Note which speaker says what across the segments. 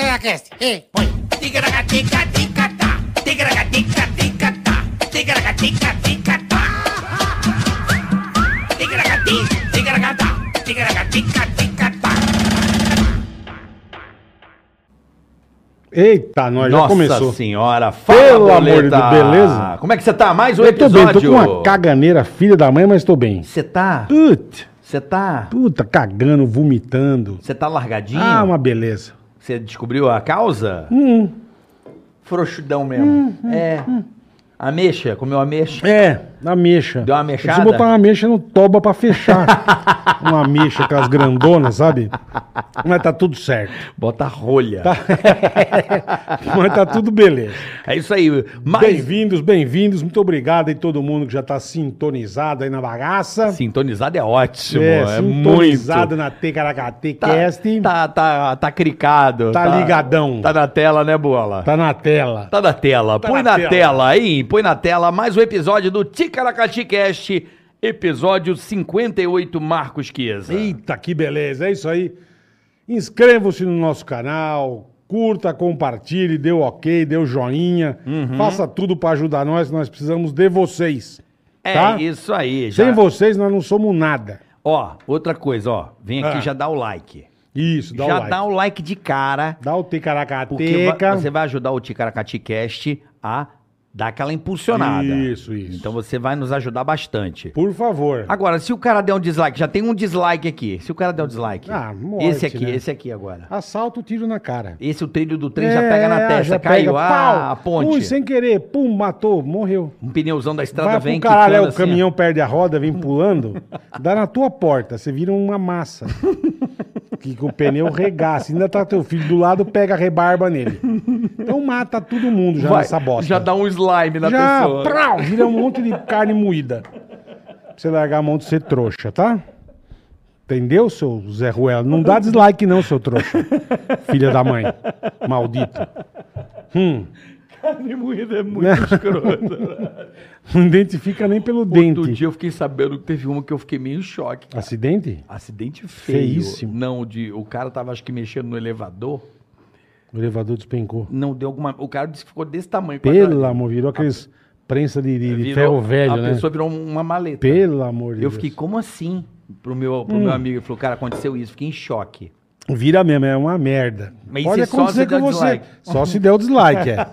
Speaker 1: Ticaracast, ei, põe.
Speaker 2: Ticaracatica-ticatá, ticaracatica-ticatá, ticaracatica-ticatá. Ticaracati, ticaracatá, ticaracatica-ticatá.
Speaker 3: Eita, nós já
Speaker 4: Nossa
Speaker 3: começou.
Speaker 4: senhora, fala
Speaker 3: Pelo amor de
Speaker 4: boleta.
Speaker 3: Deus, beleza?
Speaker 4: Como é que você tá? Mais um
Speaker 3: Eu tô bem,
Speaker 4: episódio.
Speaker 3: tô com uma caganeira filha da mãe, mas tô bem.
Speaker 4: Você tá?
Speaker 3: Put,
Speaker 4: Você tá?
Speaker 3: puta, cagando, vomitando.
Speaker 4: Você tá largadinho?
Speaker 3: Ah, uma beleza.
Speaker 4: Você descobriu a causa?
Speaker 3: Hum,
Speaker 4: Frouxidão mesmo. é. Ameixa, comeu ameixa.
Speaker 3: é, ameixa.
Speaker 4: Deu uma
Speaker 3: Eu
Speaker 4: ameixada?
Speaker 3: preciso botar uma ameixa no toba pra fechar. uma ameixa, aquelas grandonas, sabe? Mas tá tudo certo.
Speaker 4: Bota rolha.
Speaker 3: Tá- Mas tá tudo beleza.
Speaker 4: É isso aí. Mais
Speaker 3: Bem-vindos, bem-vindos. Muito obrigado aí todo mundo que já tá sintonizado aí na bagaça.
Speaker 4: sintonizado é ótimo.
Speaker 3: é,
Speaker 4: É, muito.
Speaker 3: sintonizado na TKHT
Speaker 4: Tá,
Speaker 3: Cast.
Speaker 4: tá, tá, tá cricado.
Speaker 3: Tá ligadão.
Speaker 4: Tá na tela, né, Bola?
Speaker 3: Tá na tela.
Speaker 4: Tá na tela,
Speaker 3: Tá
Speaker 4: põe
Speaker 3: na
Speaker 4: na,
Speaker 3: tela.
Speaker 4: tela. aí, põe na tela mais um episódio do Ticaracati Cast, episódio 58, Marcos Chiesa.
Speaker 3: Eita, que beleza, é isso aí. Inscreva-se no nosso canal, curta, compartilhe, dê o ok, dê o joinha,
Speaker 4: Uhum.
Speaker 3: faça tudo pra ajudar nós, nós precisamos de vocês.
Speaker 4: É
Speaker 3: tá?
Speaker 4: isso aí, já.
Speaker 3: Sem vocês nós não somos nada.
Speaker 4: Ó, outra coisa, ó, vem aqui
Speaker 3: Ah.
Speaker 4: e já dá o like.
Speaker 3: Isso, dá
Speaker 4: já
Speaker 3: o like.
Speaker 4: dá o like de cara,
Speaker 3: Dá o
Speaker 4: porque va-
Speaker 3: ticaracateca.
Speaker 4: você vai ajudar o Ticaracati Cast a dar aquela impulsionada.
Speaker 3: Isso, isso.
Speaker 4: Então você vai nos ajudar bastante.
Speaker 3: Por favor.
Speaker 4: Agora, se o cara der um dislike, já tem um dislike aqui. Se o cara der um dislike,
Speaker 3: Ah, morte,
Speaker 4: esse aqui,
Speaker 3: né?
Speaker 4: esse aqui agora.
Speaker 3: Assalta o tiro na cara.
Speaker 4: Esse o trilho do trem já pega na
Speaker 3: É,
Speaker 4: testa,
Speaker 3: já
Speaker 4: caiu
Speaker 3: pega,
Speaker 4: ah,
Speaker 3: pau,
Speaker 4: a ponte.
Speaker 3: Ui, sem querer, pum, matou, morreu.
Speaker 4: Um pneuzão da estrada
Speaker 3: Vai
Speaker 4: vem
Speaker 3: pro caralho, é,
Speaker 4: quicando
Speaker 3: o
Speaker 4: assim,
Speaker 3: caminhão perde a roda, vem pulando, dá na tua porta, você vira uma massa. que, que o pneu regaça, ainda tá teu filho do lado, pega a rebarba nele. Então mata todo mundo
Speaker 4: ó.
Speaker 3: já
Speaker 4: Vai,
Speaker 3: nessa bosta.
Speaker 4: Já dá um slime na
Speaker 3: Já,
Speaker 4: pessoa.
Speaker 3: prau, vira um monte de carne moída. Pra você largar a mão de ser trouxa, tá? Entendeu, seu Zé Ruela? Não dá dislike não, seu trouxa. Filha da mãe. Maldito. né?
Speaker 4: Carne moída é muito escrota.
Speaker 3: Não identifica nem pelo
Speaker 4: Outro
Speaker 3: dente.
Speaker 4: dia eu fiquei sabendo que teve uma que eu fiquei meio em choque.
Speaker 3: Acidente?
Speaker 4: Acidente feio.
Speaker 3: Feíssimo.
Speaker 4: Não, de, o cara tava acho que mexendo no elevador.
Speaker 3: O elevador despencou.
Speaker 4: Não deu alguma. O cara disse que ficou desse tamanho. com a
Speaker 3: Pelo
Speaker 4: cara.
Speaker 3: amor, virou aqueles prensa de, de- de
Speaker 4: Virou-
Speaker 3: ferro velho,
Speaker 4: A
Speaker 3: né?
Speaker 4: pessoa virou uma maleta.
Speaker 3: Pelo amor de
Speaker 4: Eu
Speaker 3: Deus.
Speaker 4: fiquei, como assim? Pro meu, pro meu amigo, ele falou, cara, aconteceu isso, fiquei em choque.
Speaker 3: Vira mesmo, é uma merda.
Speaker 4: Mas
Speaker 3: pode
Speaker 4: e se só
Speaker 3: acontecer
Speaker 4: se der
Speaker 3: com você.
Speaker 4: dislike?
Speaker 3: Só se der o dislike, é.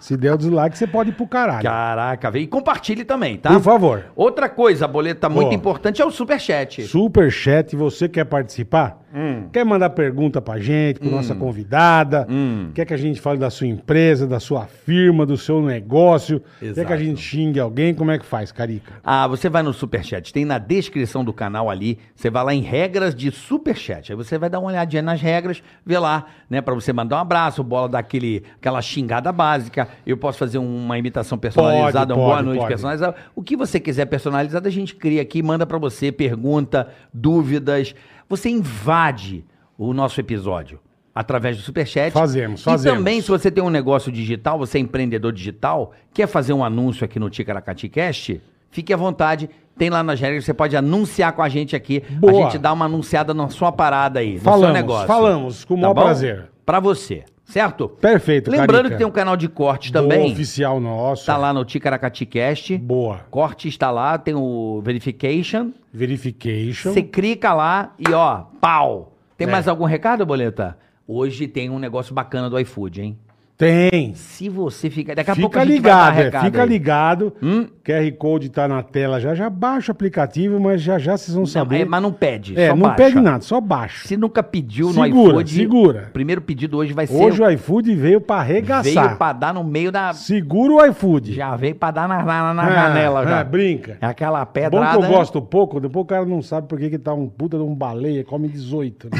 Speaker 3: se der o dislike, você pode ir pro caralho.
Speaker 4: Caraca, velho. E compartilhe também, tá?
Speaker 3: Por favor.
Speaker 4: Outra coisa, boleta muito
Speaker 3: Ó.
Speaker 4: importante é o superchat.
Speaker 3: Superchat, você quer participar?
Speaker 4: Hum.
Speaker 3: Quer mandar pergunta pra gente, pra nossa convidada?
Speaker 4: Hum.
Speaker 3: Quer que a gente fale da sua empresa, da sua firma, do seu negócio? Quer que a
Speaker 4: Exato.
Speaker 3: gente xingue alguém? Como é que faz, Carica?
Speaker 4: Ah, você vai no superchat, tem na descrição do canal ali, você vai lá em regras de superchat. Aí você vai dar uma olhadinha nas regras, vê lá, né, Pra você mandar um abraço, bola daquele aquela xingada básica. Eu posso fazer uma imitação personalizada,
Speaker 3: Pode,
Speaker 4: uma boa
Speaker 3: pode,
Speaker 4: noite
Speaker 3: pode.
Speaker 4: personalizada. O que você quiser personalizado, a gente cria aqui, manda pra você, pergunta, dúvidas. Você invade o nosso episódio através do superchat.
Speaker 3: Fazemos,
Speaker 4: E
Speaker 3: fazemos.
Speaker 4: também, se você tem um negócio digital, você é empreendedor digital, quer fazer um anúncio aqui no Ticaracati Cast, fique à vontade. Tem lá nas regras, você pode anunciar com a gente aqui.
Speaker 3: Boa.
Speaker 4: A gente dá uma anunciada na sua parada aí, no seu
Speaker 3: Falamos,
Speaker 4: negócio. Tá
Speaker 3: falamos, com o maior
Speaker 4: bom?
Speaker 3: prazer.
Speaker 4: Pra você, certo?
Speaker 3: Perfeito,
Speaker 4: Lembrando
Speaker 3: Carica.
Speaker 4: que tem um canal de corte
Speaker 3: Do
Speaker 4: também.
Speaker 3: oficial nosso.
Speaker 4: Tá lá no Ticaracati Cast.
Speaker 3: Boa.
Speaker 4: Corte está lá, tem o Verification.
Speaker 3: Verification.
Speaker 4: Você clica lá e ó, pau. Tem
Speaker 3: É.
Speaker 4: mais algum recado, Boleta? Hoje tem um negócio bacana do iFood, hein?
Speaker 3: Tem.
Speaker 4: Se você fica. Daqui a pouco
Speaker 3: Fica
Speaker 4: a gente
Speaker 3: ligado,
Speaker 4: vai dar
Speaker 3: é,
Speaker 4: recado
Speaker 3: fica
Speaker 4: aí.
Speaker 3: ligado.
Speaker 4: Hum?
Speaker 3: QR Code tá na tela já. Já baixa o aplicativo, mas já já vocês vão
Speaker 4: Não, é,
Speaker 3: saber.
Speaker 4: mas não pede.
Speaker 3: é,
Speaker 4: só
Speaker 3: não
Speaker 4: baixa.
Speaker 3: pede nada, só baixa.
Speaker 4: Se nunca pediu no
Speaker 3: Segura,
Speaker 4: iFood.
Speaker 3: segura.
Speaker 4: O primeiro pedido hoje vai ser.
Speaker 3: Hoje o iFood veio pra
Speaker 4: veio
Speaker 3: arregaçar.
Speaker 4: pra dar no meio da.
Speaker 3: Segura o iFood.
Speaker 4: Já veio pra dar na, na, na
Speaker 3: Ah,
Speaker 4: janela já.
Speaker 3: ah, brinca.
Speaker 4: É aquela
Speaker 3: Bom
Speaker 4: pedrada.
Speaker 3: que eu gosto pouco, depois o cara não sabe por que que tá um puta de um baleia, come 18. né?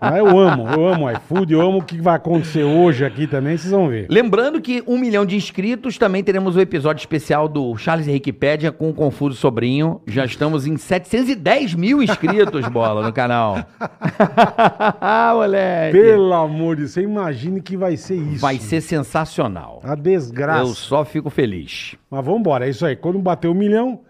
Speaker 3: Mas eu amo, eu amo o iFood, eu amo o que vai acontecer hoje aqui também, vocês vão ver.
Speaker 4: Lembrando que um milhão de inscritos, também teremos o episódio especial do Charles Henrique Pédia com o Confuso Sobrinho. Já estamos em 710 mil inscritos, bola, no canal. Ah, moleque.
Speaker 3: Pelo amor de Deus, você imagine que vai ser isso.
Speaker 4: Vai ser sensacional.
Speaker 3: A desgraça.
Speaker 4: Eu só fico feliz.
Speaker 3: Mas vamos embora, é isso aí. Quando bater um milhão,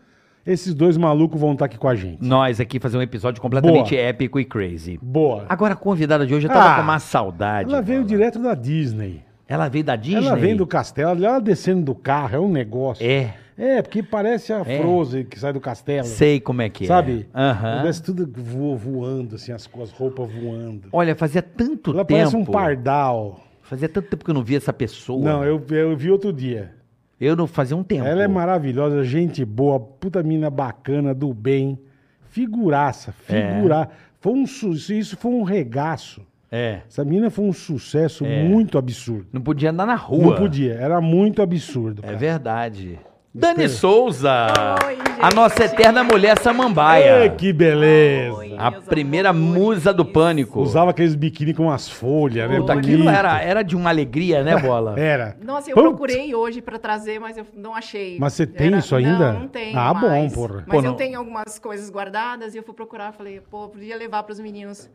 Speaker 3: Esses dois malucos vão estar aqui com a gente.
Speaker 4: Nós aqui fazer um episódio completamente
Speaker 3: Boa.
Speaker 4: épico e crazy.
Speaker 3: Boa.
Speaker 4: Agora, a convidada de hoje, eu tava
Speaker 3: Ah,
Speaker 4: com uma saudade.
Speaker 3: Ela veio
Speaker 4: cara.
Speaker 3: direto da Disney.
Speaker 4: Ela veio da Disney?
Speaker 3: Ela vem do castelo, ela descendo do carro, é um negócio.
Speaker 4: É,
Speaker 3: É, porque parece a Frozen que sai do castelo.
Speaker 4: sei como é que é.
Speaker 3: Sabe?
Speaker 4: Aham.
Speaker 3: Desce tudo vo- voando, assim, as, co- as roupas voando.
Speaker 4: Olha, fazia tanto
Speaker 3: Ela
Speaker 4: tempo.
Speaker 3: parece um pardal.
Speaker 4: Fazia tanto tempo que eu não via essa pessoa.
Speaker 3: Não, eu, eu vi outro dia.
Speaker 4: Eu não fazia um tempo.
Speaker 3: Ela é maravilhosa, gente boa, puta mina bacana, do bem. Figuraça, figura. Foi um su- isso foi um regaço.
Speaker 4: É.
Speaker 3: Essa mina foi um sucesso muito absurdo.
Speaker 4: Não podia andar na É. rua.
Speaker 3: Não podia, era muito absurdo.
Speaker 4: É
Speaker 3: cara.
Speaker 4: verdade. Dani Souza.
Speaker 1: Oi,
Speaker 4: a
Speaker 1: gente.
Speaker 4: nossa eterna mulher samambaia.
Speaker 3: Ei, que beleza!
Speaker 1: Oi.
Speaker 4: A
Speaker 1: Meus
Speaker 4: primeira
Speaker 1: amores.
Speaker 4: musa do pânico.
Speaker 3: Usava aqueles biquíni com umas folhas, né?
Speaker 4: Puta, aquilo
Speaker 3: Bonito. É.
Speaker 4: era, era de uma alegria, né, Bola?
Speaker 3: Era.
Speaker 1: Nossa, eu
Speaker 3: Putz,
Speaker 1: procurei hoje pra trazer, mas eu não achei.
Speaker 3: Mas você tem isso ainda?
Speaker 1: Não, não tenho
Speaker 3: Ah, bom,
Speaker 1: mais.
Speaker 3: porra.
Speaker 1: Mas
Speaker 4: Pô,
Speaker 1: eu
Speaker 4: não.
Speaker 1: tenho algumas coisas guardadas e eu fui procurar, falei, pô, podia levar pros meninos.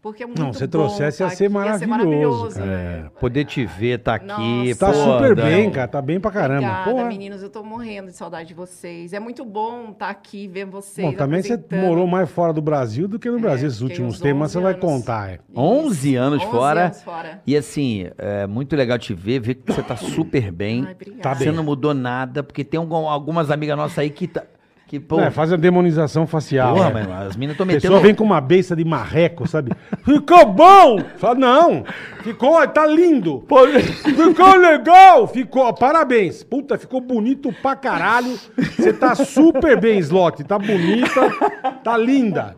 Speaker 1: Porque é muito
Speaker 3: Não, se
Speaker 1: bom
Speaker 3: trouxesse ia
Speaker 1: tá
Speaker 3: ser
Speaker 1: aqui,
Speaker 3: maravilhoso,
Speaker 1: né?
Speaker 4: Poder te ver, tá aqui.
Speaker 1: Nossa.
Speaker 3: Tá
Speaker 1: Pô,
Speaker 3: super
Speaker 4: Dani.
Speaker 3: bem, cara. Tá bem pra caramba.
Speaker 1: Obrigada,
Speaker 3: Porra.
Speaker 1: meninos, eu tô morrendo de saudade de vocês. É muito bom estar aqui, ver vocês.
Speaker 3: Bom, também você
Speaker 1: apresentando. É,
Speaker 3: morou mais fora do Brasil do que no Brasil. Esses
Speaker 1: fiquei
Speaker 3: últimos
Speaker 1: uns
Speaker 3: temas
Speaker 1: 11
Speaker 3: você vai
Speaker 1: anos.
Speaker 3: contar. é.
Speaker 1: Isso.
Speaker 4: 11 anos
Speaker 1: 11
Speaker 4: fora.
Speaker 1: anos fora.
Speaker 4: E assim, é muito legal te ver, ver que você tá super bem.
Speaker 1: Ai, obrigada.
Speaker 3: Tá
Speaker 4: Você
Speaker 3: bem.
Speaker 4: não mudou nada, porque tem algum- algumas amigas nossas aí que tá. Que, pô,
Speaker 3: Não, é, faz a demonização facial.
Speaker 4: porra,
Speaker 3: né?
Speaker 4: mano, as meninas estão
Speaker 3: A
Speaker 4: metendo.
Speaker 3: pessoa vem com uma besta de marreco, sabe? Ficou bom! Fala, não! Ficou, tá lindo! Ficou legal! Ficou, parabéns! Puta, ficou bonito pra caralho! Você tá super bem, Slot! Tá bonita, tá linda!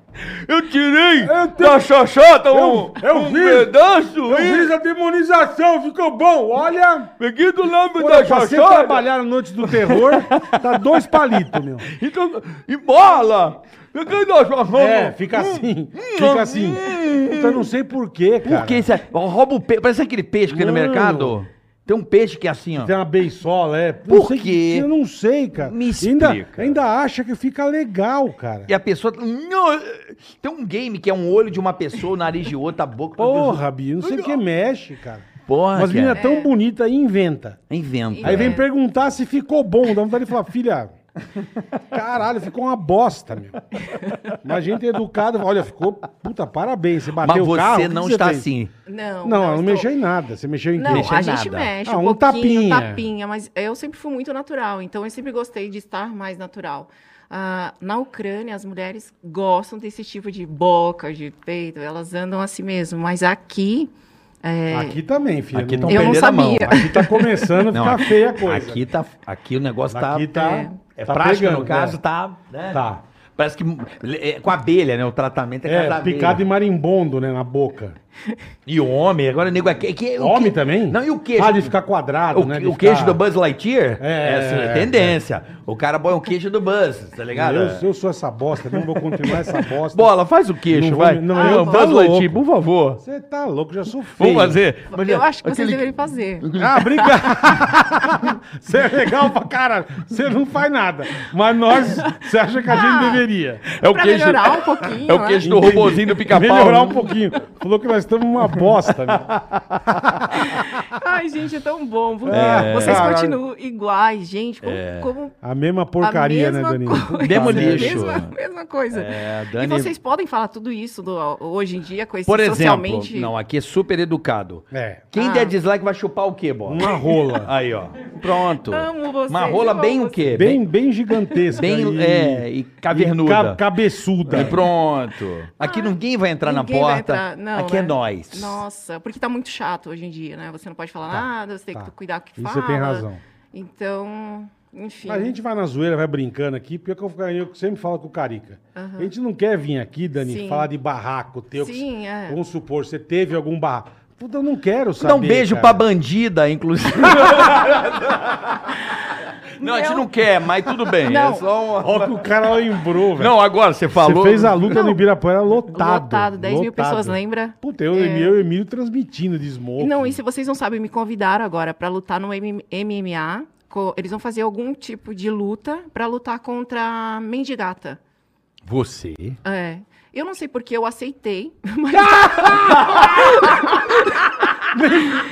Speaker 4: Eu tirei
Speaker 3: Eu
Speaker 4: da xoxota
Speaker 3: Eu, eu vi! eu fiz a demonização, ficou bom! Olha!
Speaker 4: Peguei do nome
Speaker 3: Olha, pra você trabalhar na noite do terror, tá dois palitos, meu.
Speaker 4: Então, e bola! Peguei da xoxota!
Speaker 3: É, fica assim,
Speaker 4: Hum,
Speaker 3: fica assim. Puta, eu não sei porquê, cara.
Speaker 4: Por que isso é? Rouba o peixe. Parece aquele peixe que tem no
Speaker 3: Mano.
Speaker 4: mercado. Tem um peixe que é assim, ó.
Speaker 3: Tem uma beisola, é. Não
Speaker 4: Por
Speaker 3: sei
Speaker 4: quê?
Speaker 3: que- Eu não sei, cara.
Speaker 4: Me
Speaker 3: ainda,
Speaker 4: explica.
Speaker 3: ainda acha que fica legal, cara.
Speaker 4: E a pessoa. tá, Nho- Tem um game que é um olho de uma pessoa, o nariz de outra, a boca.
Speaker 3: Porra, Bia, não sei o que mexe, cara.
Speaker 4: Porra,
Speaker 3: Mas menina
Speaker 4: Ah,
Speaker 3: é
Speaker 4: cara.
Speaker 3: tão bonita e inventa.
Speaker 4: Inventa.
Speaker 3: Aí vem
Speaker 1: É.
Speaker 3: perguntar se ficou bom. Dá vontade de falar, filha, caralho, ficou uma bosta, meu. Mas a gente é educada, fala, olha, ficou, puta, parabéns, você
Speaker 4: Mas
Speaker 3: bateu o
Speaker 4: você
Speaker 3: carro. o que
Speaker 4: não
Speaker 3: você
Speaker 4: está
Speaker 3: fez?
Speaker 4: assim.
Speaker 1: Não,
Speaker 3: Não, não, não
Speaker 1: estou-
Speaker 3: mexeu em nada. Você mexeu em
Speaker 1: Não,
Speaker 3: quê?
Speaker 4: Mexer
Speaker 1: a gente
Speaker 4: nada.
Speaker 1: mexe
Speaker 3: Ah,
Speaker 1: um,
Speaker 3: um
Speaker 1: pouquinho,
Speaker 3: tapinha.
Speaker 1: tapinha. mas eu sempre fui muito natural, então eu sempre gostei de estar mais natural. Ah, na Ucrânia, as mulheres gostam desse tipo de boca, de peito, elas andam assim mesmo, mas aqui. é,
Speaker 3: Aqui também, filha.
Speaker 4: Aqui
Speaker 3: não-
Speaker 4: tão
Speaker 1: Eu não
Speaker 4: perdendo a mão.
Speaker 1: sabia.
Speaker 3: Aqui tá começando a
Speaker 4: Não,
Speaker 3: ficar
Speaker 4: aqui-
Speaker 3: feia a coisa.
Speaker 4: Aqui, tá, aqui o negócio tá.
Speaker 3: Aqui tá-
Speaker 4: É, é
Speaker 3: tá
Speaker 4: prática,
Speaker 3: pegando,
Speaker 4: no caso,
Speaker 3: é.
Speaker 4: tá. né?
Speaker 3: Tá.
Speaker 4: Parece que. é, com abelha, né? O tratamento é, com as
Speaker 3: É,
Speaker 4: abelhas.
Speaker 3: picado de marimbondo, né, na boca.
Speaker 4: E homem, agora o nego aqui. que- o que-
Speaker 3: Homem também?
Speaker 4: Não, e o queijo?
Speaker 3: Ah, de ficar quadrado,
Speaker 4: O,
Speaker 3: né? de
Speaker 4: o queijo
Speaker 3: ficar-
Speaker 4: do Buzz Lightyear
Speaker 3: É,
Speaker 4: é, assim,
Speaker 3: é,
Speaker 4: tendência. O cara põe o queijo do Buzz, tá ligado?
Speaker 3: Eu, eu sou essa bosta, não vou continuar essa bosta.
Speaker 4: Bola, faz o
Speaker 3: Não
Speaker 4: queixo,
Speaker 3: vou
Speaker 4: vai. Ah,
Speaker 3: me- não, eu- tá
Speaker 4: Buzz Lightyear,
Speaker 3: louco.
Speaker 4: por favor.
Speaker 3: Você tá louco, já sou feio.
Speaker 4: Vamos fazer.
Speaker 1: eu acho que vocês
Speaker 4: aquele- É
Speaker 1: deveriam fazer.
Speaker 3: Ah, brinca. Você é legal pra caralho. Você não faz nada. Mas nós, você acha que a gente
Speaker 1: Ah.
Speaker 3: deveria.
Speaker 4: É o
Speaker 1: Pra
Speaker 4: queijo.
Speaker 1: melhorar um pouquinho,
Speaker 4: É o
Speaker 1: né?
Speaker 4: queijo do
Speaker 3: Entendi.
Speaker 4: robozinho do pica-pau.
Speaker 3: Melhorar um pouquinho. Falou que nós estamos uma bosta. Né?
Speaker 1: Ai, gente, é tão bom. Por-
Speaker 3: É.
Speaker 1: Vocês
Speaker 3: Caralho.
Speaker 1: continuam iguais, gente. Como,
Speaker 4: é.
Speaker 1: como
Speaker 3: A mesma porcaria,
Speaker 1: a mesma
Speaker 3: né, Danilo?
Speaker 1: coisa.
Speaker 4: Mesmo
Speaker 1: a
Speaker 4: lixo.
Speaker 1: Mesma, mesma coisa.
Speaker 4: É,
Speaker 1: E
Speaker 4: Dani-
Speaker 1: vocês podem falar tudo isso do- hoje em dia, com esse
Speaker 4: Por exemplo,
Speaker 1: socialmente.
Speaker 4: não, aqui é super educado.
Speaker 3: É.
Speaker 4: Quem
Speaker 1: Ah.
Speaker 4: der dislike vai chupar o quê, Bola?
Speaker 3: Uma rola.
Speaker 4: Aí, ó. Pronto.
Speaker 1: Amo vocês,
Speaker 4: Uma rola
Speaker 1: amo
Speaker 4: É, bem o
Speaker 1: vocês.
Speaker 4: quê?
Speaker 3: Bem, bem gigantesca.
Speaker 4: Bem,
Speaker 3: e-
Speaker 4: é, e cavernuda.
Speaker 3: e ca- cabeçuda.
Speaker 4: E pronto. Aqui ninguém vai entrar
Speaker 1: Ah, Ninguém
Speaker 4: na
Speaker 1: vai
Speaker 4: porta.
Speaker 1: entrar. Não,
Speaker 4: aqui é,
Speaker 1: é.
Speaker 4: nós.
Speaker 1: Nossa, porque tá muito chato hoje em dia, né? Você não pode falar nada, você tem
Speaker 3: tá.
Speaker 1: que cuidar do que
Speaker 3: Isso
Speaker 1: fala.
Speaker 3: você tem razão.
Speaker 1: Então, enfim.
Speaker 3: A gente vai na zoeira, vai brincando aqui, porque é que eu, fico- eu sempre falo com o Carica. A gente não quer vir aqui, Dani,
Speaker 1: Sim.
Speaker 3: falar de barraco teu. que-
Speaker 1: Sim, é.
Speaker 3: Vamos supor, você teve algum barraco. Puta, eu não quero saber.
Speaker 4: Dá um beijo
Speaker 3: cara.
Speaker 4: pra bandida, inclusive. não, a gente
Speaker 1: Não.
Speaker 4: não quer, mas tudo bem.
Speaker 1: Não.
Speaker 4: É só uma...
Speaker 3: Ó que o cara lembrou, velho.
Speaker 4: Não, agora você falou.
Speaker 3: Você fez a luta no Ibirapuera é lotado.
Speaker 1: Lotado, 10 mil
Speaker 3: lotado.
Speaker 1: pessoas, lembra?
Speaker 3: Puta, eu, e eu e o Emílio transmitindo de smoke.
Speaker 1: Não, e se vocês não sabem, me convidaram agora pra lutar no M- MMA. co- Eles vão fazer algum tipo de luta pra lutar contra a mendigata.
Speaker 4: Você?
Speaker 1: É. Eu não sei porque eu aceitei, mas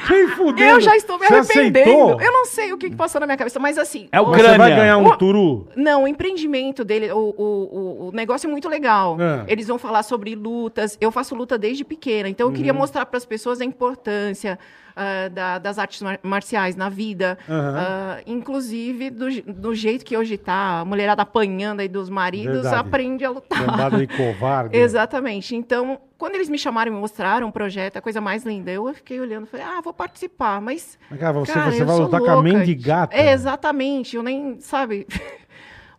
Speaker 3: Quem fudeu arrependendo.
Speaker 1: Eu já estou me
Speaker 3: Você
Speaker 1: arrependendo.
Speaker 3: aceitou?
Speaker 1: Eu não sei o que, que passou na minha cabeça, mas assim.
Speaker 4: É o
Speaker 1: o-
Speaker 3: Mas Você vai
Speaker 4: Ucrânia.
Speaker 3: ganhar um
Speaker 1: O-
Speaker 3: turu?
Speaker 1: Não, o empreendimento dele, o, o- o- o negócio é muito legal.
Speaker 3: É.
Speaker 1: Eles vão falar sobre lutas. Eu faço luta desde pequena, então eu queria
Speaker 3: Uhum.
Speaker 1: mostrar para as pessoas a importância ah, da- das artes mar- marciais na vida.
Speaker 3: Aham.
Speaker 1: Ah, inclusive, do, je- do jeito que hoje tá, a mulherada apanhando aí dos maridos,
Speaker 3: Verdade.
Speaker 1: aprende a lutar.
Speaker 3: Lambada de covarde.
Speaker 1: Exatamente. Então, quando eles me chamaram e me mostraram o projeto, a coisa mais linda, eu fiquei olhando e falei, ah, vou participar, mas.
Speaker 3: Mas, cara, você-
Speaker 1: cara,
Speaker 3: você
Speaker 1: eu
Speaker 3: vai
Speaker 1: sou
Speaker 3: lutar com a
Speaker 1: louca.
Speaker 3: mendigata.
Speaker 1: É, exatamente. Eu nem, sabe.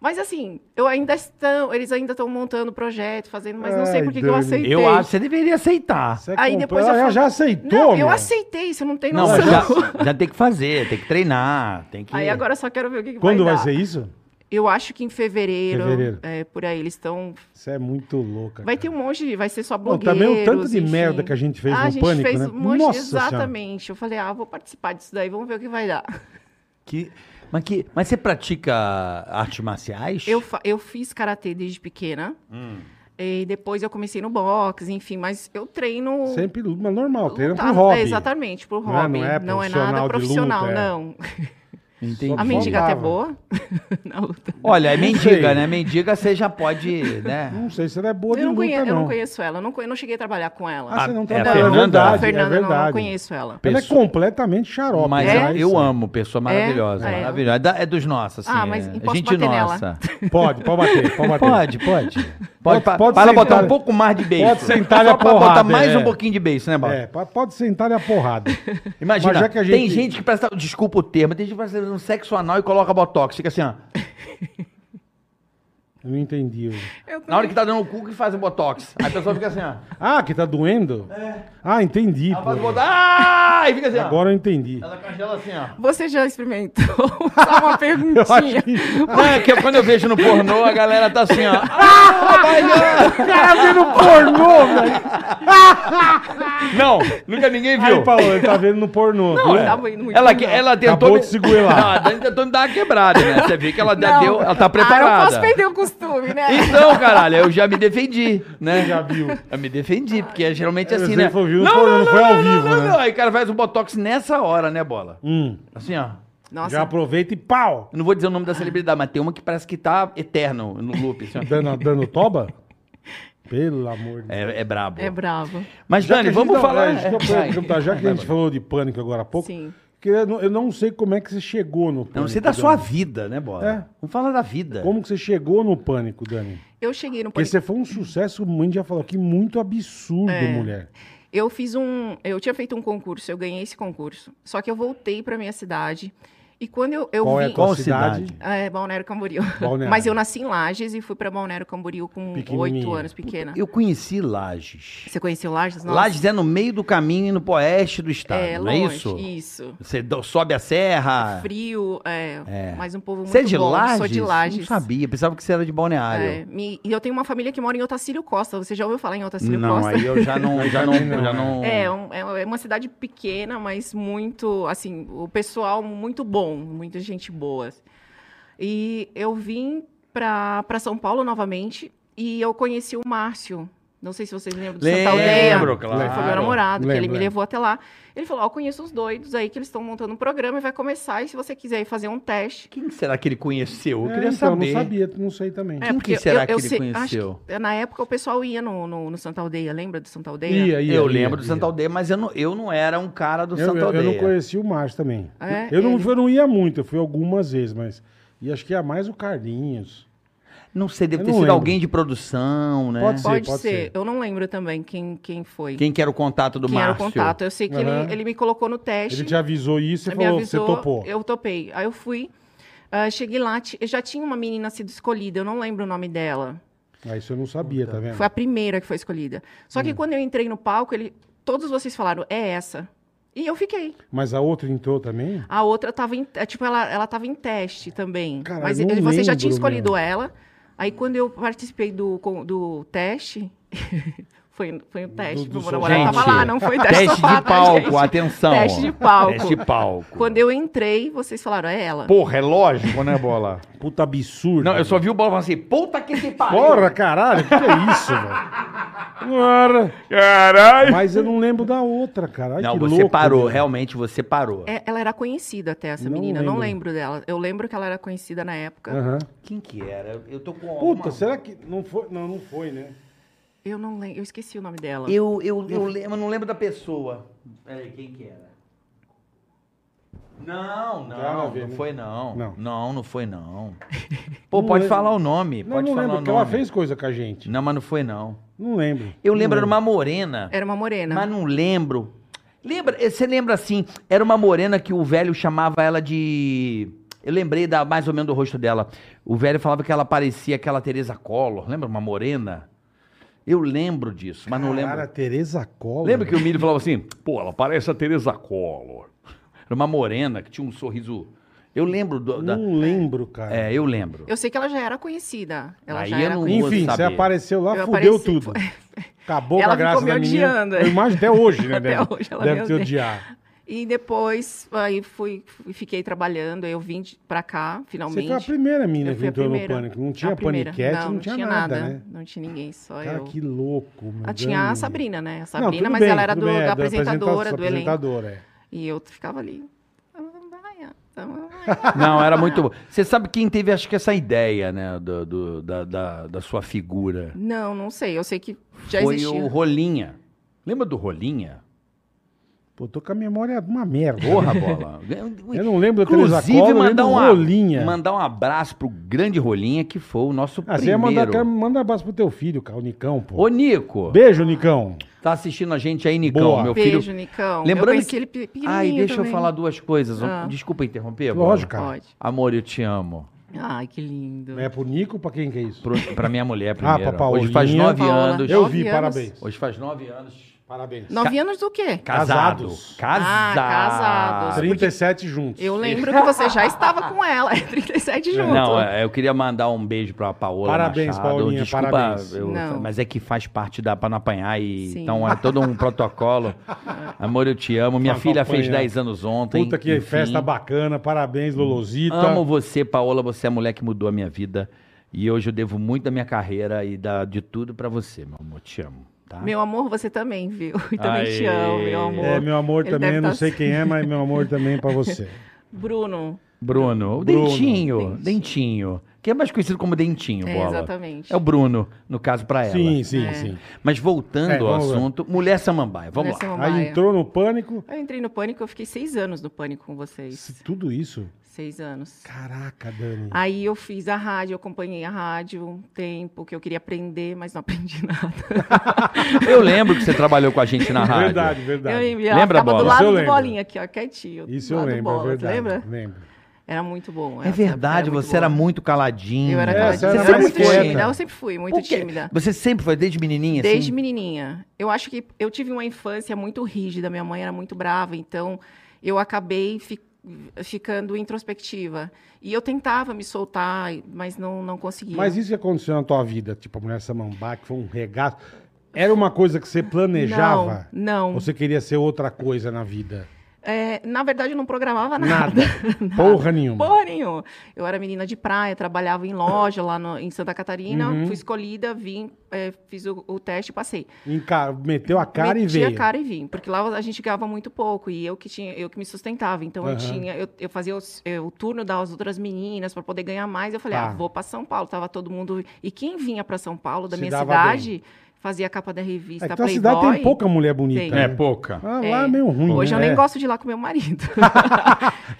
Speaker 1: Mas assim, eu ainda estão, eles ainda estão montando o projeto, fazendo, mas não sei
Speaker 3: Ai,
Speaker 1: por que que eu
Speaker 3: Dani.
Speaker 1: aceitei.
Speaker 4: Eu acho que você deveria aceitar.
Speaker 3: Você
Speaker 1: Aí
Speaker 3: comprou-
Speaker 1: depois eu
Speaker 3: Ela
Speaker 1: falo-
Speaker 3: já aceitou,
Speaker 1: Não,
Speaker 3: meu.
Speaker 1: eu aceitei, você não tem
Speaker 4: Não,
Speaker 1: noção.
Speaker 4: mas já, já tem que fazer, tem que treinar, tem que...
Speaker 1: Aí agora eu só quero ver o que, que
Speaker 3: Quando vai
Speaker 1: vai dar.
Speaker 3: ser isso?
Speaker 1: Eu acho que em fevereiro,
Speaker 3: Fevereiro.
Speaker 1: é, por aí, eles estão...
Speaker 3: Você é muito louca.
Speaker 1: Vai
Speaker 3: cara.
Speaker 1: ter um monte de... Vai ser só
Speaker 3: Bom,
Speaker 1: blogueiros,
Speaker 3: também tá o tanto de
Speaker 1: enfim.
Speaker 3: merda que a gente fez
Speaker 1: ah,
Speaker 3: no
Speaker 1: a gente
Speaker 3: Pânico,
Speaker 1: fez
Speaker 3: né?
Speaker 1: um monte,
Speaker 3: Nossa Senhora.
Speaker 1: exatamente. Eu falei, ah, vou participar disso daí, vamos ver o que vai dar.
Speaker 4: Que... Mas, que... Mas você pratica artes marciais?
Speaker 1: Eu, fa- eu fiz karatê desde pequena.
Speaker 3: Hum.
Speaker 1: E depois eu comecei no boxe, enfim, mas eu treino.
Speaker 3: Sempre, mas normal, treina
Speaker 1: lutar-
Speaker 3: pro hobby.
Speaker 1: É, exatamente, pro
Speaker 3: Não é-
Speaker 1: hobby.
Speaker 3: não
Speaker 1: Não
Speaker 3: é
Speaker 1: é,
Speaker 3: profissional
Speaker 1: nada
Speaker 3: de
Speaker 1: profissional,
Speaker 3: luta, é.
Speaker 1: não.
Speaker 4: Entendi.
Speaker 1: A
Speaker 3: Só
Speaker 1: mendiga até é
Speaker 3: faltava.
Speaker 1: boa na luta.
Speaker 4: Olha, é mendiga,
Speaker 3: sei.
Speaker 4: né? Mendiga você já pode, né?
Speaker 3: Não sei se ela é boa
Speaker 1: Eu
Speaker 3: de
Speaker 1: não,
Speaker 3: luta,
Speaker 1: conheço,
Speaker 3: não.
Speaker 1: eu não conheço ela, eu não, conhe- eu não cheguei a trabalhar com ela.
Speaker 3: Ah, você não
Speaker 4: É,
Speaker 3: trabalha.
Speaker 4: a
Speaker 1: não,
Speaker 4: Fernanda-
Speaker 1: não,
Speaker 3: verdade, é
Speaker 1: Fernanda, não, não
Speaker 3: verdade.
Speaker 1: conheço ela.
Speaker 3: Ela é
Speaker 4: Pessoa-
Speaker 3: completamente xarope. né?
Speaker 4: Mas
Speaker 3: já
Speaker 1: É?
Speaker 4: eu- eu amo, pessoa
Speaker 1: É?
Speaker 4: maravilhosa.
Speaker 1: É.
Speaker 4: Maravilhosa. É da- É dos nossos, assim.
Speaker 1: Ah, mas
Speaker 4: é.
Speaker 1: posso
Speaker 4: Gente
Speaker 1: bater nela?
Speaker 4: nossa.
Speaker 3: Pode, pode bater, pode bater.
Speaker 4: Pode, pode. Pode,
Speaker 3: Pode-
Speaker 4: pa-
Speaker 3: pode
Speaker 4: para
Speaker 3: sentar-
Speaker 4: botar um pouco mais de beijo.
Speaker 3: Pode sentar a
Speaker 4: Só pra botar
Speaker 3: porrada,
Speaker 4: mais
Speaker 3: é.
Speaker 4: um pouquinho de beijo, né, Bal?
Speaker 3: É, po- pode sentar e a porrada.
Speaker 4: Imagina,
Speaker 3: Mas já que a gente-
Speaker 4: tem gente que presta, desculpa o termo, tem gente que presta um sexo anal e coloca botox, fica assim, ó.
Speaker 3: Eu não entendi. eu-
Speaker 1: Eu
Speaker 4: Na hora que tá dando o cu que faz o botox. Aí a pessoa fica assim, ó.
Speaker 3: Ah, que tá doendo? É. Ah, entendi.
Speaker 4: Ela
Speaker 3: pô.
Speaker 4: faz o botox. Ah! E fica assim, ó.
Speaker 3: Agora eu entendi.
Speaker 4: Ela congela assim, ó.
Speaker 1: Você já experimentou? Só uma perguntinha.
Speaker 4: Não, é que quando eu vejo no pornô, a galera tá assim, ó. Ah, baiana!
Speaker 3: Cara vendo pornô, velho.
Speaker 4: Não, nunca ninguém viu.
Speaker 3: Aí, Paulo, ele tá vendo no pornô. viu?
Speaker 1: Tá muito, muito
Speaker 4: Ela,
Speaker 1: bom.
Speaker 4: que- ela
Speaker 3: Acabou
Speaker 4: tentou.
Speaker 3: de segurar.
Speaker 4: Não, a Dani tentou me dar uma quebrada, né? Você vê que ela já
Speaker 1: Não.
Speaker 4: deu. Ela tá
Speaker 1: Ah, eu não posso
Speaker 4: preparada.
Speaker 1: perder o costume, né?
Speaker 4: então, caralho, eu já me defendi, né?
Speaker 3: Já viu.
Speaker 4: Eu me defendi, porque é geralmente
Speaker 3: Eu
Speaker 4: assim,
Speaker 3: sei
Speaker 4: né?
Speaker 3: que foi vivo, foi- não foi ao vivo, né?
Speaker 4: Aí o cara faz o botox nessa hora, né, bola?
Speaker 3: Hum,
Speaker 4: Assim, ó.
Speaker 1: Nossa,
Speaker 3: já aproveita e pau.
Speaker 4: Eu não vou dizer o nome da celebridade, mas tem uma que parece que tá eterno no loop. assim, ó.
Speaker 3: Dando, dando toba? Pelo amor de Deus.
Speaker 4: é, é brabo.
Speaker 1: é bravo.
Speaker 4: Mas,
Speaker 3: Já que
Speaker 4: Dani,
Speaker 3: a gente
Speaker 4: vamos
Speaker 3: não-
Speaker 4: falar.
Speaker 3: é,
Speaker 4: né?
Speaker 3: já que eu-
Speaker 4: Vai.
Speaker 3: perguntar, já que a gente falou de pânico agora há pouco,
Speaker 1: Sim.
Speaker 3: que eu, não, eu não sei como é que você chegou no pânico.
Speaker 4: Não, você da
Speaker 3: Dani.
Speaker 4: sua vida, né, bola?
Speaker 3: É.
Speaker 4: Vamos falar da vida.
Speaker 3: Como que você chegou no pânico, Dani?
Speaker 1: Eu cheguei no
Speaker 3: Porque
Speaker 1: podcast.
Speaker 3: você foi um sucesso, a gente já falou aqui, muito absurdo,
Speaker 1: É.
Speaker 3: mulher.
Speaker 1: Eu fiz um, eu tinha feito um concurso, eu ganhei esse concurso. Só que eu voltei para minha cidade e quando eu, eu
Speaker 3: Qual é
Speaker 1: vim,
Speaker 3: a tua
Speaker 4: Qual
Speaker 3: cidade?
Speaker 4: cidade?
Speaker 1: é, Balneário Camboriú.
Speaker 3: Balneário.
Speaker 1: Mas eu nasci em Lages e fui para Balneário Camboriú com
Speaker 3: Pequenininha.
Speaker 1: oito anos, pequena.
Speaker 4: Eu conheci Lages.
Speaker 1: Você conheceu Lages? Nossa.
Speaker 4: Lages é no meio do caminho e no oeste do estado,
Speaker 1: é,
Speaker 4: não
Speaker 1: longe,
Speaker 4: é isso?
Speaker 1: Isso.
Speaker 4: Você do- sobe a serra.
Speaker 1: Frio, é,
Speaker 4: É.
Speaker 1: mas um povo muito
Speaker 4: Você é de
Speaker 1: bom.
Speaker 4: Lages?
Speaker 1: Sou de
Speaker 4: Não
Speaker 1: Lages.
Speaker 4: sabia, pensava que você era de Balneário.
Speaker 1: É, me- e eu tenho uma família que mora em Otacílio Costa. Você já ouviu falar em Otacílio
Speaker 4: Não,
Speaker 1: Costa?
Speaker 4: aí eu já não, já não,
Speaker 3: Não,
Speaker 4: já
Speaker 3: é.
Speaker 4: não.
Speaker 1: É, um- é uma cidade pequena, mas muito, assim, o pessoal muito bom, muita gente boa. assim. E eu vim para São Paulo novamente e eu conheci o Márcio. Não sei se vocês lembram do Santa Aldeia.
Speaker 4: Lembro, claro. é.
Speaker 1: Ele foi meu namorado, que ele
Speaker 3: Lembro,
Speaker 1: me
Speaker 3: lembro.
Speaker 1: levou até lá. Ele falou, ó, eu conheço os doidos aí que eles estão montando um programa e vai começar. E se você quiser ir fazer um teste...
Speaker 4: Quem será que ele conheceu? Eu
Speaker 3: É,
Speaker 4: queria
Speaker 3: então, eu
Speaker 4: saber.
Speaker 3: não sabia, não sei também.
Speaker 1: É,
Speaker 4: Quem que será que ele
Speaker 1: acho
Speaker 4: conheceu?
Speaker 1: que, na época o pessoal ia no, no, no Santa Aldeia, lembra do Santa Aldeia?
Speaker 3: Ia, ia,
Speaker 4: eu
Speaker 3: ia,
Speaker 4: lembro do
Speaker 3: ia.
Speaker 4: Santa Aldeia, mas eu não, eu não era um cara do
Speaker 3: Eu-
Speaker 4: Santa
Speaker 3: eu, eu
Speaker 4: Aldeia. Ah,
Speaker 3: não conheci o Márcio também.
Speaker 1: É,
Speaker 3: eu, não,
Speaker 1: ele-
Speaker 3: eu não ia muito, eu fui algumas vezes, mas. E acho que ia mais o Carlinhos.
Speaker 4: Não sei, deve
Speaker 3: Eu
Speaker 4: ter
Speaker 3: não
Speaker 4: sido
Speaker 3: lembro.
Speaker 4: alguém de produção, né?
Speaker 3: Pode ser.
Speaker 1: Pode,
Speaker 3: pode
Speaker 1: ser.
Speaker 3: ser.
Speaker 1: Eu não lembro também quem, quem foi.
Speaker 4: Quem que era o contato do
Speaker 1: quem era o
Speaker 4: Márcio?
Speaker 1: contato. Eu sei que
Speaker 3: Aham.
Speaker 1: ele, ele me colocou no teste. né,
Speaker 3: Ele te avisou isso e
Speaker 1: me
Speaker 3: falou
Speaker 1: avisou,
Speaker 3: você topou.
Speaker 1: eu topei. Aí eu fui, ah, cheguei lá, ti- eu já tinha uma menina sido escolhida, eu não lembro o nome dela.
Speaker 3: Ah, isso eu não sabia, tá vendo?
Speaker 1: Foi a primeira que foi escolhida. Só
Speaker 3: Hum.
Speaker 1: que quando eu entrei no palco, ele, todos vocês falaram, é essa. E eu fiquei.
Speaker 3: Mas a outra entrou também?
Speaker 1: A outra tava em, é, tipo, ela, ela tava em teste também.
Speaker 3: Cara,
Speaker 1: mas
Speaker 3: eu não
Speaker 1: eh, você já tinha
Speaker 3: lembro,
Speaker 1: escolhido
Speaker 3: meu.
Speaker 1: ela. Aí quando eu participei do, con- do teste, Foi, foi um teste.
Speaker 3: do
Speaker 1: meu
Speaker 3: seu-
Speaker 1: namorado
Speaker 4: Gente,
Speaker 1: tava lá, não foi teste
Speaker 4: Teste
Speaker 1: só,
Speaker 4: de
Speaker 1: tá,
Speaker 4: palco,
Speaker 1: gente?
Speaker 4: atenção.
Speaker 1: Teste de palco.
Speaker 4: Teste de palco.
Speaker 1: Quando eu entrei, vocês falaram, é ela.
Speaker 4: Porra, é lógico, né, Bola?
Speaker 3: Puta absurdo.
Speaker 4: Não, eu só vi o Bola falando assim, puta que se pariu.
Speaker 3: Porra, caralho, que é isso, velho? Ora,
Speaker 4: Caralho!
Speaker 3: Mas eu não lembro da outra, cara. Ai,
Speaker 4: não,
Speaker 3: que
Speaker 4: você
Speaker 3: louco,
Speaker 4: parou,
Speaker 3: né?
Speaker 4: realmente você parou.
Speaker 1: É, ela era conhecida até, essa
Speaker 3: Não
Speaker 1: menina. Eu não
Speaker 3: lembro. Ah.
Speaker 1: lembro dela. Eu lembro que ela era conhecida na época.
Speaker 3: Aham.
Speaker 4: Quem que era? Eu tô com
Speaker 3: Puta,
Speaker 4: alguma-
Speaker 3: será que. Não foi? Não, não foi, né?
Speaker 1: Eu não lembro. Eu esqueci o nome dela.
Speaker 4: Eu, eu, eu, lembro, eu não lembro da pessoa. Peraí, quem que era? Não,
Speaker 3: Nada a
Speaker 4: não,
Speaker 3: ver,
Speaker 4: não
Speaker 3: né?
Speaker 4: foi não.
Speaker 3: Não.
Speaker 4: Não, não foi não. Pô,
Speaker 3: Não
Speaker 4: pode
Speaker 3: lembro.
Speaker 4: falar o nome,
Speaker 3: Não,
Speaker 4: pode
Speaker 3: não
Speaker 4: falar
Speaker 3: lembro,
Speaker 4: o
Speaker 3: porque
Speaker 4: nome.
Speaker 3: ela fez coisa com a gente.
Speaker 4: Não, mas não foi não.
Speaker 3: Não lembro.
Speaker 4: Eu
Speaker 3: Não
Speaker 4: lembro, era uma morena,
Speaker 1: Era uma morena.
Speaker 4: mas não lembro. Lembra, você lembra assim, era uma morena que o velho chamava ela de... Eu lembrei da, mais ou menos do rosto dela. O velho falava que ela parecia aquela Teresa Collor, lembra? Uma morena. Eu lembro disso, mas não lembro.
Speaker 3: Cara, Tereza Cola.
Speaker 4: Lembra que o Milho falava assim, pô, ela parece a Teresa Collor. Era uma morena que tinha um sorriso. Eu lembro do- da.
Speaker 3: Não lembro, cara.
Speaker 4: É, eu lembro.
Speaker 1: Eu sei que ela já era conhecida. Ela
Speaker 4: Aí
Speaker 1: já
Speaker 4: eu
Speaker 1: era
Speaker 4: não-
Speaker 1: conhecida.
Speaker 3: Enfim,
Speaker 4: vou
Speaker 3: você
Speaker 4: saber.
Speaker 3: apareceu lá,
Speaker 1: Eu
Speaker 3: fudeu
Speaker 1: apareci,
Speaker 3: tudo. Acabou com
Speaker 1: Ela
Speaker 3: a graça
Speaker 1: ficou me
Speaker 3: da menina.
Speaker 1: odiando.
Speaker 3: Eu imagino até hoje, né?
Speaker 1: Até
Speaker 3: deve
Speaker 1: hoje ela
Speaker 3: deve
Speaker 1: me
Speaker 3: te
Speaker 1: odeia.
Speaker 3: odiar.
Speaker 1: E depois, aí fui, fui- fiquei trabalhando, aí eu vim de- pra cá,
Speaker 3: Você
Speaker 1: finalmente.
Speaker 3: foi a primeira mina
Speaker 1: Eu
Speaker 3: que
Speaker 1: fui a
Speaker 3: entrou no
Speaker 1: primeira.
Speaker 3: pânico. Não
Speaker 1: A
Speaker 3: tinha
Speaker 1: primeira.
Speaker 3: paniquete, não, tinha, nada, né?
Speaker 1: Não tinha ninguém, só
Speaker 3: Cara,
Speaker 1: eu.
Speaker 3: que louco, meu
Speaker 1: Ah, tinha a
Speaker 3: Deus.
Speaker 1: Sabrina, né? A
Speaker 3: Não,
Speaker 1: Sabrina,
Speaker 3: tudo
Speaker 1: mas
Speaker 3: bem,
Speaker 1: ela era
Speaker 3: tudo
Speaker 1: do-
Speaker 3: bem, é
Speaker 1: da apresentadora,
Speaker 3: apresenta-
Speaker 1: do elenco.
Speaker 3: apresentadora, é.
Speaker 1: E eu ficava ali.
Speaker 4: Não, era muito bom. Você sabe quem teve, acho que, essa ideia, né? do- do- da, da, da sua figura.
Speaker 1: Não, não sei. Eu sei que já
Speaker 4: Foi
Speaker 1: existia.
Speaker 4: o Rolinha. Lembra do Rolinha?
Speaker 3: Pô, tô com a memória uma merda.
Speaker 4: Porra, bola. um
Speaker 3: Eu não lembro da Teresa
Speaker 4: Inclusive,
Speaker 3: Cola,
Speaker 4: mandar,
Speaker 3: um
Speaker 4: uma-
Speaker 3: rolinha.
Speaker 4: mandar um abraço pro grande Rolinha, que foi o nosso
Speaker 3: Ah, você ia
Speaker 4: primeiro.
Speaker 3: mandar, cara, manda um abraço pro teu filho, cara, o Nicão, pô.
Speaker 4: Ô, Nico,
Speaker 3: Beijo, Nicão.
Speaker 4: tá assistindo a gente aí, Nicão,
Speaker 3: Boa.
Speaker 4: meu filho.
Speaker 1: Beijo, Nicão.
Speaker 4: Lembrando
Speaker 1: eu conheci
Speaker 4: que-
Speaker 1: ele pe- pequenininho
Speaker 4: Ai, deixa
Speaker 1: também.
Speaker 4: eu falar duas coisas.
Speaker 1: Ah.
Speaker 4: Desculpa interromper. Bola.
Speaker 3: Lógico, cara.
Speaker 1: Pode.
Speaker 4: Amor, eu te amo.
Speaker 1: Ai, que lindo.
Speaker 3: É pro Nico, pra quem que é isso?
Speaker 4: Pro, pra minha mulher primeiro.
Speaker 3: pra Paulinha. né?
Speaker 4: Hoje faz nove
Speaker 1: Paola.
Speaker 4: anos.
Speaker 3: Eu
Speaker 1: nove
Speaker 3: vi,
Speaker 1: anos.
Speaker 3: parabéns.
Speaker 4: Hoje faz nove anos.
Speaker 3: Parabéns.
Speaker 1: Nove anos do quê?
Speaker 4: Casado.
Speaker 3: Casados.
Speaker 4: Casado.
Speaker 1: Ah, casados.
Speaker 3: 37 juntos.
Speaker 1: Eu lembro que você já estava com ela, é 37 junto.
Speaker 4: Não, é, eu queria mandar um beijo pra Paola
Speaker 3: Parabéns,
Speaker 4: Machado.
Speaker 3: Paulinha,
Speaker 4: Desculpa,
Speaker 3: parabéns.
Speaker 4: eu-
Speaker 1: Não.
Speaker 4: mas é que faz parte da pra não apanhar e
Speaker 1: Sim.
Speaker 4: então é todo um protocolo. Amor, eu te amo. Minha
Speaker 3: Pra não
Speaker 4: filha fez
Speaker 3: apanhar.
Speaker 4: 10 anos ontem.
Speaker 3: Puta que
Speaker 4: enfim.
Speaker 3: festa bacana, parabéns, Lolosita.
Speaker 4: Amo você, Paola. Você é a mulher que mudou a minha vida. E hoje eu devo muito da minha carreira e da, de tudo pra você, meu amor. Te amo. Tá?
Speaker 1: Meu amor, você também, viu? E também
Speaker 4: Aê.
Speaker 1: te amo, meu amor.
Speaker 3: É, meu amor
Speaker 1: Ele
Speaker 3: também,
Speaker 1: deve
Speaker 3: não
Speaker 1: tá-
Speaker 3: sei quem é, mas meu amor também pra você.
Speaker 1: Bruno,
Speaker 4: Bruno. O
Speaker 3: Bruno.
Speaker 4: Dentinho. Dentinho. Que é mais conhecido como Dentinho,
Speaker 1: É,
Speaker 4: bola.
Speaker 1: exatamente.
Speaker 4: É o Bruno, no caso, pra ela.
Speaker 3: Sim, sim,
Speaker 1: É.
Speaker 3: sim.
Speaker 4: Mas voltando
Speaker 3: É,
Speaker 4: ao
Speaker 3: vamos lá.
Speaker 4: assunto, mulher samambaia. Vamos
Speaker 1: Nelson
Speaker 4: lá.
Speaker 1: Maia.
Speaker 3: Aí então- entrou no pânico,
Speaker 1: Eu entrei no pânico, eu fiquei seis anos no pânico com vocês.
Speaker 3: se- tudo isso.
Speaker 1: Seis anos.
Speaker 3: Caraca, Dani.
Speaker 1: Aí eu fiz a rádio, eu acompanhei a rádio um tempo, que eu queria aprender, mas não aprendi nada.
Speaker 4: Eu lembro que você trabalhou com a gente na rádio.
Speaker 3: É verdade,
Speaker 1: Ah, Eu
Speaker 3: verdade.
Speaker 1: lembro, ela
Speaker 4: Lembra,
Speaker 1: ficava
Speaker 4: Bola?
Speaker 3: Isso
Speaker 1: do
Speaker 3: eu
Speaker 1: lado do
Speaker 3: lembro.
Speaker 1: bolinha aqui, ó, quietinho. do
Speaker 3: Isso eu
Speaker 1: lado do
Speaker 3: lembro,
Speaker 1: bola,
Speaker 3: é verdade.
Speaker 1: Lembra?
Speaker 3: Lembro.
Speaker 1: Era muito bom.
Speaker 4: É verdade, você era
Speaker 1: muito
Speaker 4: muito caladinha.
Speaker 1: Eu era,
Speaker 3: É,
Speaker 1: aquela-
Speaker 3: você era
Speaker 1: eu era
Speaker 3: mais
Speaker 1: muito
Speaker 3: quieta.
Speaker 1: tímida. assim, Eu sempre fui muito
Speaker 4: Por quê?
Speaker 1: tímida.
Speaker 4: Você sempre foi, desde menininha, assim?
Speaker 1: Desde menininha. Eu acho que eu tive uma infância muito rígida. Minha mãe era muito brava, então eu acabei fi- ficando introspectiva. E eu tentava me soltar, mas não, não conseguia.
Speaker 3: Mas isso que aconteceu na tua vida, tipo a mulher samambá, que foi um regaço, era uma coisa que você planejava?
Speaker 1: Não, não.
Speaker 3: Ou você queria ser outra coisa na vida?
Speaker 1: É, na verdade, eu não programava
Speaker 3: Nada.
Speaker 1: nada.
Speaker 3: Porra nenhuma.
Speaker 1: Porra nenhuma. Eu era menina de praia, trabalhava em loja lá no- em Santa Catarina.
Speaker 3: Uhum.
Speaker 1: Fui escolhida, vim, é, fiz o, o teste e passei.
Speaker 3: Enca- Meteu a cara
Speaker 1: Meti
Speaker 3: e veio.
Speaker 1: a cara e vim, porque lá a gente ganhava muito pouco e eu que tinha, eu que me sustentava. Então
Speaker 3: Aham.
Speaker 1: eu tinha, eu, eu fazia os- eh, o turno das outras meninas para poder ganhar mais. Eu falei,
Speaker 3: Tá.
Speaker 1: ah, vou para São Paulo. Tava todo mundo e quem vinha para São Paulo da
Speaker 3: Se
Speaker 1: minha
Speaker 3: dava
Speaker 1: cidade fazia a capa da revista
Speaker 3: É que tua
Speaker 1: tá Playboy.
Speaker 3: cidade tem pouca mulher bonita.
Speaker 1: Tem.
Speaker 3: né?
Speaker 4: É, pouca.
Speaker 3: Ah,
Speaker 1: É.
Speaker 3: lá é meio ruim.
Speaker 1: Hoje eu nem
Speaker 3: né?
Speaker 1: gosto de ir lá com meu marido.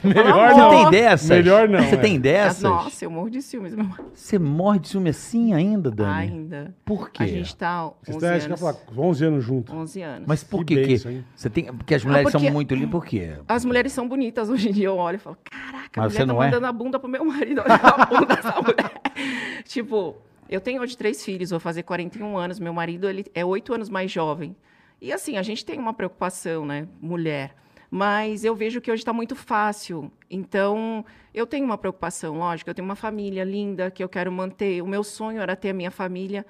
Speaker 3: Melhor
Speaker 1: Pelo
Speaker 4: Você
Speaker 1: amor.
Speaker 3: não.
Speaker 4: tem dessas?
Speaker 3: Melhor não,
Speaker 4: Você
Speaker 3: é.
Speaker 4: tem dessas?
Speaker 1: Nossa, eu morro de ciúmes, meu marido.
Speaker 4: Você morre de ciúme assim ainda, Dani?
Speaker 1: Ainda.
Speaker 4: Por quê?
Speaker 1: A gente tá 11
Speaker 3: é? Vocês estão acho que eu ia
Speaker 1: anos.
Speaker 3: falar, 11 anos juntos.
Speaker 1: 11 anos.
Speaker 4: Mas por
Speaker 3: Que
Speaker 4: que que...
Speaker 3: benção, hein?
Speaker 4: Você tem... Porque as mulheres
Speaker 1: Ah, porque-
Speaker 4: são muito lindas, por quê?
Speaker 1: As mulheres são bonitas hoje em dia. Eu olho e falo, caraca, a
Speaker 4: Mas você
Speaker 1: mulher tá
Speaker 4: não é?
Speaker 1: mandando a bunda pro meu marido. Olha a bunda dessa mulher. tipo, eu tenho hoje três filhos, vou fazer 41 anos. Meu marido ele é oito anos mais jovem. E assim, a gente tem uma preocupação, né? Mulher. Mas eu vejo que hoje está muito fácil. Então, eu tenho uma preocupação, lógico. Eu tenho uma família linda que eu quero manter. O meu sonho era ter a minha família.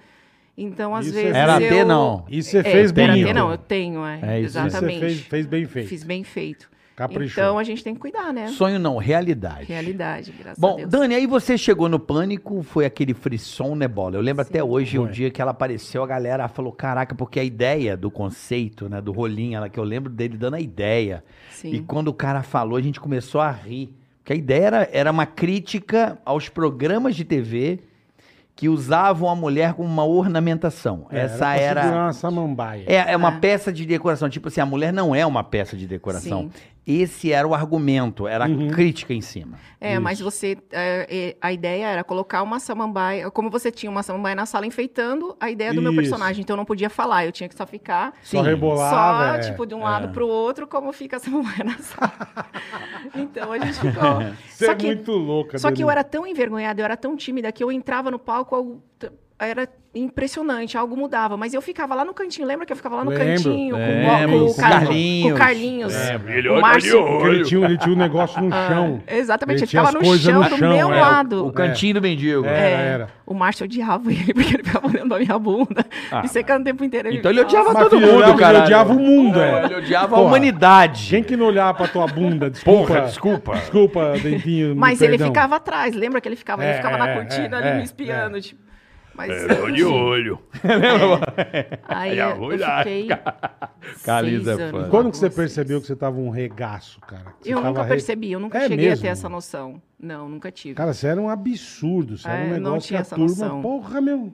Speaker 1: Então, às
Speaker 3: Isso é
Speaker 1: vezes.
Speaker 3: Era
Speaker 1: eu...
Speaker 4: T, não.
Speaker 3: Isso você fez
Speaker 1: era
Speaker 3: bonito.
Speaker 1: T, É, não, eu tenho, é.
Speaker 4: É isso, né?
Speaker 3: Isso você
Speaker 1: exatamente.
Speaker 3: fez, fez bem feito.
Speaker 1: Fiz bem feito.
Speaker 3: Caprichou.
Speaker 1: Então a gente tem que cuidar, né?
Speaker 4: Sonho não, realidade.
Speaker 1: Realidade, graças a
Speaker 4: Bom,
Speaker 1: Deus.
Speaker 4: Dani, aí você chegou no Pânico, foi aquele frisson, né, Bola? Eu lembro até hoje o dia que ela apareceu, a galera falou, caraca, porque a ideia do conceito, né, do rolinho, ela, que eu lembro dele dando a ideia.
Speaker 1: Sim.
Speaker 4: E quando o cara falou, a gente começou a rir. Porque a ideia era, era uma crítica aos programas de TV que usavam a mulher como uma ornamentação.
Speaker 3: É,
Speaker 4: Essa
Speaker 3: pra
Speaker 4: era...
Speaker 3: segurar uma samambaia.
Speaker 4: É, é uma
Speaker 1: É.
Speaker 4: peça de decoração. Tipo assim, a mulher não é uma peça de decoração.
Speaker 1: Sim.
Speaker 4: Esse era o argumento, era
Speaker 3: Uhum.
Speaker 4: a crítica em cima.
Speaker 1: É, mas você. é, é, a ideia era colocar uma samambaia. Como você tinha uma samambaia na sala enfeitando, a ideia do meu
Speaker 3: Isso.
Speaker 1: personagem. Então eu não podia falar, eu tinha que só ficar.
Speaker 3: Só
Speaker 1: só,
Speaker 3: rebolava. é.
Speaker 1: tipo, de um lado pro outro, como fica a samambaia na sala. então a gente ficou.
Speaker 3: Você
Speaker 1: só
Speaker 3: é
Speaker 1: que,
Speaker 3: muito louca.
Speaker 1: só que eu
Speaker 3: Danilo.
Speaker 1: era tão envergonhada, eu era tão tímida que eu entrava no palco, algo t- era impressionante, algo mudava. Mas eu ficava lá no cantinho, lembra que eu ficava lá no
Speaker 3: Lembro. É,
Speaker 1: cantinho? com o-
Speaker 4: Lembro, com
Speaker 1: com, o
Speaker 4: o
Speaker 1: Car-
Speaker 4: Carlinhos.
Speaker 1: Com o Carlinhos.
Speaker 3: Lembro.
Speaker 1: Ele olha, Márcio,
Speaker 3: Porque ele tinha, ele tinha um negócio
Speaker 1: Ah,
Speaker 3: no chão.
Speaker 1: Exatamente,
Speaker 3: É, Ele
Speaker 1: ele,
Speaker 3: tinha
Speaker 1: ficava
Speaker 3: as
Speaker 1: no
Speaker 3: coisas
Speaker 1: chão,
Speaker 3: no
Speaker 1: do
Speaker 3: chão,
Speaker 1: meu
Speaker 3: é,
Speaker 1: lado.
Speaker 4: O cantinho do mendigo.
Speaker 3: É. Era, era.
Speaker 1: O Márcio odiava ele, porque ele ficava olhando pra minha bunda.
Speaker 4: Ah,
Speaker 1: me secando o tempo inteiro.
Speaker 4: Então ele odiava
Speaker 3: Mas,
Speaker 4: todo
Speaker 3: filho, eu
Speaker 4: mundo,
Speaker 3: odiava- eu
Speaker 4: caralho.
Speaker 3: odiava o mundo, é.
Speaker 4: Ele odiava a
Speaker 3: Porra.
Speaker 4: humanidade.
Speaker 3: Quem que não olhava pra tua bunda? Desculpa.
Speaker 5: Porra, desculpa.
Speaker 3: Desculpa, Dentinho. me
Speaker 1: Mas ele
Speaker 3: perdão.
Speaker 1: ficava atrás, lembra que ele ficava?
Speaker 3: É,
Speaker 1: ele ficava
Speaker 3: é,
Speaker 1: na cortina
Speaker 3: é,
Speaker 1: ali
Speaker 3: é,
Speaker 1: me espiando.
Speaker 3: é.
Speaker 1: Tipo. Mas, assim,
Speaker 5: Tô de olho.
Speaker 1: aí
Speaker 5: Já
Speaker 1: eu
Speaker 5: vou olhar.
Speaker 1: fiquei seis
Speaker 4: Calisa
Speaker 1: anos
Speaker 4: fã.
Speaker 1: com
Speaker 3: é Quando que você
Speaker 1: vocês.
Speaker 3: percebeu que você tava um regaço, cara? Você
Speaker 1: Eu
Speaker 3: tava
Speaker 1: nunca
Speaker 3: re-
Speaker 1: percebi, eu nunca
Speaker 3: É
Speaker 1: cheguei
Speaker 3: mesmo?
Speaker 1: a ter essa noção. Não, nunca tive.
Speaker 3: Cara, você era um absurdo. Você era
Speaker 1: É,
Speaker 3: um
Speaker 1: não
Speaker 3: negócio que
Speaker 1: tinha
Speaker 3: a
Speaker 1: essa
Speaker 3: turma...
Speaker 1: noção.
Speaker 3: Porra, meu.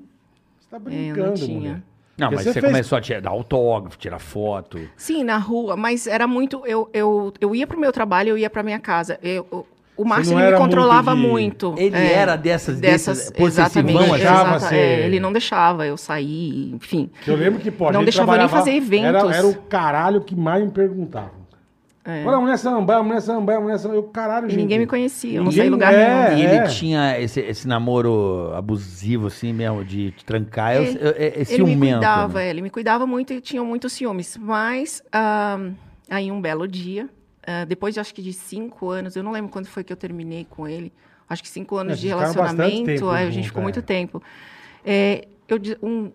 Speaker 3: Você tá
Speaker 1: É, eu
Speaker 3: brincando,
Speaker 1: não
Speaker 3: mulher.
Speaker 1: tinha.
Speaker 4: Não,
Speaker 3: Porque
Speaker 4: mas
Speaker 3: você
Speaker 4: você,
Speaker 3: fez-
Speaker 4: começou a tirar, dar autógrafo, tirar foto.
Speaker 1: Sim, na rua, mas era muito. Eu, eu, eu ia pro meu trabalho, eu ia pra minha casa. Eu- eu- o Márcio
Speaker 3: não
Speaker 1: ele
Speaker 3: era
Speaker 1: me
Speaker 3: muito
Speaker 1: controlava
Speaker 3: de-
Speaker 1: muito.
Speaker 4: Ele
Speaker 1: é.
Speaker 4: era dessas,
Speaker 1: dessas
Speaker 4: desses possessivão,
Speaker 1: exatamente,
Speaker 3: assim? Deixava
Speaker 1: exata-
Speaker 3: você-
Speaker 1: é, ele não deixava eu sair, enfim.
Speaker 3: Que eu lembro que, pô, a
Speaker 1: Não
Speaker 3: gente
Speaker 1: deixava eu nem
Speaker 3: trabalhava-
Speaker 1: fazer eventos. É.
Speaker 3: Era, era o caralho que mais me perguntavam. Olha, a mulher samambaia, a mulher samambaia, a mulher samambaia. Eu, caralho,
Speaker 1: E
Speaker 3: gente.
Speaker 1: ninguém me conhecia, eu não
Speaker 3: Ninguém-
Speaker 1: saí em lugar
Speaker 3: é.
Speaker 1: nenhum.
Speaker 4: E ele tinha esse, esse namoro abusivo, assim mesmo, de te trancar. Eu- eu- é- é
Speaker 1: Ele me
Speaker 4: ciumento,
Speaker 1: cuidava,
Speaker 4: né?
Speaker 1: é, ele me cuidava muito e tinha muitos ciúmes. Mas ah, aí um belo dia, ah, depois de acho que de cinco anos, eu não lembro quando foi que eu terminei com ele. Acho que cinco anos
Speaker 3: Mas
Speaker 1: de
Speaker 3: vocês ficaram bastante
Speaker 1: relacionamento,
Speaker 3: tempo
Speaker 1: é, a
Speaker 3: junto,
Speaker 1: gente ficou
Speaker 3: é.
Speaker 1: muito tempo. É, eu di- um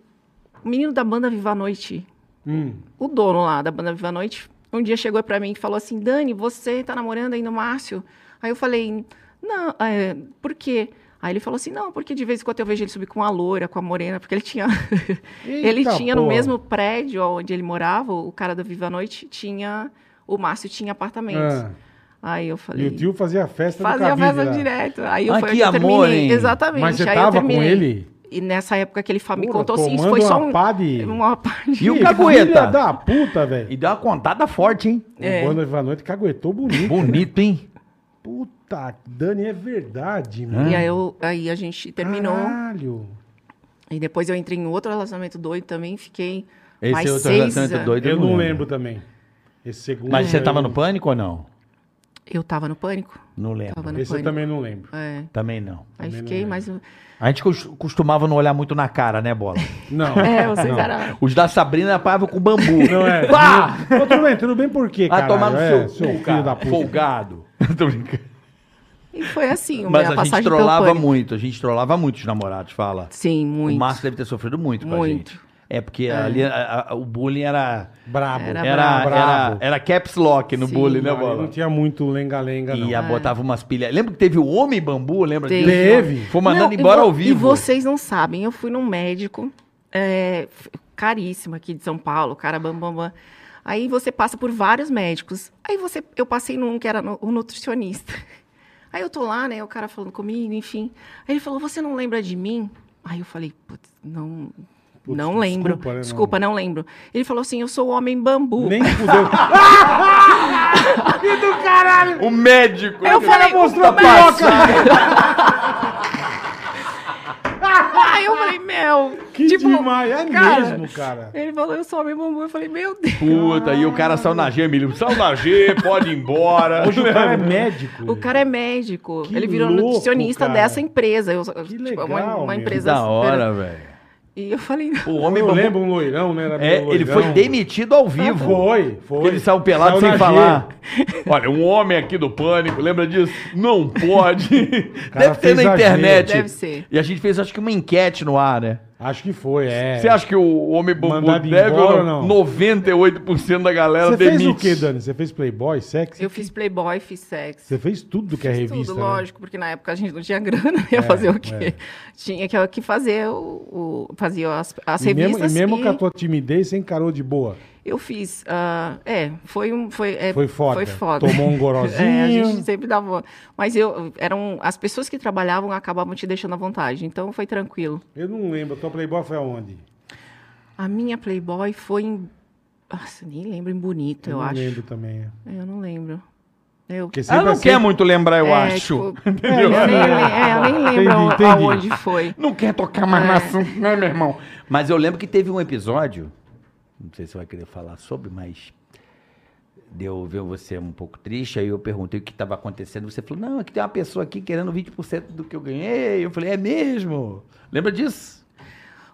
Speaker 1: um menino da banda Viva a Noite,
Speaker 3: Hum,
Speaker 1: o dono lá da banda Viva a Noite, um dia chegou pra mim e falou assim: Dani, você tá namorando ainda o Márcio? Aí eu falei: Não, é, por quê? Aí ele falou assim: Não, porque de vez em quando eu vejo ele subir com a loira, com a morena, porque ele tinha. ele
Speaker 3: Eita,
Speaker 1: tinha no
Speaker 3: porra.
Speaker 1: mesmo prédio onde ele morava, o cara da Viva a Noite tinha. O Márcio tinha apartamentos.
Speaker 3: ah.
Speaker 1: Aí eu
Speaker 3: E
Speaker 1: falei.
Speaker 3: o tio fazia a festa do
Speaker 1: Fazia
Speaker 3: cabide
Speaker 1: festa
Speaker 3: lá.
Speaker 1: direto. Aí eu
Speaker 4: Ah,
Speaker 1: foi
Speaker 4: que
Speaker 1: onde eu
Speaker 4: amor,
Speaker 1: terminei.
Speaker 4: hein?
Speaker 1: Exatamente.
Speaker 3: Mas você
Speaker 1: aí eu
Speaker 3: tava com
Speaker 1: terminei.
Speaker 3: ele?
Speaker 1: E nessa época que ele fa- me
Speaker 3: Porra,
Speaker 1: contou assim, isso
Speaker 3: tomando
Speaker 1: foi só
Speaker 3: uma
Speaker 1: um.
Speaker 3: pá de-
Speaker 1: Uma pá de-
Speaker 4: E o
Speaker 3: Ih,
Speaker 4: cagueta?
Speaker 3: Filha da puta, velho.
Speaker 4: E deu uma contada forte, hein?
Speaker 1: É.
Speaker 3: O Banda Viva a Noite caguetou bonito.
Speaker 4: Bonito, hein?
Speaker 3: Puta, Dani, é verdade, mano.
Speaker 1: E aí, eu- aí a gente terminou.
Speaker 3: Ah. Caralho.
Speaker 1: E depois eu entrei em outro relacionamento doido também, fiquei
Speaker 4: Esse
Speaker 1: mais
Speaker 4: é outro
Speaker 1: seis
Speaker 4: relacionamento
Speaker 1: anos.
Speaker 4: doido.
Speaker 3: Eu não lembro também. Esse segundo.
Speaker 4: Mas você
Speaker 3: eu-
Speaker 4: tava no pânico ou não?
Speaker 1: Eu tava no pânico.
Speaker 4: Não lembro.
Speaker 1: Tava no
Speaker 3: Esse eu
Speaker 1: pânico.
Speaker 3: também não lembro.
Speaker 1: É.
Speaker 4: Também não.
Speaker 1: Aí
Speaker 3: é.
Speaker 1: fiquei mais. um
Speaker 4: A gente cos- costumava não olhar muito na cara, né, Bola?
Speaker 3: Não.
Speaker 1: É, vocês
Speaker 3: não.
Speaker 1: eram.
Speaker 4: Os da Sabrina apagavam com bambu.
Speaker 3: Não é.
Speaker 4: Pá!
Speaker 3: Ô, tudo bem, tudo bem por quê,
Speaker 4: Vai
Speaker 3: cara?
Speaker 4: Ah, tomar no
Speaker 3: é,
Speaker 4: seu,
Speaker 3: seu
Speaker 4: cu,
Speaker 3: filho
Speaker 4: cara.
Speaker 3: da puta.
Speaker 4: Folgado. Tô brincando.
Speaker 1: E foi assim,
Speaker 4: Mas
Speaker 1: minha
Speaker 4: a gente
Speaker 1: passagem pelo
Speaker 4: trollava
Speaker 1: pânico.
Speaker 4: muito, a gente trollava muito os namorados, fala.
Speaker 1: Sim, muito.
Speaker 4: O Márcio deve ter sofrido muito com a
Speaker 1: Muito.
Speaker 4: gente. É, porque ali a- a- o bullying era...
Speaker 3: Brabo.
Speaker 1: Era
Speaker 4: Era,
Speaker 1: brabo.
Speaker 4: era, era caps lock no
Speaker 1: Sim.
Speaker 4: bullying, né,
Speaker 3: Não,
Speaker 4: Bola?
Speaker 3: não tinha muito lenga-lenga, não.
Speaker 4: E
Speaker 1: Ah,
Speaker 4: a botava umas pilhas. Lembra que teve o Homem Bambu? Lembra
Speaker 1: Teve.
Speaker 3: Teve.
Speaker 4: Foi mandando
Speaker 1: Não, e
Speaker 4: embora
Speaker 1: vo-
Speaker 4: ao vivo.
Speaker 1: E vocês não sabem, eu fui num médico é, f- caríssimo aqui de São Paulo, cara bam, bam, bam. Aí você passa por vários médicos. Aí você, eu passei num que era no- um nutricionista. Aí eu tô lá, né, o cara falando comigo, enfim. Aí ele falou, você não lembra de mim? Aí eu falei, putz, não...
Speaker 3: Putz,
Speaker 1: não lembro.
Speaker 3: desculpa,
Speaker 1: Desculpa,
Speaker 3: né, não-
Speaker 1: não lembro. Ele falou assim: Eu sou o homem bambu.
Speaker 3: Nem fudeu.
Speaker 4: O médico. né?
Speaker 1: Eu falei,
Speaker 3: mostrou a
Speaker 1: mas-
Speaker 3: piroca.
Speaker 1: Aí eu falei, meu.
Speaker 3: Que
Speaker 1: tipo,
Speaker 3: demais. É
Speaker 1: cara,
Speaker 3: mesmo, cara.
Speaker 1: Ele falou, eu sou homem bambu. Eu falei, meu Deus.
Speaker 4: Puta, e o cara saiu na G, Emílio. Saiu na G, pode ir embora.
Speaker 3: Hoje o cara é médico.
Speaker 1: O cara é médico.
Speaker 3: Que
Speaker 1: ele virou
Speaker 3: louco,
Speaker 1: nutricionista
Speaker 3: cara.
Speaker 1: dessa empresa. Eu, que
Speaker 3: legal,
Speaker 1: uma, uma
Speaker 3: meu.
Speaker 1: empresa.
Speaker 4: Da
Speaker 1: super-
Speaker 4: hora, velho.
Speaker 1: E eu falei, não.
Speaker 4: O Homem
Speaker 3: Eu
Speaker 4: Bambu.
Speaker 3: lembro um loirão, né? Era meio
Speaker 4: É, ele
Speaker 3: loirão.
Speaker 1: Tá
Speaker 3: Ah,
Speaker 4: foi demitido ao vivo.
Speaker 3: Foi, foi.
Speaker 4: Porque ele saiu pelado
Speaker 3: Saiu na
Speaker 4: sem
Speaker 3: G.
Speaker 4: falar.
Speaker 5: Olha, um homem aqui do pânico, lembra disso? Não pode.
Speaker 3: cara
Speaker 4: Deve ter
Speaker 3: fez
Speaker 4: na
Speaker 3: a
Speaker 4: internet.
Speaker 1: gente. Deve ser.
Speaker 4: E a gente fez, acho que uma enquete no ar, né?
Speaker 3: Acho que foi, é.
Speaker 5: Você acha que o homem bambu
Speaker 3: Mandado
Speaker 5: deve
Speaker 3: embora
Speaker 5: ou
Speaker 3: ou
Speaker 5: não?
Speaker 3: não?
Speaker 5: 98% da galera
Speaker 3: Você fez
Speaker 5: demite.
Speaker 3: o quê, Dani? Você fez Playboy, sexy?
Speaker 1: Eu fiz Playboy, fiz sexo.
Speaker 3: Você fez tudo que é
Speaker 1: Fiz
Speaker 3: revista.
Speaker 1: Tudo,
Speaker 3: né?
Speaker 1: lógico, porque na época a gente não tinha grana, ia fazer o quê?
Speaker 3: é.
Speaker 1: Tinha que, que fazer o, o- fazia as, as
Speaker 3: E mesmo, e
Speaker 1: revistas.
Speaker 3: mesmo
Speaker 1: e
Speaker 3: com a tua timidez, você encarou de boa.
Speaker 1: Eu fiz. ah, é, foi um. Foi, é,
Speaker 3: Foi foda.
Speaker 1: Foi foda.
Speaker 3: Tomou um gorozinho.
Speaker 1: É, a gente sempre dava. Mas eu. Eram, as pessoas que trabalhavam acabavam te deixando à vontade, então foi tranquilo.
Speaker 3: Eu não lembro, tua Playboy foi aonde?
Speaker 1: A minha Playboy foi em. Nossa, nem lembro em bonito, eu,
Speaker 3: não
Speaker 1: acho.
Speaker 3: lembro também. é.
Speaker 1: É, Eu não lembro. Eu.
Speaker 3: Porque sempre
Speaker 5: Ela não
Speaker 3: assim-
Speaker 5: quer muito lembrar, eu
Speaker 1: É,
Speaker 5: acho.
Speaker 1: tipo, é, eu, nem, é, eu nem lembro
Speaker 3: Entendi,
Speaker 1: a-
Speaker 3: entendi.
Speaker 1: aonde foi.
Speaker 5: Não quer tocar mais no assunto, né, meu irmão?
Speaker 4: Mas eu lembro que teve um episódio, não sei se você vai querer falar sobre, mas deu ver você um pouco triste, aí eu perguntei o que estava acontecendo, você falou: "Não, é que tem uma pessoa aqui querendo 20% do que eu ganhei". Eu falei: "É mesmo?". Lembra disso?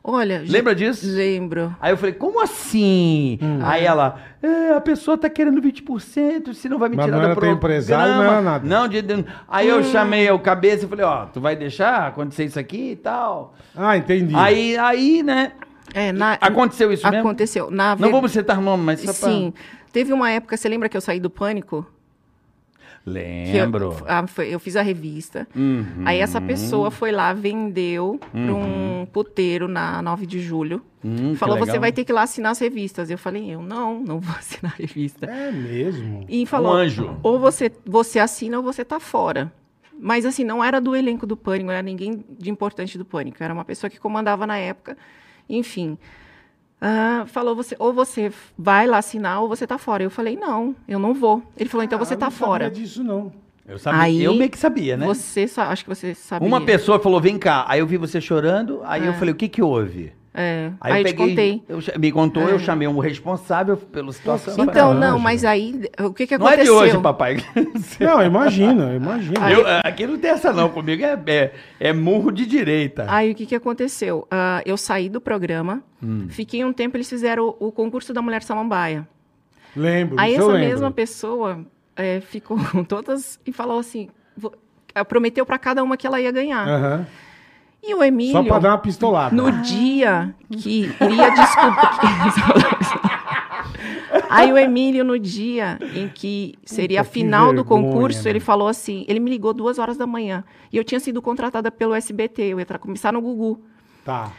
Speaker 1: Olha. já-
Speaker 4: Lembra disso?
Speaker 1: Lembro.
Speaker 4: Aí eu falei: "Como assim?". Aí ela: "É, a pessoa tá querendo 20%, se não vai me
Speaker 3: Mas
Speaker 4: tirar
Speaker 3: não
Speaker 4: do
Speaker 3: era teu
Speaker 4: programa".
Speaker 3: empresário, não era nada.
Speaker 4: Não, de- de- aí eu chamei o cabeça e falei: "Ó, tu vai deixar acontecer isso aqui e tal?".
Speaker 3: Ah, entendi.
Speaker 4: Aí aí, né?
Speaker 1: É, na-
Speaker 4: Aconteceu isso mesmo?
Speaker 1: Aconteceu. Na
Speaker 4: Não
Speaker 1: ver-
Speaker 4: vamos citar nome, mas só pra-
Speaker 1: Sim. Teve uma época, você lembra que eu saí do pânico? Que eu-
Speaker 4: Lembro.
Speaker 1: f- ah, foi- Eu, fiz a revista. Aí essa pessoa foi lá, vendeu para um puteiro na 9 de julho.
Speaker 4: Hum, que
Speaker 1: falou, você
Speaker 4: legal.
Speaker 1: vai ter que ir lá assinar as revistas. Eu falei, eu não, não vou assinar a revista.
Speaker 3: É mesmo.
Speaker 4: Um
Speaker 1: E falou,
Speaker 5: anjo.
Speaker 1: ou você, você assina ou você tá fora. Mas assim, não era do elenco do Pânico, não era ninguém de importante do Pânico. Era uma pessoa que comandava na época. Enfim, Ah, falou, você, ou você vai lá assinar ou você tá fora. Eu falei, não, eu não vou. Ele falou, então você
Speaker 3: Ah,
Speaker 1: tá
Speaker 3: não sabia
Speaker 1: fora.
Speaker 3: disso, não.
Speaker 4: Eu, sabia,
Speaker 1: Aí,
Speaker 4: eu meio que sabia, né?
Speaker 1: Você, sa- acho que você sabia.
Speaker 4: Uma pessoa falou, vem cá. Aí eu vi você chorando, aí eu falei, o que que houve?
Speaker 1: É,
Speaker 4: Aí,
Speaker 1: Aí,
Speaker 4: eu
Speaker 1: eu te contei. É.
Speaker 4: eu cha- me contou, eu chamei um responsável pela situação.
Speaker 3: Sim,
Speaker 4: Falei, "Ah,
Speaker 1: Então, não,
Speaker 3: sacanagem.
Speaker 1: mas aí, o que que
Speaker 4: não é de
Speaker 1: aconteceu?
Speaker 4: hoje, papai.
Speaker 3: Não, imagina, imagina.
Speaker 4: Eu, aqui não tem essa não, comigo é, é, é murro de direita.
Speaker 1: Aí o que, que aconteceu? Ah, eu saí do programa,
Speaker 3: Hum.
Speaker 1: fiquei um tempo, eles fizeram o, o concurso da Mulher Samambaia.
Speaker 3: Lembro,
Speaker 1: Aí
Speaker 3: isso
Speaker 1: essa
Speaker 3: eu lembro.
Speaker 1: mesma pessoa eh, ficou com todas e falou assim, vo- eh, prometeu para cada uma que ela ia ganhar.
Speaker 3: Aham.
Speaker 1: E o Emílio,
Speaker 3: É. Só pra dar uma pistolada.
Speaker 1: no dia que iria descobrir... Aí o Emílio, no dia em que seria
Speaker 3: Puta,
Speaker 1: a
Speaker 3: que
Speaker 1: final do
Speaker 3: vergonha,
Speaker 1: concurso,
Speaker 3: né?
Speaker 1: ele falou assim, ele me ligou duas horas da manhã, e eu tinha sido contratada pelo SBT, eu ia tra- começar no Gugu.
Speaker 3: Tá.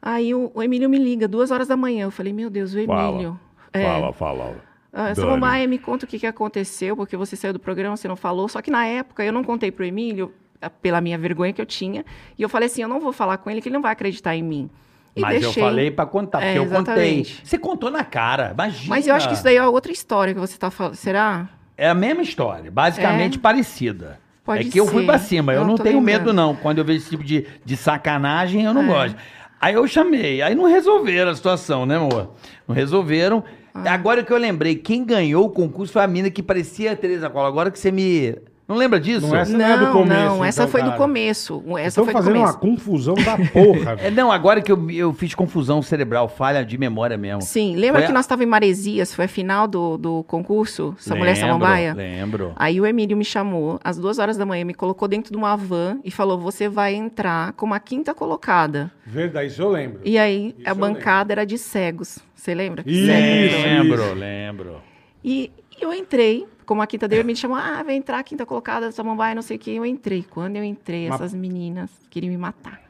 Speaker 1: Aí o, o Emílio me liga, duas horas da manhã. Eu falei, meu Deus, o
Speaker 5: Fala.
Speaker 1: Emílio. É,
Speaker 5: Fala, fala.
Speaker 1: ah, Samambaia, me conta o que, que aconteceu, porque você saiu do programa, você não falou. Só que na época eu não contei pro Emílio, ah, pela minha vergonha que eu tinha. E eu falei assim, eu não vou falar com ele, que ele não vai acreditar em mim. E
Speaker 4: mas
Speaker 1: deixei.
Speaker 4: eu falei pra contar, porque
Speaker 1: É,
Speaker 4: eu contei.
Speaker 1: exatamente.
Speaker 4: Você contou na cara, imagina.
Speaker 1: Mas eu acho que isso daí é outra história que você tá falando. Será?
Speaker 4: É a mesma história, basicamente parecida.
Speaker 1: É. Pode
Speaker 4: é que eu fui
Speaker 1: ser.
Speaker 4: pra cima, eu
Speaker 1: Não É.
Speaker 4: não
Speaker 1: tô
Speaker 4: tenho
Speaker 1: lembrando.
Speaker 4: medo não. Quando eu vejo esse tipo de, de sacanagem, eu não gosto. Aí eu chamei, aí não resolveram a situação, né, amor? Não resolveram.
Speaker 1: Ah.
Speaker 4: Agora que eu lembrei, quem ganhou o concurso foi a mina que parecia a Teresa Cola. Agora que você me... Não lembra disso?
Speaker 3: Não, essa não, é do
Speaker 1: não,
Speaker 3: começo.
Speaker 1: não, essa
Speaker 3: então,
Speaker 1: foi do
Speaker 3: cara.
Speaker 1: começo. Essa
Speaker 3: Estão
Speaker 1: foi do
Speaker 3: fazendo
Speaker 1: começo.
Speaker 3: uma confusão da porra,
Speaker 4: É,
Speaker 3: velho.
Speaker 4: não, agora que eu, eu fiz confusão cerebral, falha de memória mesmo.
Speaker 1: Sim, lembra
Speaker 4: Foi
Speaker 1: que
Speaker 4: a-
Speaker 1: nós estávamos em Maresias, foi a final do, do concurso, essa Ah, mulher
Speaker 4: Lembro,
Speaker 1: samambaia?
Speaker 4: Lembro.
Speaker 1: Aí o Emílio me chamou às duas horas da manhã, me colocou dentro de uma van e falou: você vai entrar como a quinta colocada.
Speaker 3: Verdade, isso eu lembro.
Speaker 1: E é, aí
Speaker 3: Isso
Speaker 1: a
Speaker 3: eu
Speaker 1: bancada era de cegos. Você lembra?
Speaker 3: Isso. É.
Speaker 1: Cegos.
Speaker 4: Lembro, lembro.
Speaker 1: E, e eu entrei, como a quinta dele, me chamou: ah, vai entrar a quinta colocada, Samambaia, não sei o quê. Eu entrei. Quando eu entrei,
Speaker 3: Mas-
Speaker 1: essas meninas queriam me matar.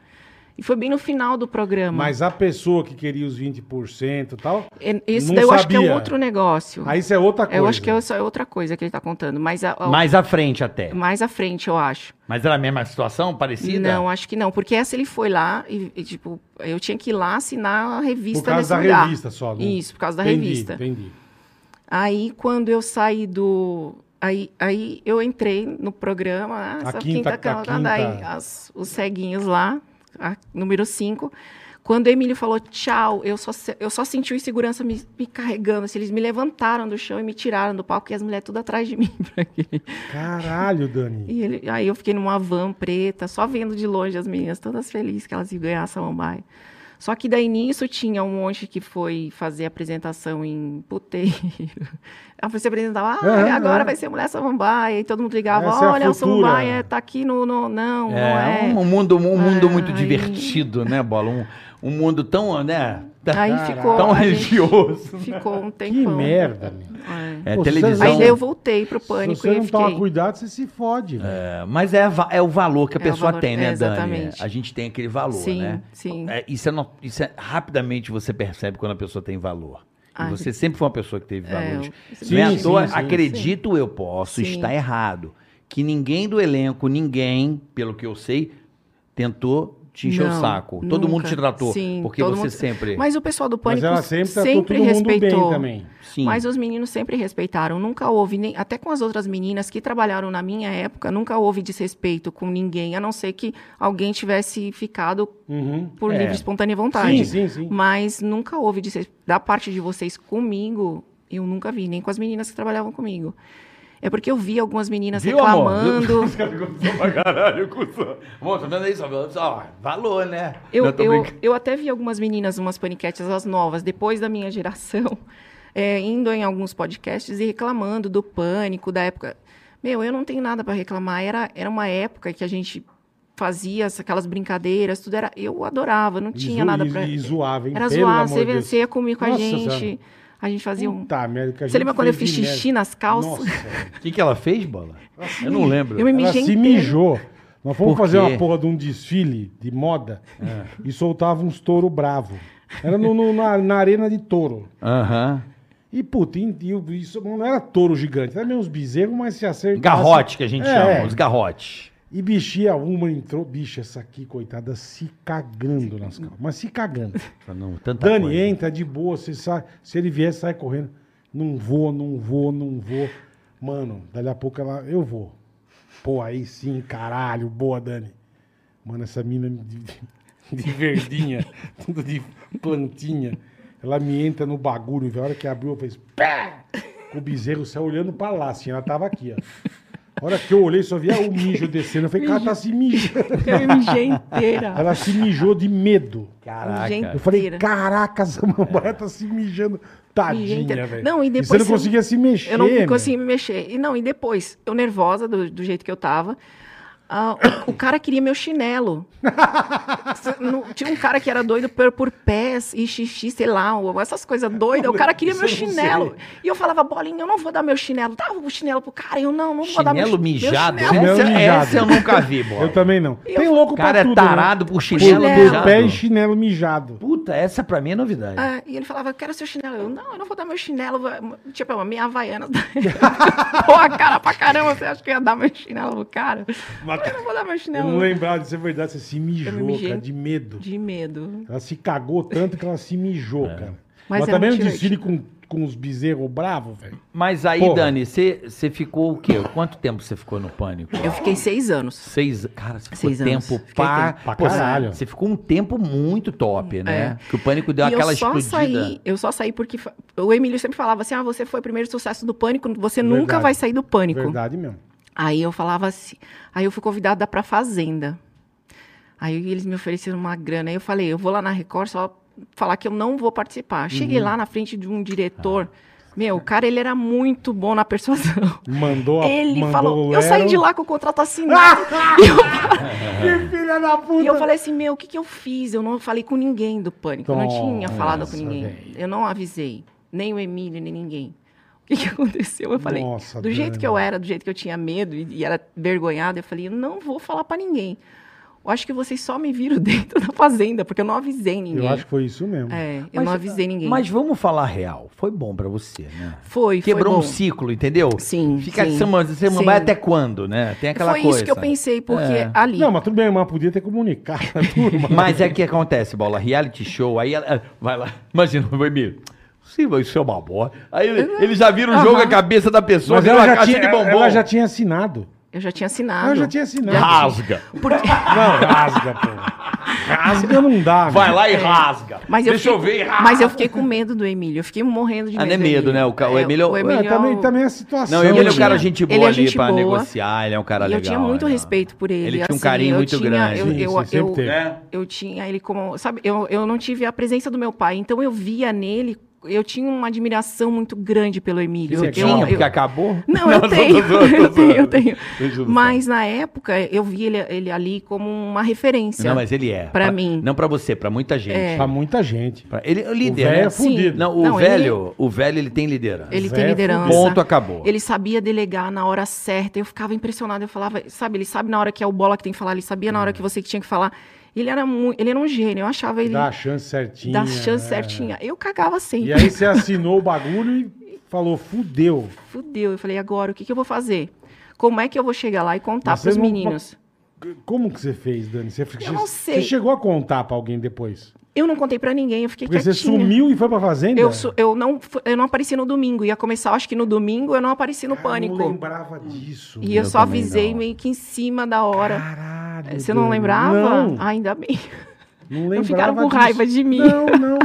Speaker 1: E foi bem no final do programa.
Speaker 3: Mas a pessoa que queria os 20% e tal,
Speaker 1: E- Isso
Speaker 3: não
Speaker 1: daí eu acho que é
Speaker 3: sabia.
Speaker 1: outro negócio.
Speaker 3: aí isso é outra coisa.
Speaker 1: eu acho que isso é outra coisa que ele está contando. Mas, a- a-
Speaker 4: Mais à frente até.
Speaker 1: mais à frente, eu acho.
Speaker 4: Mas era a mesma situação, parecida?
Speaker 1: Não, acho que não, porque essa ele foi lá e, e, tipo, eu tinha que ir lá assinar a revista
Speaker 3: Por causa
Speaker 1: nesse
Speaker 3: da
Speaker 1: lugar.
Speaker 3: revista só. não-
Speaker 1: Isso, por causa da
Speaker 3: Entendi,
Speaker 1: revista.
Speaker 3: Entendi.
Speaker 1: Aí quando eu saí do aí, aí eu entrei no programa, ah,
Speaker 3: A
Speaker 1: essa
Speaker 3: quinta-
Speaker 1: quinta,
Speaker 3: a
Speaker 1: camada,
Speaker 3: quinta-
Speaker 1: aí as- os ceguinhos lá, a- número 5. Quando o Emílio falou tchau, eu só, se- eu só senti o insegurança me, me carregando. Assim, eles me levantaram do chão e me tiraram do palco, e as mulheres tudo atrás de mim. pra aquele-
Speaker 3: Caralho, Dani.
Speaker 1: E ele- aí eu fiquei numa van preta, só vendo de longe as meninas, todas felizes que elas iam ganhar a Samambaia. Só que daí nisso tinha um monte que foi fazer apresentação em puteiro. Aí você apresentava, ah,
Speaker 3: Aham,
Speaker 1: agora
Speaker 3: aham.
Speaker 1: vai ser Mulher Samambaia. E todo mundo ligava,
Speaker 3: Essa é a
Speaker 1: olha, o
Speaker 3: futura.
Speaker 1: Samambaia tá aqui no... no- Não, não é.
Speaker 4: É, um mundo, um mundo muito
Speaker 1: Ai.
Speaker 4: divertido, né, Bola? Um, um mundo tão, né?
Speaker 1: Tá Aí
Speaker 3: Caraca.
Speaker 1: ficou...
Speaker 4: tão
Speaker 1: a gente
Speaker 4: religioso.
Speaker 1: Ficou um
Speaker 3: Que
Speaker 1: tempão.
Speaker 3: merda, meu.
Speaker 1: É.
Speaker 4: É,
Speaker 3: Pô,
Speaker 4: televisão.
Speaker 3: Então-
Speaker 1: Aí daí eu voltei pro
Speaker 3: Se
Speaker 1: pânico
Speaker 3: você
Speaker 1: e
Speaker 3: não
Speaker 1: fiquei.
Speaker 3: tomar cuidado, você se fode, velho.
Speaker 4: É, mas é, va- é o valor que a
Speaker 1: É o
Speaker 4: pessoa
Speaker 1: valor,
Speaker 4: tem, né,
Speaker 1: é,
Speaker 4: Dani?
Speaker 1: exatamente.
Speaker 4: A gente tem aquele valor,
Speaker 1: sim,
Speaker 4: né?
Speaker 1: sim.
Speaker 4: É, isso, é no- isso é- rapidamente você percebe quando a pessoa tem valor. E
Speaker 1: Ai,
Speaker 4: você sempre foi uma pessoa que teve
Speaker 1: É,
Speaker 4: valores.
Speaker 1: eu-
Speaker 4: Não é
Speaker 3: Sim,
Speaker 4: à toa,
Speaker 3: sim, sim.
Speaker 4: acredito eu posso
Speaker 1: Sim.
Speaker 4: estar errado, que ninguém do elenco, ninguém, pelo que eu sei, tentou te encher o
Speaker 1: Não,
Speaker 4: saco. Todo mundo
Speaker 1: nunca.
Speaker 4: te tratou,
Speaker 1: Sim,
Speaker 4: porque
Speaker 1: todo
Speaker 4: você
Speaker 1: mundo-
Speaker 4: sempre...
Speaker 1: Mas o pessoal do
Speaker 3: Mas
Speaker 1: pânico
Speaker 3: ela sempre
Speaker 1: sempre,
Speaker 3: tratou todo
Speaker 1: respeitou.
Speaker 3: mundo bem também.
Speaker 4: Sim.
Speaker 1: Mas os meninos sempre respeitaram, nunca houve, nem, até com as outras meninas que trabalharam na minha época, nunca houve desrespeito com ninguém, a não ser que alguém tivesse ficado
Speaker 3: Uhum.
Speaker 1: por
Speaker 4: É.
Speaker 1: livre e espontânea vontade.
Speaker 3: Sim, sim, sim.
Speaker 1: Mas nunca houve desrespeito. Da parte de vocês comigo, eu nunca vi, nem com as meninas que trabalhavam comigo. É porque eu vi algumas meninas
Speaker 4: Viu, amor?
Speaker 1: reclamando.
Speaker 5: pra caralho, cuzão.
Speaker 4: Amor, tá vendo isso? Ó, valor, né?
Speaker 1: Eu,
Speaker 4: Não, tô
Speaker 1: eu,
Speaker 4: brincando.
Speaker 1: eu até vi algumas meninas, umas paniquetes, as novas, depois da minha geração, é, indo em alguns podcasts e reclamando do pânico, da época. Meu, eu não tenho nada para reclamar. Era, era uma época que a gente fazia essa- aquelas brincadeiras, tudo era. Eu adorava, não
Speaker 3: E
Speaker 1: tinha
Speaker 3: zo-
Speaker 1: nada
Speaker 3: e-
Speaker 1: para.
Speaker 3: E zoava, hein?
Speaker 1: Era
Speaker 3: Pelo
Speaker 1: zoar,
Speaker 3: amor
Speaker 1: você,
Speaker 3: de Deus.
Speaker 1: você ia comer com a
Speaker 3: Nossa
Speaker 1: gente.
Speaker 3: Senhora.
Speaker 1: A gente fazia um.
Speaker 3: Puta merda, que a
Speaker 1: Você
Speaker 3: gente
Speaker 1: lembra quando eu
Speaker 3: fez
Speaker 1: fiz
Speaker 3: de
Speaker 1: xixi
Speaker 3: merda.
Speaker 1: nas calças?
Speaker 3: Nossa, velho.
Speaker 4: O que, que ela fez, Bola? Eu não lembro.
Speaker 1: Eu me
Speaker 3: ela
Speaker 1: mijei
Speaker 3: se
Speaker 1: inteira.
Speaker 3: mijou. Nós fomos
Speaker 4: Por
Speaker 3: fazer
Speaker 4: quê? É.
Speaker 3: uma porra de um desfile de moda e soltava uns touro bravo. Era no- no- na, na arena de touro.
Speaker 4: Aham.
Speaker 3: E, puta, e- e o- isso não era touro gigante, era meio uns bezerros, mas se acertasse...
Speaker 4: Garrote que a gente
Speaker 3: É,
Speaker 4: chama,
Speaker 3: é.
Speaker 4: os garrotes.
Speaker 3: E bichinha uma entrou, bicha, essa aqui, coitada, se cagando nas calças. Mas se cagando.
Speaker 4: Não, tanta
Speaker 3: Dani,
Speaker 4: coisa.
Speaker 3: entra de boa, você sai, se ele vier, sai correndo. Não vou, não vou, não vou. Mano, dali a pouco ela, eu vou. Pô, aí sim, caralho, boa, Dani. Mano, essa mina de, de- de verdinha, tudo de plantinha. Ela me entra no bagulho, velho. A hora que abriu, eu fiz pá! O bezerro saiu olhando pra lá, assim, ela tava aqui, ó. A hora que eu olhei, só via o mijo descendo. Eu falei, cara, tá se mijando.
Speaker 1: Eu me mijei inteira.
Speaker 3: Ela se mijou de medo.
Speaker 4: Caraca.
Speaker 1: Gente,
Speaker 3: Eu falei,
Speaker 1: Inteira.
Speaker 3: caraca, essa mamãe tá se mijando.
Speaker 1: Mijei
Speaker 3: Tadinha,
Speaker 1: inteira.
Speaker 3: velho.
Speaker 1: Não, e depois
Speaker 3: você não
Speaker 1: eu-
Speaker 3: conseguia se mexer.
Speaker 1: Eu não
Speaker 3: meu.
Speaker 1: conseguia me mexer. E não, e depois, eu nervosa do, do jeito que eu tava. ah, o, o cara queria meu chinelo. Cê- não- tinha um cara que era doido por, por pés e xixi, sei lá, ou essas coisas doidas. O cara queria
Speaker 3: Isso
Speaker 1: meu
Speaker 3: eu não
Speaker 1: chinelo. E eu falava, bolinha, eu não vou dar meu chinelo. Dava o chinelo pro cara, eu não, não vou dar meu
Speaker 4: Chinelo
Speaker 1: chi- meu
Speaker 4: mijado. né?
Speaker 1: chinelo.
Speaker 3: Chinelo
Speaker 4: essa,
Speaker 3: mijado.
Speaker 4: essa eu nunca vi, Bola.
Speaker 3: Eu também não.
Speaker 1: Eu-
Speaker 3: Tem louco
Speaker 4: O cara
Speaker 3: pra tudo,
Speaker 4: é tarado por
Speaker 3: né?
Speaker 4: chinelo
Speaker 1: chinelo.
Speaker 3: Por pé e
Speaker 4: mijado.
Speaker 3: chinelo mijado.
Speaker 4: Puta, essa pra mim é novidade.
Speaker 1: Ah, e ele falava, eu quero seu chinelo. Eu, não, eu não vou dar meu chinelo. vou- Tipo, é uma minha havaiana. Porra, cara, pra caramba, você acha que eu ia dar meu chinelo pro cara?
Speaker 3: Mas-
Speaker 1: Eu não vou dar meu
Speaker 3: Eu
Speaker 1: chinelo.
Speaker 3: não lembrava disso, é verdade. Você se mijou,
Speaker 1: mijei.
Speaker 3: cara, de medo.
Speaker 1: De medo.
Speaker 3: Ela se cagou tanto que ela se mijou, cara. Mas,
Speaker 1: Mas é
Speaker 3: também um
Speaker 1: muito
Speaker 3: desfile com, com os bezerros bravos, velho.
Speaker 4: Mas aí,
Speaker 3: Porra.
Speaker 4: Dani, você você ficou o quê? Quanto tempo você ficou no pânico?
Speaker 1: Eu fiquei seis anos.
Speaker 4: Seis, cara, você ficou
Speaker 1: Seis anos.
Speaker 4: tempo
Speaker 1: Fiquei
Speaker 4: pá,
Speaker 1: tempo. É.
Speaker 3: Pra
Speaker 4: Pô, você-
Speaker 3: caralho.
Speaker 4: Você ficou um tempo muito top, né? Que o pânico deu
Speaker 1: e
Speaker 4: aquela
Speaker 1: eu só
Speaker 4: explodida.
Speaker 1: saí, eu só saí porque fa- o Emílio sempre falava assim: "Ah, você foi o primeiro sucesso do pânico, você nunca
Speaker 3: Verdade.
Speaker 1: vai sair do pânico".
Speaker 3: Verdade mesmo.
Speaker 1: Aí eu falava assim, aí eu fui convidada pra Fazenda. Aí eles me ofereceram uma grana, aí eu falei: "Eu vou lá na Record só falar que eu não vou participar". Cheguei
Speaker 3: Uhum.
Speaker 1: lá na frente de um diretor. Meu, o cara, ele era muito bom na persuasão.
Speaker 3: Mandou a-
Speaker 1: Ele
Speaker 3: mandou
Speaker 1: falou,
Speaker 3: o
Speaker 1: eu saí
Speaker 3: Lero.
Speaker 1: de lá com o contrato assinado. E eu
Speaker 3: Que filha da puta!
Speaker 1: E eu falei assim, meu, o que, que eu fiz? Eu não falei com ninguém do pânico. eu não tinha falado
Speaker 3: Nossa,
Speaker 1: com ninguém.
Speaker 3: velho.
Speaker 1: Eu não avisei. Nem o Emílio, nem ninguém. O que, que aconteceu? Eu falei,
Speaker 3: Nossa,
Speaker 1: do jeito que
Speaker 3: Dani.
Speaker 1: eu era, do jeito que eu tinha medo e, e era vergonhada, eu falei, eu não vou falar pra ninguém. Eu acho que vocês só me viram dentro da fazenda, porque eu não avisei ninguém.
Speaker 3: Eu acho que foi isso mesmo.
Speaker 1: É, eu não avisei ninguém.
Speaker 4: Mas vamos falar a real. Foi bom pra você, né?
Speaker 1: foi,
Speaker 4: Quebrou
Speaker 1: foi
Speaker 4: um
Speaker 1: bom.
Speaker 4: ciclo, entendeu?
Speaker 1: Sim,
Speaker 4: Fica
Speaker 1: sim,
Speaker 4: de semana, de semana
Speaker 1: sim.
Speaker 4: vai até quando, né? Tem aquela
Speaker 1: Foi
Speaker 4: coisa.
Speaker 1: isso que eu pensei, porque
Speaker 4: É.
Speaker 1: ali...
Speaker 3: Não, mas tudo bem, mas podia ter comunicado a turma.
Speaker 4: Mas é que acontece, bola. Reality show, aí ela. Vai lá. Imagina, o Emílio. Sim, mas isso é
Speaker 1: Uhum.
Speaker 4: uma boa. Aí ele, ele já vira o jogo a cabeça da pessoa,
Speaker 3: Mas
Speaker 4: vira
Speaker 3: ela
Speaker 4: uma
Speaker 3: já,
Speaker 4: caixa
Speaker 3: tinha,
Speaker 4: de bombom.
Speaker 3: ela já tinha assinado.
Speaker 1: Eu já tinha assinado.
Speaker 3: Ah, eu já tinha assinado.
Speaker 5: Rasga.
Speaker 1: Porque...
Speaker 3: Não, rasga, pô. Rasga não dá,
Speaker 5: Vai
Speaker 3: né?
Speaker 5: lá e rasga.
Speaker 1: É. Mas eu
Speaker 5: Deixa eu
Speaker 1: fiquei-
Speaker 5: ver.
Speaker 3: Ah!
Speaker 1: Mas eu fiquei com medo do Emílio. Eu fiquei morrendo de
Speaker 4: Ah,
Speaker 1: medo.
Speaker 4: não é
Speaker 1: do
Speaker 4: medo, né? O ca- o Emílio-
Speaker 1: o
Speaker 4: É,
Speaker 1: Emílio um-
Speaker 3: É, também,
Speaker 1: o-
Speaker 3: também é a situação.
Speaker 4: Não, ele é
Speaker 1: eu
Speaker 4: um cara
Speaker 1: tinha-
Speaker 4: gente boa
Speaker 1: ele é
Speaker 4: ali
Speaker 1: gente
Speaker 4: pra
Speaker 1: boa.
Speaker 4: negociar, ele é um cara
Speaker 1: E
Speaker 4: legal.
Speaker 1: eu tinha muito
Speaker 4: né?
Speaker 1: respeito por ele.
Speaker 4: Ele tinha um
Speaker 1: assim,
Speaker 4: carinho
Speaker 1: eu
Speaker 4: muito
Speaker 1: tinha-
Speaker 4: grande.
Speaker 1: Eu,
Speaker 3: Sim,
Speaker 1: eu,
Speaker 3: sim, sempre
Speaker 1: eu-
Speaker 3: teve.
Speaker 5: É.
Speaker 1: eu tinha ele como. Sabe, eu, eu não tive a presença do meu pai, então eu via nele. Eu tinha uma admiração muito grande pelo Emílio.
Speaker 4: Você
Speaker 1: Eu-
Speaker 4: tinha,
Speaker 1: eu,
Speaker 4: porque
Speaker 1: eu,
Speaker 4: acabou?
Speaker 1: não, eu
Speaker 5: Não, tô
Speaker 1: tenho,
Speaker 5: zoando, tô
Speaker 1: eu tenho, eu
Speaker 5: zoando.
Speaker 1: tenho.
Speaker 5: Deixa eu ver.
Speaker 1: Mas na época eu vi ele, ele ali como uma referência.
Speaker 4: Não, mas ele é.
Speaker 1: Pra mim.
Speaker 4: Não pra você, pra muita gente.
Speaker 1: é.
Speaker 3: Pra muita gente.
Speaker 4: Pra- Ele é o
Speaker 3: O
Speaker 4: líder,
Speaker 3: velho
Speaker 4: né?
Speaker 3: é fudido.
Speaker 4: Não, o
Speaker 1: Não, ele-
Speaker 4: velho, o velho ele tem liderança.
Speaker 1: Ele
Speaker 3: Zé é
Speaker 1: tem liderança.
Speaker 4: Ponto, acabou.
Speaker 1: Ele sabia delegar na hora certa. Eu ficava impressionada. Eu falava, sabe, ele sabe na hora que é o bola que tem que falar, ele sabia na hora
Speaker 3: Uhum.
Speaker 1: que você que tinha que falar. Ele era muito, ele era um gênio. Eu achava ele
Speaker 3: Dá a chance certinha.
Speaker 1: da chance
Speaker 3: né?
Speaker 1: certinha. Eu cagava sempre.
Speaker 3: E aí você assinou o bagulho e falou, fudeu.
Speaker 1: Fudeu. Eu falei, agora o que, que eu vou fazer? Como é que eu vou chegar lá e contar
Speaker 3: Mas
Speaker 1: pros
Speaker 3: você não-
Speaker 1: meninos?
Speaker 3: Como que você fez, Dani? Você,
Speaker 1: Eu não sei.
Speaker 3: Você chegou a contar pra alguém depois?
Speaker 1: Eu não contei pra ninguém, eu fiquei
Speaker 3: Porque você
Speaker 1: quietinha.
Speaker 3: sumiu e foi pra fazenda?
Speaker 1: Eu, su- eu não, fu- eu não apareci no domingo. Ia começar, acho que no domingo, eu não apareci no
Speaker 3: Cara,
Speaker 1: pânico.
Speaker 3: Eu não lembrava disso.
Speaker 1: E eu,
Speaker 4: Eu
Speaker 1: só
Speaker 4: também
Speaker 1: avisei
Speaker 4: não.
Speaker 1: meio que em cima da hora. Eh,
Speaker 3: Caralho.
Speaker 1: Você não
Speaker 3: Dani.
Speaker 1: lembrava?
Speaker 3: Não,
Speaker 1: Ah, ainda bem.
Speaker 3: não lembrava
Speaker 1: ficaram com
Speaker 3: disso.
Speaker 1: raiva de mim.
Speaker 3: Não, não.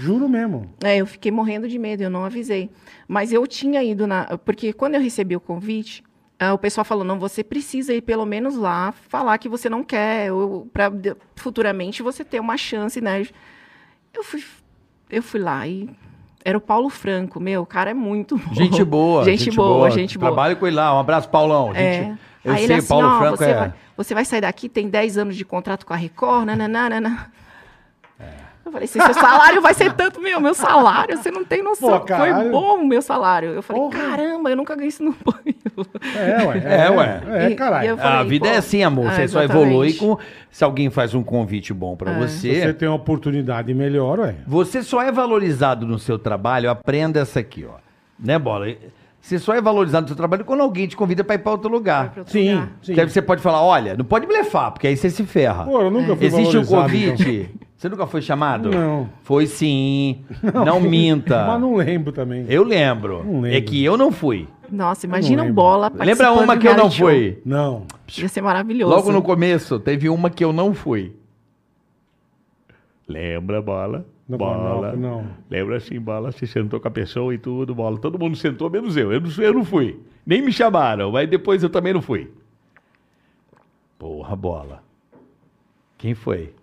Speaker 3: Juro mesmo.
Speaker 1: É, eu fiquei morrendo de medo, eu não avisei. Mas eu tinha ido na. Porque quando eu recebi o convite, ah, o pessoal falou: não, você precisa ir pelo menos lá falar que você não quer, para futuramente você ter uma chance, né? Eu fui, eu fui lá e. Era o Paulo Franco, meu, o cara é muito bom.
Speaker 4: Gente boa.
Speaker 1: Gente, boa, gente boa. É.
Speaker 4: Trabalho com ele lá. Um abraço, Paulão. Gente, Eu
Speaker 1: Aí ele
Speaker 4: sei,
Speaker 1: assim,
Speaker 4: Paulo
Speaker 1: ó,
Speaker 4: Franco
Speaker 1: você,
Speaker 4: é.
Speaker 1: vai, você vai sair daqui, tem 10 anos de contrato com a Record, nananana.
Speaker 4: É.
Speaker 1: Eu falei assim, seu salário vai ser tanto, meu, meu salário, você não tem noção.
Speaker 3: Pô,
Speaker 1: Foi
Speaker 3: caralho.
Speaker 1: bom o meu salário. Eu falei,
Speaker 3: Porra.
Speaker 1: caramba, eu nunca ganhei isso no banho.
Speaker 3: É, ué.
Speaker 4: É, ué.
Speaker 3: É,
Speaker 1: E- e eu
Speaker 3: caralho.
Speaker 1: falei,
Speaker 4: a vida
Speaker 1: pô,
Speaker 4: é assim, amor.
Speaker 1: ah,
Speaker 4: você só
Speaker 1: exatamente. É.
Speaker 4: evolui com. Se alguém faz um convite bom pra você.
Speaker 3: Você tem uma oportunidade melhor, ué.
Speaker 4: Você só é valorizado no seu trabalho, aprenda essa aqui, ó. Né, Bola? Você só é valorizado no seu trabalho quando alguém te convida pra ir pra outro lugar.
Speaker 1: Pra outro
Speaker 3: Sim,
Speaker 1: lugar.
Speaker 3: sim.
Speaker 4: Que aí você pode falar, olha, não pode blefar, porque aí você se ferra.
Speaker 3: Pô, eu nunca fui
Speaker 4: Existe um
Speaker 3: valorizado, então.
Speaker 4: convite. Você nunca foi chamado?
Speaker 3: Não.
Speaker 4: Foi sim. Não, minta.
Speaker 3: Mas não lembro também.
Speaker 4: Eu lembro.
Speaker 3: Não lembro.
Speaker 4: É que eu não fui.
Speaker 1: Nossa, imagina um
Speaker 3: lembro.
Speaker 1: bola
Speaker 4: Lembra
Speaker 1: participando
Speaker 4: uma
Speaker 1: de
Speaker 4: que eu não
Speaker 1: reality show.
Speaker 4: fui?
Speaker 3: Não.
Speaker 1: Ia ser maravilhoso.
Speaker 4: Logo no começo, teve uma que eu não fui. Lembra, bola?
Speaker 3: Não,
Speaker 5: Bola.
Speaker 3: não, não.
Speaker 5: Lembra assim, bola, você sentou com a pessoa e tudo, bola. Todo mundo sentou, menos eu. Eu não, eu não fui. Nem me chamaram, mas depois eu também não fui.
Speaker 4: Porra, bola. Quem foi?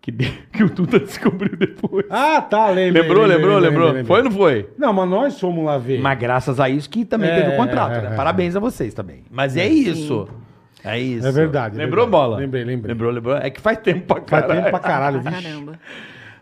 Speaker 5: Que, de... que o Tuta descobriu depois.
Speaker 3: Ah, tá, lembrei.
Speaker 5: lembrou,
Speaker 3: lembrei,
Speaker 5: lembrou,
Speaker 3: lembrei,
Speaker 5: lembrou.
Speaker 3: lembrei,
Speaker 5: Foi ou
Speaker 3: lembrei.
Speaker 5: não foi?
Speaker 3: Não, mas nós fomos lá ver.
Speaker 4: Mas graças a isso que também
Speaker 3: É,
Speaker 4: teve o contrato,
Speaker 3: é,
Speaker 4: né?
Speaker 3: é, é.
Speaker 4: Parabéns a vocês também. Mas é isso. É isso.
Speaker 3: É verdade. é
Speaker 5: Lembrou,
Speaker 3: verdade.
Speaker 5: bola?
Speaker 3: Lembrei, lembrei.
Speaker 4: Lembrou, lembrou? É que faz tempo pra
Speaker 3: Faz
Speaker 4: caralho.
Speaker 3: tempo pra caralho,
Speaker 1: Pra
Speaker 3: vixe.
Speaker 1: caramba.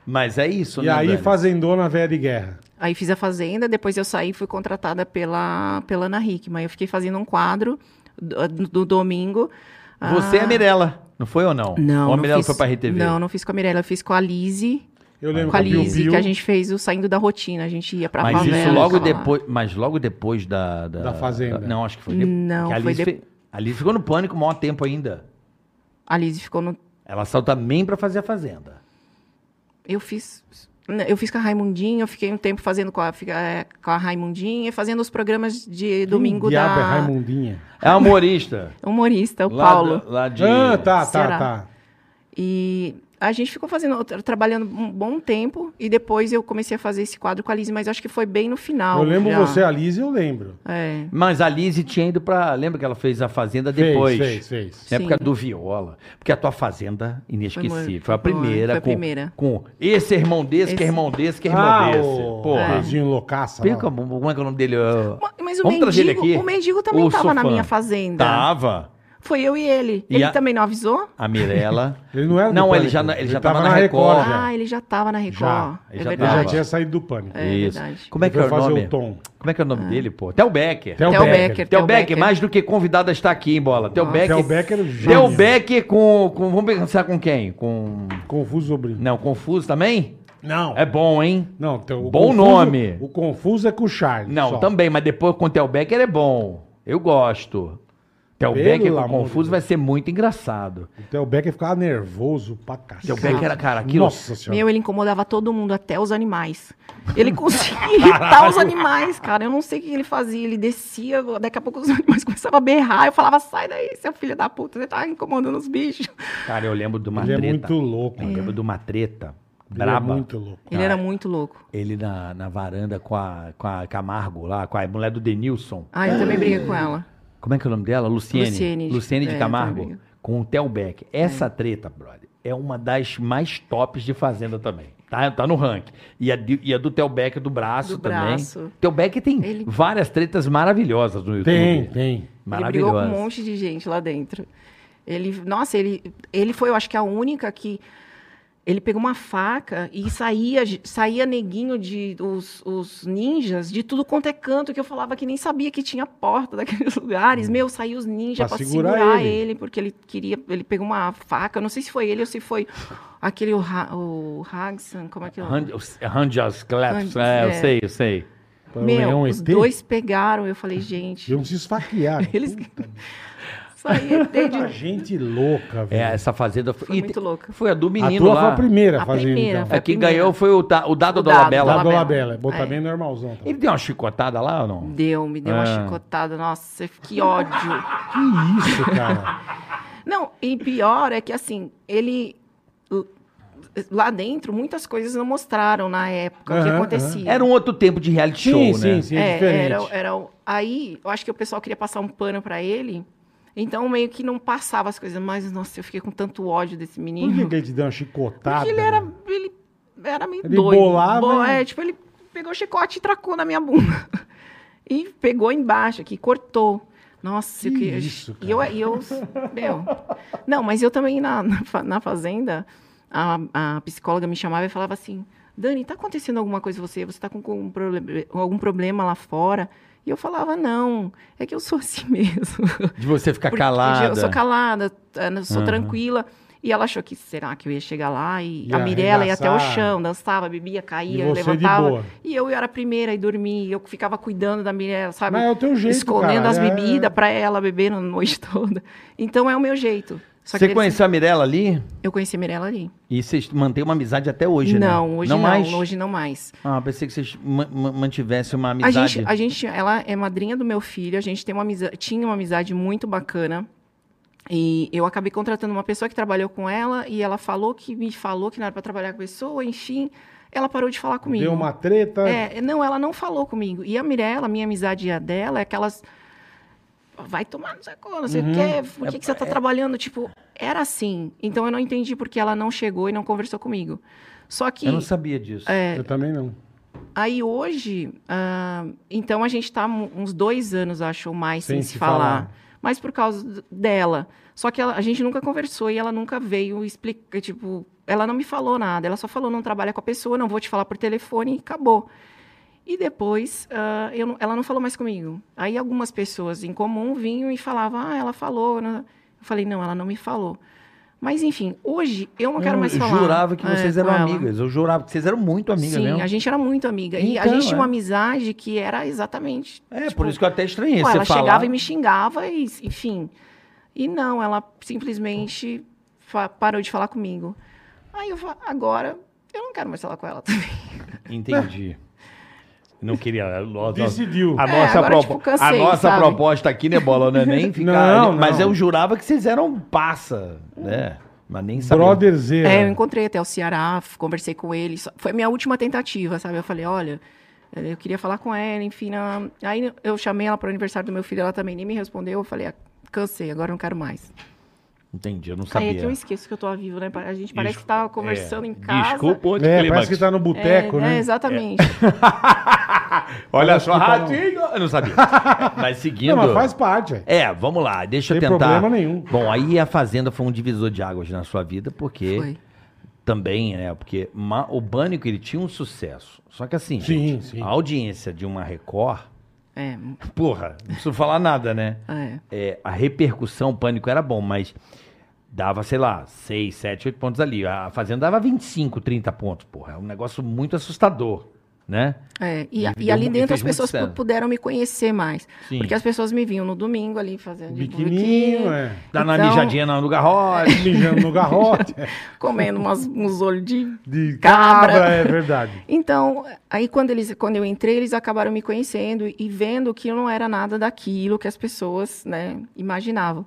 Speaker 4: Mas é isso,
Speaker 3: E
Speaker 4: né,
Speaker 3: aí,
Speaker 4: Dani?
Speaker 3: fazendona velha de guerra.
Speaker 1: Aí fiz a Fazenda, depois eu saí e fui contratada pela, pela Ana Hickman. Eu fiquei fazendo um quadro do, do domingo.
Speaker 4: Você é a
Speaker 1: Ah,
Speaker 4: Mirella, não foi ou não?
Speaker 1: Não,
Speaker 4: Ou a
Speaker 1: não
Speaker 4: Mirella
Speaker 1: fiz-
Speaker 4: foi pra RTV?
Speaker 1: Não, não fiz com a Mirella, eu fiz com a Lizzie.
Speaker 3: Eu lembro
Speaker 1: Com a
Speaker 3: que Piu
Speaker 1: Lizzie,
Speaker 3: Piu-
Speaker 1: que a gente fez o Saindo da Rotina. A gente ia pra
Speaker 4: Mas
Speaker 1: favela.
Speaker 4: isso logo
Speaker 1: pra lá.
Speaker 4: depois, mas logo depois da... Da,
Speaker 3: Da Fazenda.
Speaker 4: da- não, acho que foi...
Speaker 1: Não,
Speaker 4: que a
Speaker 1: foi
Speaker 4: Alice,
Speaker 1: de-
Speaker 4: fe- a Alice ficou no pânico o maior tempo ainda.
Speaker 1: A Lizzie ficou no...
Speaker 4: Ela saiu também pra fazer a Fazenda.
Speaker 1: Eu fiz... Eu fiz com a Raimundinha, eu fiquei um tempo fazendo com a, fica- é, com a Raimundinha, fazendo os programas de domingo
Speaker 3: Quem diabo é
Speaker 1: da
Speaker 3: Raimundinha.
Speaker 4: É a humorista.
Speaker 1: humorista, É o
Speaker 4: lá
Speaker 1: Paulo.
Speaker 4: da- lá de...
Speaker 3: Ah, tá, tá,
Speaker 1: Ceará.
Speaker 3: tá.
Speaker 1: E a gente ficou fazendo, tra- trabalhando um bom tempo, e depois eu comecei a fazer esse quadro com a Lizzie, mas acho que foi bem no final.
Speaker 3: Eu lembro
Speaker 1: Ah, já.
Speaker 3: você, a Lizzie, eu lembro.
Speaker 1: É.
Speaker 4: Mas a Lizzie tinha ido pra... Lembra que ela fez a Fazenda
Speaker 3: Fez,
Speaker 4: depois?
Speaker 3: Fez, fez,
Speaker 4: Na
Speaker 1: Sim.
Speaker 4: época do Viola. Porque a tua Fazenda, inesquecível. Foi,
Speaker 1: Foi uma-
Speaker 4: a primeira.
Speaker 1: foi a
Speaker 4: com,
Speaker 1: primeira.
Speaker 4: com esse é irmão desse, que é
Speaker 1: Esse- é.
Speaker 4: irmão desse, que é irmão
Speaker 3: Ah,
Speaker 4: desse.
Speaker 3: o
Speaker 4: Porra.
Speaker 3: Pezinho loucaça.
Speaker 4: Pega-
Speaker 3: lá.
Speaker 4: Como é que é o nome dele? Eu-
Speaker 1: Ma- Mas o
Speaker 4: Vamos trazer ele
Speaker 1: mendigo,
Speaker 4: aqui?
Speaker 1: o mendigo também
Speaker 4: O
Speaker 1: estava na
Speaker 4: Sofã.
Speaker 1: minha fazenda.
Speaker 4: Tá. Tava.
Speaker 1: Foi eu e ele.
Speaker 4: E
Speaker 1: ele
Speaker 4: a-
Speaker 1: também não avisou?
Speaker 4: A Mirella.
Speaker 3: Ele não era do
Speaker 4: Não, ele
Speaker 3: Pânico,
Speaker 4: já, na- ele
Speaker 3: ele
Speaker 4: já tava,
Speaker 3: tava
Speaker 4: na
Speaker 3: na
Speaker 4: Record.
Speaker 3: Record já.
Speaker 1: Ah, ele já estava na Record.
Speaker 3: Já,
Speaker 1: é
Speaker 4: ele já
Speaker 3: Ele
Speaker 1: verdade.
Speaker 3: já
Speaker 4: tava.
Speaker 3: tinha saído do pânico.
Speaker 1: É
Speaker 4: Isso.
Speaker 1: verdade. Ah.
Speaker 4: Como é que é
Speaker 3: Ele
Speaker 4: o
Speaker 3: foi fazer
Speaker 4: nome?
Speaker 3: o tom.
Speaker 4: Como é que é o nome dele, pô? Theo Becker.
Speaker 3: Theo
Speaker 1: Theo
Speaker 3: Becker.
Speaker 1: Becker.
Speaker 4: Theo
Speaker 1: Theo
Speaker 4: Becker,
Speaker 1: Becker.
Speaker 4: mais do que convidado está aqui em bola. Theo
Speaker 1: Nossa.
Speaker 4: Becker.
Speaker 3: Theo Becker é um gênio.
Speaker 4: Theo Becker com, com. Vamos pensar com quem? Com.
Speaker 3: Confuso Sobrinho.
Speaker 4: Não, Confuso também?
Speaker 3: Não.
Speaker 4: É bom, hein?
Speaker 3: Não, então, o
Speaker 4: Bom
Speaker 3: Confuso-
Speaker 4: nome.
Speaker 3: O Confuso é com o Charles.
Speaker 4: Não,
Speaker 3: só.
Speaker 4: também, mas depois com o Theo Becker é bom. Eu gosto. Tel
Speaker 3: Pelo
Speaker 4: Becker com
Speaker 3: amor
Speaker 4: o
Speaker 3: de
Speaker 4: Confuso
Speaker 3: Deus.
Speaker 4: vai ser muito engraçado.
Speaker 3: Então o Becker ficava nervoso pra cacete.
Speaker 4: Tel Becker era, cara, aquilo.
Speaker 3: Nossa senhora.
Speaker 1: Meu, ele incomodava todo mundo, até os animais. Ele conseguia irritar os animais, cara. Eu não sei o que ele fazia. Ele descia, daqui a pouco os animais começavam a berrar. Eu falava, sai daí, seu filho da puta, você tá incomodando os bichos.
Speaker 4: Cara, eu lembro de uma
Speaker 3: Ele é
Speaker 4: treta.
Speaker 3: muito louco.
Speaker 4: Eu lembro de uma treta
Speaker 3: Ele
Speaker 4: braba.
Speaker 3: é muito louco.
Speaker 1: Ele era muito louco.
Speaker 4: Ele na, na varanda com a, com a Camargo lá, com a mulher do Denilson.
Speaker 1: Ah, eu também briguei com ela.
Speaker 4: Como é que é o nome dela? Luciene. Luciene
Speaker 1: Luciene
Speaker 4: de,
Speaker 1: de- é,
Speaker 4: Camargo.
Speaker 1: também.
Speaker 4: Com o Theo Beck. Essa treta, brother, é uma das mais tops de Fazenda também. Tá, tá no ranking. E a, de- e a do Theo Beck do braço
Speaker 1: Do
Speaker 4: também.
Speaker 1: braço.
Speaker 4: Theo Beck tem
Speaker 1: Ele-
Speaker 4: várias tretas maravilhosas no YouTube.
Speaker 3: Tem, tem.
Speaker 1: Ele brigou com um
Speaker 4: Maravilhosas.
Speaker 1: monte de gente lá dentro. Ele, nossa, ele, ele foi, eu acho que a única que ele pegou uma faca e saía, saía neguinho de os, os ninjas de tudo quanto é canto que eu falava que nem sabia que tinha porta daqueles lugares. Meu, saiu os ninjas
Speaker 3: Pra
Speaker 1: para
Speaker 3: segurar
Speaker 1: segurar,
Speaker 3: ele.
Speaker 1: ele. porque ele queria, ele pegou uma faca. Eu não sei se foi ele ou se foi aquele o, Ra- o Hagson, como é que é? o-
Speaker 4: Ranjas Claps.
Speaker 1: Hand-
Speaker 4: É, eu
Speaker 1: é.
Speaker 4: sei, eu sei.
Speaker 1: Meu,
Speaker 3: um
Speaker 1: os
Speaker 3: ET,
Speaker 1: dois pegaram. Eu falei, gente,
Speaker 3: Eu preciso esfaquear.
Speaker 1: eles saía ET de
Speaker 3: Puta gente louca,
Speaker 4: É,
Speaker 3: velho.
Speaker 4: essa Fazenda foi.
Speaker 1: Foi
Speaker 4: e
Speaker 1: muito
Speaker 4: te-
Speaker 1: louca.
Speaker 4: Foi a do
Speaker 3: a
Speaker 4: menino
Speaker 3: tua foi
Speaker 4: lá.
Speaker 3: a primeira
Speaker 1: A
Speaker 3: fazendo,
Speaker 1: primeira,
Speaker 4: É,
Speaker 1: foi
Speaker 3: então.
Speaker 1: a
Speaker 4: quem
Speaker 1: primeira.
Speaker 4: ganhou foi o, da, o Dado
Speaker 1: O
Speaker 4: da
Speaker 1: Dado,
Speaker 4: Labela.
Speaker 3: Da
Speaker 1: Dolabella.
Speaker 3: Dolabella. Botar
Speaker 1: É.
Speaker 3: bem normalzão. Tá?
Speaker 4: Ele deu uma chicotada lá ou não?
Speaker 1: Deu, me deu uma
Speaker 4: Ah.
Speaker 1: chicotada. Nossa, que ódio.
Speaker 3: Que isso, cara?
Speaker 1: Não, e pior é que, assim, ele. l- Lá dentro, muitas coisas não mostraram na época o que
Speaker 3: Aham,
Speaker 1: acontecia.
Speaker 4: Era um outro tempo de reality
Speaker 3: sim,
Speaker 4: show,
Speaker 3: sim,
Speaker 4: né?
Speaker 3: sim, é
Speaker 1: É,
Speaker 3: diferente.
Speaker 1: era, era o- Aí, eu acho que o pessoal queria passar um pano pra ele. Então, meio que não passava as coisas. Mas, nossa, eu fiquei com tanto ódio
Speaker 3: Por
Speaker 1: desse
Speaker 3: que,
Speaker 1: menino.
Speaker 3: que ele te deu uma chicotada?
Speaker 1: Uhum. Porque ele era,
Speaker 3: mano?
Speaker 1: ele era meio
Speaker 3: né? Ele
Speaker 1: doido.
Speaker 3: bolava,
Speaker 1: Bo-
Speaker 3: né?
Speaker 1: É, tipo, ele pegou o chicote e tracou na minha bunda. E pegou embaixo aqui, cortou. Nossa,
Speaker 3: Que
Speaker 1: que eu,
Speaker 3: isso,
Speaker 1: e eu, e eu, meu. Não, mas eu também na, na, fa- na fazenda, a, a psicóloga me chamava e falava assim: Dani, tá acontecendo alguma coisa com você? Você tá com, com um prole- algum problema lá fora? E eu falava: Não, é que eu sou assim mesmo.
Speaker 4: De você
Speaker 3: Tá
Speaker 4: ficar
Speaker 1: Porque
Speaker 4: calada.
Speaker 1: Eu sou calada, eh, eu sou
Speaker 3: Uhum.
Speaker 4: Aham.
Speaker 1: tranquila. E ela achou que será que eu ia chegar lá e
Speaker 3: Ia
Speaker 1: a Mirella ia até o
Speaker 3: arregaçar.
Speaker 1: chão, dançava, bebia, caía,
Speaker 3: E você de boa.
Speaker 1: levantava. E eu era a primeira e dormia, e eu ficava cuidando da Mirella, sabe?
Speaker 3: Mas é o teu jeito,
Speaker 1: Escondendo
Speaker 3: cara,
Speaker 1: as
Speaker 3: é-
Speaker 1: bebidas pra ela bebendo a noite toda. Então é o meu jeito. Só que
Speaker 4: Você
Speaker 1: eles-
Speaker 4: conheceu a Mirella ali
Speaker 1: Eu conheci a Mirella ali.
Speaker 4: e vocês mantêm uma amizade até hoje, né?
Speaker 1: não, hoje não,
Speaker 4: mais?
Speaker 1: hoje não mais.
Speaker 4: Ah, pensei que vocês ma- ma- mantivessem uma
Speaker 1: A
Speaker 4: amizade.
Speaker 1: gente, a gente, ela é madrinha do meu filho, a gente tem uma amizade, tinha uma amizade muito bacana. E eu acabei contratando uma pessoa que trabalhou com ela e ela falou que me falou que não era para trabalhar com a pessoa, enfim, ela parou de falar comigo.
Speaker 3: Deu uma treta.
Speaker 1: É, não, ela não falou comigo. E a Mirella, minha amizade e a dela, é aquelas vai tomar no seu cu, não sei o
Speaker 4: Uhum.
Speaker 1: quê, por
Speaker 4: É,
Speaker 1: que, que você tá trabalhando? Tipo, era assim. Então eu não entendi porque ela não chegou e não conversou comigo. Só que
Speaker 4: Eu não sabia disso.
Speaker 1: É,
Speaker 3: Eu também não.
Speaker 1: Aí hoje, ah, então a gente está uns dois anos, acho, ou mais sem,
Speaker 3: Sem
Speaker 1: se,
Speaker 3: se
Speaker 1: falar.
Speaker 3: falar.
Speaker 1: Mas por causa d- dela. Só que ela- a gente nunca conversou e ela nunca veio explicar, tipo, ela não me falou nada. Ela só falou, não trabalha com a pessoa, não vou te falar por telefone e acabou. E depois, ah, eu não- ela não falou mais comigo. Aí algumas pessoas em comum vinham e falavam, ah, ela falou. né? Eu falei, não, ela não me falou. Mas enfim, hoje eu não quero
Speaker 4: eu
Speaker 1: mais falar.
Speaker 4: jurava que
Speaker 1: é,
Speaker 4: vocês
Speaker 1: com
Speaker 4: eram
Speaker 1: ela.
Speaker 4: amigas. Eu jurava que vocês eram muito amigas
Speaker 1: Sim,
Speaker 4: mesmo.
Speaker 1: a gente era muito amiga. e a
Speaker 4: Então,
Speaker 1: gente tinha uma
Speaker 4: é.
Speaker 1: amizade que era exatamente.
Speaker 4: É,
Speaker 1: tipo,
Speaker 4: por isso que eu até estranhei.
Speaker 1: pô,
Speaker 4: você
Speaker 1: ela
Speaker 4: falar...
Speaker 1: chegava e me xingava, e, enfim. E não, ela simplesmente fa- parou de falar comigo. Aí eu falo, agora eu não quero mais falar com ela também.
Speaker 4: Entendi. Não queria. nós- nós-
Speaker 3: Decidiu.
Speaker 4: A
Speaker 1: É,
Speaker 4: nossa,
Speaker 1: agora,
Speaker 4: propo-
Speaker 1: tipo, cansei,
Speaker 4: a nossa
Speaker 1: sabe?
Speaker 4: proposta aqui, né, Bola? Não é nem ficar.
Speaker 3: Não, não.
Speaker 4: Mas eu jurava que vocês eram passa, né? Mas nem sabia.
Speaker 3: Brotherzeira.
Speaker 1: É, eu encontrei até o Ceará, f- conversei com ele. só- Foi a minha última tentativa, sabe? Eu falei, olha, eh, eu queria falar com ela, enfim. na- Aí eu chamei ela para o aniversário do meu filho, ela também nem me respondeu. Eu falei, ah, cansei, agora eu não quero mais.
Speaker 4: Entendi, eu não sabia.
Speaker 1: Aí é que eu esqueço que eu tô ao vivo, né? A gente parece que tava conversando em casa.
Speaker 5: Desculpa, o
Speaker 3: É,
Speaker 5: anticlimax.
Speaker 3: parece que tá no boteco,
Speaker 1: é,
Speaker 3: né?
Speaker 1: É, exatamente.
Speaker 4: Olha
Speaker 3: Parece
Speaker 4: só,
Speaker 3: que tá-
Speaker 4: ratinho! Eu não sabia. Então Mas seguindo.
Speaker 3: Não, mas faz parte, velho.
Speaker 4: É, vamos lá, deixa eu
Speaker 3: Tem
Speaker 4: tentar.
Speaker 3: problema nenhum.
Speaker 4: Bom, aí a Fazenda foi um divisor de águas na sua vida, porque.
Speaker 1: Foi.
Speaker 4: Também, né? Porque ma- o Pânico, ele tinha um sucesso. Só que assim,
Speaker 3: Sim,
Speaker 4: gente,
Speaker 3: sim.
Speaker 4: a audiência de uma Record.
Speaker 1: É,
Speaker 4: Porra, não preciso falar nada, né?
Speaker 1: é.
Speaker 4: é, a repercussão, o pânico era bom, mas dava, sei lá, 6, 7, 8 pontos ali. A Fazenda dava 25, 30 pontos, porra. É um negócio muito assustador. né?
Speaker 1: É, e,
Speaker 4: E
Speaker 1: a- e
Speaker 4: deu
Speaker 1: ali
Speaker 4: mu- e
Speaker 1: dentro
Speaker 4: fez
Speaker 1: as
Speaker 4: muito
Speaker 1: pessoas pu-
Speaker 4: certo.
Speaker 1: puderam me conhecer mais.
Speaker 4: Sim.
Speaker 1: Porque as pessoas me vinham no domingo ali fazendo de
Speaker 3: Biquininho, é. Tá
Speaker 4: Dá na
Speaker 1: Então-
Speaker 4: mijadinha na- no garrote.
Speaker 3: Mijando no garrote. é.
Speaker 1: comendo umas- uns olhos de.
Speaker 3: De cabra,
Speaker 1: Cabra.
Speaker 3: é verdade.
Speaker 1: Então, aí quando, eles, quando eu entrei, eles acabaram me conhecendo e vendo que eu não era nada daquilo que as pessoas né, imaginavam.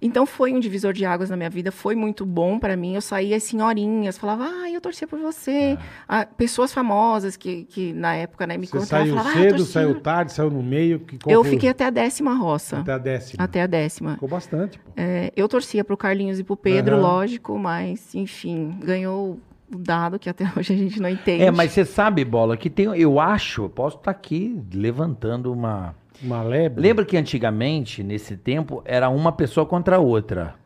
Speaker 1: Então foi um divisor de águas na minha vida, foi muito bom para mim. Eu saía as senhorinhas, falava, ah, eu torcia por você. Ah, pessoas famosas que, que na época né, me
Speaker 3: É. Você
Speaker 1: encontravam,
Speaker 3: saiu
Speaker 1: falava, ah, eu
Speaker 3: cedo,
Speaker 1: torcia.
Speaker 3: saiu tarde, saiu no meio. Que qual
Speaker 1: Eu
Speaker 3: foi?
Speaker 1: fiquei até a décima roça.
Speaker 3: até a décima.
Speaker 1: Até a décima.
Speaker 3: né? Ficou bastante, pô.
Speaker 1: É, eu torcia pro Carlinhos e pro Pedro,
Speaker 3: Aham.
Speaker 1: lógico, mas, enfim, ganhou o dado que até hoje a gente não entende.
Speaker 4: É, mas você sabe, Bola, que tem. Eu acho, eu posso estar aqui levantando uma.
Speaker 1: É.
Speaker 3: Uma lebre.
Speaker 4: Lembra que antigamente, nesse tempo, era uma pessoa contra a outra.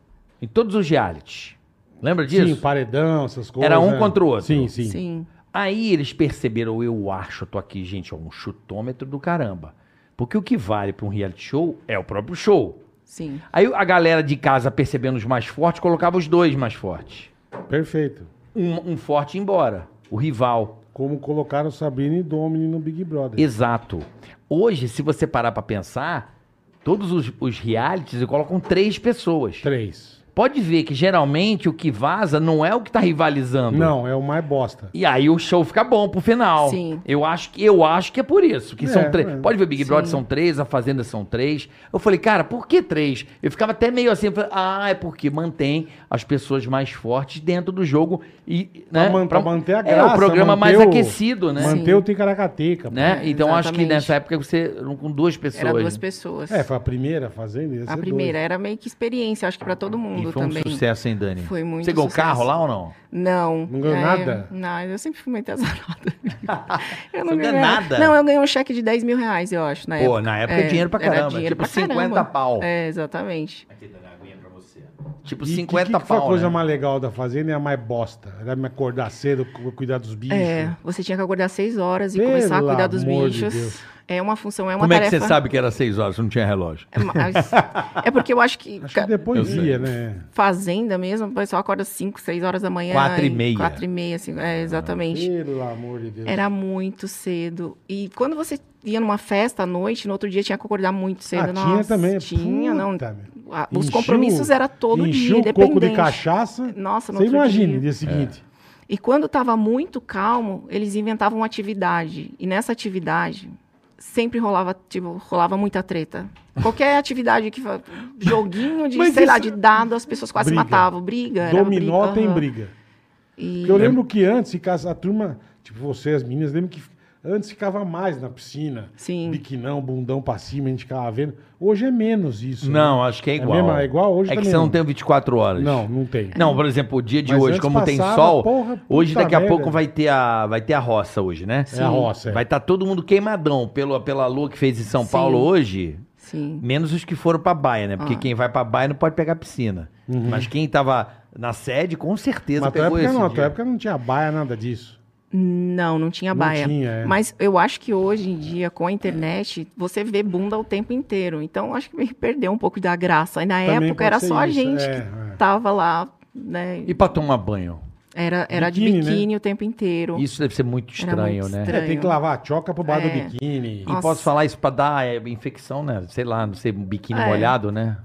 Speaker 4: Em todos os realities. Lembra disso?
Speaker 3: Sim, um paredão, essas coisas.
Speaker 4: Era um
Speaker 3: né?
Speaker 4: contra o outro.
Speaker 3: Sim, sim.
Speaker 1: Sim.
Speaker 4: Aí eles perceberam, eu acho, eu tô aqui, gente, ó, um chutômetro do caramba. Porque o que vale para um reality show é o próprio show.
Speaker 1: Sim.
Speaker 4: Aí a galera de casa, percebendo os mais fortes, colocava os dois mais fortes.
Speaker 3: Perfeito.
Speaker 4: Um, um forte ia embora, o rival.
Speaker 3: Como colocaram Sabrina e Domini no Big Brother.
Speaker 4: Exato. Hoje, se você parar pra pensar, todos os, os realities colocam três pessoas.
Speaker 3: Três.
Speaker 4: Pode ver que geralmente o que vaza não é o que tá rivalizando.
Speaker 3: Não, é o mais bosta.
Speaker 4: E aí o show fica bom pro final.
Speaker 1: Sim.
Speaker 4: Eu acho que eu acho que é por isso, que
Speaker 3: É,
Speaker 4: são três.
Speaker 3: é.
Speaker 4: Pode ver Big Brother são três, a Fazenda são três. Eu falei, cara, por que três? Eu ficava até meio assim, eu falei, ah, é porque mantém as pessoas mais fortes dentro do jogo e né,
Speaker 3: Pra man- pra manter a
Speaker 4: É
Speaker 3: graça,
Speaker 4: o programa mais
Speaker 3: manter o-
Speaker 4: aquecido, né?
Speaker 3: Manter
Speaker 1: Sim.
Speaker 3: o Ticaracateca. pô.
Speaker 4: Né?
Speaker 1: É,
Speaker 4: então acho que
Speaker 1: exatamente.
Speaker 4: nessa época você com duas pessoas.
Speaker 1: Era duas
Speaker 4: né?
Speaker 1: pessoas.
Speaker 3: É, foi a primeira fazenda. ia
Speaker 1: a
Speaker 3: ser
Speaker 1: primeira era meio que experiência, acho que pra todo mundo
Speaker 4: E foi um
Speaker 1: também.
Speaker 4: sucesso, hein, Dani?
Speaker 1: Foi muito
Speaker 4: Você ganhou
Speaker 1: sucesso.
Speaker 4: carro lá ou não?
Speaker 1: Não.
Speaker 3: Não ganhou
Speaker 1: É,
Speaker 3: nada?
Speaker 1: Não, eu sempre fui muito azarada.
Speaker 4: Você
Speaker 1: eu
Speaker 4: não ganha nada?
Speaker 1: Não, eu ganhei um cheque de 10 mil reais, eu acho, na
Speaker 4: Pô,
Speaker 1: época.
Speaker 4: na época é dinheiro pra
Speaker 1: era
Speaker 4: caramba,
Speaker 1: dinheiro
Speaker 4: tipo
Speaker 1: pra
Speaker 4: 50
Speaker 1: caramba.
Speaker 4: pau.
Speaker 1: É, exatamente.
Speaker 4: Tipo
Speaker 3: dois. E
Speaker 4: 50
Speaker 3: que, que, que foi
Speaker 4: pau.
Speaker 3: a coisa
Speaker 4: né?
Speaker 3: mais legal da fazenda e a mais bosta? Era me acordar cedo, cu- cuidar dos bichos.
Speaker 1: É, você tinha que acordar 6 horas e
Speaker 3: Pelo
Speaker 1: começar a cuidar dos
Speaker 3: amor de
Speaker 1: bichos.
Speaker 3: Deus.
Speaker 1: é uma função, é uma
Speaker 4: Como é que
Speaker 1: tarefa.
Speaker 4: você sabe que era seis horas, não tinha relógio?
Speaker 1: É, mas- é porque eu acho que,
Speaker 3: Acho que depois
Speaker 4: Eu sei.
Speaker 3: ia, né?
Speaker 1: fazenda mesmo, o pessoal acorda 5, 6 horas da manhã.
Speaker 4: Quatro e meia.
Speaker 1: 4 e meia, assim, é, exatamente.
Speaker 3: Pelo amor de Deus.
Speaker 1: Era muito cedo. E quando você ia numa festa à noite, no outro dia tinha que acordar muito cedo.
Speaker 3: Ah,
Speaker 1: Nossa,
Speaker 3: tinha também.
Speaker 1: Tinha, não.
Speaker 3: Puta, meu.
Speaker 1: Ah, Os
Speaker 3: Enchia
Speaker 1: compromissos
Speaker 3: o-
Speaker 1: era todo
Speaker 3: enchia
Speaker 1: dia,
Speaker 3: o coco de
Speaker 1: independente.
Speaker 3: cachaça.
Speaker 1: Nossa, no
Speaker 3: Você
Speaker 1: outro
Speaker 3: imagina,
Speaker 1: dia.
Speaker 3: no dia seguinte.
Speaker 1: E quando estava muito calmo, eles inventavam uma atividade. E nessa atividade sempre rolava, tipo, rolava muita treta. Qualquer atividade que fa- joguinho de,
Speaker 3: Mas
Speaker 1: sei lá,
Speaker 3: isso-
Speaker 1: de dado, as pessoas quase
Speaker 3: Briga.
Speaker 1: matavam, É. briga, era
Speaker 3: Dominó tem
Speaker 1: aham.
Speaker 3: briga.
Speaker 1: E
Speaker 3: Porque eu lembro que antes, se casa- a turma, tipo você, as meninas, lembro que antes ficava mais na piscina.
Speaker 1: Sim.
Speaker 3: Biquinão, bundão pra cima, a gente ficava vendo. Hoje é menos isso. né?
Speaker 4: Não, acho que é
Speaker 3: É
Speaker 4: igual.
Speaker 3: mesmo? É igual? Hoje
Speaker 4: É que
Speaker 3: também
Speaker 4: você não
Speaker 3: não.
Speaker 4: tem o 24 horas.
Speaker 3: Não, não tem.
Speaker 4: Não, por exemplo, o dia de
Speaker 3: Mas
Speaker 4: hoje,
Speaker 3: antes
Speaker 4: como tem
Speaker 3: passava,
Speaker 4: sol,
Speaker 3: porra,
Speaker 4: hoje
Speaker 3: puta
Speaker 4: daqui a
Speaker 3: merda.
Speaker 4: pouco vai ter a vai ter a roça hoje, né?
Speaker 3: É a roça. é.
Speaker 4: Vai estar todo mundo queimadão pelo, pela lua que fez em São
Speaker 1: Sim.
Speaker 4: Paulo hoje,
Speaker 1: Sim.
Speaker 4: menos os que foram pra baia, né? Porque
Speaker 1: Ah.
Speaker 4: quem vai pra baia não pode pegar piscina. Mas quem tava na sede, com certeza
Speaker 3: Mas Uhum. na tua
Speaker 4: pegou
Speaker 3: época
Speaker 4: esse
Speaker 3: não, na
Speaker 4: dia.
Speaker 3: tua época não tinha baia, nada disso.
Speaker 1: Não, não tinha
Speaker 3: Não
Speaker 1: baia.
Speaker 3: tinha, é.
Speaker 1: Mas eu acho que hoje em dia, com a internet, você vê bunda o tempo inteiro. Então, acho que meio que perdeu um pouco da graça. E na
Speaker 3: Também
Speaker 1: época
Speaker 3: pode
Speaker 1: era
Speaker 3: ser
Speaker 1: só a
Speaker 3: isso,
Speaker 1: gente
Speaker 3: é, é.
Speaker 1: que tava lá, né?
Speaker 4: E pra tomar banho?
Speaker 1: Era, era
Speaker 3: Biquíni, né?
Speaker 1: de biquíni o tempo inteiro.
Speaker 4: Isso deve ser muito
Speaker 1: Era muito
Speaker 4: estranho, né?
Speaker 3: É, tem que
Speaker 1: Estranho.
Speaker 3: lavar a choca pro bar do
Speaker 1: É.
Speaker 3: biquíni.
Speaker 4: E
Speaker 1: Nossa.
Speaker 4: posso falar isso pra dar é, infecção, né? Sei lá, não sei, um biquíni
Speaker 1: É.
Speaker 4: molhado, né?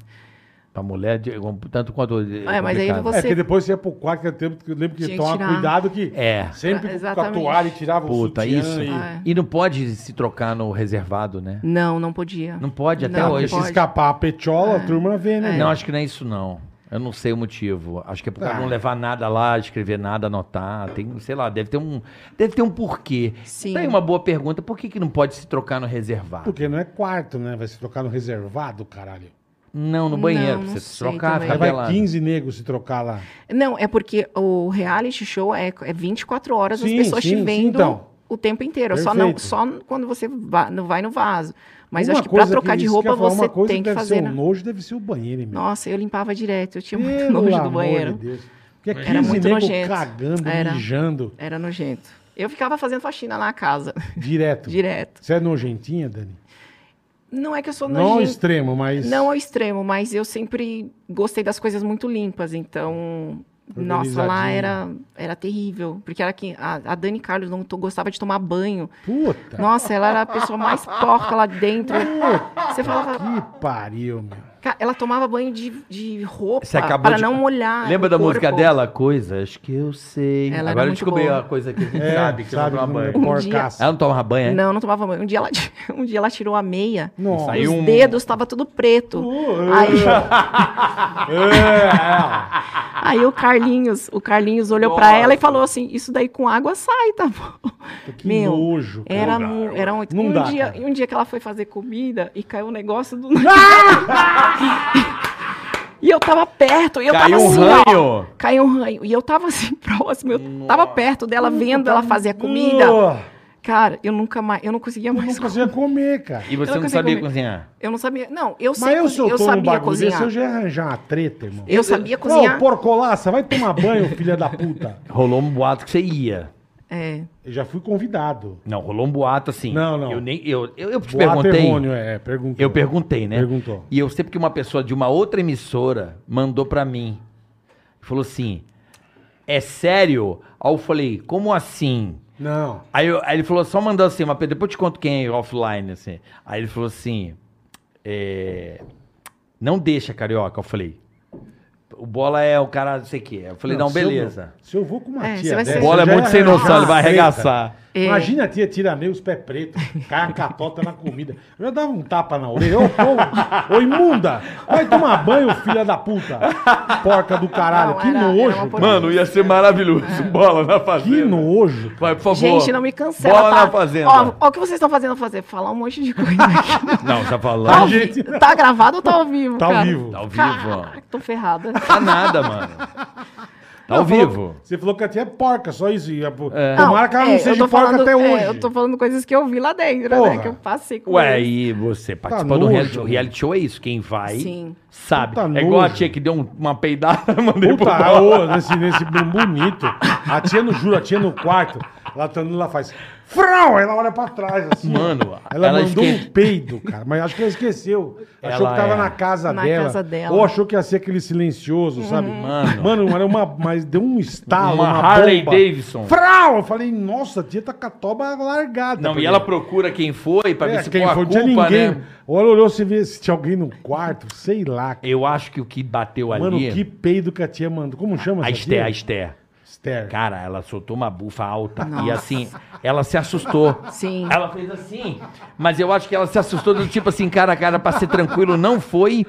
Speaker 4: Pra mulher, de- tanto quanto. É,
Speaker 1: É, mas aí
Speaker 4: complicado.
Speaker 3: É,
Speaker 1: você-
Speaker 3: porque depois você ia pro quarto, que eu tempo- que eu lembro que
Speaker 1: Tinha que
Speaker 3: tomar
Speaker 1: tirar.
Speaker 3: cuidado que
Speaker 4: É.
Speaker 3: sempre
Speaker 1: Ah,
Speaker 3: com a
Speaker 1: exatamente.
Speaker 3: toalha e tirava o
Speaker 4: Puta,
Speaker 3: sutiã
Speaker 4: isso.
Speaker 3: e-
Speaker 1: Ah,
Speaker 4: E não pode se trocar no reservado, né?
Speaker 1: Não, não podia.
Speaker 4: Não pode até
Speaker 1: Não,
Speaker 3: Ah,
Speaker 4: hoje.
Speaker 3: Deixa
Speaker 1: pode. É.
Speaker 3: escapar a petiola, a turma vê, né?
Speaker 4: Não, acho que não é isso, não. Eu não sei o motivo. Acho que é por causa de não levar nada lá, escrever nada, anotar. Tem, sei lá, deve ter um. Deve ter um porquê.
Speaker 1: Sim.
Speaker 4: Tem uma boa pergunta. Por que, que não pode se trocar no reservado?
Speaker 3: Porque não é quarto, né? Vai se trocar no reservado, caralho.
Speaker 4: Não, no banheiro.
Speaker 1: Não,
Speaker 4: pra
Speaker 1: não
Speaker 4: você se
Speaker 1: sei
Speaker 4: trocar,
Speaker 1: também.
Speaker 4: ficar
Speaker 3: Aí vai
Speaker 4: pelado.
Speaker 3: 15 negros se trocar lá.
Speaker 1: Não, é porque o reality show é, é 24 horas
Speaker 3: Sim,
Speaker 1: as pessoas
Speaker 3: sim, sim,
Speaker 1: te vendo
Speaker 3: então.
Speaker 1: o tempo inteiro. Só, não,
Speaker 3: Perfeito.
Speaker 1: só quando você va- não vai no vaso. Mas eu
Speaker 3: Uma
Speaker 1: acho que pra
Speaker 3: coisa
Speaker 1: trocar de
Speaker 3: isso
Speaker 1: roupa
Speaker 3: eu ia falar,
Speaker 1: você
Speaker 3: uma coisa
Speaker 1: tem que
Speaker 3: deve
Speaker 1: fazer.
Speaker 3: ser
Speaker 1: né?
Speaker 3: um nojo, deve ser o banheiro, hein, meu.
Speaker 1: Nossa, eu limpava direto. Eu tinha muito
Speaker 3: Pelo
Speaker 1: nojo do
Speaker 3: amor
Speaker 1: banheiro.
Speaker 3: de Deus. Porque
Speaker 1: Era
Speaker 3: 15
Speaker 1: muito
Speaker 3: negros
Speaker 1: nojento.
Speaker 3: cagando,
Speaker 1: Era.
Speaker 3: mijando,
Speaker 1: Era nojento. Eu ficava fazendo faxina na casa,
Speaker 3: direto.
Speaker 1: direto.
Speaker 3: Você é nojentinha, Dani?
Speaker 1: Não é que eu sou
Speaker 3: Não ao
Speaker 1: nojento.
Speaker 3: extremo, mas...
Speaker 1: Não ao extremo, mas eu sempre gostei das coisas muito limpas, então Nossa, lá
Speaker 3: Organizadinho.
Speaker 1: era, era terrível. Porque era que a, a Dani Carlos não to- gostava de tomar banho.
Speaker 3: Puta
Speaker 1: Nossa, ela era a pessoa mais porca lá dentro. Você falava.
Speaker 3: que pariu, meu.
Speaker 1: "Ca- Ela tomava banho de, de roupa
Speaker 4: Você acabou
Speaker 1: para
Speaker 4: de-
Speaker 1: não molhar.
Speaker 4: Lembra
Speaker 1: o
Speaker 4: da
Speaker 1: corpo.
Speaker 4: música dela? Coisas que eu sei.
Speaker 1: é Ela era
Speaker 4: Agora eu
Speaker 1: muito
Speaker 4: descobri
Speaker 1: boa.
Speaker 4: uma coisa que a gente
Speaker 3: É,
Speaker 4: sabe, que
Speaker 3: sabe
Speaker 4: não toma
Speaker 3: que não é
Speaker 4: banho.
Speaker 1: Um dia-
Speaker 3: porcaça.
Speaker 4: Ela não tomava banho, é?
Speaker 1: Não, não tomava banho. Um dia ela, um dia ela tirou a meia.
Speaker 3: Nossa.
Speaker 4: Aí
Speaker 1: os
Speaker 4: um-
Speaker 1: dedos estavam tudo preto. Aí, Aí o Carlinhos, o Carlinhos olhou pra ela e falou assim: "Isso daí com água sai, tá bom?"
Speaker 3: Que nojo, cara.
Speaker 1: era mu- era um,
Speaker 3: Não
Speaker 1: um
Speaker 3: dá,
Speaker 1: dia,
Speaker 3: cara.
Speaker 1: um dia que ela foi fazer comida e caiu um negócio do
Speaker 3: Ah!
Speaker 1: E eu tava perto, e eu
Speaker 4: Caiu
Speaker 1: tava
Speaker 4: um
Speaker 1: assim, ó.
Speaker 4: ranho.
Speaker 1: Caiu um ranho. E eu tava assim, próximo, eu tava perto dela, vendo ela fazer a comida.
Speaker 3: Ugh,
Speaker 1: Cara, eu nunca mais, eu não conseguia
Speaker 3: Eu não
Speaker 1: mais.
Speaker 3: conseguia comer, cara.
Speaker 4: E você
Speaker 1: Eu não
Speaker 4: não
Speaker 1: consigo
Speaker 4: sabia
Speaker 1: comer.
Speaker 4: cozinhar?
Speaker 1: Eu não sabia. Não, eu sei
Speaker 3: Mas eu, se eu
Speaker 1: cozinhar. Eu
Speaker 3: tomo um
Speaker 1: sabia
Speaker 3: bagulho desse, eu
Speaker 1: cozinhar.
Speaker 3: já ia arranjar uma treta, irmão.
Speaker 1: Eu sabia
Speaker 3: Ô,
Speaker 1: cozinhar.
Speaker 3: porcolaça, vai tomar banho, filha da puta.
Speaker 4: Rolou um boato que você ia.
Speaker 1: É.
Speaker 3: Eu já fui convidado.
Speaker 4: Não, rolou um boato assim.
Speaker 3: Não, não.
Speaker 4: Eu, nem, eu, eu, eu te
Speaker 3: Boato
Speaker 4: perguntei.
Speaker 3: errôneo, é, perguntou.
Speaker 4: Eu perguntei, né?
Speaker 3: Perguntou.
Speaker 4: E eu sei porque uma pessoa de uma outra emissora mandou pra mim. Falou assim: É sério? Aí eu falei: Como assim?
Speaker 3: Não.
Speaker 4: Aí, eu- aí ele falou, só mandou assim, mas Pedro, depois eu te conto quem é offline, assim. Aí ele falou assim, é, não deixa, carioca. Eu falei, o Bola é o cara, não sei o quê. Eu falei, não,
Speaker 3: se eu-
Speaker 4: beleza.
Speaker 3: Se eu vou com uma
Speaker 1: É,
Speaker 3: tia
Speaker 1: você vai ser-
Speaker 3: dessa,
Speaker 4: O Bola
Speaker 3: eu
Speaker 4: é
Speaker 3: já
Speaker 4: muito
Speaker 3: ia
Speaker 4: sem noção, ele vai
Speaker 3: arranjar uma treta.
Speaker 4: arregaçar.
Speaker 1: É.
Speaker 3: Imagina a tia tira meio os pés pretos, cai a catota na comida. Eu já dava um tapa na orelha. Ô, ô, ô, imunda! Vai tomar banho, filha da puta! Porca do caralho,
Speaker 1: Não,
Speaker 3: que
Speaker 1: era- era
Speaker 3: nojo!
Speaker 1: uma
Speaker 3: cara.
Speaker 5: Mano, ia ser maravilhoso. Bola na fazenda.
Speaker 3: que nojo!
Speaker 4: Vai, por favor.
Speaker 1: Gente, não me cancela.
Speaker 4: Bola
Speaker 1: tá?
Speaker 4: na fazenda.
Speaker 1: Ó, ó o que vocês estão fazendo fazer? Falar um monte de coisa aqui.
Speaker 4: Não, tá falando.
Speaker 1: tá,
Speaker 4: Tá,
Speaker 1: ao vi- tá gravado ou tá ao vivo?
Speaker 3: Tá ao
Speaker 1: cara?
Speaker 3: vivo.
Speaker 4: ao vivo, ó.
Speaker 1: Caraca, tô ferrada.
Speaker 4: Tá nada, mano. Tá ao vivo.
Speaker 3: Você falou que a tia é porca, só isso. E a-
Speaker 1: Não,
Speaker 3: Tomara que ela não
Speaker 1: é, eu
Speaker 3: seja
Speaker 1: tô
Speaker 3: porca
Speaker 1: falando-
Speaker 3: até
Speaker 1: é,
Speaker 3: hoje.
Speaker 1: eu tô falando coisas que eu vi lá dentro,
Speaker 3: Porra.
Speaker 1: né? Que eu passei com
Speaker 4: Ué,
Speaker 1: eles.
Speaker 4: e você participou do
Speaker 3: tá nojo,
Speaker 4: reality, o
Speaker 3: mano.
Speaker 4: reality show é isso. Quem vai,
Speaker 1: Sim.
Speaker 4: sabe.
Speaker 3: Puta
Speaker 4: é igual a
Speaker 3: nojo.
Speaker 4: tia que deu um- uma peidada, mandei pro
Speaker 3: Puta,
Speaker 4: Bola.
Speaker 3: ô, nesse, nesse bem bonito. A tia não jura, a tia no quarto. Ela tá andando, ela faz. Frau! Ela olha pra trás, assim.
Speaker 4: Mano,
Speaker 3: ó. ela,
Speaker 4: ela
Speaker 3: mandou
Speaker 4: esque-
Speaker 3: um peido, cara. Mas acho que ela esqueceu. Achou
Speaker 4: Ela
Speaker 3: que tava
Speaker 4: é.
Speaker 3: na casa
Speaker 1: Na
Speaker 3: dela.
Speaker 1: casa dela. Uhum.
Speaker 3: Ou achou que ia ser aquele silencioso, sabe?
Speaker 4: Mano.
Speaker 3: Mano, era uma. Mas deu um estalo.
Speaker 4: Uma
Speaker 3: Uma,
Speaker 4: Harley
Speaker 3: bomba.
Speaker 4: Davidson.
Speaker 3: Frau! Eu falei, nossa, a tia tá com a toba largada.
Speaker 4: Não,
Speaker 3: Porque-
Speaker 4: e ela procura quem foi pra ver
Speaker 3: É,
Speaker 4: se
Speaker 3: quem
Speaker 4: foi a
Speaker 3: foi, não tinha
Speaker 4: culpa,
Speaker 3: ninguém.
Speaker 4: né?
Speaker 3: Ou ela olhou se, vê, se tinha alguém no quarto, sei lá. cara.
Speaker 4: Eu acho que o que bateu
Speaker 3: Mano,
Speaker 4: ali.
Speaker 3: que peido que a tia mandou. Como chama
Speaker 4: A
Speaker 3: essa
Speaker 4: Esther, a
Speaker 3: tia?
Speaker 4: Esther.
Speaker 3: Esther.
Speaker 4: Cara, ela soltou uma bufa alta e
Speaker 1: Nossa.
Speaker 4: assim, ela se assustou.
Speaker 1: Sim.
Speaker 4: Ela fez assim, mas eu acho que ela se assustou do tipo assim, cara, cara, pra ser tranquilo, não foi.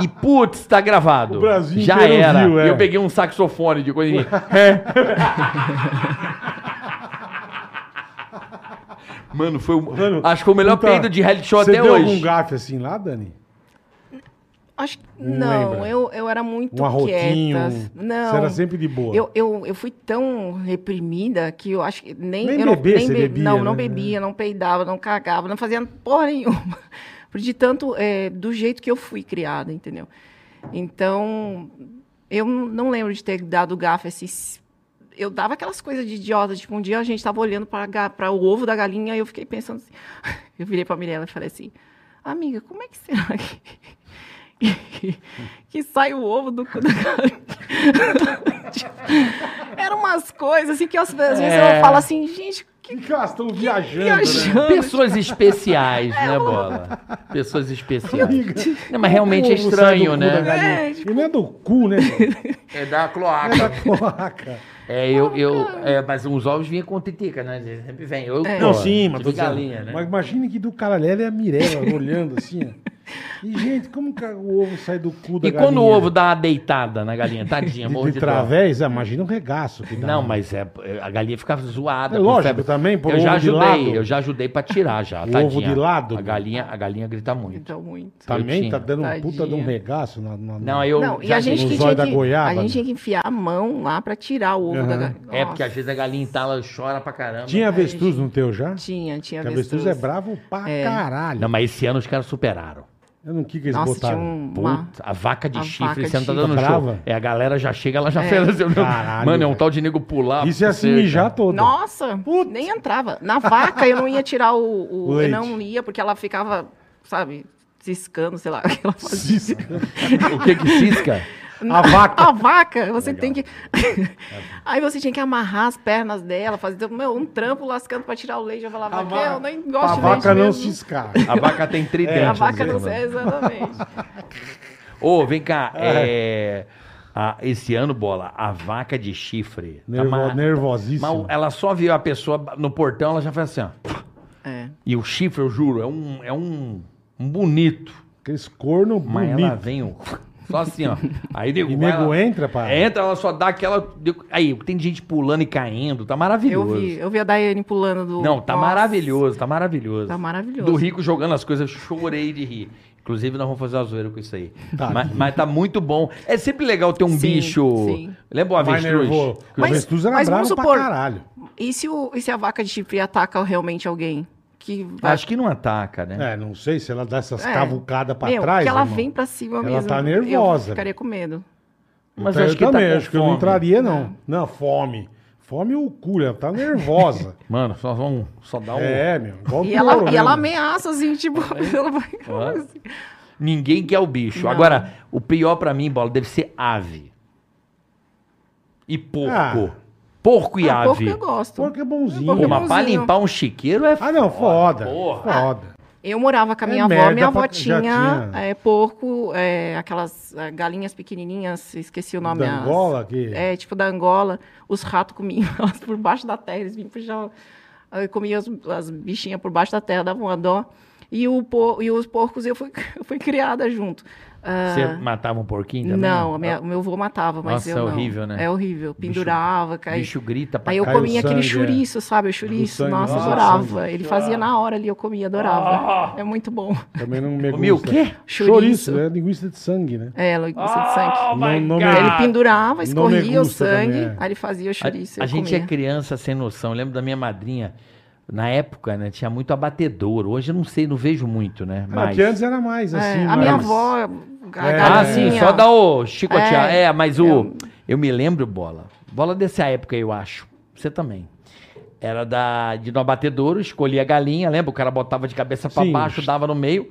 Speaker 4: E putz, tá gravado.
Speaker 3: O Brasil
Speaker 4: Já
Speaker 3: inteiro
Speaker 4: era.
Speaker 3: viu, é.
Speaker 4: E eu peguei um saxofone de coisa. Mano, foi o.
Speaker 3: Mano,
Speaker 4: acho que foi o melhor
Speaker 3: puta,
Speaker 4: peido de reality show até
Speaker 3: Você deu
Speaker 4: hoje.
Speaker 3: algum gafe assim lá, Dani?
Speaker 1: Acho que
Speaker 3: Não
Speaker 1: não,
Speaker 3: lembra.
Speaker 1: eu, eu era muito
Speaker 3: Um arrotinho,
Speaker 1: quieta.
Speaker 3: um-
Speaker 1: Não.
Speaker 3: você era sempre de boa.
Speaker 1: Eu, eu, eu fui tão reprimida que eu acho que nem.
Speaker 3: Nem
Speaker 1: eu não-
Speaker 3: beber você
Speaker 1: be-
Speaker 3: bebia,
Speaker 1: Não, não
Speaker 3: né?
Speaker 1: bebia, não peidava, não cagava, não fazia porra nenhuma. Por De tanto, é, do jeito que eu fui criada, entendeu? Então, eu não lembro de ter dado gafe assim. s- Eu dava aquelas coisas de idiota, tipo, um dia a gente tava olhando para o ovo da galinha e eu fiquei pensando assim. Eu virei pra Mirella e falei assim, amiga, como é que será que, que, que sai o ovo do cu da galinha? Tipo, Eram umas coisas assim que eu, às vezes
Speaker 3: É.
Speaker 1: eu falo assim, gente, que
Speaker 3: Que elas estão viajando, né?
Speaker 1: viajando.
Speaker 4: Pessoas especiais, né, Bola? Pessoas especiais. Não, mas realmente é
Speaker 3: Como sai do
Speaker 4: estranho,
Speaker 3: cu da
Speaker 4: né?
Speaker 3: galinha?
Speaker 1: É,
Speaker 3: E não é do cu, né? mano?
Speaker 4: É da
Speaker 3: É
Speaker 4: cloaca.
Speaker 3: da cloaca.
Speaker 4: É, eu, eu, é, mas uns ovos vinha com titica, né? Sempre vem. Eu,
Speaker 1: É.
Speaker 3: Não, sim, mas tô
Speaker 4: tive
Speaker 3: dizendo,
Speaker 4: galinha, né?
Speaker 3: Mas imagine que do caralho ela é a Mirella olhando assim, ó. E, gente, como que o ovo sai do cu da
Speaker 4: E
Speaker 3: galinha?
Speaker 4: quando o ovo dá uma deitada na galinha, tadinha,
Speaker 3: de,
Speaker 4: amor
Speaker 3: de,
Speaker 4: de Deus.
Speaker 3: través, ah, imagina um regaço que dá.
Speaker 4: Não, mas é, a galinha fica zoada.
Speaker 3: É
Speaker 4: com
Speaker 3: lógico
Speaker 4: febre.
Speaker 3: também, pô,
Speaker 4: Eu já
Speaker 3: ovo de
Speaker 4: ajudei,
Speaker 3: lado.
Speaker 4: eu já ajudei pra tirar já,
Speaker 3: O
Speaker 4: tadinha.
Speaker 3: ovo de lado?
Speaker 4: A galinha, a galinha grita muito.
Speaker 1: Então, muito.
Speaker 3: Também tá
Speaker 4: tinha.
Speaker 3: dando um puta de um
Speaker 1: Tadinha.
Speaker 3: regaço na, na-
Speaker 4: Não, eu
Speaker 1: Não, e
Speaker 4: já
Speaker 1: a gente,
Speaker 4: dei.
Speaker 1: que
Speaker 3: No zóio
Speaker 1: tinha
Speaker 3: da
Speaker 1: que,
Speaker 3: goiaba,
Speaker 1: a
Speaker 3: né?
Speaker 1: gente tinha que enfiar a mão lá pra tirar o ovo
Speaker 3: Aham.
Speaker 1: da galinha.
Speaker 4: É, porque às vezes a galinha entala, chora pra caramba.
Speaker 3: Tinha avestruz no teu já?
Speaker 1: é Tinha, tinha
Speaker 3: Porque avestruz
Speaker 1: avestruz.
Speaker 3: é bravo pra caralho.
Speaker 4: Não, mas esse ano os caras superaram.
Speaker 3: Eu não que que eles
Speaker 1: Nossa,
Speaker 3: botaram.
Speaker 1: tinha um- uma...
Speaker 4: Putz, a vaca de
Speaker 1: A vaca
Speaker 4: chifre,
Speaker 1: de É.
Speaker 4: você não tá
Speaker 1: chifre.
Speaker 4: dando
Speaker 3: Tá
Speaker 4: show.
Speaker 3: brava?
Speaker 4: É, a galera já chega, ela já fez. assim,
Speaker 3: Caralho,
Speaker 4: Mano, é um
Speaker 3: velho.
Speaker 4: tal de nego pular.
Speaker 3: Isso é assim mijar todo.
Speaker 1: Nossa,
Speaker 3: Putz.
Speaker 1: nem entrava. Na vaca eu não ia tirar o... o-
Speaker 3: O
Speaker 1: eu
Speaker 3: leite.
Speaker 1: não ia, porque ela ficava, sabe, ciscando, sei lá. o que Ela fazia.
Speaker 3: Cisca.
Speaker 4: O que que cisca?
Speaker 3: A vaca.
Speaker 1: A vaca, você tem que. Aí você tinha que amarrar as pernas dela, fazer meu, um trampo lascando pra tirar o leite. Eu falava,
Speaker 3: vaca-
Speaker 1: meu, eu nem
Speaker 3: A
Speaker 1: gosto de leite.
Speaker 3: vaca não
Speaker 1: mesmo. Tá
Speaker 3: se escapa.
Speaker 4: A vaca tem tridente.
Speaker 1: A
Speaker 3: É,
Speaker 4: né,
Speaker 1: vaca
Speaker 4: Zé?
Speaker 1: não se. Exatamente.
Speaker 4: Ô, vem cá, é, a- esse ano, bola, a vaca de chifre. tá
Speaker 3: Nervo-
Speaker 4: ma-
Speaker 3: nervosíssima.
Speaker 4: Mas ela só viu a pessoa no portão, ela já fez assim, ó.
Speaker 1: É.
Speaker 4: E o chifre, eu juro, é um, é um, um bonito.
Speaker 3: Aqueles corno
Speaker 4: Mas ela
Speaker 1: é
Speaker 3: bonito.
Speaker 4: vem, ó, só assim, ó. Aí nego,
Speaker 3: E nego
Speaker 4: ela-
Speaker 3: entra, pá?
Speaker 4: Entra, ela só dá aquela. Aí, tem gente pulando e caindo, tá
Speaker 1: Eu
Speaker 4: maravilhoso.
Speaker 1: vi, eu vi a Daiane pulando do.
Speaker 4: Não, tá
Speaker 1: Nossa.
Speaker 4: maravilhoso, tá maravilhoso.
Speaker 1: Tá maravilhoso.
Speaker 4: Do Rico jogando as coisas, eu chorei de rir. Inclusive, nós vamos fazer uma zoeira com isso aí.
Speaker 3: Tá.
Speaker 4: Mas, mas tá muito bom. É sempre legal ter um
Speaker 1: Sim,
Speaker 4: bicho.
Speaker 1: sim.
Speaker 4: Lembra o
Speaker 3: Mas
Speaker 4: avestruz?
Speaker 3: nervoso.
Speaker 4: Que
Speaker 3: Mas,
Speaker 1: Mas-
Speaker 3: o avestruz era
Speaker 1: mas
Speaker 3: bravo
Speaker 1: vamos
Speaker 3: pra
Speaker 1: supor-
Speaker 3: caralho.
Speaker 1: E se, o, e se a vaca de chifre ataca realmente alguém? Que
Speaker 4: eu- Acho que não ataca, né?
Speaker 3: É, não sei se ela dá essas
Speaker 1: É.
Speaker 3: cavucadas pra
Speaker 1: Meu,
Speaker 3: trás.
Speaker 1: que ela
Speaker 3: irmão.
Speaker 1: vem pra cima
Speaker 3: Ela
Speaker 1: mesmo.
Speaker 3: tá nervosa,
Speaker 1: Eu ficaria com medo.
Speaker 4: Mas
Speaker 3: Então,
Speaker 4: acho
Speaker 3: eu
Speaker 4: que tá
Speaker 3: também,
Speaker 4: com
Speaker 3: acho que eu não
Speaker 4: fome.
Speaker 3: entraria,
Speaker 1: É.
Speaker 3: não. Não, fome. Fome o cu, ela tá nervosa.
Speaker 4: Mano, só vamos. Só dá um.
Speaker 3: é, meu. Igual
Speaker 1: Tá E
Speaker 3: o
Speaker 1: ela,
Speaker 3: touro
Speaker 1: e ela
Speaker 3: mesmo.
Speaker 1: ameaça, assim, tipo, ela vai. é
Speaker 4: Ninguém quer o bicho.
Speaker 1: Não.
Speaker 4: Agora, o pior pra mim, bola, deve ser ave. E porco.
Speaker 3: Ah.
Speaker 4: Porco e
Speaker 1: Ah, pouco
Speaker 4: ave.
Speaker 1: eu gosto.
Speaker 3: Porco é bonzinho.
Speaker 1: Porco
Speaker 4: Pô,
Speaker 1: é
Speaker 4: mas pra
Speaker 1: bonzinho.
Speaker 4: limpar um chiqueiro é
Speaker 3: Ah, não, foda.
Speaker 4: Porra.
Speaker 3: Foda.
Speaker 1: Eu morava com a
Speaker 3: É
Speaker 1: minha avó,
Speaker 3: merda
Speaker 1: minha avó
Speaker 3: pra- já
Speaker 1: tinha,
Speaker 3: tinha.
Speaker 1: é, porco, é, aquelas é, galinhas pequenininhas, esqueci o nome.
Speaker 3: Da
Speaker 1: as-
Speaker 3: Angola, que-
Speaker 1: É, tipo da Angola, os ratos comiam elas por baixo da terra, eles vinham puxar, aí comiam as, as bichinhas por baixo da terra, davam uma dó. E, o por- e os porcos eu fui, eu fui criada junto. Ah,
Speaker 4: Você matava um porquinho também?
Speaker 1: não, a minha- o meu avô matava, mas
Speaker 4: Nossa,
Speaker 1: eu
Speaker 4: é
Speaker 1: não.
Speaker 4: horrível, né?
Speaker 1: É horrível, pendurava,
Speaker 4: O
Speaker 1: caía.
Speaker 4: bicho grita pra
Speaker 1: Aí eu
Speaker 3: cai o
Speaker 1: comia aquele
Speaker 3: sangue, é.
Speaker 1: chouriço, sabe? O
Speaker 3: Do
Speaker 1: chouriço,
Speaker 3: sangue,
Speaker 1: nossa,
Speaker 3: nossa,
Speaker 1: adorava. Ele fazia na hora ali, eu comia, adorava. É muito bom.
Speaker 3: Também não me
Speaker 4: Comia o
Speaker 3: gusta.
Speaker 4: quê?
Speaker 3: Chouriço,
Speaker 1: Chouriço.
Speaker 3: é linguiça de sangue, né?
Speaker 1: É, ela gosta
Speaker 4: Ah!
Speaker 1: de
Speaker 4: Oh
Speaker 3: Não-
Speaker 1: sangue.
Speaker 3: não me-
Speaker 1: Ele pendurava,
Speaker 3: Não me
Speaker 1: escorria o
Speaker 3: gusta também,
Speaker 1: sangue,
Speaker 3: é.
Speaker 1: aí ele fazia o chouriço.
Speaker 4: A, a
Speaker 1: eu
Speaker 4: gente é
Speaker 1: comia.
Speaker 4: criança sem noção. Eu lembro da minha madrinha. Na época, né, tinha muito abatedouro. Hoje eu não sei, não vejo muito, né?
Speaker 3: Ah,
Speaker 4: Mas...
Speaker 3: que antes era mais
Speaker 1: É,
Speaker 3: assim.
Speaker 1: a minha
Speaker 3: mais-
Speaker 1: avó, a
Speaker 4: Ah,
Speaker 1: galinha,
Speaker 4: sim, só dá o chicotear. É,
Speaker 1: É,
Speaker 4: mas o. Eu...
Speaker 1: eu-
Speaker 4: me lembro, bola. Bola dessa época, eu acho. Você também. Era da, de no abatedouro, escolhia a galinha, lembra? O cara botava de cabeça pra
Speaker 3: Sim.
Speaker 4: baixo, dava no meio.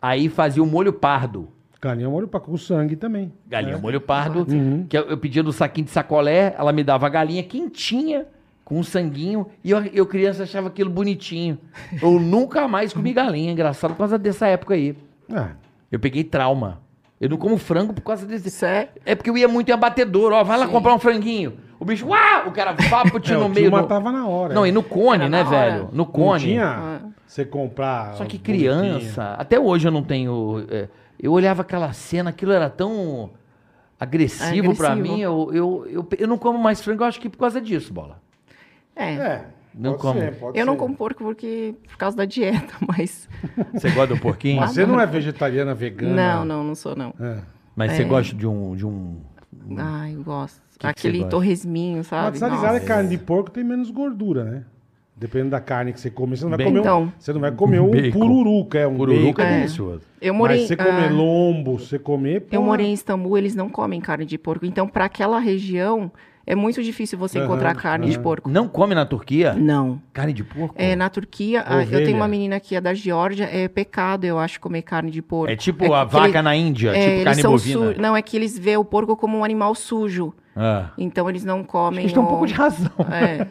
Speaker 4: Aí fazia o molho pardo.
Speaker 3: Galinha molho um pra com sangue também.
Speaker 4: Galinha
Speaker 3: né?
Speaker 4: molho pardo,
Speaker 3: Uhum.
Speaker 4: que eu, eu pedia no saquinho de sacolé, ela me dava a galinha quentinha, com um sanguinho, e eu, eu criança achava aquilo bonitinho. Eu nunca mais comi galinha, engraçado, por causa dessa época aí.
Speaker 3: Ah,
Speaker 4: Eu peguei trauma. Eu não como frango por causa desse...
Speaker 1: Isso é-
Speaker 4: É porque eu ia muito em abatedouro, ó, vai lá
Speaker 1: Sim.
Speaker 4: comprar um franguinho. O bicho, uau, o cara papo
Speaker 3: é,
Speaker 4: tinha no
Speaker 3: o tio
Speaker 4: meio. No...
Speaker 3: matava na hora.
Speaker 4: Não, e no cone,
Speaker 1: Era
Speaker 4: né,
Speaker 1: na hora.
Speaker 4: velho? No cone.
Speaker 3: Não tinha você comprar... um
Speaker 4: Só que
Speaker 3: bonitinho.
Speaker 4: criança, até hoje eu não tenho. é, eu olhava aquela cena, aquilo era tão agressivo
Speaker 1: Agressivo.
Speaker 4: pra mim. Eu, eu, eu, eu não como mais frango, eu acho que por causa disso, bola.
Speaker 1: É.
Speaker 3: É.
Speaker 4: Não
Speaker 3: pode
Speaker 4: como.
Speaker 3: ser, pode
Speaker 1: Eu não
Speaker 3: ser.
Speaker 1: como porco porque, por causa da dieta, mas...
Speaker 4: Você gosta do porquinho?
Speaker 3: Mas você não é vegetariana, vegana.
Speaker 1: né? Não, não, não sou, não.
Speaker 3: É.
Speaker 4: Mas você gosta de um. De um...
Speaker 1: Ai, eu gosto.
Speaker 4: que você
Speaker 1: Aquele
Speaker 4: gosta?
Speaker 1: torresminho,
Speaker 3: Mas
Speaker 1: sabe?
Speaker 3: sarizada é
Speaker 1: Nossa.
Speaker 3: carne de porco, tem menos gordura, né? Dependendo da carne que você come, você não vai
Speaker 4: Bem-
Speaker 3: comer um,
Speaker 1: Então.
Speaker 3: você não vai comer um
Speaker 4: Bacon.
Speaker 3: pururuca, é um
Speaker 4: Pururuca
Speaker 3: bacon.
Speaker 4: é
Speaker 1: É.
Speaker 4: delicioso.
Speaker 1: Eu morei...
Speaker 3: Mas você
Speaker 1: ah,
Speaker 3: comer lombo, você comer...
Speaker 1: Eu
Speaker 3: porra,
Speaker 1: morei em Istambul, eles não comem carne de porco. Então, para aquela região, é muito difícil você
Speaker 3: Aham,
Speaker 1: encontrar carne de porco.
Speaker 4: Não come na Turquia?
Speaker 1: Não.
Speaker 4: Carne de porco?
Speaker 1: É, na Turquia, a- eu
Speaker 3: Ovelha.
Speaker 1: tenho uma menina aqui, é da Geórgia, é pecado, eu acho, comer carne de porco.
Speaker 4: É tipo
Speaker 1: que
Speaker 4: a
Speaker 1: aquele-
Speaker 4: vaca na Índia,
Speaker 1: é,
Speaker 4: tipo
Speaker 1: eles
Speaker 4: carne
Speaker 1: são
Speaker 4: bovina.
Speaker 1: su- Não, é que eles veem o porco como um animal sujo.
Speaker 4: Ah.
Speaker 1: Então, eles não comem.
Speaker 4: Eles têm um
Speaker 1: o-
Speaker 4: pouco de razão.
Speaker 1: É.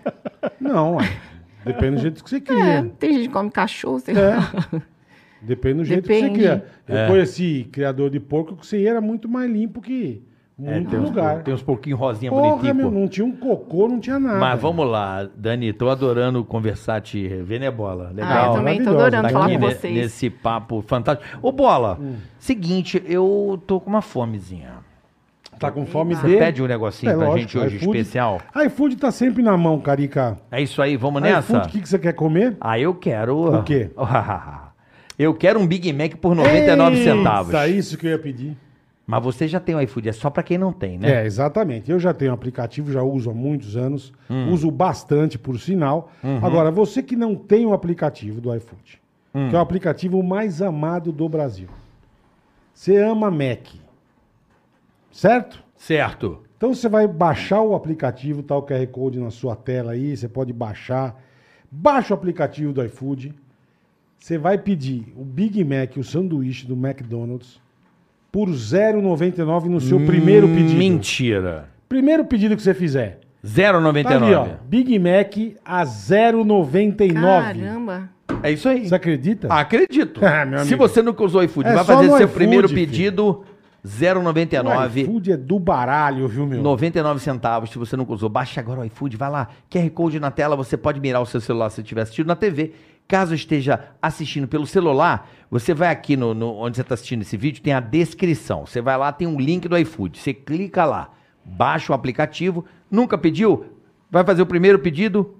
Speaker 3: Não, ué. depende do jeito que você
Speaker 1: É,
Speaker 3: cria.
Speaker 1: tem gente que come cachorro, sei lá.
Speaker 3: É. Depende do jeito que você
Speaker 1: Depende.
Speaker 3: cria. Eu
Speaker 4: É.
Speaker 3: conheci criador de porco que você era muito mais limpo que muito
Speaker 4: É, tem, uns,
Speaker 3: lugar.
Speaker 4: tem uns porquinhos rosinha
Speaker 3: Porra,
Speaker 4: bonitinho.
Speaker 3: meu, não tinha um cocô, não tinha nada.
Speaker 4: Mas vamos lá, Dani, tô adorando conversar, te rever, né, Bola?
Speaker 1: Ah,
Speaker 4: Legal.
Speaker 1: eu também tô
Speaker 3: maravilhoso.
Speaker 1: adorando
Speaker 3: Tá
Speaker 1: falar
Speaker 4: aqui
Speaker 1: com
Speaker 4: ne-
Speaker 1: vocês.
Speaker 4: nesse papo fantástico. Ô, Bola,
Speaker 3: Hum.
Speaker 4: seguinte, eu tô com uma fomezinha.
Speaker 3: Tá com fome
Speaker 4: Você
Speaker 3: de...
Speaker 4: pede um negocinho
Speaker 3: É,
Speaker 4: pra
Speaker 3: lógico,
Speaker 4: gente hoje
Speaker 3: iFood-
Speaker 4: especial?
Speaker 3: iFood tá sempre na mão, Carica.
Speaker 4: É isso aí, vamos nessa?
Speaker 3: iFood, o que, que você quer comer?
Speaker 4: Ah, eu quero...
Speaker 3: O quê?
Speaker 4: eu quero um Big Mac por 99 centavos.
Speaker 3: É isso que eu ia pedir.
Speaker 4: Mas você já tem o iFood, é só pra quem não tem, né?
Speaker 3: É, exatamente. Eu já tenho aplicativo, já uso há muitos anos. Uso bastante, por sinal. Agora, você que não tem o aplicativo do iFood, que é o aplicativo mais amado do Brasil. Você ama Mac, certo?
Speaker 4: Certo.
Speaker 3: Então você vai baixar o aplicativo, tá o QR Code na sua tela aí, você pode baixar. Baixa o aplicativo do iFood. Você vai pedir o Big Mac, o sanduíche do McDonald's. por 0,99 no seu primeiro pedido.
Speaker 4: Hum, Mentira.
Speaker 3: Primeiro pedido que você fizer. Tá ali, ó.
Speaker 4: 0,99.
Speaker 3: Big Mac a 0,99.
Speaker 1: Caramba.
Speaker 4: é isso aí.
Speaker 3: Você acredita?
Speaker 4: Acredito.
Speaker 3: Ah, meu
Speaker 4: Se
Speaker 3: amigo.
Speaker 4: você nunca usou iFood,
Speaker 3: É
Speaker 4: vai
Speaker 3: só
Speaker 4: fazer
Speaker 3: no
Speaker 4: seu
Speaker 3: iFood,
Speaker 4: primeiro
Speaker 3: filho.
Speaker 4: pedido
Speaker 3: O
Speaker 4: 0,99.
Speaker 3: iFood é do baralho, viu, meu?
Speaker 4: 99 centavos, se você nunca usou, baixa agora o iFood, vai lá, QR Code na tela, você pode mirar o seu celular se estiver assistindo na TV. Caso esteja assistindo pelo celular, você vai aqui no, no- onde você está assistindo esse vídeo, tem a descrição. Você vai lá, tem um link do iFood. Você clica lá, baixa o aplicativo. Nunca pediu? Vai fazer o primeiro pedido?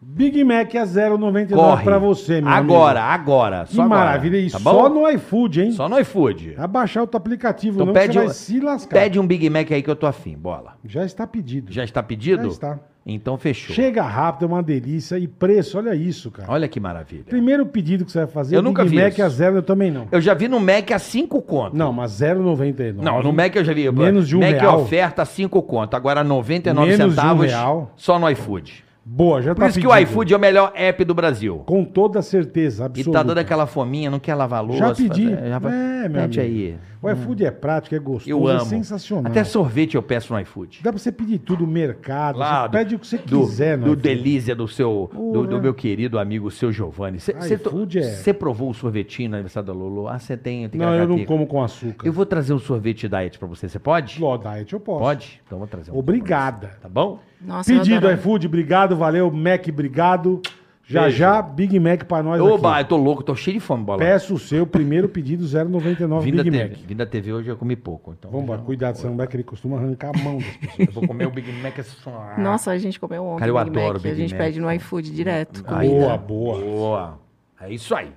Speaker 3: Big Mac a 0,99
Speaker 4: Corre.
Speaker 3: é pra você, meu amigo.
Speaker 4: Agora, agora.
Speaker 3: Que
Speaker 4: Só agora,
Speaker 3: maravilha. E
Speaker 4: tá
Speaker 3: só
Speaker 4: bom?
Speaker 3: no Ah, iFood, hein?
Speaker 4: Só no iFood.
Speaker 3: Abaixar o teu aplicativo,
Speaker 4: Então
Speaker 3: não,
Speaker 4: pede
Speaker 3: você
Speaker 4: um,
Speaker 3: vai se lascar.
Speaker 4: pede um Big Mac aí que eu tô afim, bola.
Speaker 3: Já está pedido.
Speaker 4: Já está pedido?
Speaker 3: Já está.
Speaker 4: Então fechou.
Speaker 3: Chega rápido, é uma delícia. E preço, olha isso, cara.
Speaker 4: Olha que maravilha.
Speaker 3: Primeiro pedido que você vai fazer,
Speaker 4: Eu nunca
Speaker 3: Big
Speaker 4: vi
Speaker 3: Mac
Speaker 4: isso.
Speaker 3: a zero, eu também não.
Speaker 4: Eu já vi no Mac a 5 conto.
Speaker 3: Não, mas 0,99.
Speaker 4: Não, no Mac eu já vi.
Speaker 3: Menos de um
Speaker 4: Mac
Speaker 3: real.
Speaker 4: é oferta 5 conto. Agora 99
Speaker 3: Menos de um
Speaker 4: centavos
Speaker 3: real.
Speaker 4: só no iFood.
Speaker 3: Boa, já
Speaker 4: Por
Speaker 3: tá
Speaker 4: isso que
Speaker 3: pedido.
Speaker 4: o iFood é o melhor app do Brasil.
Speaker 3: Com toda certeza,
Speaker 4: E
Speaker 3: absoluta.
Speaker 4: tá dando aquela fominha, não quer lavar louça.
Speaker 3: Já pedi.
Speaker 4: fazer- já fa-
Speaker 3: É, meu
Speaker 4: Pede
Speaker 3: amigo.
Speaker 4: aí. Hum.
Speaker 3: O iFood é prático, é gostoso,
Speaker 4: Eu amo.
Speaker 3: é sensacional.
Speaker 4: Até sorvete eu peço no iFood.
Speaker 3: Dá pra você pedir tudo, mercado,
Speaker 4: Lá
Speaker 3: você
Speaker 4: do-
Speaker 3: pede o que você
Speaker 4: do,
Speaker 3: quiser.
Speaker 4: do
Speaker 3: no iFood.
Speaker 4: Delícia, do seu, do,
Speaker 3: Porra.
Speaker 4: do meu querido amigo, seu Giovanni.
Speaker 3: iFood é-
Speaker 4: Você provou o sorvetinho no aniversário da Lulu? Ah, você tem. tem
Speaker 3: Não, eu não
Speaker 4: cacateca.
Speaker 3: como com açúcar.
Speaker 4: Eu vou trazer um sorvete diet pra você. Você pode?
Speaker 3: Low diet eu posso.
Speaker 4: Pode? Então eu vou trazer um.
Speaker 3: Obrigada.
Speaker 4: pra você, Tá bom?
Speaker 1: Nossa, eu
Speaker 3: Pedido,
Speaker 1: adoro.
Speaker 3: iFood, obrigado, valeu. Mac, obrigado. Já
Speaker 4: Beijo.
Speaker 3: já, Big Mac pra nós
Speaker 4: Oba,
Speaker 3: aqui.
Speaker 4: eu tô louco, tô cheio de fome, bola.
Speaker 3: Peço o seu primeiro pedido, 0,99
Speaker 4: Vim da,
Speaker 3: Big
Speaker 4: TV,
Speaker 3: Mac.
Speaker 4: vim da TV hoje eu comi pouco. Então
Speaker 3: Vamos lá, cuidado, você não vai que ele costuma arrancar a mão das pessoas.
Speaker 4: Eu vou comer o Big Mac assim. ah.
Speaker 1: Nossa, a gente comeu ontem
Speaker 4: Cara, eu
Speaker 1: Big
Speaker 4: adoro
Speaker 1: Mac.
Speaker 4: Big
Speaker 1: a gente
Speaker 4: Mac.
Speaker 1: pede no iFood direto.
Speaker 4: Aí, tá.
Speaker 1: comida.
Speaker 3: boa, boa.
Speaker 4: Boa. É isso aí.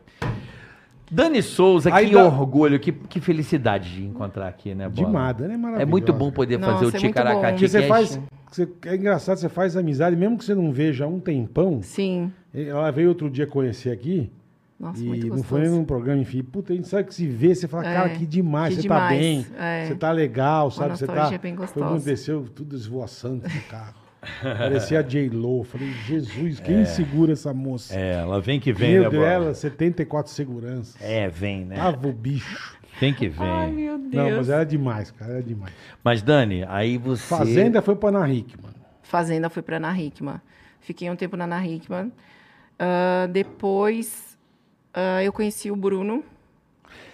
Speaker 4: Dani Souza,
Speaker 3: Aí
Speaker 4: que
Speaker 3: dá-
Speaker 4: orgulho, que, que felicidade de encontrar aqui, né, bola?
Speaker 3: Demais, Dani é
Speaker 4: É
Speaker 3: maravilhosa.
Speaker 4: muito bom poder
Speaker 1: Nossa,
Speaker 4: fazer
Speaker 1: é
Speaker 4: o
Speaker 1: muito bom.
Speaker 4: Ticaracati
Speaker 3: Porque você
Speaker 4: Cast.
Speaker 3: faz. você- é engraçado, você faz amizade, mesmo que você não veja há um tempão. eh,
Speaker 1: Sim.
Speaker 3: Ela veio outro dia conhecer aqui.
Speaker 1: Nossa, muito
Speaker 3: e não
Speaker 1: gostoso.
Speaker 3: foi
Speaker 4: um
Speaker 3: num programa, enfim. Puta, a gente sabe que se vê, você fala,
Speaker 1: É,
Speaker 3: cara, que demais,
Speaker 1: que
Speaker 3: você tá
Speaker 1: demais,
Speaker 3: bem,
Speaker 1: é.
Speaker 3: você tá legal, sabe? Você tá.
Speaker 1: nostalgia bem
Speaker 3: Todo mundo
Speaker 1: gostosa.
Speaker 3: desceu, tudo esvoaçando do carro. Parecia a J-Lo. Falei, Jesus, quem segura essa moça?
Speaker 4: É, ela vem que vem,
Speaker 3: Meu
Speaker 4: né,
Speaker 3: Deus,
Speaker 4: bola?
Speaker 3: ela, 74 seguranças.
Speaker 4: É, vem, né?
Speaker 3: Tava o bicho.
Speaker 4: Vem que vem.
Speaker 1: Ai, meu Deus.
Speaker 3: Não,
Speaker 4: é-
Speaker 3: mas era demais, cara, era demais.
Speaker 4: Mas, Dani, aí você.
Speaker 3: Fazenda foi pra Ana Hickman.
Speaker 1: Fazenda foi pra Ana Hickman. Fiquei um tempo na Ana Hickman. Ah, depois ah, eu conheci o Bruno.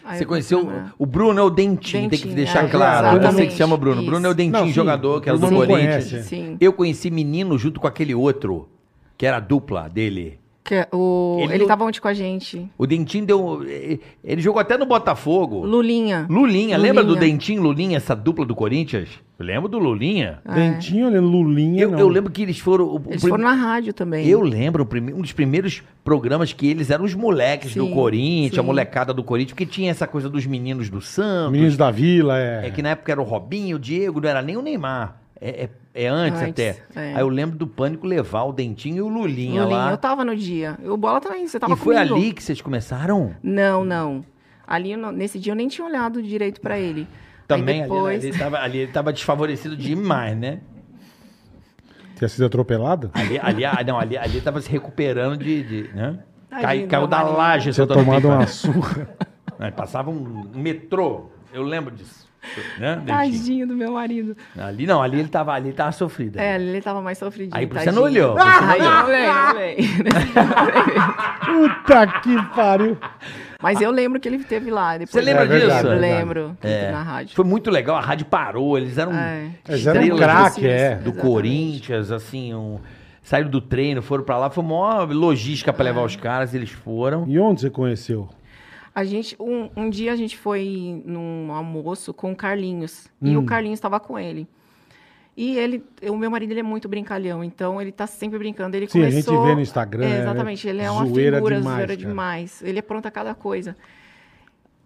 Speaker 1: Aí
Speaker 4: Você
Speaker 1: Ah, eu
Speaker 4: conheceu.
Speaker 1: comecei a namorar.
Speaker 4: O Bruno é o Dentinho, tem que
Speaker 1: Dentinho,
Speaker 4: deixar
Speaker 1: é,
Speaker 4: claro. Não sei que
Speaker 1: exatamente,
Speaker 4: chama Bruno.
Speaker 1: isso.
Speaker 4: Bruno é o Dentinho,
Speaker 3: Não, sim,
Speaker 4: jogador que era do
Speaker 3: todo mundo
Speaker 4: Corinthians.
Speaker 3: conhece.
Speaker 1: Sim.
Speaker 4: Eu conheci menino junto com aquele outro, que era a dupla dele.
Speaker 1: Que- é o-
Speaker 4: Ele
Speaker 1: Ele,
Speaker 4: não-
Speaker 1: tava ontem com a gente.
Speaker 4: O Dentinho deu. Ele jogou até no Botafogo.
Speaker 1: Lulinha.
Speaker 4: Lulinha, lembra do
Speaker 1: Lulinha.
Speaker 4: Dentinho e Lulinha, essa dupla do Corinthians? Eu lembro do Lulinha.
Speaker 1: Ah, é.
Speaker 3: Dentinho olhando, Lulinha.
Speaker 4: Eu,
Speaker 3: não.
Speaker 4: eu lembro que eles foram. o- o
Speaker 1: Eles
Speaker 4: prim-
Speaker 1: foram na rádio também.
Speaker 4: Eu lembro o prime- um dos primeiros programas que eles eram os moleques do
Speaker 1: Sim,
Speaker 4: Corinthians, a
Speaker 1: sim.
Speaker 4: molecada do Corinthians, porque tinha essa coisa dos meninos do Santos.
Speaker 3: Meninos da Vila, é.
Speaker 4: É que na época era o Robinho, o Diego, não era nem o Neymar. É, é- é antes,
Speaker 1: Antes,
Speaker 4: até.
Speaker 1: é.
Speaker 4: Aí eu lembro do Pânico levar o Dentinho e o Lulinha,
Speaker 1: Lulinha, eu
Speaker 4: lá.
Speaker 1: tava no dia. O Bola também, você tava
Speaker 4: e foi
Speaker 1: comigo.
Speaker 4: ali que vocês começaram?
Speaker 1: Não, não. Ali, eu não- nesse dia, eu nem tinha olhado direito pra ele.
Speaker 4: Também ali,
Speaker 1: Aí depois...
Speaker 4: ali, ele é tava, ali ele tava desfavorecido demais, né?
Speaker 3: Tinha sido atropelada?
Speaker 4: Ali, ali, ah, não, ali, ali tava se recuperando de. de, né? Cai-
Speaker 1: Tadinho,
Speaker 4: caiu
Speaker 1: não,
Speaker 4: da
Speaker 1: ali-
Speaker 4: laje,
Speaker 3: Tinha
Speaker 4: seu Antônio
Speaker 3: tomado
Speaker 4: Pipa.
Speaker 3: uma surra.
Speaker 4: Não, ele Passava um metrô. Eu lembro disso. Né, Dentinho?
Speaker 1: Tadinho do meu marido.
Speaker 4: ali não, ali ele tava, ali ele tava sofrido.
Speaker 1: É, ele tava mais sofridinho.
Speaker 4: Aí você
Speaker 1: tadinho.
Speaker 4: não olhou. Você não
Speaker 1: Aí
Speaker 4: olhou.
Speaker 1: não olhei, não olhei. Nesse dia eu não olhei.
Speaker 3: Puta que pariu.
Speaker 1: Mas eu lembro que ele teve lá. Depois
Speaker 4: Você lembra
Speaker 3: É verdade,
Speaker 4: disso? É.
Speaker 1: Eu
Speaker 3: verdade.
Speaker 1: lembro. que ele teve Na rádio.
Speaker 4: Foi muito legal, a rádio parou, eles eram
Speaker 1: É.
Speaker 3: Eles eram
Speaker 4: estrelas assim,
Speaker 3: craque,
Speaker 4: do-
Speaker 3: é.
Speaker 4: do
Speaker 1: Exatamente.
Speaker 4: Corinthians, assim, um, saíram do treino, foram pra lá, foi uma logística pra
Speaker 1: É.
Speaker 4: levar os caras, eles foram.
Speaker 3: E onde você conheceu?
Speaker 1: A gente, um, um dia a gente foi num almoço com o Carlinhos. E
Speaker 4: Hum.
Speaker 1: o Carlinhos estava com ele. E ele, o meu marido, ele é muito brincalhão, então ele tá sempre brincando. Ele
Speaker 3: Sim, a gente
Speaker 1: começou,
Speaker 3: vê no Instagram, né?
Speaker 1: É, exatamente, ele é uma
Speaker 3: Zoeira
Speaker 1: figura
Speaker 3: demais,
Speaker 1: zoeira
Speaker 3: cara.
Speaker 1: demais. Ele é pronto a cada coisa.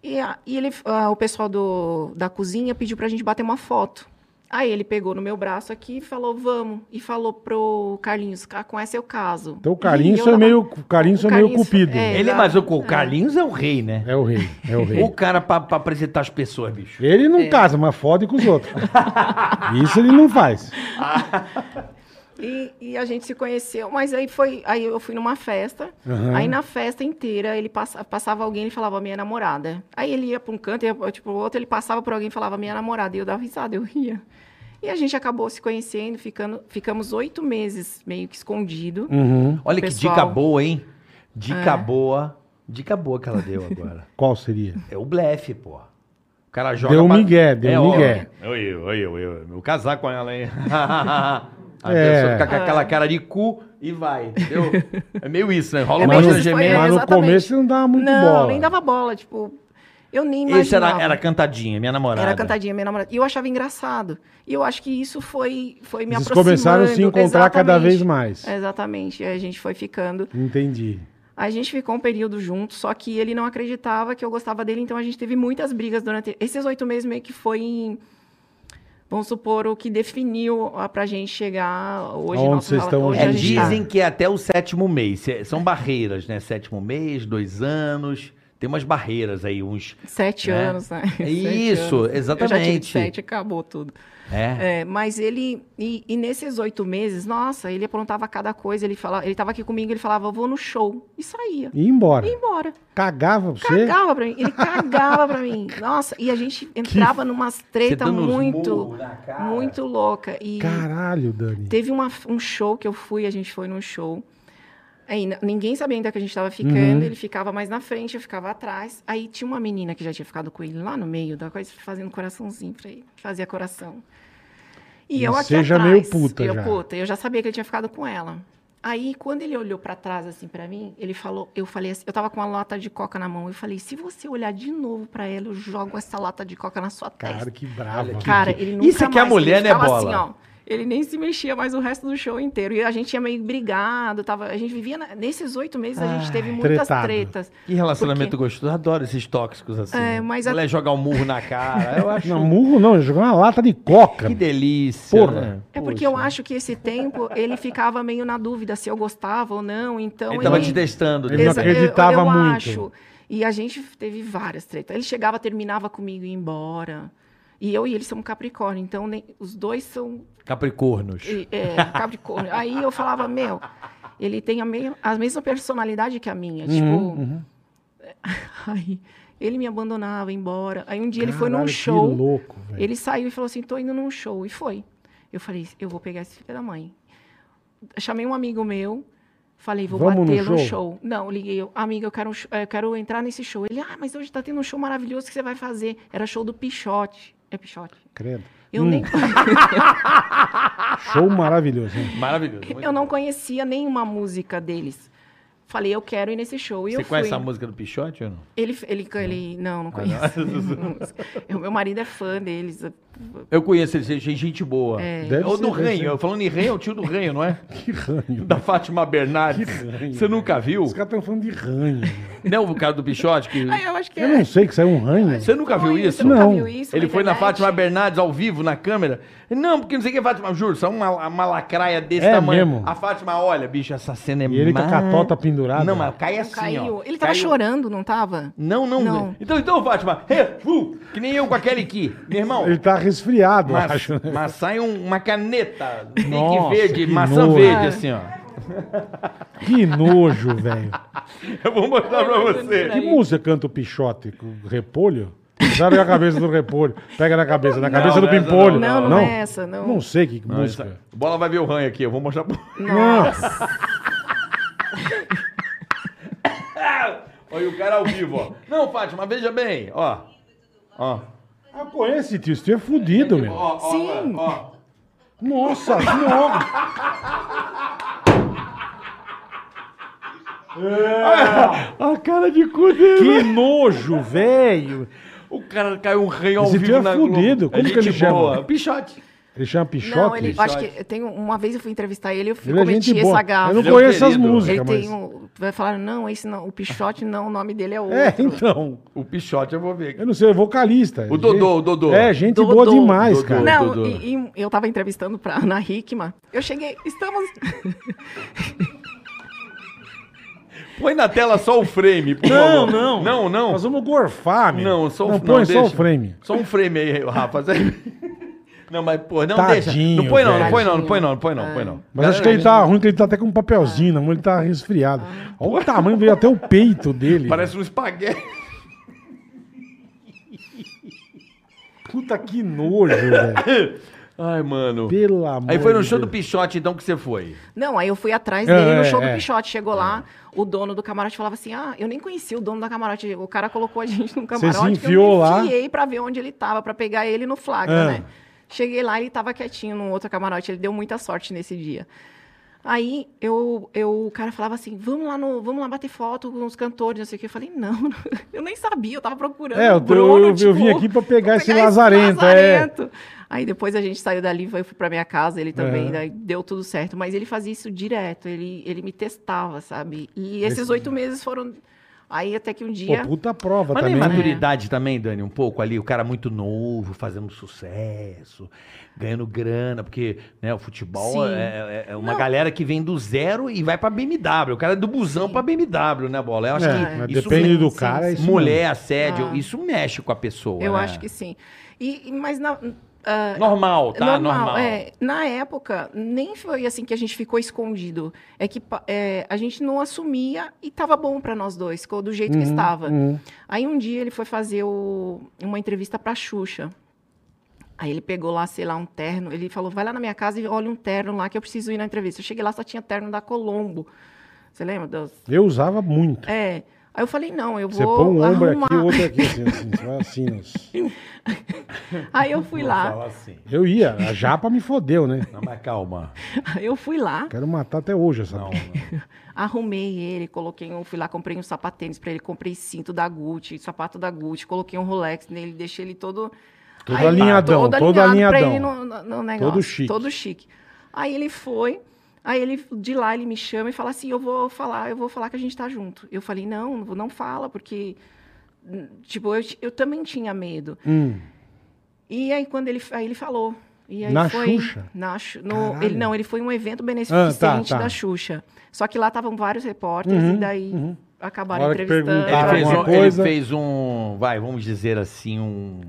Speaker 1: E, a- e ele, ah, o pessoal do, da cozinha pediu pra gente bater uma foto. Aí ele pegou no meu braço aqui e falou, vamos. E falou pro Carlinhos, "Ah, "Ca- conhece o caso.
Speaker 3: Então o
Speaker 1: E eu
Speaker 3: Carlinhos é
Speaker 1: tava-
Speaker 3: meio, o Carlinhos
Speaker 1: o
Speaker 3: é meio
Speaker 1: Carlinhos-
Speaker 3: cupido. É.
Speaker 1: é.
Speaker 4: Ele,
Speaker 1: Exato.
Speaker 4: mas o, o Carlinhos é o rei, né?
Speaker 3: o rei, é o
Speaker 4: O
Speaker 3: rei.
Speaker 4: cara pra, pra apresentar as pessoas, bicho.
Speaker 3: Ele
Speaker 1: É.
Speaker 3: não casa, mas fode com os outros. Isso ele não faz.
Speaker 1: E, e a gente se conheceu, mas aí foi, aí eu fui numa festa.
Speaker 3: Aham.
Speaker 1: Aí na festa inteira ele passa- passava alguém e falava minha namorada. Aí ele ia pra um canto, ia pra, tipo, outro, ele passava por alguém e falava minha namorada. E eu dava risada, eu ria. E a gente acabou se conhecendo, ficando, ficamos oito meses meio que escondido.
Speaker 3: Uhum.
Speaker 4: Olha que
Speaker 1: Pessoal. É.
Speaker 4: dica boa, hein? Dica boa. Dica boa que ela deu agora.
Speaker 3: Qual seria?
Speaker 4: é o blefe, pô. O cara joga.
Speaker 3: Deu um
Speaker 4: pra-
Speaker 3: migué, deu
Speaker 4: É, ó,
Speaker 3: migué.
Speaker 5: Oi, oi, oi, oi. Vou casar com ela, hein?
Speaker 4: A
Speaker 3: É.
Speaker 4: pessoa fica com aquela cara de cu e vai, entendeu? É meio isso, né? Rola
Speaker 1: É
Speaker 4: uma
Speaker 1: meio
Speaker 4: coisa
Speaker 1: isso,
Speaker 4: gemendo.
Speaker 1: É,
Speaker 3: Mas no
Speaker 1: exatamente.
Speaker 3: começo não dava muito
Speaker 1: Não,
Speaker 3: bola.
Speaker 1: nem dava bola, tipo, eu nem
Speaker 4: Esse
Speaker 1: imaginava.
Speaker 4: era, era cantadinha, minha namorada.
Speaker 1: Era cantadinha, minha namorada. E eu achava engraçado. E eu acho que isso foi, foi me
Speaker 3: Vocês
Speaker 1: aproximando.
Speaker 3: começaram a se encontrar cada
Speaker 1: Exatamente. É.
Speaker 3: vez mais.
Speaker 1: Exatamente. E a gente foi ficando.
Speaker 3: Entendi.
Speaker 1: A gente ficou um período junto, só que ele não acreditava que eu gostava dele, então a gente teve muitas brigas durante esses oito meses, meio que foi em. Vamos supor, o que definiu a- pra gente chegar hoje.
Speaker 3: Aonde
Speaker 1: nosso
Speaker 3: vocês
Speaker 1: rela-
Speaker 3: estão
Speaker 1: hoje
Speaker 3: hoje
Speaker 4: É,
Speaker 1: a
Speaker 3: em
Speaker 1: gente
Speaker 3: dia?
Speaker 1: tá.
Speaker 4: dizem que é até o sétimo mês. Cê- São barreiras, né? Sétimo mês, dois anos. Tem umas barreiras aí, uns.
Speaker 1: Sete
Speaker 4: É.
Speaker 1: anos, né? Sete
Speaker 4: Isso,
Speaker 1: anos. Eu já tive
Speaker 4: exatamente.
Speaker 1: sete, acabou tudo.
Speaker 4: É.
Speaker 1: É, mas ele. E, e nesses oito meses, nossa, ele aprontava cada coisa. Ele, falava, ele tava aqui comigo, ele falava, eu vou no show. E saía.
Speaker 3: E embora.
Speaker 1: E ia embora.
Speaker 3: Cagava pra você?
Speaker 1: Cagava pra mim. Ele cagava pra mim. Nossa, e a gente entrava numas treta
Speaker 4: dando uns
Speaker 1: então muito,
Speaker 4: murros na cara.
Speaker 1: muito louca. E
Speaker 3: Caralho, Dani.
Speaker 1: teve uma- um show que eu fui, a gente foi num show. Aí, n- ninguém sabia ainda que a gente tava ficando,
Speaker 3: Uhum.
Speaker 1: ele ficava mais na frente, eu ficava atrás. Aí tinha uma menina que já tinha ficado com ele lá no meio da coisa, fazendo coraçãozinho pra ele, fazia coração. E,
Speaker 3: E
Speaker 1: eu aqui
Speaker 3: você já
Speaker 1: atrás,
Speaker 3: meio puta
Speaker 1: eu
Speaker 3: já.
Speaker 1: puta, eu já sabia que ele tinha ficado com ela. Aí quando ele olhou pra trás assim pra mim, ele falou, eu falei, assim, eu tava com uma lata de coca na mão, eu falei, se você olhar de novo pra ela, eu jogo essa lata de coca na sua testa.
Speaker 3: Cara, que brava.
Speaker 1: Cara, ele nunca
Speaker 4: Isso é que é a
Speaker 1: mais- ele
Speaker 4: mulher, né,
Speaker 1: ficava
Speaker 4: Bola?
Speaker 1: Assim, ó, ele nem se mexia mais o resto do show inteiro. E a gente ia meio brigado, tava, a gente vivia... na- nesses oito meses, a gente teve muitas
Speaker 3: tretado.
Speaker 1: tretas.
Speaker 4: Que relacionamento gostoso. Eu adoro esses tóxicos assim.
Speaker 1: É, mas a-
Speaker 4: Mulher jogar um murro na cara. Eu acho.
Speaker 3: Não, Tá murro não, ele jogou uma lata de coca.
Speaker 4: Que delícia.
Speaker 3: Porra.
Speaker 4: né?
Speaker 1: É porque eu acho que esse tempo, ele ficava meio na dúvida se eu gostava ou não, então...
Speaker 4: Ele tava te testando.
Speaker 3: Ele não
Speaker 1: Exa-
Speaker 4: né?
Speaker 1: eu-
Speaker 3: acreditava
Speaker 1: eu
Speaker 3: muito.
Speaker 1: Acho. E a gente teve várias tretas. Ele chegava, terminava comigo e ia embora. E eu e ele somos capricórnio, então nem- os dois são
Speaker 4: Capricornos.
Speaker 1: E, é, Capricórnio. Aí eu falava, meu, ele tem a, me a mesma personalidade que a minha.
Speaker 3: Uhum.
Speaker 1: Tipo. Aí, ele me abandonava, ia embora. Aí um dia ele foi num
Speaker 3: uhum. Caralho,
Speaker 1: show.
Speaker 3: Que louco, velho.
Speaker 1: Ele saiu e falou assim: tô indo num show. E foi. Eu falei: eu vou pegar esse filho da mãe. Chamei um amigo meu, falei: vou
Speaker 3: Vamos no
Speaker 1: bater no
Speaker 3: show?
Speaker 1: show. Não, eu liguei, eu, amiga, eu quero, um sh- eh, eu quero entrar nesse show. Ele: ah, mas hoje tá tendo um show maravilhoso que você vai fazer. Era show do Pichote. É Pichote.
Speaker 3: Credo.
Speaker 1: Eu,
Speaker 3: Hum,
Speaker 1: nem,
Speaker 3: Show maravilhoso. hein?
Speaker 4: Maravilhoso. muito bom.
Speaker 1: eu não conhecia nenhuma música deles. Falei, eu quero ir nesse show. E
Speaker 4: Você
Speaker 1: eu fui.
Speaker 4: conhece a Ah, música do Pichote ou não?
Speaker 1: Ele, ele, ele, não, não conheço. Eu- meu marido é fã deles.
Speaker 4: Eu conheço ele, gente, gente boa.
Speaker 3: É. Deve
Speaker 4: Ou
Speaker 3: ser,
Speaker 4: do
Speaker 3: deve
Speaker 4: Ranho.
Speaker 3: ser.
Speaker 4: Eu Falando em Ranho, é o tio do Ranho, não é?
Speaker 3: Que ranho.
Speaker 4: Da Fátima Bernardes.
Speaker 3: Que ranho,
Speaker 4: Você nunca viu?
Speaker 3: Os caras estão falando de ranho. meu.
Speaker 4: Não, o cara do Pichote? Que...
Speaker 1: Ah, eu acho que
Speaker 3: Eu
Speaker 1: é.
Speaker 3: não sei que saiu um ranho.
Speaker 4: Você nunca viu
Speaker 1: Oi,
Speaker 4: isso?
Speaker 1: Você nunca
Speaker 3: Não.
Speaker 1: viu isso? é
Speaker 4: Ele foi na
Speaker 1: internet?
Speaker 4: Fátima Bernardes ao vivo, na câmera. Não, porque não sei o que é Fátima. Juro, só uma, uma lacraia desse
Speaker 3: É
Speaker 4: tamanho.
Speaker 3: mesmo?
Speaker 4: A Fátima, olha, bicho, essa cena é
Speaker 3: E ele com a
Speaker 4: mar-
Speaker 3: catota pendurada?
Speaker 4: Não, mas cai assim,
Speaker 1: Caiu.
Speaker 4: ó.
Speaker 1: Ele tava
Speaker 4: Caiu.
Speaker 1: chorando, não tava?
Speaker 4: Não, não,
Speaker 1: Não.
Speaker 4: né? Então, então, Fátima, é, fu, que nem eu com aquele aqui. Meu irmão,
Speaker 3: Ele tá resfriado, eu
Speaker 4: mas,
Speaker 3: acho. né?
Speaker 4: mas sai um- uma caneta,
Speaker 3: Nossa,
Speaker 4: bique verde,
Speaker 3: que
Speaker 4: maçã
Speaker 3: nojo.
Speaker 4: verde, assim, ó.
Speaker 3: Que nojo, velho.
Speaker 4: Eu vou mostrar pra você.
Speaker 3: Que música canta o Pichote? Com Repolho? Sabe a cabeça do repolho. Pega na cabeça, na cabeça
Speaker 4: não
Speaker 3: do
Speaker 4: é essa,
Speaker 3: pimpolho.
Speaker 1: não. Não, não é essa, não.
Speaker 3: Não sei que
Speaker 4: Não,
Speaker 3: música.
Speaker 4: essa- Bola vai ver o ranho aqui, eu vou mostrar pra
Speaker 1: Nossa.
Speaker 4: Olha o cara ao vivo, ó. Não, Fátima, veja bem, ó. Ó.
Speaker 3: Eu conheço esse tio, esse tio é fudido, meu.
Speaker 4: Ó, ó,
Speaker 1: Sim.
Speaker 4: ó.
Speaker 3: Nossa senhora!
Speaker 4: A cara de cu dele.
Speaker 3: É.
Speaker 4: né?
Speaker 3: Que nojo, velho!
Speaker 4: O cara caiu um ranho ao
Speaker 3: Esse
Speaker 4: vivo
Speaker 3: tio é
Speaker 4: na
Speaker 3: fudido,
Speaker 4: Globo.
Speaker 3: como que ele
Speaker 4: gente
Speaker 3: chama?
Speaker 4: boa. tipo, Pichote.
Speaker 3: Ele chama
Speaker 1: Não,
Speaker 3: Pichote?
Speaker 1: ele,
Speaker 3: ele
Speaker 1: acho que tem um, uma vez eu fui entrevistar ele, eu fui,
Speaker 3: é gente
Speaker 1: cometi
Speaker 3: boa.
Speaker 1: essa gafa.
Speaker 3: Eu não
Speaker 4: Ele é um
Speaker 3: conheço as
Speaker 4: querido.
Speaker 1: Ele
Speaker 3: músicas, mas...
Speaker 1: tem um. Vai falar, não, esse não, o Pichote não, o nome dele é outro.
Speaker 3: É, então.
Speaker 4: O Pichote eu vou ver.
Speaker 3: Eu não sei, é vocalista.
Speaker 4: O Dodô, o Dodô.
Speaker 3: É, gente
Speaker 1: Dodô.
Speaker 3: boa demais,
Speaker 4: Dodô.
Speaker 3: cara.
Speaker 1: Não,
Speaker 4: Dodô.
Speaker 1: e, e eu tava entrevistando pra Ana Hickman. Eu cheguei, estamos.
Speaker 4: Põe na tela só o frame, por
Speaker 3: Não,
Speaker 4: favor.
Speaker 3: não.
Speaker 4: Não, não.
Speaker 3: Nós vamos gorfar, meu.
Speaker 4: Não, só o
Speaker 3: Não, põe só o
Speaker 4: deixa.
Speaker 3: frame.
Speaker 4: Só um frame aí, Rafa.
Speaker 5: Não, mas, pô, não deixa.
Speaker 3: Tadinho,
Speaker 5: Não põe não, não
Speaker 1: velho.
Speaker 5: põe não, não põe não, não põe não, não põe não.
Speaker 3: Mas acho que ele tá ruim, que ele tá até com um papelzinho na mão, ele tá resfriado. Olha o tamanho, veio até o peito dele.
Speaker 5: Parece um espaguete.
Speaker 3: Puta que nojo, velho.
Speaker 5: Ai, mano.
Speaker 3: Pelo amor
Speaker 5: Aí foi no
Speaker 3: de
Speaker 5: show do
Speaker 3: Deus.
Speaker 5: Pichote, então, que você foi.
Speaker 1: Não, aí eu fui atrás
Speaker 3: É,
Speaker 1: dele no
Speaker 3: é,
Speaker 1: show
Speaker 3: é.
Speaker 1: do Pichote. Chegou lá, o dono do camarote falava assim: Ah, eu nem conhecia o dono da camarote. O cara colocou a gente num
Speaker 3: Você se
Speaker 1: camarote.
Speaker 3: enfiou
Speaker 1: que eu
Speaker 3: lá?
Speaker 1: me enfiei pra ver onde ele tava, pra pegar ele no flagra,
Speaker 3: Ah.
Speaker 1: né? Cheguei lá, ele tava quietinho num outro camarote. Ele deu muita sorte nesse dia. Aí eu, eu, o cara falava assim: vamos lá, no, vamos lá bater foto com os cantores, não sei o quê. Eu falei, não, eu nem sabia, eu tava procurando.
Speaker 3: É, eu-
Speaker 1: o Bruno,
Speaker 3: eu-
Speaker 1: tipo,
Speaker 3: eu vim aqui pra pegar esse lazarento, é.
Speaker 1: lazarento. Aí depois a gente saiu dali, eu fui pra minha casa, ele também,
Speaker 3: Aham.
Speaker 1: daí deu tudo certo. Mas ele fazia isso direto, ele, ele me testava, sabe? E esses
Speaker 3: Esse-
Speaker 1: oito meses foram. Aí até que um dia.
Speaker 3: Pô, puta prova
Speaker 4: Mas não é
Speaker 3: também. né?
Speaker 4: maturidade também, Dani, um pouco ali, o cara muito novo, fazendo sucesso, ganhando grana, porque né, o futebol
Speaker 1: Sim.
Speaker 4: é, é- é uma galera que vem do zero e vai pra BMW. O cara é do busão pra BMW, né, Bola? Eu acho
Speaker 3: É,
Speaker 4: que
Speaker 3: mas
Speaker 4: isso
Speaker 3: depende
Speaker 4: me-
Speaker 3: do
Speaker 1: sim,
Speaker 3: cara. é
Speaker 1: sim.
Speaker 3: isso mesmo.
Speaker 4: mulher, assédio,
Speaker 1: Ah.
Speaker 4: isso mexe com a pessoa.
Speaker 1: eu
Speaker 3: é.
Speaker 4: né?
Speaker 1: acho que sim. E, e- mas na. ah,
Speaker 4: Normal, tá? Normal.
Speaker 1: é. na época, nem foi assim que a gente ficou escondido. É que pa- é, a gente não assumia e tava bom pra nós dois, ficou do jeito que
Speaker 3: Uhum,
Speaker 1: estava.
Speaker 3: uhum.
Speaker 1: Aí um dia ele foi fazer o- uma entrevista pra Xuxa. Aí ele pegou lá, sei lá, um terno. Ele falou: vai lá na minha casa e olha um terno lá que eu preciso ir na entrevista. Eu cheguei lá, só tinha terno da Colombo. Você lembra? Deus?
Speaker 3: Eu usava muito.
Speaker 1: É. Aí eu falei: não, eu
Speaker 3: Você
Speaker 1: vou.
Speaker 3: põe um ombro
Speaker 1: arrumar.
Speaker 3: aqui, o outro aqui, assim, assim, você vai assim, nos-
Speaker 1: Aí eu fui lá.
Speaker 4: Fala assim.
Speaker 3: Eu ia, a japa me fodeu, né?
Speaker 4: Não, mas calma.
Speaker 1: Aí eu fui lá.
Speaker 3: Quero matar até hoje essa bicha.
Speaker 1: Arrumei ele, coloquei um, fui lá, comprei um sapatênis pra ele, comprei cinto da Gucci, sapato da Gucci, coloquei um Rolex nele, deixei ele todo.
Speaker 3: Todo
Speaker 1: Aí,
Speaker 3: alinhadão,
Speaker 1: todo
Speaker 3: todo
Speaker 1: alinhado pra
Speaker 3: alinhadão.
Speaker 1: ele no, no- no negócio.
Speaker 3: Todo chique.
Speaker 1: Todo chique. Aí ele foi, aí ele de lá ele me chama e fala assim: eu vou falar, eu vou falar que a gente tá junto. Eu falei: não, não vou- não fala, porque. hum, Tipo, eu, ti- eu também tinha medo.
Speaker 3: Hum.
Speaker 1: E aí quando ele, aí ele falou. E aí
Speaker 3: Na
Speaker 1: foi,
Speaker 3: Xuxa?
Speaker 1: Na, Xu- no,
Speaker 3: Caralho.
Speaker 1: ele, não, ele foi um evento beneficente
Speaker 3: tá.
Speaker 1: da Xuxa. Só que lá estavam vários repórteres
Speaker 3: Uhum,
Speaker 1: e daí
Speaker 3: uhum.
Speaker 1: acabaram
Speaker 3: Na hora que
Speaker 1: entrevistando.
Speaker 4: Ele,
Speaker 3: perguntaram
Speaker 1: a
Speaker 4: fez
Speaker 3: alguma
Speaker 4: um, ele
Speaker 3: coisa?
Speaker 4: fez um, vai, vamos dizer assim, um...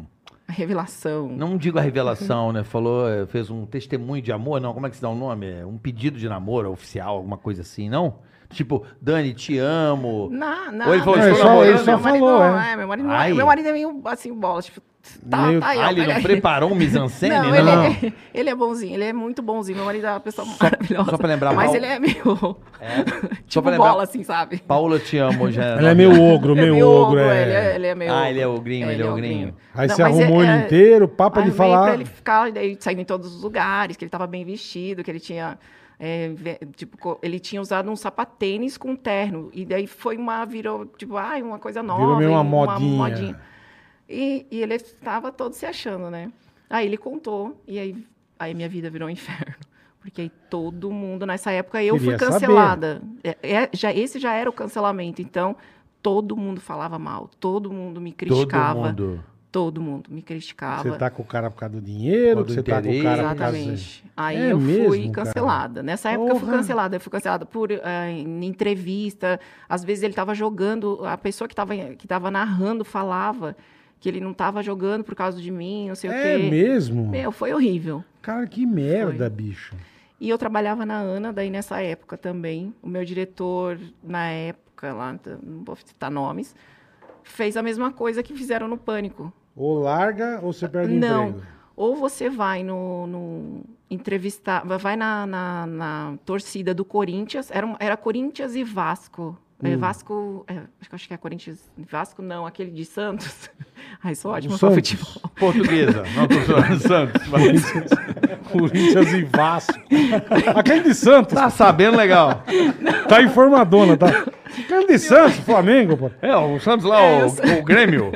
Speaker 1: revelação.
Speaker 4: Não digo a revelação, né? Falou, eh, fez um testemunho de amor, não, como é que se dá o nome? É Um pedido de namoro oficial, alguma coisa assim, não? Tipo, Dani, te amo.
Speaker 1: Na, na,
Speaker 4: Ou ele falou,
Speaker 1: na-
Speaker 4: "Estou
Speaker 1: meu
Speaker 4: namorando",
Speaker 1: marido-
Speaker 4: ele só
Speaker 1: meu marido
Speaker 3: falou,
Speaker 1: não,
Speaker 3: é.
Speaker 1: é, meu marido não
Speaker 4: Ai.
Speaker 1: é. Meu marido é meio assim, bola, tipo, tá,
Speaker 3: Meio-
Speaker 1: tá aí, ó,
Speaker 4: Ah, ele
Speaker 1: pega
Speaker 4: não
Speaker 1: aí.
Speaker 4: preparou um mise-en-scène?
Speaker 1: Não,
Speaker 4: né?
Speaker 1: ele,
Speaker 3: Não.
Speaker 1: É, ele é bonzinho, ele é muito bonzinho. Meu marido é uma pessoa maravilhosa.
Speaker 4: só pra lembrar,
Speaker 1: Mas
Speaker 4: Paulo-
Speaker 1: ele é meio.
Speaker 4: só pra
Speaker 1: tipo bola,
Speaker 4: lembrar-
Speaker 1: assim, sabe?
Speaker 4: Paula, te amo. Já
Speaker 3: Ela é meio ogro,
Speaker 1: É
Speaker 3: meio, ogro, é.
Speaker 1: Ele, é, ele é meio
Speaker 4: Ah, ele é
Speaker 1: ogro.
Speaker 4: ogrinho, ele é ogrinho.
Speaker 3: Aí
Speaker 1: Não,
Speaker 3: você
Speaker 1: mas
Speaker 3: arrumou
Speaker 1: é-
Speaker 3: ele
Speaker 1: é-
Speaker 3: inteiro, papo ele
Speaker 1: Armei
Speaker 3: falar.
Speaker 1: Pra ele ficar daí, saindo em todos os lugares, que ele estava bem vestido, que ele tinha. é, ve- tipo, co- ele tinha usado um sapatênis com terno. E daí foi uma. Virou, tipo, ai, uma coisa nova.
Speaker 3: Virou meio uma
Speaker 1: e
Speaker 3: modinha.
Speaker 1: E, e ele estava todo se achando, né? Aí ele contou, e aí, aí minha vida virou um inferno. Porque aí todo mundo, nessa época, eu
Speaker 3: Queria
Speaker 1: fui
Speaker 3: saber.
Speaker 1: cancelada. É- é- já, esse já era o cancelamento. Então, todo mundo falava mal, todo mundo me criticava.
Speaker 4: Todo mundo.
Speaker 1: Todo mundo me criticava.
Speaker 3: Você tá com o cara por causa do dinheiro,
Speaker 4: Por do
Speaker 3: você tá com o
Speaker 4: interesse.
Speaker 3: cara por causa do...
Speaker 1: Exatamente. Aí
Speaker 3: É
Speaker 1: eu fui
Speaker 3: mesmo, cara?
Speaker 1: cancelada. Nessa época eu fui
Speaker 3: Porra.
Speaker 1: cancelada. Eu fui cancelada por ah, em entrevista. Às vezes ele estava jogando, a pessoa que estava que tava narrando falava que ele não estava jogando por causa de mim, não sei o
Speaker 3: É
Speaker 1: quê.
Speaker 3: mesmo?
Speaker 1: Meu, foi horrível.
Speaker 3: Cara, que merda, bicho.
Speaker 1: E eu trabalhava na Ana, daí nessa época também. O meu diretor, na época, lá, não vou citar nomes, fez a mesma coisa que fizeram no Pânico.
Speaker 3: Ou larga ou você perde o
Speaker 1: Não.
Speaker 3: emprego.
Speaker 1: Ou você vai no, no entrevistar, va- vai na, na- na torcida do Corinthians, era, um- era Corinthians e Vasco. É,
Speaker 3: Hum.
Speaker 1: Vasco, é, acho que- acho que é Corinthians e Vasco, não, aquele de Santos. Ai, sou ótima pra
Speaker 3: Santos.
Speaker 1: futebol.
Speaker 4: Portuguesa. Não, tô zoando.
Speaker 5: Santos, mas...
Speaker 3: Corinthians e Vasco. Aquele de Santos,
Speaker 4: Tá sabendo legal.
Speaker 3: tá informadona, tá? Aquele de Santos, Flamengo, pô.
Speaker 5: É, o Santos lá,
Speaker 1: É,
Speaker 5: o,
Speaker 1: eu sei.
Speaker 5: o Grêmio.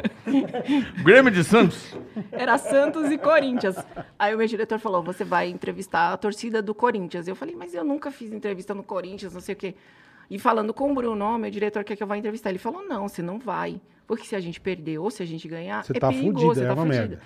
Speaker 5: O Grêmio de Santos.
Speaker 1: Era Santos e Corinthians. Aí o meu diretor falou: você vai entrevistar a torcida do Corinthians. Eu falei, mas eu nunca fiz entrevista no Corinthians, não sei o quê. E falando com o Bruno, ó, meu diretor quer que eu vá entrevistar. Ele falou: não, você não vai. Porque se a gente perder ou se a gente ganhar,
Speaker 3: Você
Speaker 1: é
Speaker 3: tá
Speaker 1: perigoso,
Speaker 3: fudida,
Speaker 1: você
Speaker 3: é
Speaker 1: tá
Speaker 3: uma
Speaker 1: fudido.
Speaker 3: merda.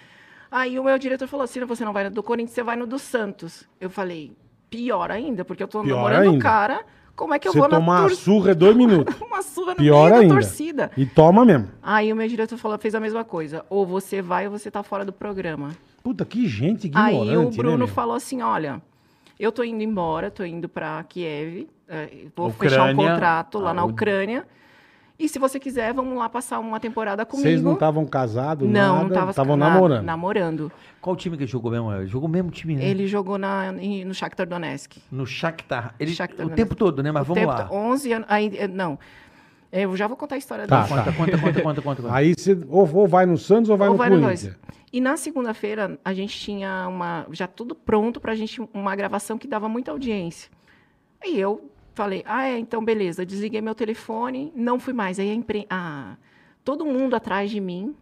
Speaker 1: Aí o meu diretor falou assim: você não vai no do Corinthians, você vai no do Santos. Eu falei: pior ainda, porque eu tô
Speaker 3: Pior
Speaker 1: namorando um
Speaker 3: ainda.
Speaker 1: cara Como é que eu
Speaker 3: Você
Speaker 1: vou na
Speaker 3: tomar uma
Speaker 1: torcida?
Speaker 3: surra é dois minutos.
Speaker 1: Uma surra no
Speaker 3: Pior
Speaker 1: meio
Speaker 3: ainda.
Speaker 1: da torcida.
Speaker 3: E toma mesmo.
Speaker 1: Aí o meu diretor falou, fez a mesma coisa. Ou você vai ou você tá fora do programa.
Speaker 3: Puta, que gente ignorante,
Speaker 1: Aí o
Speaker 3: né,
Speaker 1: Bruno
Speaker 3: meu?
Speaker 1: falou assim, olha, eu tô indo embora, tô indo pra Kiev, eh, vou fechar um
Speaker 4: Ucrânia.
Speaker 1: contrato lá na
Speaker 4: Ah, o-
Speaker 1: Ucrânia. E se você quiser, vamos lá passar uma temporada comigo.
Speaker 3: Vocês não estavam casados,
Speaker 1: Não,
Speaker 3: nada,
Speaker 1: não tava
Speaker 3: estavam
Speaker 1: na-
Speaker 3: namorando. É.
Speaker 1: namorando.
Speaker 4: Qual time que ele jogou mesmo? Ele Jogou o mesmo time, né?
Speaker 1: Ele jogou na, em- no Shakhtar Donetsk.
Speaker 4: No Shakhtar. Ele,
Speaker 1: Shakhtar
Speaker 4: o
Speaker 1: Donetsk.
Speaker 4: tempo todo, né? Mas
Speaker 1: O
Speaker 4: vamos
Speaker 1: tempo-
Speaker 4: lá.
Speaker 1: 11 anos. Aí, eh, não. Eu já vou contar a história
Speaker 3: Tá,
Speaker 1: dele.
Speaker 3: tá.
Speaker 4: Conta, conta, conta, conta, conta. conta.
Speaker 3: Aí você ou, ou vai no Santos ou vai
Speaker 1: Ou
Speaker 3: no
Speaker 1: vai no
Speaker 3: Corinthians.
Speaker 1: E na segunda-feira, a gente tinha uma, já tudo pronto pra gente, uma gravação que dava muita audiência. E eu falei, ah, é, então beleza. Desliguei meu telefone, não fui mais. Aí a impren... ah, todo mundo atrás de mim,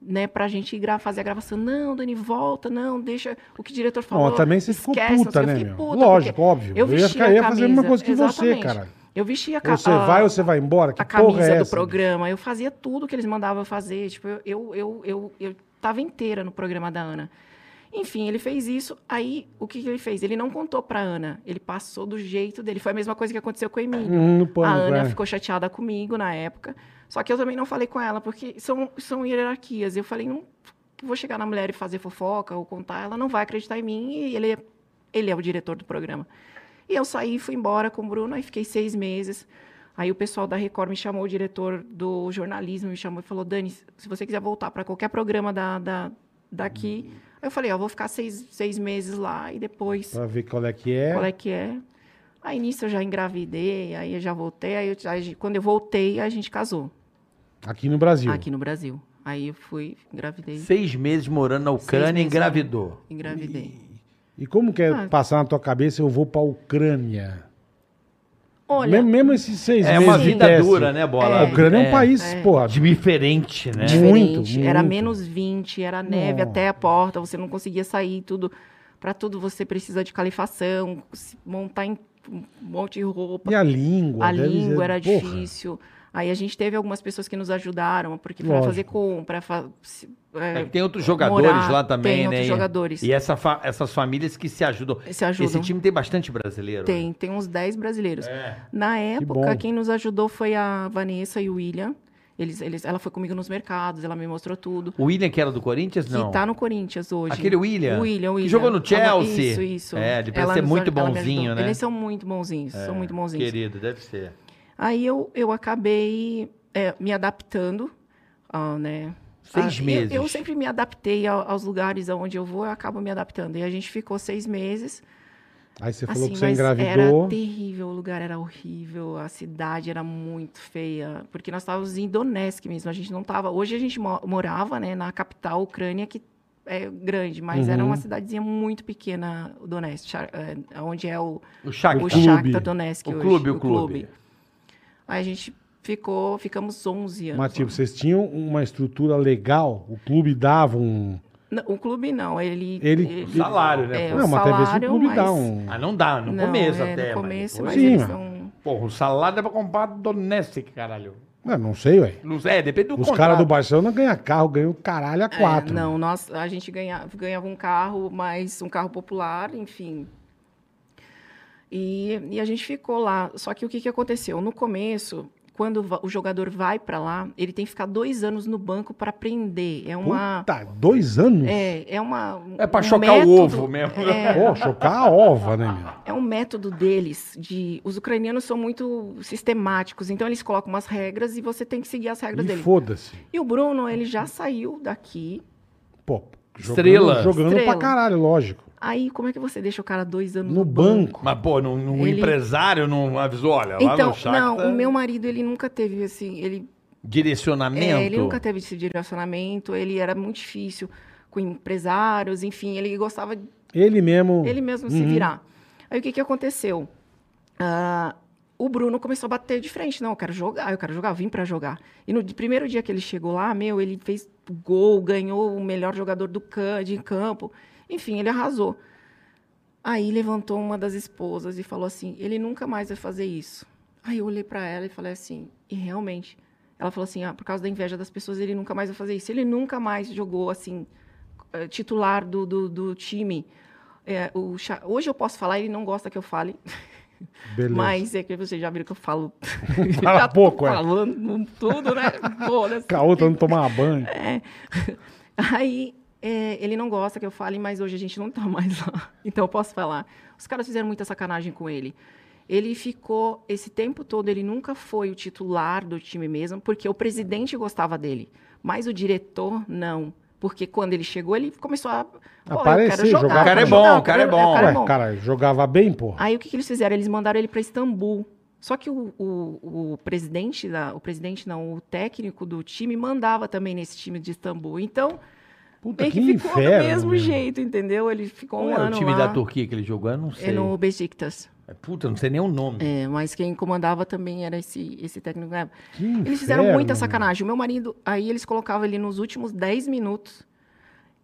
Speaker 1: né, pra gente gra- fazer a gravação. Não, Dani, volta, não, deixa o que o diretor
Speaker 3: Não,
Speaker 1: falou.
Speaker 3: mas também você ficou
Speaker 1: esquece, não sei o
Speaker 3: puta,
Speaker 1: quê. Eu
Speaker 3: né,
Speaker 1: fiquei
Speaker 3: meu?
Speaker 1: puta,
Speaker 3: Lógico,
Speaker 1: porque
Speaker 3: óbvio.
Speaker 1: Eu
Speaker 3: Eu ia
Speaker 1: vesti
Speaker 3: ficar-
Speaker 1: a
Speaker 3: ia fazer a mesma
Speaker 1: camisa,
Speaker 3: coisa que você,
Speaker 1: exatamente.
Speaker 3: cara.
Speaker 1: Eu vesti a
Speaker 3: Ou você vai ou você vai embora? Que
Speaker 1: a
Speaker 3: porra
Speaker 1: camisa
Speaker 3: é
Speaker 1: do
Speaker 3: essa?
Speaker 1: programa. Eu fazia tudo que eles mandavam eu fazer. Tipo, eu, eu, eu, eu, eu tava inteira no programa da Ana. Enfim, ele fez isso. Aí, o que, que ele fez? Ele não contou pra Ana. Ele passou do jeito dele. Foi a mesma coisa que aconteceu com o Emílio.
Speaker 3: Hum, no pânico,
Speaker 1: a Ana
Speaker 3: é.
Speaker 1: ficou chateada comigo na época. Só que eu também não falei com ela, porque são, são hierarquias. Eu falei, não vou chegar na mulher e fazer fofoca ou contar. Ela não vai acreditar em mim e ele é, ele é o diretor do programa. E eu saí, fui embora com o Bruno, aí fiquei seis meses. Aí o pessoal da Record me chamou, o diretor do jornalismo me chamou e falou, Dani, se você quiser voltar para qualquer programa da, da, daqui... Aí eu falei, ó, vou ficar seis, seis meses lá e depois
Speaker 3: Pra ver qual é que é.
Speaker 1: qual é que é. Aí nisso eu já engravidei, aí eu já voltei, aí, eu, aí quando eu voltei, a gente casou
Speaker 3: Aqui no Brasil.
Speaker 1: aqui no Brasil. Aí eu fui, engravidei,
Speaker 4: Seis meses morando na Ucrânia e
Speaker 1: meses,
Speaker 4: engravidou.
Speaker 1: engravidei.
Speaker 3: E como que é
Speaker 1: Ah.
Speaker 3: passar na tua cabeça, eu vou pra Ucrânia?
Speaker 1: Olha,
Speaker 3: mesmo, mesmo esses seis
Speaker 4: É
Speaker 3: meses.
Speaker 4: uma
Speaker 3: que
Speaker 4: vida
Speaker 3: desce.
Speaker 4: dura, né, Bola?
Speaker 3: A Ucrânia é, um país,
Speaker 1: é.
Speaker 3: porra.
Speaker 4: Diferente, né?
Speaker 3: Diferente. muito,
Speaker 1: era
Speaker 3: muito.
Speaker 1: menos 20, era neve
Speaker 3: Nossa.
Speaker 1: até a porta, você não conseguia sair, tudo. Para tudo você precisa de calefação, se montar em um monte de roupa.
Speaker 3: E a língua?
Speaker 1: a
Speaker 3: deve ser-
Speaker 1: língua era
Speaker 3: porra.
Speaker 1: difícil. Aí a gente teve algumas pessoas que nos ajudaram, porque para
Speaker 3: Lógico.
Speaker 1: fazer compra, fa- se- é,
Speaker 4: É que tem outros jogadores
Speaker 1: Morar,
Speaker 4: lá também,
Speaker 1: tem
Speaker 4: né?
Speaker 1: outros
Speaker 4: E-
Speaker 1: jogadores.
Speaker 4: E essa fa- essas famílias que se ajudam.
Speaker 1: se ajudam.
Speaker 4: Esse time tem bastante brasileiro.
Speaker 1: um Tem, tem uns 10 brasileiros.
Speaker 4: É.
Speaker 1: Na época,
Speaker 3: bom.
Speaker 1: quem nos ajudou foi a Vanessa e o William. Eles, eles, ela foi comigo nos mercados, ela me mostrou tudo.
Speaker 4: O William, que era do Corinthians,
Speaker 1: Que
Speaker 4: não.
Speaker 1: tá no Corinthians hoje.
Speaker 4: Aquele William?
Speaker 1: O William, o
Speaker 4: Que
Speaker 1: William.
Speaker 4: jogou no Chelsea.
Speaker 1: Isso, isso.
Speaker 4: É, ele parece
Speaker 1: Ela
Speaker 4: ser
Speaker 1: nos
Speaker 4: muito
Speaker 1: aj- ela me
Speaker 4: bonzinho,
Speaker 1: ajudou.
Speaker 4: né? É,
Speaker 1: Eles são muito bonzinhos, são muito bonzinhos.
Speaker 4: Querido, deve ser.
Speaker 1: Aí eu, eu acabei é, me adaptando, ah, né?
Speaker 4: Seis
Speaker 1: Ah, eu-
Speaker 4: meses.
Speaker 1: Eu, sempre me adaptei ao- aos lugares aonde eu vou, eu acabo me adaptando. E a gente ficou seis meses.
Speaker 3: Aí você falou
Speaker 1: assim,
Speaker 3: que você
Speaker 1: mas
Speaker 3: engravidou.
Speaker 1: era terrível, o lugar era horrível, a cidade era muito feia, porque nós estávamos em Donetsk mesmo, a gente não estava... Hoje a gente mo- morava né, na capital ucrânia, que é grande, mas era
Speaker 3: Uhum.
Speaker 1: uma cidadezinha muito pequena, Donetsk, Char- eh, onde é o,
Speaker 4: Ah, O Shakhtar.
Speaker 1: o
Speaker 3: clube.
Speaker 1: Shakhtar Donetsk
Speaker 4: O
Speaker 1: hoje.
Speaker 4: clube, o clube.
Speaker 1: Aí a gente ficou, ficamos 11 anos.
Speaker 3: Mas, tipo,
Speaker 1: lá.
Speaker 3: vocês tinham uma estrutura legal, o clube dava um.
Speaker 1: Não, o clube não, ele...
Speaker 3: Ele-
Speaker 4: O salário, né?
Speaker 1: É,
Speaker 4: pô?
Speaker 1: o
Speaker 3: não, mas até vezes o
Speaker 1: salário,
Speaker 3: clube dá
Speaker 1: mas-
Speaker 3: um.
Speaker 4: Ah, não dá, no
Speaker 1: não,
Speaker 4: começo
Speaker 1: é,
Speaker 4: até.
Speaker 1: No começo,
Speaker 4: mas... depois-
Speaker 1: mas,
Speaker 3: Sim,
Speaker 1: eles
Speaker 3: mas-
Speaker 1: são...
Speaker 4: Porra, o salário é pra comprar do Donetsk, caralho.
Speaker 3: Não, não sei, ué.
Speaker 4: Não sei, é, depende do
Speaker 3: Os
Speaker 4: contrato.
Speaker 3: caras do Barcelona ganham carro, ganham caralho a
Speaker 1: É,
Speaker 3: quatro.
Speaker 1: não, nós, a gente ganhava, ganhava um carro, mas um carro popular, enfim. E, e a gente ficou lá. Só que o que, que aconteceu? No começo, quando va- o jogador vai para lá, ele tem que ficar dois anos no banco para aprender. É uma.
Speaker 3: Puta, dois anos?
Speaker 1: É, é uma.
Speaker 4: É pra
Speaker 1: um
Speaker 4: chocar o
Speaker 1: método-
Speaker 4: ovo mesmo.
Speaker 1: É,
Speaker 3: Pô, chocar a ova, né, meu?
Speaker 1: é um método deles. De, os ucranianos são muito sistemáticos, então eles colocam umas regras e você tem que seguir as regras
Speaker 3: E
Speaker 1: deles.
Speaker 3: foda-se.
Speaker 1: E o Bruno, ele já saiu daqui.
Speaker 3: Pô, jogando-
Speaker 4: Estrela.
Speaker 3: Jogando
Speaker 1: Estrela.
Speaker 3: pra caralho, lógico.
Speaker 1: Aí, como é que você deixa o cara dois anos
Speaker 3: No banco.
Speaker 4: Mas, pô, num, num
Speaker 1: Ele-
Speaker 4: empresário não avisou, olha, Tá lá
Speaker 1: Então,
Speaker 4: no Shakhtar...
Speaker 1: não, o meu marido, ele nunca teve, assim, ele,
Speaker 4: Direcionamento.
Speaker 1: é, ele nunca teve esse direcionamento, ele era muito difícil com empresários, enfim, ele gostava, de-
Speaker 3: Ele mesmo.
Speaker 1: ele mesmo se
Speaker 3: Uhum.
Speaker 1: virar. Aí, o que que aconteceu? Ah, o Bruno começou a bater de frente, não, eu quero jogar, eu quero jogar, eu vim pra jogar. E no di- primeiro dia que ele chegou lá, meu, ele fez gol, ganhou o melhor jogador do can, de campo, enfim, ele arrasou. Aí levantou uma das esposas e falou assim: ele nunca mais vai fazer isso. Aí eu olhei para ela e falei assim: e realmente? Ela falou assim: ah, por causa da inveja das pessoas, ele nunca mais vai fazer isso. Ele nunca mais jogou assim, eh, titular do, do, do time. É, o Sha- Hoje eu posso falar, ele não gosta que eu fale.
Speaker 3: Beleza.
Speaker 1: Mas é que vocês já viram que eu falo.
Speaker 3: Fala
Speaker 1: já tô
Speaker 3: pouco, é.
Speaker 1: Falando tudo, né? Foda-se.
Speaker 3: Caô tá indo tomar banho.
Speaker 1: É. Aí é, ele não gosta que eu fale, mas hoje a gente não tá mais lá. Então eu posso falar. Os caras fizeram muita sacanagem com ele. Ele ficou esse tempo todo, ele nunca foi o titular do time mesmo, porque o presidente gostava dele, mas o diretor não. Porque quando ele chegou, ele começou a. "Pô, eu
Speaker 3: Aparecer,
Speaker 1: quero
Speaker 3: jogar
Speaker 1: jogar.
Speaker 3: O cara é
Speaker 1: quero jogar,
Speaker 4: bom,
Speaker 1: eu
Speaker 4: o cara é
Speaker 1: quero-
Speaker 4: bom."
Speaker 1: O cara é
Speaker 3: Ué,
Speaker 1: bom.
Speaker 3: cara, jogava bem, pô.
Speaker 1: Aí o que, que eles fizeram? Eles mandaram ele para Istambul. Só que o, o- o presidente da, o presidente não, o técnico do time mandava também nesse time de Istambul. Então,
Speaker 3: Puta,
Speaker 1: bem
Speaker 3: que
Speaker 1: que ficou
Speaker 3: inferno,
Speaker 1: do mesmo
Speaker 3: meu.
Speaker 1: jeito, entendeu? Ele ficou
Speaker 4: Qual
Speaker 1: um
Speaker 4: era
Speaker 1: ano
Speaker 4: o time
Speaker 1: lá
Speaker 4: da Turquia que ele jogou? Eu não sei. É,
Speaker 1: é, no Besiktas.
Speaker 4: Puta, eu não sei nem o nome.
Speaker 1: É, mas quem comandava também era esse, esse técnico. né?
Speaker 3: Que
Speaker 1: Eles fizeram
Speaker 3: inferno,
Speaker 1: muita
Speaker 3: meu.
Speaker 1: sacanagem. O meu marido, aí eles colocavam ele nos últimos 10 minutos,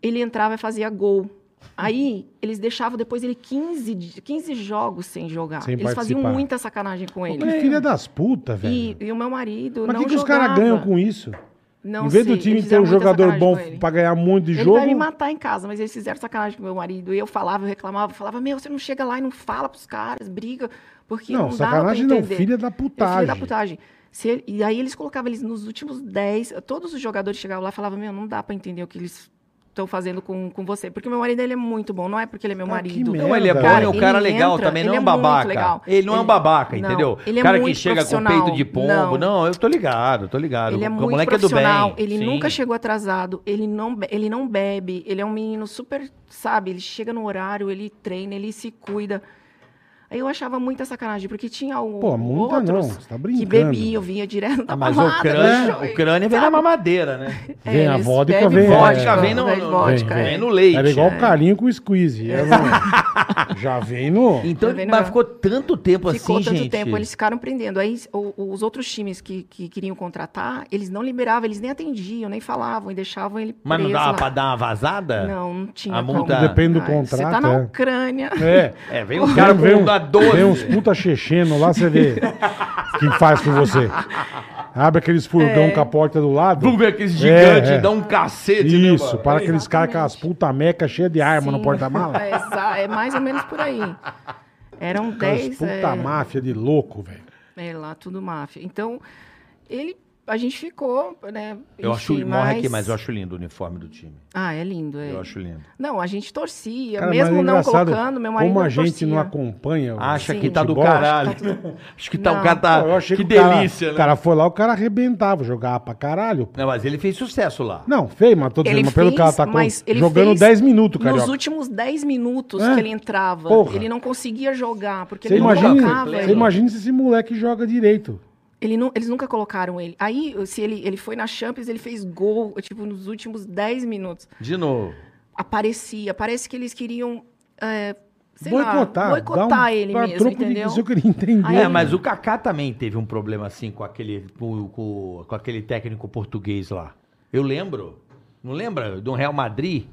Speaker 1: ele entrava e fazia gol. Aí eles deixavam depois ele 15, de- 15 jogos sem jogar.
Speaker 3: Sem
Speaker 1: eles faziam
Speaker 3: participar.
Speaker 1: muita sacanagem com ele.
Speaker 3: Que filha das putas, velho.
Speaker 1: E, e o meu marido
Speaker 3: Mas o
Speaker 1: não
Speaker 3: que, que os
Speaker 1: jogava.
Speaker 3: caras ganham com isso?
Speaker 1: Não
Speaker 3: em vez
Speaker 1: sei,
Speaker 3: do time
Speaker 1: eles
Speaker 3: ter um
Speaker 1: fizeram muita
Speaker 3: jogador
Speaker 1: sacanagem
Speaker 3: bom
Speaker 1: com ele.
Speaker 3: pra ganhar muito de
Speaker 1: Ele
Speaker 3: jogo.
Speaker 1: vai me matar em casa, mas eles fizeram sacanagem com meu marido. E eu falava, eu reclamava, falava, meu, você não chega lá e não fala pros caras, briga, porque não,
Speaker 3: não, sacanagem
Speaker 1: dá pra
Speaker 3: não,
Speaker 1: entender.
Speaker 3: filha da
Speaker 1: É
Speaker 3: putagem.
Speaker 1: filho da putagem. Se ele- e aí eles colocavam eles nos últimos 10. Todos os jogadores chegavam lá e falavam, meu, não dá pra entender o que eles estão fazendo com, com você. Porque o meu marido ele é muito bom, não é porque ele é meu
Speaker 3: Ah, que
Speaker 1: marido.
Speaker 3: merda.
Speaker 4: Não, ele é bom,
Speaker 3: Cara,
Speaker 4: é um
Speaker 1: ele
Speaker 4: cara legal
Speaker 1: entra,
Speaker 4: também, não
Speaker 1: ele
Speaker 4: é um
Speaker 1: é muito
Speaker 4: babaca.
Speaker 1: legal.
Speaker 4: Ele não é um
Speaker 1: Ele-
Speaker 4: babaca,
Speaker 1: não,
Speaker 4: entendeu?
Speaker 1: ele é
Speaker 4: cara que
Speaker 1: muito
Speaker 4: chega com
Speaker 1: profissional.
Speaker 4: peito de pombo. Não.
Speaker 1: Não.
Speaker 4: eu tô ligado, tô ligado.
Speaker 1: Ele é
Speaker 4: o
Speaker 1: muito
Speaker 4: moleque é do bem.
Speaker 1: profissional, ele
Speaker 4: Sim. Ah,
Speaker 1: nunca chegou atrasado, ele não, be- ele não bebe, ele é um menino super, sabe, ele chega no horário, ele treina, ele se cuida. Aí eu achava muita sacanagem, porque tinha o,
Speaker 3: Pô, muita não,
Speaker 1: outros
Speaker 3: você tá
Speaker 1: que
Speaker 3: brincando.
Speaker 1: bebiam, vinha direto da
Speaker 4: Ah, mas o
Speaker 1: balada.
Speaker 4: crânio,
Speaker 1: do show,
Speaker 4: o crânio vem na
Speaker 1: sabe?
Speaker 4: mamadeira, né?
Speaker 3: Vem a
Speaker 1: eles
Speaker 3: vodka,
Speaker 1: bebem
Speaker 3: vem-
Speaker 4: Vodka
Speaker 3: É,
Speaker 4: vem no,
Speaker 1: bebe
Speaker 4: no-
Speaker 1: vodka,
Speaker 3: vem,
Speaker 1: é.
Speaker 4: vem no leite.
Speaker 3: Era igual o carinho com o squeeze. era um- já vem no.
Speaker 4: Então,
Speaker 1: Tá vendo,
Speaker 4: mas
Speaker 1: né?
Speaker 4: ficou tanto tempo
Speaker 1: Ficou
Speaker 4: assim,
Speaker 1: tanto
Speaker 4: gente.
Speaker 1: tempo, eles ficaram prendendo. Aí o- os outros times que, que queriam contratar, eles não liberavam, eles nem atendiam, nem falavam e deixavam ele
Speaker 4: Mas não
Speaker 1: preso
Speaker 4: dava
Speaker 1: lá.
Speaker 4: pra dar uma vazada?
Speaker 1: Não, não tinha
Speaker 4: A
Speaker 1: como.
Speaker 4: multa-
Speaker 3: Depende do
Speaker 1: Ai, Você tá
Speaker 3: contrato,
Speaker 1: na
Speaker 3: é.
Speaker 1: Ucrânia.
Speaker 3: É.
Speaker 4: É, vem um cara
Speaker 3: Vem-
Speaker 4: com um da 12.
Speaker 3: Vem uns puta checheno lá, você vê o que faz com você. Abre aqueles
Speaker 1: É.
Speaker 3: furgão com a porta do lado.
Speaker 4: Vamos ver aqueles gigantes,
Speaker 3: É, é.
Speaker 4: dá um cacete, né,
Speaker 3: Isso,
Speaker 4: mano?
Speaker 3: para aqueles caras com as puta meca cheia de arma no
Speaker 1: Sim.
Speaker 3: porta-mala.
Speaker 1: É, exa- é mais ou menos por aí. Eram
Speaker 3: Aquelas
Speaker 1: 10.
Speaker 3: puta
Speaker 1: É,
Speaker 3: máfia de louco, velho.
Speaker 1: é, lá tudo máfia. Então, ele. A gente ficou, né?
Speaker 4: Eu acho
Speaker 1: enfim,
Speaker 4: morre aqui, mas eu acho lindo o uniforme do time.
Speaker 1: Ah, é lindo. É.
Speaker 4: Eu acho lindo.
Speaker 1: Não, a gente torcia,
Speaker 3: Cara, mas
Speaker 1: mesmo
Speaker 3: é
Speaker 1: não
Speaker 3: engraçado
Speaker 1: colocando, meu marido
Speaker 3: Como a
Speaker 1: não
Speaker 3: gente
Speaker 1: torcia.
Speaker 3: não acompanha. o
Speaker 4: Acha
Speaker 1: Sim.
Speaker 4: que tá do
Speaker 3: futebol,
Speaker 4: caralho. Acho que tá o
Speaker 1: Não.
Speaker 4: cara
Speaker 3: Pô,
Speaker 4: tá.
Speaker 3: eu achei
Speaker 4: que
Speaker 3: que, o cara-
Speaker 4: delícia,
Speaker 3: O
Speaker 4: né?
Speaker 3: cara foi lá, o cara arrebentava, jogava pra caralho. pô.
Speaker 4: Não, mas ele fez sucesso lá.
Speaker 3: Não, feio, mas tô dizendo,
Speaker 1: Ele
Speaker 3: mas pelo que ela
Speaker 1: fez,
Speaker 3: tá com-
Speaker 1: mas ele
Speaker 3: jogando
Speaker 1: fez
Speaker 3: 10 minutos, cara.
Speaker 1: Nos últimos 10 minutos
Speaker 3: É?
Speaker 1: que ele entrava,
Speaker 3: Porra.
Speaker 1: ele não conseguia jogar, porque
Speaker 3: Você
Speaker 1: ele não
Speaker 3: imagina,
Speaker 1: colocava.
Speaker 3: você
Speaker 1: ele.
Speaker 3: imagina se esse moleque joga direito.
Speaker 1: Ele não- eles nunca colocaram ele. Aí, se ele, ele foi na Champions, ele fez gol, tipo, nos últimos 10 minutos.
Speaker 4: De novo.
Speaker 1: Aparecia. Parece que eles queriam. É, sei lá,
Speaker 3: boicotar. dá
Speaker 1: boicotar
Speaker 3: um,
Speaker 1: ele
Speaker 3: dá um
Speaker 1: mesmo,
Speaker 3: troco de-
Speaker 1: entendeu?
Speaker 3: Isso eu queria entender.
Speaker 1: Aí-
Speaker 4: É, mas o Kaká também teve um problema assim com aquele, com, com- com aquele técnico português lá. Eu lembro. Não lembra? Do Real Madrid?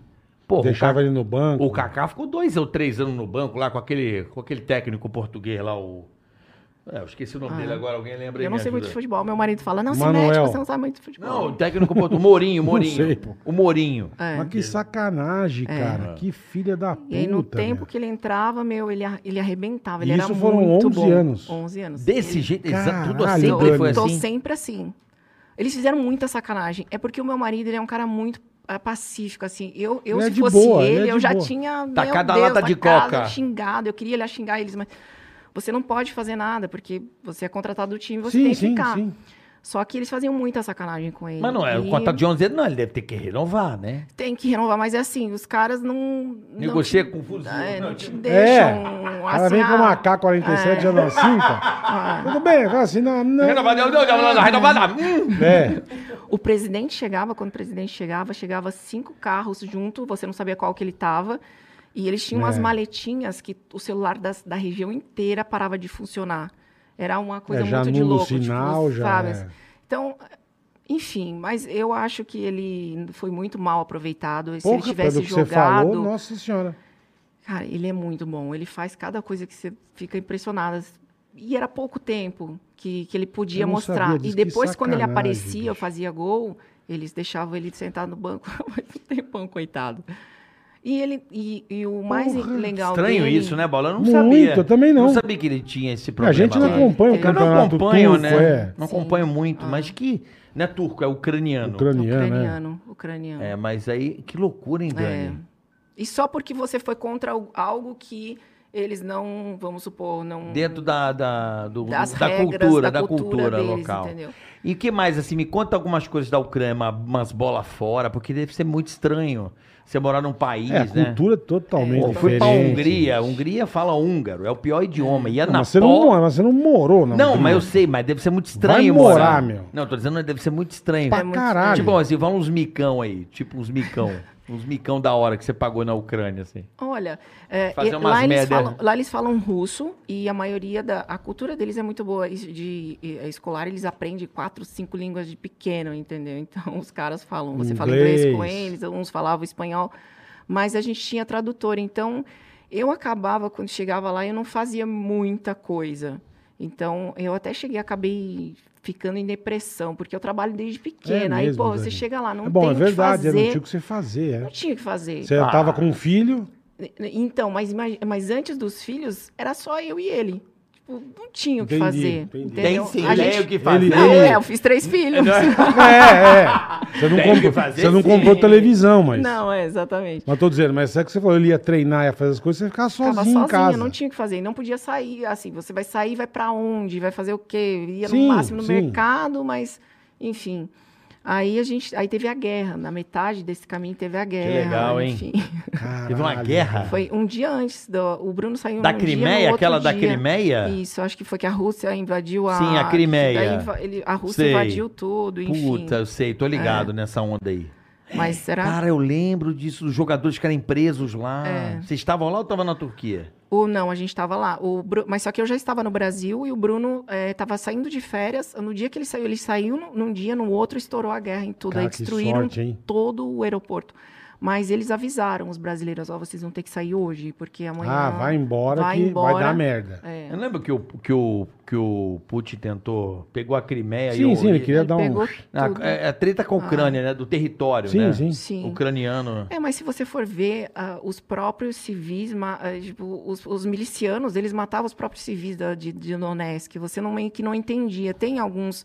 Speaker 4: Porra,
Speaker 3: Deixava
Speaker 4: o,
Speaker 3: ele no banco.
Speaker 4: Kaká, o Kaká ficou dois ou três anos no banco lá com aquele, com aquele técnico português lá, o. É, eu esqueci o nome
Speaker 1: Ah.
Speaker 4: dele agora, alguém lembra aí,
Speaker 1: Eu não
Speaker 4: me
Speaker 1: sei muito de
Speaker 4: ajuda.
Speaker 1: futebol. Meu marido fala, não
Speaker 3: Manuel.
Speaker 1: se mete, você não sabe muito de futebol.
Speaker 4: Não, o técnico português. O Mourinho, o
Speaker 3: Não
Speaker 4: Mourinho.
Speaker 3: sei, pô. Ah,
Speaker 4: O Mourinho.
Speaker 1: É.
Speaker 3: Mas que sacanagem,
Speaker 4: É.
Speaker 3: cara. Que filha da puta.
Speaker 1: E aí, no tempo
Speaker 3: meu.
Speaker 1: que ele entrava, meu, ele, ar- ele arrebentava. Ele
Speaker 3: E
Speaker 1: era
Speaker 3: isso foram
Speaker 1: muito
Speaker 3: 11
Speaker 1: bom.
Speaker 3: anos.
Speaker 1: 11 anos.
Speaker 4: Desse jeito, exa- tudo assim,
Speaker 3: Caralho,
Speaker 4: sempre foi
Speaker 1: Eu tô
Speaker 4: assim.
Speaker 1: sempre assim. Eles fizeram muita sacanagem. É porque o meu marido, ele é um cara muito ah, pacífico, assim. Eu, eu
Speaker 3: Ele é
Speaker 1: se
Speaker 3: de
Speaker 1: fosse
Speaker 3: boa, ele
Speaker 1: ele,
Speaker 3: é de
Speaker 1: eu já
Speaker 3: boa.
Speaker 1: tinha, meu
Speaker 4: Tacada a
Speaker 1: Deus,
Speaker 4: Tá, lata de
Speaker 1: tacado,
Speaker 4: coca.
Speaker 1: xingado. Eu queria ele xingar eles, mas... Você não pode fazer nada, porque você é contratado do time, você
Speaker 3: sim,
Speaker 1: tem que
Speaker 3: sim,
Speaker 1: ficar. Então,
Speaker 3: sim.
Speaker 1: Só que eles faziam muita sacanagem com ele.
Speaker 4: Mas não é, o
Speaker 1: E
Speaker 4: contrato de 11 anos, não, ele deve ter que renovar, né?
Speaker 1: Tem que renovar, mas é assim, os caras não... não
Speaker 4: Negocia
Speaker 1: te-
Speaker 4: com fuzil.
Speaker 1: é, não te
Speaker 3: É.
Speaker 1: deixam... assim,
Speaker 3: O cara vem com uma K-47
Speaker 1: é.
Speaker 3: já na cinta.
Speaker 1: ah,
Speaker 3: Tudo bem, vai assim, não. não.
Speaker 4: Renovada, renovada, renovada. hum.
Speaker 3: É.
Speaker 1: O presidente chegava, quando o presidente chegava, chegava cinco carros junto, você não sabia qual que ele estava. E eles tinham umas
Speaker 3: É.
Speaker 1: maletinhas que o celular das- da região inteira parava de funcionar. Era uma coisa
Speaker 3: É, já
Speaker 1: muito de
Speaker 3: anula o
Speaker 1: louco, tipo,
Speaker 3: sinal, já
Speaker 1: sabe?
Speaker 3: é.
Speaker 1: Então, enfim, mas eu acho que ele foi muito mal aproveitado. Se ele
Speaker 3: Porra, pelo
Speaker 1: tivesse
Speaker 3: que você falou,
Speaker 1: jogado.
Speaker 3: nossa senhora.
Speaker 1: Cara, ele é muito bom. Ele faz cada coisa que você fica impressionada. E era pouco tempo que, que ele
Speaker 3: Eu
Speaker 1: podia
Speaker 3: não
Speaker 1: mostrar.
Speaker 3: sabia disso,
Speaker 1: e
Speaker 3: que
Speaker 1: depois, quando ele
Speaker 3: sacanagem,
Speaker 1: aparecia, eu
Speaker 3: bicho.
Speaker 1: fazia gol, eles deixavam ele sentado no banco há muito tempão, um coitado. E ele e, e o mais
Speaker 3: Porra,
Speaker 1: legal
Speaker 4: Estranho
Speaker 1: dele-
Speaker 4: isso, né, Bola? Eu não
Speaker 3: Muito,
Speaker 4: sabia.
Speaker 3: eu também não.
Speaker 4: Não sabia que ele tinha esse
Speaker 3: A
Speaker 4: problema.
Speaker 3: gente não
Speaker 4: lá.
Speaker 3: acompanha o
Speaker 1: Eu não
Speaker 4: Eu não
Speaker 3: campeonato
Speaker 4: acompanho,
Speaker 3: turco,
Speaker 4: né?
Speaker 3: é. Ah.
Speaker 4: Não
Speaker 1: Sim.
Speaker 4: acompanho muito, mas que. Não é turco, é ucraniano.
Speaker 3: Ucraniano, né?
Speaker 1: Ucraniano, ucraniano.
Speaker 4: É, mas aí, que loucura, hein,
Speaker 1: É.
Speaker 4: Dani?
Speaker 1: E só porque você foi contra al- algo que eles não, vamos supor, não.
Speaker 4: Dentro da, da, do-
Speaker 1: É. das
Speaker 4: da
Speaker 1: regras,
Speaker 4: cultura, da cultura,
Speaker 1: deles,
Speaker 4: local.
Speaker 1: Entendeu?
Speaker 4: E que mais, assim, me conta algumas coisas da Ucrânia, uma- umas bolas fora, porque deve ser muito estranho você morar num país,
Speaker 3: É, a
Speaker 4: né?
Speaker 3: cultura totalmente
Speaker 4: Pô, fui
Speaker 3: diferente.
Speaker 4: pra Hungria, a Hungria fala húngaro, é o pior idioma. E é
Speaker 3: Não,
Speaker 4: na
Speaker 3: mas, você não,
Speaker 4: pó-
Speaker 3: mora- mas você não morou na
Speaker 4: Não,
Speaker 3: Hungria.
Speaker 4: mas eu sei, mas deve ser muito estranho
Speaker 3: Vai morar, meu.
Speaker 4: Não, tô dizendo, deve ser muito estranho.
Speaker 3: Pra
Speaker 1: É muito
Speaker 3: caralho.
Speaker 4: Tipo assim, vão uns micão aí, tipo uns micão. uns micão da hora que você pagou na Ucrânia, assim.
Speaker 1: Olha, é,
Speaker 4: Fazer
Speaker 1: e-
Speaker 4: umas
Speaker 1: lá, eles
Speaker 4: merda.
Speaker 1: falam, lá eles falam russo e a maioria da. A cultura deles é muito boa. Isso De, e- é escolar, eles aprendem quatro, cinco línguas de pequeno, entendeu? Então os caras falam. Você fala inglês com
Speaker 3: Inglês.
Speaker 1: eles, uns falavam espanhol, mas a gente tinha tradutor. Então eu acabava, quando chegava lá, eu não fazia muita coisa. Então eu até cheguei, acabei ficando em depressão, porque eu trabalho desde pequena. Aí,
Speaker 3: É mesmo,
Speaker 1: pô, você
Speaker 3: Dani.
Speaker 1: chega lá, não
Speaker 3: é bom,
Speaker 1: tem
Speaker 3: é
Speaker 1: o que
Speaker 3: verdade, é, não
Speaker 1: fazer.
Speaker 3: tinha o que você fazer.
Speaker 1: Não
Speaker 3: É.
Speaker 1: tinha o que fazer.
Speaker 3: Você
Speaker 4: Ah.
Speaker 3: tava com um filho,
Speaker 1: Então, mas, imag- mas antes dos filhos, era só eu e ele. Tipo, não tinha o que
Speaker 3: Entendi,
Speaker 1: fazer.
Speaker 3: entendi.
Speaker 1: entendeu?
Speaker 4: Tem né? sim,
Speaker 1: A
Speaker 4: tem
Speaker 1: gente-
Speaker 4: o que fazer.
Speaker 3: Ele-
Speaker 1: Não, é, eu fiz três filhos.
Speaker 3: É, é.
Speaker 4: Tem
Speaker 3: Você não, comprou,
Speaker 4: que fazer,
Speaker 3: você não
Speaker 4: sim.
Speaker 3: comprou televisão, mas.
Speaker 1: Não, é, exatamente.
Speaker 3: Mas tô dizendo, mas será que você falou, ele ia treinar, ia fazer as coisas, você ficava sozinho
Speaker 1: Ficava
Speaker 3: em
Speaker 1: sozinha,
Speaker 3: casa.
Speaker 1: não tinha o que fazer. Não podia sair, assim, você vai sair, vai pra onde, vai fazer o quê? Ia
Speaker 3: Sim,
Speaker 1: no máximo no
Speaker 3: sim.
Speaker 1: mercado, mas, enfim. Aí a gente, aí teve a guerra, na metade desse caminho teve a guerra.
Speaker 4: legal, hein?
Speaker 1: enfim.
Speaker 3: Caralho.
Speaker 4: Teve uma guerra.
Speaker 1: Foi um dia antes do, o Bruno saiu
Speaker 4: da
Speaker 1: num Um dia, no
Speaker 4: Crimeia,
Speaker 1: outro
Speaker 4: aquela da
Speaker 1: dia.
Speaker 4: Crimeia?
Speaker 1: Isso, acho que foi que a Rússia invadiu a.
Speaker 4: É. Sim, a Crimeia.
Speaker 1: Daí inva- ele- a Rússia
Speaker 4: Sei.
Speaker 1: invadiu tudo, enfim. É.
Speaker 4: Puta, eu sei, tô ligado nessa onda aí.
Speaker 1: Mas será?
Speaker 4: Cara, eu lembro disso, dos jogadores ficarem presos lá.
Speaker 1: É.
Speaker 4: Vocês estavam lá ou estavam na Turquia?
Speaker 1: Ou não, a gente estava lá. O Bru- Mas só que eu já estava no Brasil e o Bruno estava saindo de férias. No dia que ele saiu, ele saiu num, num dia, no outro estourou a guerra em tudo.
Speaker 3: Cara,
Speaker 1: aí
Speaker 3: que
Speaker 1: destruíram
Speaker 3: sorte, hein?
Speaker 1: todo o aeroporto. Mas eles avisaram os brasileiros, ó, vocês vão ter que sair hoje, porque amanhã...
Speaker 3: Ah, vai embora
Speaker 1: Vai
Speaker 3: que vai
Speaker 1: embora.
Speaker 3: dar merda.
Speaker 1: É.
Speaker 4: Eu lembro que o, que o, que o Putin tentou, pegou a Crimeia e
Speaker 3: Sim,
Speaker 4: o-
Speaker 3: sim, ele queria
Speaker 1: Ele
Speaker 3: dar um.
Speaker 1: pegou
Speaker 4: a,
Speaker 1: tudo. Ah.
Speaker 4: é- é treta com a Ucrânia, né? Do território,
Speaker 3: Sim,
Speaker 4: né?
Speaker 3: sim.
Speaker 1: Sim.
Speaker 4: Ucraniano.
Speaker 1: É, mas se você for ver, ah, os próprios civis, ma- ah, tipo, os, os milicianos, eles matavam os próprios civis da, de, de Donetsk. Você não, meio que não entendia. Tem alguns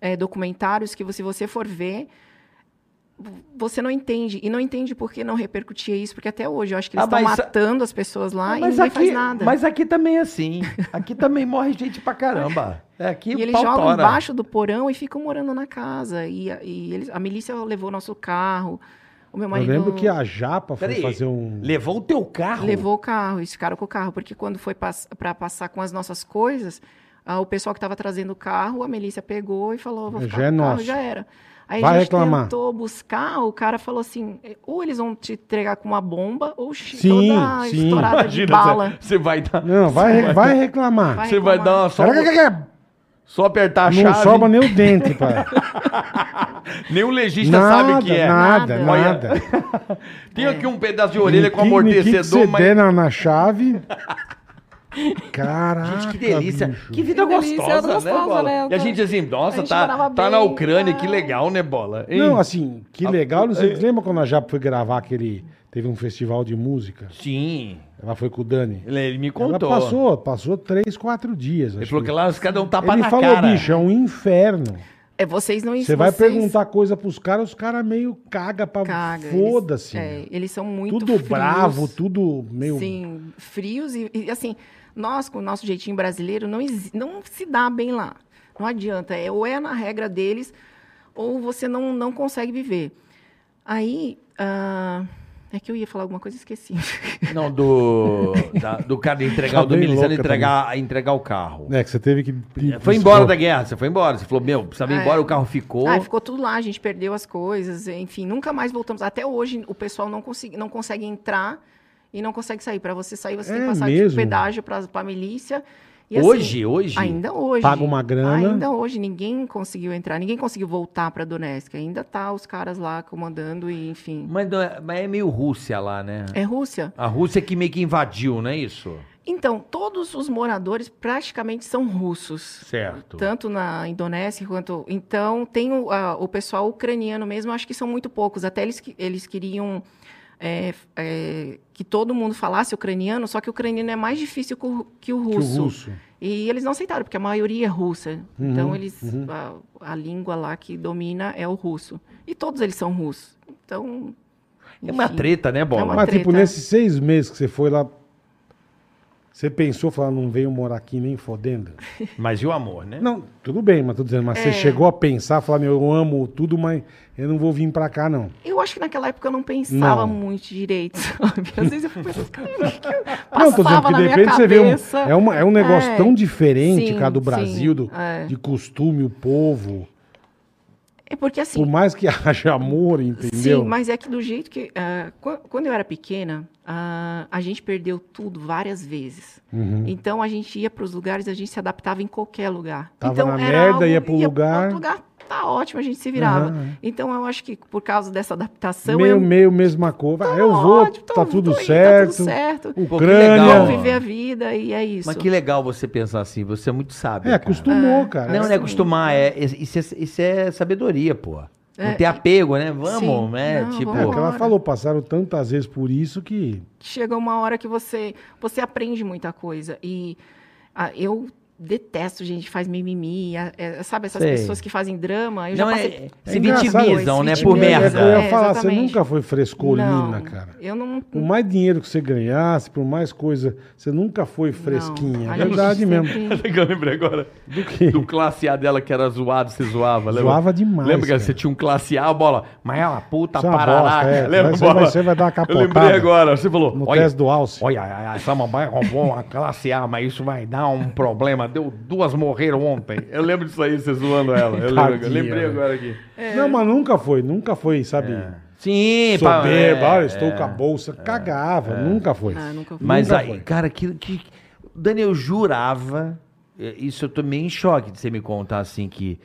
Speaker 1: eh, documentários que, se você for ver, v- você não entende. E não entende por que não repercutia isso, porque até hoje eu acho que eles
Speaker 4: Ah,
Speaker 1: estão
Speaker 4: mas- Ah,
Speaker 1: matando as pessoas lá e ninguém faz nada.
Speaker 4: mas aqui também é assim. Aqui também morre gente pra caramba. É, aqui
Speaker 1: E
Speaker 4: o
Speaker 1: eles
Speaker 4: pau
Speaker 1: jogam
Speaker 4: tora.
Speaker 1: embaixo do porão e ficam morando na casa. E, a- e eles, a milícia levou nosso carro. O meu
Speaker 3: Eu
Speaker 1: marido
Speaker 3: lembro que a Japa foi
Speaker 4: Peraí.
Speaker 3: fazer um.
Speaker 4: Levou o teu carro.
Speaker 1: Levou o carro, eles ficaram com o carro, porque quando foi para passar com as nossas coisas, ah, o pessoal que estava trazendo o carro, a milícia pegou e falou: vou
Speaker 3: Já
Speaker 1: ficar
Speaker 3: é
Speaker 1: com o carro,
Speaker 3: nosso.
Speaker 1: já era. Aí
Speaker 3: Vai
Speaker 1: a gente
Speaker 3: reclamar.
Speaker 1: tentou buscar, o cara falou assim: ou eles vão te entregar com uma bomba, ou che-
Speaker 3: Sim,
Speaker 1: toda
Speaker 3: sim.
Speaker 1: estourada de bala.
Speaker 5: você vai dar.
Speaker 3: Não, vai, re- vai reclamar.
Speaker 1: Vai
Speaker 5: Você vai
Speaker 1: reclamar.
Speaker 5: dar só,
Speaker 4: um
Speaker 3: Será que- que-
Speaker 5: só apertar a
Speaker 3: que- não
Speaker 5: chave.
Speaker 3: sobra nem o dente, pai.
Speaker 5: Nem o legista sabe
Speaker 3: Nada,
Speaker 5: o que é.
Speaker 3: nada,
Speaker 1: Nada.
Speaker 3: nada.
Speaker 4: Tem aqui um pedaço de orelha com
Speaker 3: Niquinho-
Speaker 4: amortecedor,
Speaker 3: Niquinho que
Speaker 4: mas.
Speaker 3: você der na, na chave. Caraca,
Speaker 4: Gente, que delícia.
Speaker 3: bicho.
Speaker 4: Que vida
Speaker 1: Que delícia,
Speaker 4: gostosa,
Speaker 1: gostosa,
Speaker 4: né, Bola?
Speaker 1: né?
Speaker 4: E a gente assim, nossa,
Speaker 1: A gente
Speaker 4: tá,
Speaker 1: morava
Speaker 4: tá na
Speaker 1: bem,
Speaker 4: Ucrânia,
Speaker 1: tá.
Speaker 4: que legal, né, Bola? Hein? é.
Speaker 3: Não, assim, que legal. Não sei, lembra quando a Japa foi gravar aquele. Teve um festival de música?
Speaker 4: Sim.
Speaker 3: Ela foi com o Dani.
Speaker 4: Ele, ele me
Speaker 3: Ela
Speaker 4: contou.
Speaker 3: passou, passou três, quatro dias.
Speaker 4: Ele
Speaker 3: acho
Speaker 4: falou
Speaker 3: que-
Speaker 4: que lá os caras dão tapa
Speaker 3: Ele
Speaker 4: na
Speaker 3: falou,
Speaker 4: cara.
Speaker 3: bicho, é um inferno.
Speaker 1: É, vocês não
Speaker 3: Você vai
Speaker 1: vocês-
Speaker 3: perguntar coisa pros caras, os caras meio caga pra.
Speaker 1: Caga, eles-
Speaker 3: Foda-se.
Speaker 1: é,
Speaker 3: meu.
Speaker 1: eles são muito
Speaker 3: tudo
Speaker 1: frios.
Speaker 3: bravo, tudo meio.
Speaker 1: Sim, frios e, e, assim, nós com o nosso jeitinho brasileiro não, exi- não se dá bem lá. Não adianta, é, ou é na regra deles ou você não, não consegue viver. Aí, ah, é que eu ia falar alguma coisa e esqueci.
Speaker 4: Não, do. da- do cara entregar,
Speaker 3: Tá
Speaker 4: do
Speaker 3: bem
Speaker 4: miliciano
Speaker 3: louca
Speaker 4: entregar, entregar o carro.
Speaker 3: É, que você teve que.
Speaker 4: Foi embora da guerra, você foi embora. Você falou, meu, precisava ir
Speaker 1: É.
Speaker 4: embora, o carro ficou.
Speaker 1: Ah, ficou tudo lá, a gente perdeu as coisas, enfim, nunca mais voltamos. Até hoje o pessoal não, consegui, não consegue entrar e não consegue sair. Para você sair, você tem
Speaker 3: É
Speaker 1: que passar
Speaker 3: mesmo?
Speaker 1: de pedágio para a milícia. E, assim,
Speaker 4: hoje, hoje.
Speaker 1: Ainda hoje.
Speaker 3: Paga uma grana.
Speaker 1: Ah, Ainda é hoje ninguém conseguiu entrar, ninguém conseguiu voltar para Donetsk. Ainda tá os caras lá comandando e enfim.
Speaker 4: Mas, não é, mas é meio Rússia lá, né?
Speaker 1: É Rússia?
Speaker 4: A Rússia que meio que invadiu, não é isso?
Speaker 1: Então, todos os moradores praticamente são russos.
Speaker 4: Certo.
Speaker 1: Tanto na Indonésia quanto. Então, tem o, a- o pessoal ucraniano mesmo, acho que são muito poucos. Até eles, que- eles queriam é, é, que todo mundo falasse ucraniano, só que o ucraniano é mais difícil que o, que o
Speaker 3: Que
Speaker 1: um russo.
Speaker 3: o russo.
Speaker 1: E eles não aceitaram, porque a maioria é russa. então, eles
Speaker 3: uhum.
Speaker 1: a, a língua lá que domina é o russo. E todos eles são russos. Então.
Speaker 4: É uma
Speaker 1: enfim.
Speaker 4: treta, né, Bola?
Speaker 1: É uma
Speaker 3: Mas, tipo,
Speaker 1: treta.
Speaker 3: nesses seis meses que você foi lá, você pensou, falar, não venho morar aqui nem fodendo?
Speaker 4: Mas e o amor,
Speaker 1: É.
Speaker 4: né?
Speaker 3: Não, tudo bem, mas tô dizendo, mas você chegou a pensar, falar, meu, eu amo tudo, mas eu não vou vir pra cá, não.
Speaker 1: Eu acho que naquela época eu não pensava
Speaker 3: Não.
Speaker 1: muito direito, sabe? Às vezes eu fico pensando, "Cara, o que que eu
Speaker 3: não, tô dizendo
Speaker 1: passava na
Speaker 3: de
Speaker 1: minha
Speaker 3: repente você vê
Speaker 1: cabeça.
Speaker 3: um, é, uma- é um negócio
Speaker 1: É.
Speaker 3: tão diferente,
Speaker 1: Sim,
Speaker 3: cara, do
Speaker 1: sim,
Speaker 3: Brasil, do,
Speaker 1: é.
Speaker 3: de costume, o povo.
Speaker 1: É porque assim,
Speaker 3: Por mais que haja amor, entendeu?
Speaker 1: Sim, mas é que do jeito que. ah, qu- quando eu era pequena, ah, a gente perdeu tudo várias vezes.
Speaker 3: Uhum.
Speaker 1: Então a gente ia para os lugares, a gente se adaptava em qualquer lugar.
Speaker 3: Tava
Speaker 1: então,
Speaker 3: na
Speaker 1: era
Speaker 3: merda,
Speaker 1: algo-
Speaker 3: ia pro lugar.
Speaker 1: outro lugar tá ótimo, a gente se virava.
Speaker 3: Aham. é.
Speaker 1: Então eu acho que por causa dessa adaptação.
Speaker 3: meio,
Speaker 1: eu...
Speaker 3: meio, mesma coisa.
Speaker 1: Tá
Speaker 3: Ah, eu vou,
Speaker 1: ótimo,
Speaker 3: tá,
Speaker 1: tô-
Speaker 3: tudo
Speaker 1: tô indo,
Speaker 3: certo,
Speaker 1: Tá tudo
Speaker 4: Pô,
Speaker 1: certo.
Speaker 4: que
Speaker 3: Ucrânia.
Speaker 4: legal.
Speaker 1: Vou viver a vida e é isso.
Speaker 4: Mas que legal você pensar assim, você é muito sábio.
Speaker 3: É,
Speaker 4: cara.
Speaker 3: acostumou, cara.
Speaker 4: Não, não é acostumar, é, isso, é, isso é sabedoria, pô. não
Speaker 1: É,
Speaker 4: ter apego, né? Vamos,
Speaker 1: sim.
Speaker 4: né?
Speaker 1: Não,
Speaker 4: tipo,
Speaker 3: É, o que ela
Speaker 1: Bora.
Speaker 3: falou, passaram tantas vezes por isso que.
Speaker 1: chega uma hora que você você aprende muita coisa e ah, eu detesto gente que faz mimimi, a- é, sabe essas
Speaker 4: Sei.
Speaker 1: pessoas que fazem drama, eu
Speaker 4: Não,
Speaker 1: já
Speaker 4: é-
Speaker 1: passei
Speaker 4: é Se
Speaker 3: engraçado.
Speaker 4: vitimizam, né,
Speaker 1: Se
Speaker 4: por
Speaker 1: vitimizam.
Speaker 3: É
Speaker 4: merda.
Speaker 3: que eu ia
Speaker 1: É,
Speaker 3: falar, você
Speaker 1: exatamente.
Speaker 3: nunca foi frescolina,
Speaker 1: Não,
Speaker 3: cara. Um
Speaker 1: Eu não
Speaker 3: Por mais dinheiro que você ganhasse, por mais coisa, você nunca foi fresquinha. É verdade mesmo.
Speaker 5: Sabe o que eu lembrei agora?
Speaker 3: Do que?
Speaker 5: Do classe A dela que era zoado, você zoava, lembra?
Speaker 3: Zoava demais,
Speaker 5: Lembra que
Speaker 3: cara.
Speaker 5: você tinha um classe A, bola? Mas é uma puta
Speaker 3: Isso é uma
Speaker 5: pararaca.
Speaker 3: bosta, é.
Speaker 5: Lembra,
Speaker 3: Mas você
Speaker 5: bola?
Speaker 3: vai- você vai dar uma
Speaker 5: Eu lembrei
Speaker 3: capotada
Speaker 5: agora, você falou.
Speaker 3: No
Speaker 5: olha,
Speaker 3: teste do Alce.
Speaker 5: olha, a Samambaia roubou uma classe A, mas isso vai dar um problema. Deu duas morreram ontem. Eu lembro disso aí, você zoando ela. Eu lembro,
Speaker 3: Tadinha,
Speaker 5: eu lembrei
Speaker 3: velho.
Speaker 5: agora aqui.
Speaker 3: Não, mas nunca foi, nunca foi, sabe?
Speaker 4: Sim, pá, é,
Speaker 3: Soberba, olha, estou com a bolsa. Cagava, nunca foi.
Speaker 1: Ah, nunca foi.
Speaker 4: Mas
Speaker 3: Nunca
Speaker 4: aí,
Speaker 3: foi.
Speaker 4: cara, que, que. Dani, eu jurava. eh, Isso eu tô meio em choque de você me contar assim que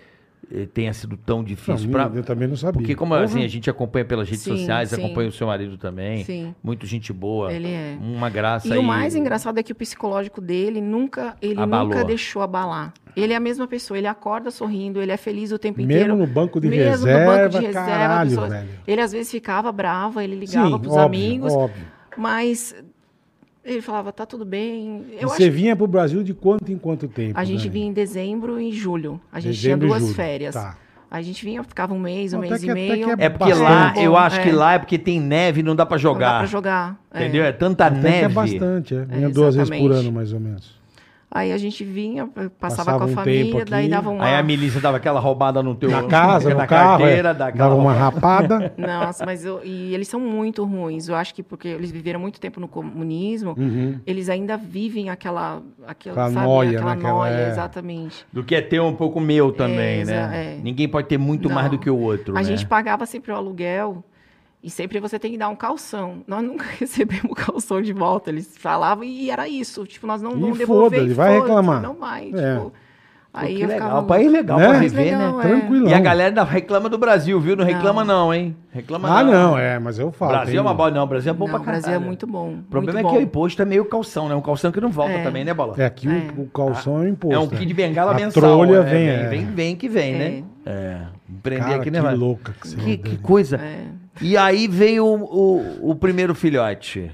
Speaker 4: eh, tenha sido tão difícil
Speaker 3: Não,
Speaker 4: pra.
Speaker 3: Eu também não sabia.
Speaker 4: Porque como assim, a gente acompanha pelas redes
Speaker 1: Uhum. Sim,
Speaker 4: sociais,
Speaker 1: sim.
Speaker 4: acompanha o seu marido também.
Speaker 1: Sim.
Speaker 4: Muito gente boa.
Speaker 1: Ele é.
Speaker 4: Uma graça
Speaker 1: E o mais engraçado é que o psicológico dele nunca ele
Speaker 4: Abalou.
Speaker 1: nunca deixou abalar. Ele é a mesma pessoa, ele acorda sorrindo, ele é feliz o tempo
Speaker 3: Mesmo
Speaker 1: inteiro.
Speaker 3: no banco de
Speaker 1: Mesmo no
Speaker 3: reserva,
Speaker 1: banco de reserva,
Speaker 3: caralho,
Speaker 1: pessoas-
Speaker 3: velho.
Speaker 1: Ele às vezes ficava brava, ele
Speaker 3: Sim,
Speaker 1: ligava pros
Speaker 3: óbvio,
Speaker 1: amigos,
Speaker 3: óbvio.
Speaker 1: mas ele falava, tá tudo bem.
Speaker 3: E
Speaker 1: Eu
Speaker 3: você
Speaker 1: acho
Speaker 3: vinha pro Brasil de quanto em quanto tempo?
Speaker 1: A gente
Speaker 3: Dani?
Speaker 1: vinha em dezembro e em julho. A gente
Speaker 3: Dezembro e
Speaker 1: tinha duas
Speaker 3: julho.
Speaker 1: férias.
Speaker 3: Tá.
Speaker 1: A gente vinha, ficava um mês, um
Speaker 3: Até
Speaker 1: mês
Speaker 3: que-
Speaker 1: e
Speaker 3: até
Speaker 1: meio.
Speaker 3: que é
Speaker 4: É porque lá,
Speaker 3: Bastante.
Speaker 4: eu acho que
Speaker 1: É,
Speaker 4: lá é porque tem neve e não dá pra
Speaker 1: não dá
Speaker 4: jogar.
Speaker 1: pra jogar. é.
Speaker 4: Entendeu? É tanta
Speaker 3: Até que
Speaker 4: neve.
Speaker 3: é bastante, é. Vinha duas vezes por
Speaker 1: exatamente.
Speaker 3: ano, mais ou menos.
Speaker 1: Aí a gente vinha, passava,
Speaker 3: Passava
Speaker 1: com a
Speaker 3: um tempo
Speaker 1: família,
Speaker 3: aqui.
Speaker 1: daí dava um.
Speaker 4: Aí a milícia dava aquela roubada no teu.
Speaker 3: Na casa,
Speaker 4: na
Speaker 3: no carro,
Speaker 4: carteira,
Speaker 3: é,
Speaker 4: dava aquela
Speaker 3: dava uma
Speaker 4: roubada.
Speaker 3: rapada.
Speaker 1: Nossa, mas eu, e eles são muito ruins. Eu acho que porque eles viveram muito tempo no comunismo,
Speaker 3: Uhum.
Speaker 1: eles ainda vivem aquela, aquela,
Speaker 3: Aquela
Speaker 1: sabe,
Speaker 3: nóia,
Speaker 1: aquela
Speaker 3: né? Aquela-
Speaker 1: nóia,
Speaker 3: é.
Speaker 1: exatamente.
Speaker 4: Do que é ter um pouco meu também,
Speaker 1: É, exa-
Speaker 4: né?
Speaker 1: é.
Speaker 4: Ninguém pode ter muito
Speaker 1: Não.
Speaker 4: mais do que o outro.
Speaker 1: A
Speaker 4: né?
Speaker 1: gente pagava sempre o aluguel e sempre você tem que dar um calção. Nós nunca recebemos calção de volta. Eles falavam e era isso. Tipo, nós não
Speaker 3: E
Speaker 1: vamos
Speaker 3: foda-se,
Speaker 1: devolver. e
Speaker 3: vai
Speaker 1: foda-se,
Speaker 3: reclamar.
Speaker 1: Não vai.
Speaker 3: É.
Speaker 1: Tipo,
Speaker 4: Pô,
Speaker 1: aí
Speaker 4: que
Speaker 1: eu
Speaker 4: legal.
Speaker 1: ficava.
Speaker 4: Pá, é legal
Speaker 3: Né?
Speaker 4: pra viver, né?
Speaker 1: Legal, é.
Speaker 3: Tranquilão.
Speaker 4: E a galera ainda reclama do Brasil, viu? Não reclama não, hein? Reclama
Speaker 3: Ah,
Speaker 4: não.
Speaker 3: não, é, mas eu
Speaker 4: O
Speaker 3: falo.
Speaker 4: um Brasil
Speaker 3: tem-
Speaker 4: é uma bola. Não, o Brasil é bom
Speaker 1: Não,
Speaker 4: pra
Speaker 1: o
Speaker 4: caralho.
Speaker 1: Brasil é muito bom.
Speaker 4: O problema
Speaker 1: muito
Speaker 4: é que o
Speaker 1: bom.
Speaker 4: imposto é meio calção, né? Um calção que não volta
Speaker 1: É.
Speaker 4: também, né, Bola?
Speaker 3: É, aqui O, o calção é um imposto.
Speaker 4: É um kit de bengala
Speaker 3: A
Speaker 4: mensal.
Speaker 3: trolha
Speaker 4: né?
Speaker 3: vem,
Speaker 4: vem,
Speaker 3: é.
Speaker 4: vem, vem que vem, né? É. Prender
Speaker 3: Cara,
Speaker 4: aqui,
Speaker 3: que
Speaker 4: né, vai?
Speaker 3: louca que você
Speaker 4: Que,
Speaker 3: é,
Speaker 4: que
Speaker 3: Dani.
Speaker 4: coisa.
Speaker 1: É.
Speaker 4: E aí veio o, o, o primeiro filhote.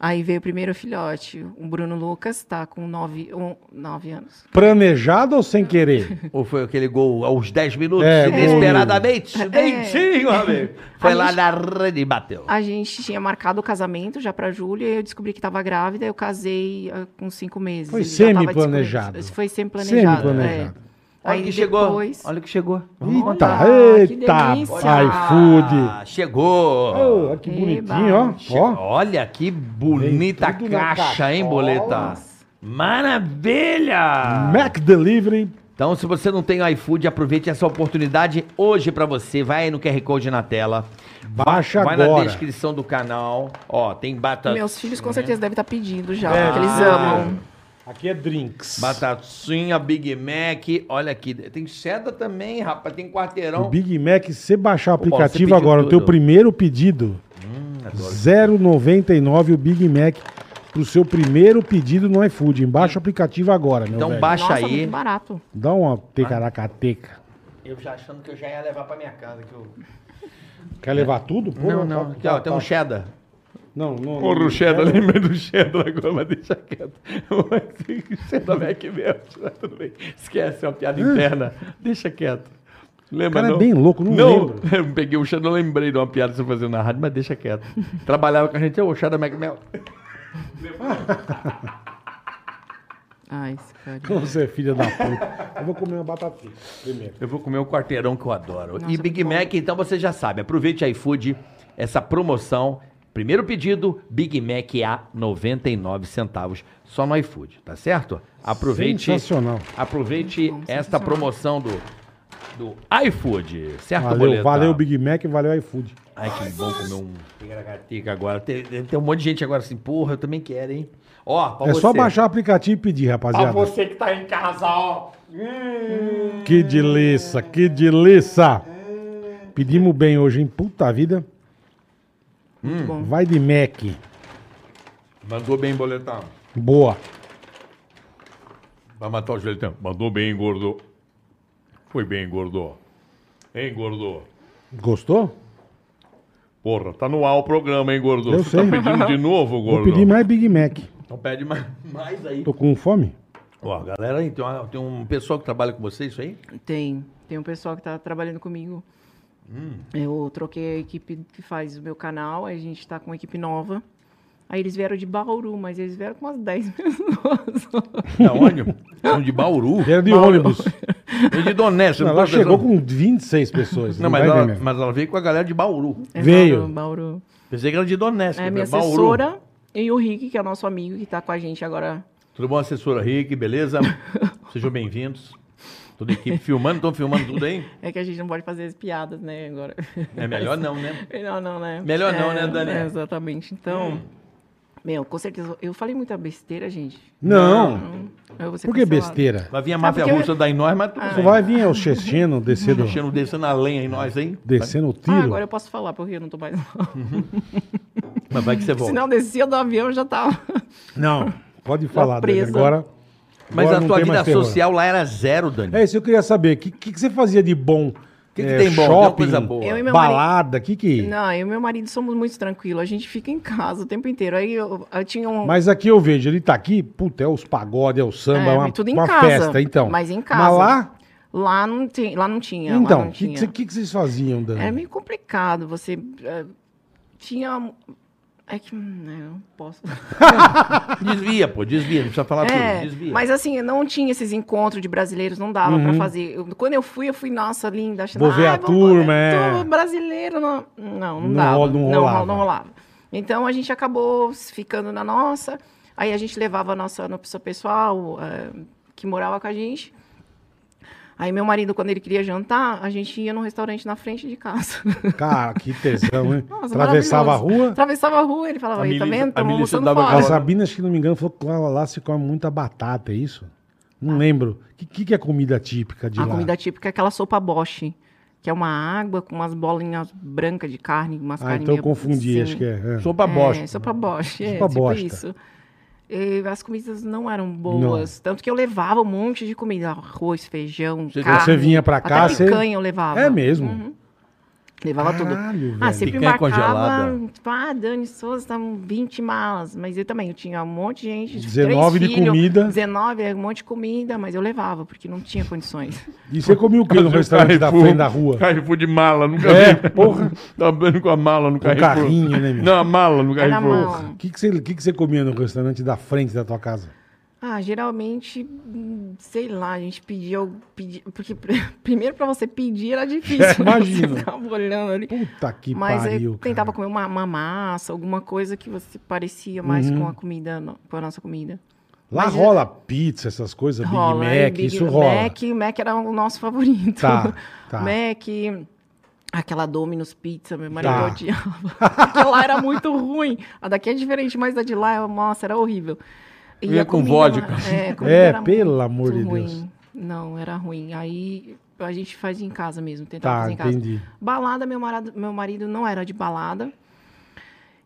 Speaker 1: Aí veio o primeiro filhote. O Bruno Lucas tá com nove, um, nove anos.
Speaker 3: Planejado ou sem querer?
Speaker 4: Ou foi aquele gol aos 10 minutos,
Speaker 3: É, gol.
Speaker 4: inesperadamente? Dentinho, amigo. Foi
Speaker 1: A
Speaker 4: lá
Speaker 1: gente-
Speaker 4: na rede e bateu.
Speaker 1: A gente tinha marcado o casamento já pra julho e eu descobri que tava grávida. Eu casei ah, com cinco meses.
Speaker 3: Foi
Speaker 1: Ele já tava
Speaker 3: semi-planejado.
Speaker 1: descobrindo- Foi sempre planejado. é.
Speaker 3: Semi-planejado.
Speaker 4: Olha
Speaker 1: Aí
Speaker 4: que chegou.
Speaker 1: depois-
Speaker 4: Olha que chegou. tá.
Speaker 3: Eita,
Speaker 1: Olha, que
Speaker 3: eita,
Speaker 1: delícia.
Speaker 3: iFood.
Speaker 4: Ah, chegou.
Speaker 3: Oh, olha que
Speaker 1: Eba.
Speaker 3: bonitinho, ó.
Speaker 4: Che-
Speaker 3: ó.
Speaker 4: Olha que bonita
Speaker 3: Vem tudo na
Speaker 4: caixa, hein, Boleta? Maravilha!
Speaker 3: Mac Delivery.
Speaker 4: Então, se você não tem o iFood, aproveite essa oportunidade hoje pra você. Vai aí no QR Code na tela.
Speaker 3: Baixa
Speaker 4: vai
Speaker 3: agora.
Speaker 4: na descrição do canal. Ó, tem bata...
Speaker 1: Meus filhos com certeza devem estar pedindo já,
Speaker 4: Deve
Speaker 1: porque eles
Speaker 4: ser.
Speaker 1: amam.
Speaker 3: Aqui é drinks.
Speaker 4: batatinha, Big Mac. Olha aqui, tem cheddar também, rapaz. Tem
Speaker 3: O
Speaker 4: quarteirão.
Speaker 3: Big Mac, se você baixar o
Speaker 4: Então, Ô, Paulo, você
Speaker 3: aplicativo
Speaker 4: pediu
Speaker 3: agora, o
Speaker 4: tudo. Hum,
Speaker 3: teu primeiro pedido,
Speaker 4: adoro.
Speaker 3: 0,99 o Big Mac pro seu primeiro pedido no iFood. Embaixa o aplicativo agora, meu
Speaker 4: Então
Speaker 3: velho.
Speaker 4: baixa
Speaker 1: Nossa,
Speaker 4: aí.
Speaker 1: muito barato.
Speaker 3: Dá uma tecaracateca.
Speaker 4: Eu já achando que eu já ia levar pra minha casa. Que eu...
Speaker 3: Quer levar tudo? Pô,
Speaker 4: Não,
Speaker 3: tá-
Speaker 4: não. Aqui,
Speaker 3: tá-
Speaker 4: ó, tem
Speaker 3: tá-
Speaker 4: um cheddar.
Speaker 3: Não, não.
Speaker 4: Porra,
Speaker 3: não-
Speaker 4: o cheddar, lembrei do cheddar agora, mas deixa quieto. O cheddar Mac mesmo, tá tudo bem. Esquece, é uma piada interna. Deixa quieto. Lembra,
Speaker 3: O Ah. cara é
Speaker 4: não?
Speaker 3: bem louco, não lembro.
Speaker 4: eu peguei o cheddar, eu lembrei de uma piada que você fazia na rádio, mas deixa quieto. Trabalhava com a gente, ô, o cheddar Mac mesmo.
Speaker 1: Ai, esse cara.
Speaker 3: Você é filha da puta. Eu vou comer uma batatinha primeiro.
Speaker 4: Eu vou comer um quarteirão que eu adoro. e Big Mac, então você já sabe. Aproveite a iFood, essa promoção. Primeiro pedido, Big Mac a 99 centavos, só no iFood, tá certo? Aproveite.
Speaker 3: Sensacional.
Speaker 4: Aproveite esta promoção do, do iFood, certo,
Speaker 3: Valeu,
Speaker 4: Boleta?
Speaker 3: valeu Big Mac, valeu iFood.
Speaker 4: Ai, que bom comer um ticaracatica agora. Tem, tem um monte de gente agora assim, porra, eu também quero, hein? Ó, pra
Speaker 3: É
Speaker 4: você.
Speaker 3: só baixar o aplicativo e pedir,
Speaker 4: Pra
Speaker 3: rapaziada.
Speaker 4: você que tá em casa, ó. Hum.
Speaker 3: Que delícia, que delícia. Pedimos bem hoje, hein? Puta vida.
Speaker 4: Hum.
Speaker 1: Muito bom.
Speaker 3: Vai de Mac.
Speaker 4: Mandou bem, Boletão.
Speaker 3: Boa.
Speaker 4: Vai matar o joelho. Mandou bem, engordou. Foi bem, engordou. Hein, gordo?
Speaker 3: Gostou?
Speaker 4: Porra, tá no ar o programa, hein, gordo?
Speaker 3: Eu
Speaker 4: Você
Speaker 3: sei.
Speaker 4: tá pedindo de novo,
Speaker 3: Vou
Speaker 4: gordo?
Speaker 3: pedir mais Big Mac.
Speaker 4: Então pede mais, mais aí.
Speaker 3: Tô com fome?
Speaker 4: Ó, galera, aí, tem, uma- tem um pessoal que trabalha com você, isso aí?
Speaker 1: Tem. Tem um pessoal que tá trabalhando comigo. Eu troquei a equipe que faz o meu canal, aí a gente tá com uma equipe nova. Aí eles vieram de Bauru, mas eles vieram com umas 10 pessoas.
Speaker 4: Da onde? São de Bauru.
Speaker 3: Era de ônibus.
Speaker 4: E de Donetsk.
Speaker 3: É. Não,
Speaker 4: não
Speaker 3: ela
Speaker 4: tô
Speaker 3: chegou
Speaker 4: pensando-
Speaker 3: com 26 pessoas.
Speaker 4: Não, mas
Speaker 3: vai ver
Speaker 4: ela,
Speaker 3: mesmo.
Speaker 4: mas ela veio com a galera de Bauru.
Speaker 1: É
Speaker 3: Veio.
Speaker 1: Bauru, Bauru.
Speaker 4: Pensei que era de Donetsk.
Speaker 1: É
Speaker 4: né?
Speaker 1: minha
Speaker 4: Bauru.
Speaker 1: assessora e o Rick, que é o nosso amigo, que tá com a gente agora.
Speaker 4: Tudo bom, assessora Rick? Beleza? Sejam bem-vindos. Toda a equipe filmando. Estão filmando tudo aí?
Speaker 1: É que a gente não pode fazer as piadas, né, agora.
Speaker 4: É melhor não, né?
Speaker 1: Melhor não, né?
Speaker 4: Melhor não,
Speaker 1: É,
Speaker 4: né, Dani? Hum.
Speaker 1: é, exatamente. Então, meu, com certeza, eu falei muita besteira, gente. Então,
Speaker 3: Não.
Speaker 1: Eu vou ser
Speaker 3: Por que
Speaker 1: cancelada.
Speaker 3: besteira?
Speaker 4: Vai vir a máfia
Speaker 1: porque-
Speaker 4: russa dar em nós, mas tudo
Speaker 3: Só
Speaker 4: bem.
Speaker 3: Ah, vai vir o checheno descendo,
Speaker 4: Mexendo, descendo a lenha em nós, hein?
Speaker 3: descendo o
Speaker 1: Ah,
Speaker 3: tiro.
Speaker 1: agora eu posso falar, porque eu não tô mais.
Speaker 4: Mas vai que você volta.
Speaker 1: Se não descia do avião, eu já tava.
Speaker 3: Não, pode falar, Dani.
Speaker 1: presa.
Speaker 3: Agora.
Speaker 4: Mas
Speaker 3: agora
Speaker 4: a
Speaker 3: não
Speaker 4: tua
Speaker 3: tem mais
Speaker 4: vida
Speaker 3: terror.
Speaker 4: social lá era zero, Dani.
Speaker 3: É isso, eu queria saber. O que, que, que você fazia de bom? O
Speaker 4: que tem bom? Tem uma
Speaker 3: Shopping,
Speaker 4: coisa boa.
Speaker 1: Eu e meu
Speaker 3: balada, o que que...
Speaker 1: Não, eu e meu marido somos muito tranquilos. A gente fica em casa o tempo inteiro. Aí eu, eu tinha um.
Speaker 3: Mas aqui eu vejo, ele tá aqui, puta, é os pagode, é o samba, é,
Speaker 1: É,
Speaker 3: uma,
Speaker 1: tudo em
Speaker 3: uma
Speaker 1: casa.
Speaker 3: festa, então.
Speaker 1: Mas em casa.
Speaker 3: Mas lá,
Speaker 1: Lá não, tem, lá não tinha. É, lá
Speaker 3: então,
Speaker 1: não
Speaker 3: o que,
Speaker 1: tinha.
Speaker 3: que, cê- que que vocês faziam, Dani?
Speaker 1: Era meio complicado. Você é, tinha. É que. hum, é, Eu não posso.
Speaker 4: Desvia, pô, desvia. Não precisa
Speaker 3: Tá
Speaker 4: falar
Speaker 1: É,
Speaker 4: tudo, desvia.
Speaker 1: mas assim, não tinha esses encontros de brasileiros, não dava pra fazer. Eu- quando eu fui, eu fui, nossa, linda, achando.
Speaker 3: Uhum. Vou ver a
Speaker 1: "Ai, vamos
Speaker 3: turma,
Speaker 1: ver
Speaker 3: é."
Speaker 1: tudo brasileiro, não, não, não,
Speaker 3: Não
Speaker 1: dava.
Speaker 3: rola- não
Speaker 1: ro-
Speaker 3: rolava.
Speaker 1: não rolava. Então a gente acabou ficando na nossa. Aí a gente levava a nossa nossa pessoal eh, que morava com a gente. Aí meu marido, quando ele queria jantar, a gente ia num restaurante na frente de casa.
Speaker 3: Cara, que tesão, hein?
Speaker 1: Nossa,
Speaker 3: Atravessava a
Speaker 1: maravilhoso.
Speaker 3: rua.
Speaker 1: Atravessava a rua, ele falava,
Speaker 4: A
Speaker 1: aí, tá
Speaker 4: milícia-
Speaker 1: vendo?
Speaker 4: a
Speaker 1: Tamo
Speaker 4: milícia
Speaker 1: almoçando
Speaker 4: dava
Speaker 1: fora.
Speaker 3: A Sabina, acho que não me engano, falou que lá, lá se come muita batata, é isso? Não lembro. O que, que, que é comida típica de
Speaker 1: A
Speaker 3: lá?
Speaker 1: comida típica é aquela sopa boche, que é uma água com umas bolinhas brancas de carne, umas
Speaker 3: ah, então eu confundi, acho que é. é.
Speaker 4: Sopa bosta.
Speaker 1: É, sopa boche, é,
Speaker 3: Sopa
Speaker 1: tipo
Speaker 3: bosta.
Speaker 1: isso. E as comidas não eram boas, tanto que eu levava um monte de comida, arroz, feijão,
Speaker 4: Você-
Speaker 1: carne.
Speaker 3: Então você vinha pra cá,
Speaker 1: até
Speaker 3: você-
Speaker 1: picanha eu levava. Uhum.
Speaker 3: É mesmo?
Speaker 1: Levava
Speaker 3: Caralho,
Speaker 1: tudo.
Speaker 3: velho.
Speaker 1: Ah, sempre
Speaker 4: Picanha
Speaker 1: embarcava.
Speaker 4: congelada.
Speaker 1: tipo, Ah, Dani Souza, estavam 20 malas. Mas eu também, eu tinha um monte de gente.
Speaker 3: 19 de
Speaker 1: três filhos,
Speaker 3: comida.
Speaker 1: 19, é, um monte de comida, mas eu levava, porque não tinha condições.
Speaker 3: E você comia o quê no restaurante da frente da rua? Um
Speaker 4: Carrefour de mala, nunca
Speaker 3: É,
Speaker 4: vi.
Speaker 3: porra.
Speaker 4: Tá vendo com a mala no Carrefour.
Speaker 3: carrinho, né, meu?
Speaker 4: Não, a mala no
Speaker 1: É na
Speaker 4: Carrefour.
Speaker 1: mão.
Speaker 3: O que, que, você, que, que você comia no restaurante da frente da tua casa?
Speaker 1: Ah, geralmente, hum, sei lá, a gente pedia, eu pedi- porque pr- primeiro pra você pedir era difícil. né?
Speaker 3: É, imagino.
Speaker 1: Você ficava olhando ali.
Speaker 3: Puta que
Speaker 1: Mas
Speaker 3: pariu.
Speaker 1: eu tentava
Speaker 3: cara.
Speaker 1: comer uma, uma massa, alguma coisa que você parecia mais
Speaker 3: Uhum.
Speaker 1: com a comida, no- com a nossa comida.
Speaker 3: Lá
Speaker 1: Mas eu-
Speaker 3: rola pizza, essas coisas, Big
Speaker 1: Rola,
Speaker 3: Mac,
Speaker 1: é, Big
Speaker 3: isso rola.
Speaker 1: Mac, Mac era o nosso favorito.
Speaker 3: Tá, tá.
Speaker 1: Mac, aquela Domino's Pizza, meu marido
Speaker 3: Tá.
Speaker 1: odiava. Porque lá era muito ruim. A daqui é diferente, mas a de lá, nossa, era horrível.
Speaker 4: Ia
Speaker 1: a
Speaker 4: com
Speaker 1: comida
Speaker 4: vodka.
Speaker 1: lá- é, a comida
Speaker 3: É,
Speaker 1: era
Speaker 3: pelo
Speaker 1: muito
Speaker 3: amor de
Speaker 1: ruim.
Speaker 3: Deus.
Speaker 1: Não, era ruim. Aí a gente fazia em casa mesmo, tentava
Speaker 3: Tá,
Speaker 1: fazer em casa.
Speaker 3: entendi.
Speaker 1: Balada, meu marido, meu marido não era de balada.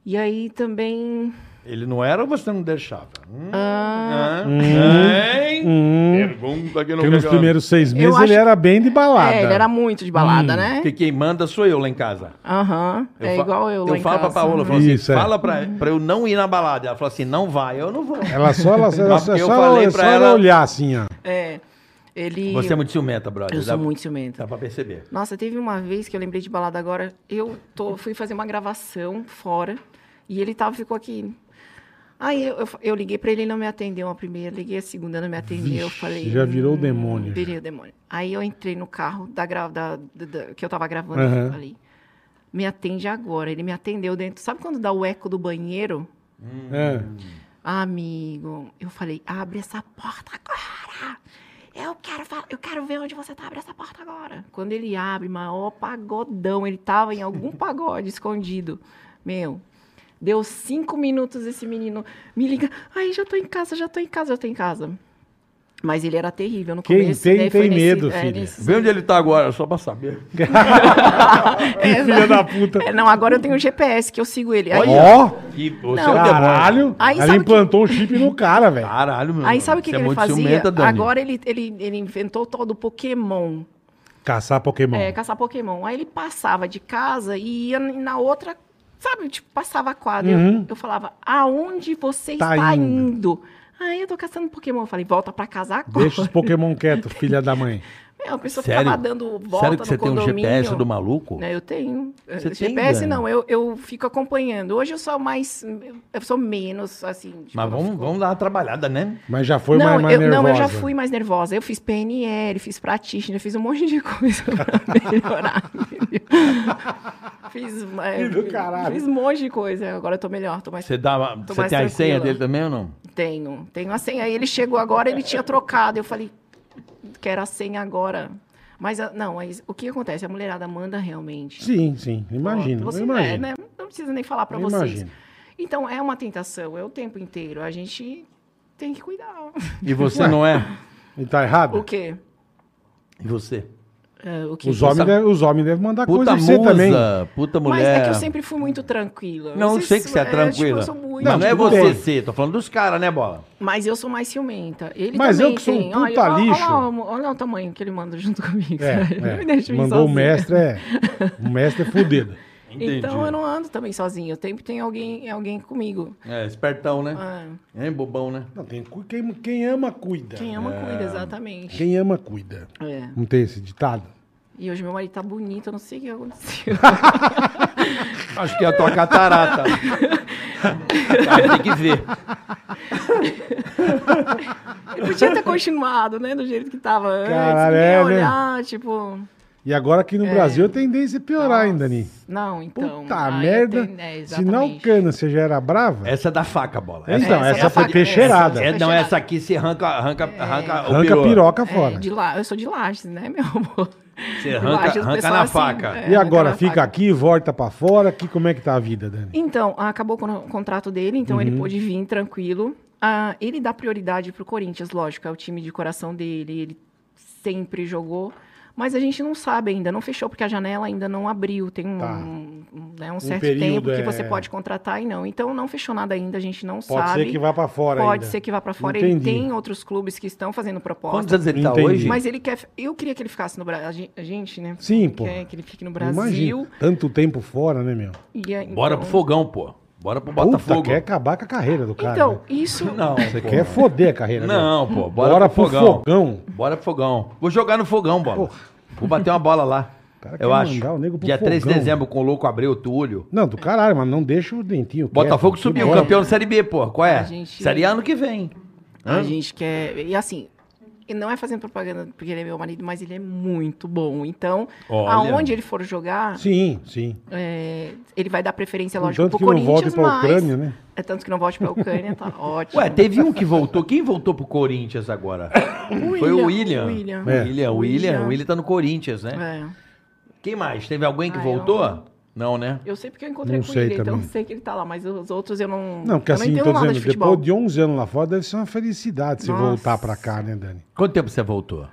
Speaker 1: E aí também
Speaker 4: Ele não era ou você não deixava? Hum, ah. Hein?
Speaker 3: Hum.
Speaker 4: É, Pergunta que não
Speaker 3: Porque nos
Speaker 4: quer-
Speaker 3: primeiros seis meses
Speaker 1: acho-
Speaker 3: ele era bem de balada. Hum.
Speaker 1: É, ele era muito de balada, né?
Speaker 4: Porque quem manda sou eu lá em casa.
Speaker 1: Aham. É
Speaker 4: fa-
Speaker 1: igual eu lá em
Speaker 4: falo
Speaker 1: casa.
Speaker 4: pra Paola, eu falo assim,
Speaker 3: Isso, é.
Speaker 4: fala pra, pra eu não ir na balada. Ela falou assim, não vai, eu não vou.
Speaker 3: Ela só, ela, ela,
Speaker 4: Mas
Speaker 3: só,
Speaker 4: porque eu
Speaker 3: só
Speaker 4: falei
Speaker 3: ela-
Speaker 4: pra
Speaker 3: só ela
Speaker 4: ela-
Speaker 3: olhar assim, ó.
Speaker 1: É. Ele.
Speaker 4: Você é muito ciumenta, brother.
Speaker 1: Eu sou
Speaker 4: dá,
Speaker 1: muito
Speaker 4: Dá
Speaker 1: ciumenta.
Speaker 4: pra perceber.
Speaker 1: Nossa, teve uma vez que eu lembrei de balada agora. Eu tô- fui fazer uma gravação fora e ele tava, ficou aqui. Aí eu, eu, eu liguei pra ele, ele não me atendeu a primeira, liguei a segunda, não me atendeu. eu
Speaker 3: Vixe,
Speaker 1: falei.
Speaker 3: já virou o
Speaker 1: "Hum,
Speaker 3: demônio,
Speaker 1: Virei o demônio. Aí eu entrei no carro da, gra- da, da- da- que eu tava gravando
Speaker 3: Aham.
Speaker 1: e falei: me atende agora. Ele me atendeu dentro. Sabe quando dá o eco do banheiro?
Speaker 3: É.
Speaker 1: Amigo, eu falei, abre essa porta agora. Eu quero, fa- eu quero ver onde você tá, abre essa porta agora. Quando ele abre, maior pagodão, ele tava em algum pagode escondido. Meu, deu cinco minutos esse menino me liga, ai, já tô em casa, já tô em casa, já tô em casa. Mas ele era terrível no
Speaker 3: Quem
Speaker 1: começo.
Speaker 3: tem,
Speaker 1: daí
Speaker 3: tem
Speaker 1: foi nesse-
Speaker 3: medo,
Speaker 1: é,
Speaker 3: filha.
Speaker 1: nesse-
Speaker 4: Vê onde ele tá agora, só pra saber.
Speaker 1: é,
Speaker 3: Filha da puta.
Speaker 1: é, não, agora eu tenho um GPS que eu sigo ele. Aí-
Speaker 3: Ó,
Speaker 4: E você é
Speaker 1: Não.
Speaker 4: o demônio.
Speaker 3: caralho.
Speaker 1: Aí
Speaker 3: ela
Speaker 1: sabe que-
Speaker 3: implantou um chip no cara, velho.
Speaker 4: Caralho, meu
Speaker 1: Aí
Speaker 4: irmão,
Speaker 1: sabe o que,
Speaker 4: você
Speaker 1: que
Speaker 4: é
Speaker 1: ele
Speaker 4: muito
Speaker 1: fazia?
Speaker 4: ciumenta, Dani.
Speaker 1: Agora ele, ele, ele inventou o tal do Pokémon.
Speaker 3: Caçar Pokémon.
Speaker 1: É, caçar Pokémon. Aí ele passava de casa e ia na outra, sabe? Tipo, passava a quadra.
Speaker 3: Uhum.
Speaker 1: Eu, eu falava, aonde você
Speaker 3: Tá
Speaker 1: está
Speaker 3: indo."
Speaker 1: indo? Aí eu tô caçando Pokémon. Eu falei, volta pra casa agora.
Speaker 3: Deixa os Pokémon quietos, filha da mãe.
Speaker 1: Meu, a pessoa
Speaker 4: Sério?
Speaker 1: ficava dando volta
Speaker 4: Sério que
Speaker 1: no
Speaker 4: você tem um
Speaker 1: condomínio.
Speaker 4: GPS do maluco?
Speaker 1: Né, eu tenho.
Speaker 4: Você tem,
Speaker 1: GPS
Speaker 4: Dani?
Speaker 1: não, eu, eu fico acompanhando. Hoje eu sou mais, eu sou menos, assim. tipo,
Speaker 4: Mas
Speaker 1: eu
Speaker 4: vamos,
Speaker 1: fico-
Speaker 4: vamos dar uma trabalhada, né?
Speaker 3: Mas já foi
Speaker 1: não,
Speaker 3: mais, mais
Speaker 1: eu,
Speaker 3: nervosa.
Speaker 1: não, eu já fui mais nervosa. Eu fiz PNL, fiz praticina, fiz um monte de coisa pra melhorar. fiz, é,
Speaker 3: Que do caralho.
Speaker 1: fiz um monte de coisa. Agora eu tô melhor, tô mais.
Speaker 4: Você, dá, uma-
Speaker 1: Tô
Speaker 4: você
Speaker 1: mais
Speaker 4: tem as senhas
Speaker 1: tranquila.
Speaker 4: dele também ou não?
Speaker 1: Tenho, tenho a senha. Aí ele chegou agora, ele tinha trocado. Eu falei, quero a senha agora. Mas a- não, mas o que acontece? A mulherada manda realmente.
Speaker 3: Sim, sim. Imagino.
Speaker 1: Você-
Speaker 3: eu
Speaker 1: é,
Speaker 3: imagino.
Speaker 1: né? Não precisa nem falar pra
Speaker 3: Eu
Speaker 1: vocês.
Speaker 3: imagino.
Speaker 1: Então, é uma tentação, é o tempo inteiro. A gente tem que cuidar.
Speaker 4: E você
Speaker 3: Ué.
Speaker 4: não é?
Speaker 3: E tá errado?
Speaker 1: O quê?
Speaker 4: E você?
Speaker 1: É, o quê?
Speaker 3: Os homens,
Speaker 4: Sabe-
Speaker 3: devem, os homens devem mandar
Speaker 4: Puta
Speaker 3: coisa em é você
Speaker 4: musa,
Speaker 3: também.
Speaker 4: puta
Speaker 1: Mas
Speaker 4: mulher.
Speaker 1: é que eu sempre fui muito tranquila.
Speaker 4: Não, eu
Speaker 1: Vocês-
Speaker 4: sei que você é
Speaker 1: tipo,
Speaker 4: tranquila.
Speaker 1: eu sou muito-
Speaker 4: Mas não é
Speaker 3: Tudo
Speaker 4: você
Speaker 3: bem.
Speaker 4: ser, tô falando dos caras, né, Bola?
Speaker 1: Mas eu sou mais ciumenta. Ele
Speaker 3: Mas
Speaker 1: também
Speaker 3: eu que sou um
Speaker 1: tem.
Speaker 3: puta
Speaker 1: olha, olha,
Speaker 3: lixo.
Speaker 1: Olha, o- olha o tamanho que ele manda junto comigo.
Speaker 3: É,
Speaker 1: sabe? Ele
Speaker 3: é.
Speaker 1: me deixa vir
Speaker 3: Mandou o
Speaker 1: sozinha.
Speaker 3: mestre, é. O mestre é fudido.
Speaker 1: Então eu não ando também sozinha. Eu sempre tenho alguém, alguém comigo.
Speaker 4: É, espertão, né?
Speaker 1: Ah,
Speaker 4: É, bobão, né?
Speaker 3: Não, tem, cu- quem, quem ama, cuida.
Speaker 1: quem ama, cuida, exatamente.
Speaker 3: Quem ama, cuida.
Speaker 1: É.
Speaker 3: Não tem esse ditado?
Speaker 1: E hoje meu marido tá bonito, eu não sei o que aconteceu.
Speaker 4: Acho que é a tua catarata. Aí tem que ver.
Speaker 1: Ele podia ter continuado, né? Do jeito que tava antes.
Speaker 3: Caralho,
Speaker 1: ninguém ia
Speaker 3: é, né?
Speaker 1: olhar, tipo.
Speaker 3: E agora aqui no Brasil eu tendência a piorar ainda, Dani.
Speaker 1: Não, É. então.
Speaker 3: Puta
Speaker 1: aí eu
Speaker 3: merda.
Speaker 1: tenho- é,
Speaker 3: Se não
Speaker 1: exatamente.
Speaker 3: cana, você já era brava?
Speaker 4: Essa é da faca, Bola.
Speaker 3: então, essa,
Speaker 1: essa é a
Speaker 3: foi
Speaker 1: faca-
Speaker 3: peixeirada.
Speaker 4: É, não,
Speaker 1: fechada.
Speaker 4: essa aqui se arranca, arranca,
Speaker 3: É.
Speaker 4: arranca, o
Speaker 3: Arranca a
Speaker 4: peru.
Speaker 3: piroca
Speaker 1: É,
Speaker 3: Tá fora.
Speaker 1: de lá, eu sou de Lages, né, meu amor?
Speaker 4: Você
Speaker 1: De
Speaker 4: arranca-
Speaker 1: Lages, o
Speaker 4: arranca
Speaker 1: pessoal assim, é,
Speaker 4: na faca. E
Speaker 3: E
Speaker 1: arranca
Speaker 3: agora
Speaker 1: na
Speaker 3: fica
Speaker 1: faca.
Speaker 3: aqui, volta pra fora. Que, como é que tá a vida, Dani?
Speaker 1: Então, acabou com o contrato dele, então
Speaker 3: Uhum.
Speaker 1: ele pôde vir tranquilo. Ah, ele dá prioridade pro Corinthians, lógico, é o time de coração dele, ele sempre jogou. Mas a gente não sabe ainda, não fechou, porque a janela ainda não abriu. Tem um,
Speaker 3: Tá.
Speaker 1: um, né, um certo
Speaker 3: período,
Speaker 1: tempo que
Speaker 3: é.
Speaker 1: você pode contratar e não. Então não fechou nada ainda, a gente não
Speaker 3: Pode
Speaker 1: sabe.
Speaker 3: ser que vá pra fora
Speaker 1: Pode
Speaker 3: ainda.
Speaker 1: ser que vá pra fora. Ele
Speaker 3: Entendi.
Speaker 1: tem outros clubes que estão fazendo proposta.
Speaker 4: Quantos anos ele tá
Speaker 3: Entendi.
Speaker 4: hoje?
Speaker 1: Mas ele quer. Eu queria que ele ficasse no Brasil. A gente, né?
Speaker 3: Sim, pô.
Speaker 1: Quer que ele fique no Brasil.
Speaker 3: Imagina. Tanto tempo fora, né, meu?
Speaker 1: E, é,
Speaker 4: Bora
Speaker 1: então-
Speaker 4: pro fogão, pô. Bora pro
Speaker 3: Puta,
Speaker 4: Botafogo.
Speaker 3: quer acabar com a carreira do cara.
Speaker 1: Então,
Speaker 3: né?
Speaker 1: isso.
Speaker 4: Não,
Speaker 3: Você
Speaker 4: pô.
Speaker 3: quer foder a carreira dele.
Speaker 4: Não, pô. Bora,
Speaker 3: Bora
Speaker 4: pro,
Speaker 3: pro
Speaker 4: fogão.
Speaker 3: fogão.
Speaker 4: Bora pro fogão. Vou jogar no fogão, bola. Vou bater uma bola lá.
Speaker 3: cara quer
Speaker 4: Eu acho.
Speaker 3: mandar o nego pro
Speaker 4: Dia 3 de
Speaker 3: fogão.
Speaker 4: dezembro com o louco Abreu, Túlio.
Speaker 3: Não, do caralho, mas não deixa o dentinho. quieto. é.
Speaker 4: Botafogo subiu,
Speaker 3: Bora.
Speaker 4: campeão da Série B, pô. Qual é?
Speaker 1: A gente-
Speaker 4: Série A ano que vem.
Speaker 1: A gente quer. E assim, e não é fazendo propaganda porque ele é meu marido, mas ele é muito bom. Então,
Speaker 4: Olha.
Speaker 1: aonde ele for jogar,
Speaker 3: Sim, sim.
Speaker 1: é, ele vai dar preferência,
Speaker 3: Contanto
Speaker 1: lógico, pro
Speaker 3: que não volte
Speaker 1: Corinthians,
Speaker 3: pra
Speaker 1: mas.
Speaker 3: Ucrânia, né?
Speaker 1: É tanto que não volte pra Ucrânia, tá ótimo.
Speaker 4: Ué, teve um que voltou. Quem voltou pro Corinthians agora? Foi o William.
Speaker 1: William.
Speaker 4: O William,
Speaker 3: É.
Speaker 4: o William.
Speaker 1: William.
Speaker 4: O William tá no Corinthians, né?
Speaker 1: É.
Speaker 4: Quem mais? Teve alguém que
Speaker 1: Ah, eu-
Speaker 4: voltou? Não, né?
Speaker 1: Eu sei porque eu encontrei
Speaker 3: Não
Speaker 1: com
Speaker 3: sei
Speaker 1: ele, então
Speaker 3: também.
Speaker 1: eu sei que ele tá lá, mas os outros eu não.
Speaker 3: Não, porque
Speaker 1: eu
Speaker 3: assim, tô dizendo, depois de 11 anos lá fora, deve ser uma felicidade se
Speaker 1: Nossa.
Speaker 3: voltar pra cá, né, Dani?
Speaker 4: Quanto tempo você voltou?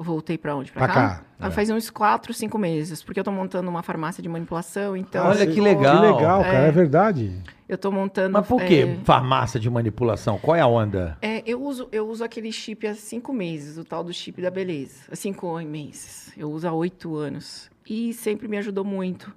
Speaker 1: Voltei pra onde? Pra,
Speaker 3: Pra
Speaker 1: cá?
Speaker 3: cá,
Speaker 1: Ah,
Speaker 3: é.
Speaker 1: Faz uns 4, 5 meses, porque eu tô montando uma farmácia de manipulação, então.
Speaker 5: Olha
Speaker 1: eu
Speaker 5: que
Speaker 1: tô-
Speaker 5: legal.
Speaker 3: Que legal, cara, é verdade.
Speaker 5: Tá
Speaker 1: Eu tô montando.
Speaker 5: Mas por
Speaker 1: é,
Speaker 5: que farmácia de manipulação? Qual é a onda?
Speaker 1: É, eu uso, eu uso aquele chip há cinco meses, o tal do chip da beleza. Há cinco meses. Eu uso há oito anos. E sempre me ajudou muito.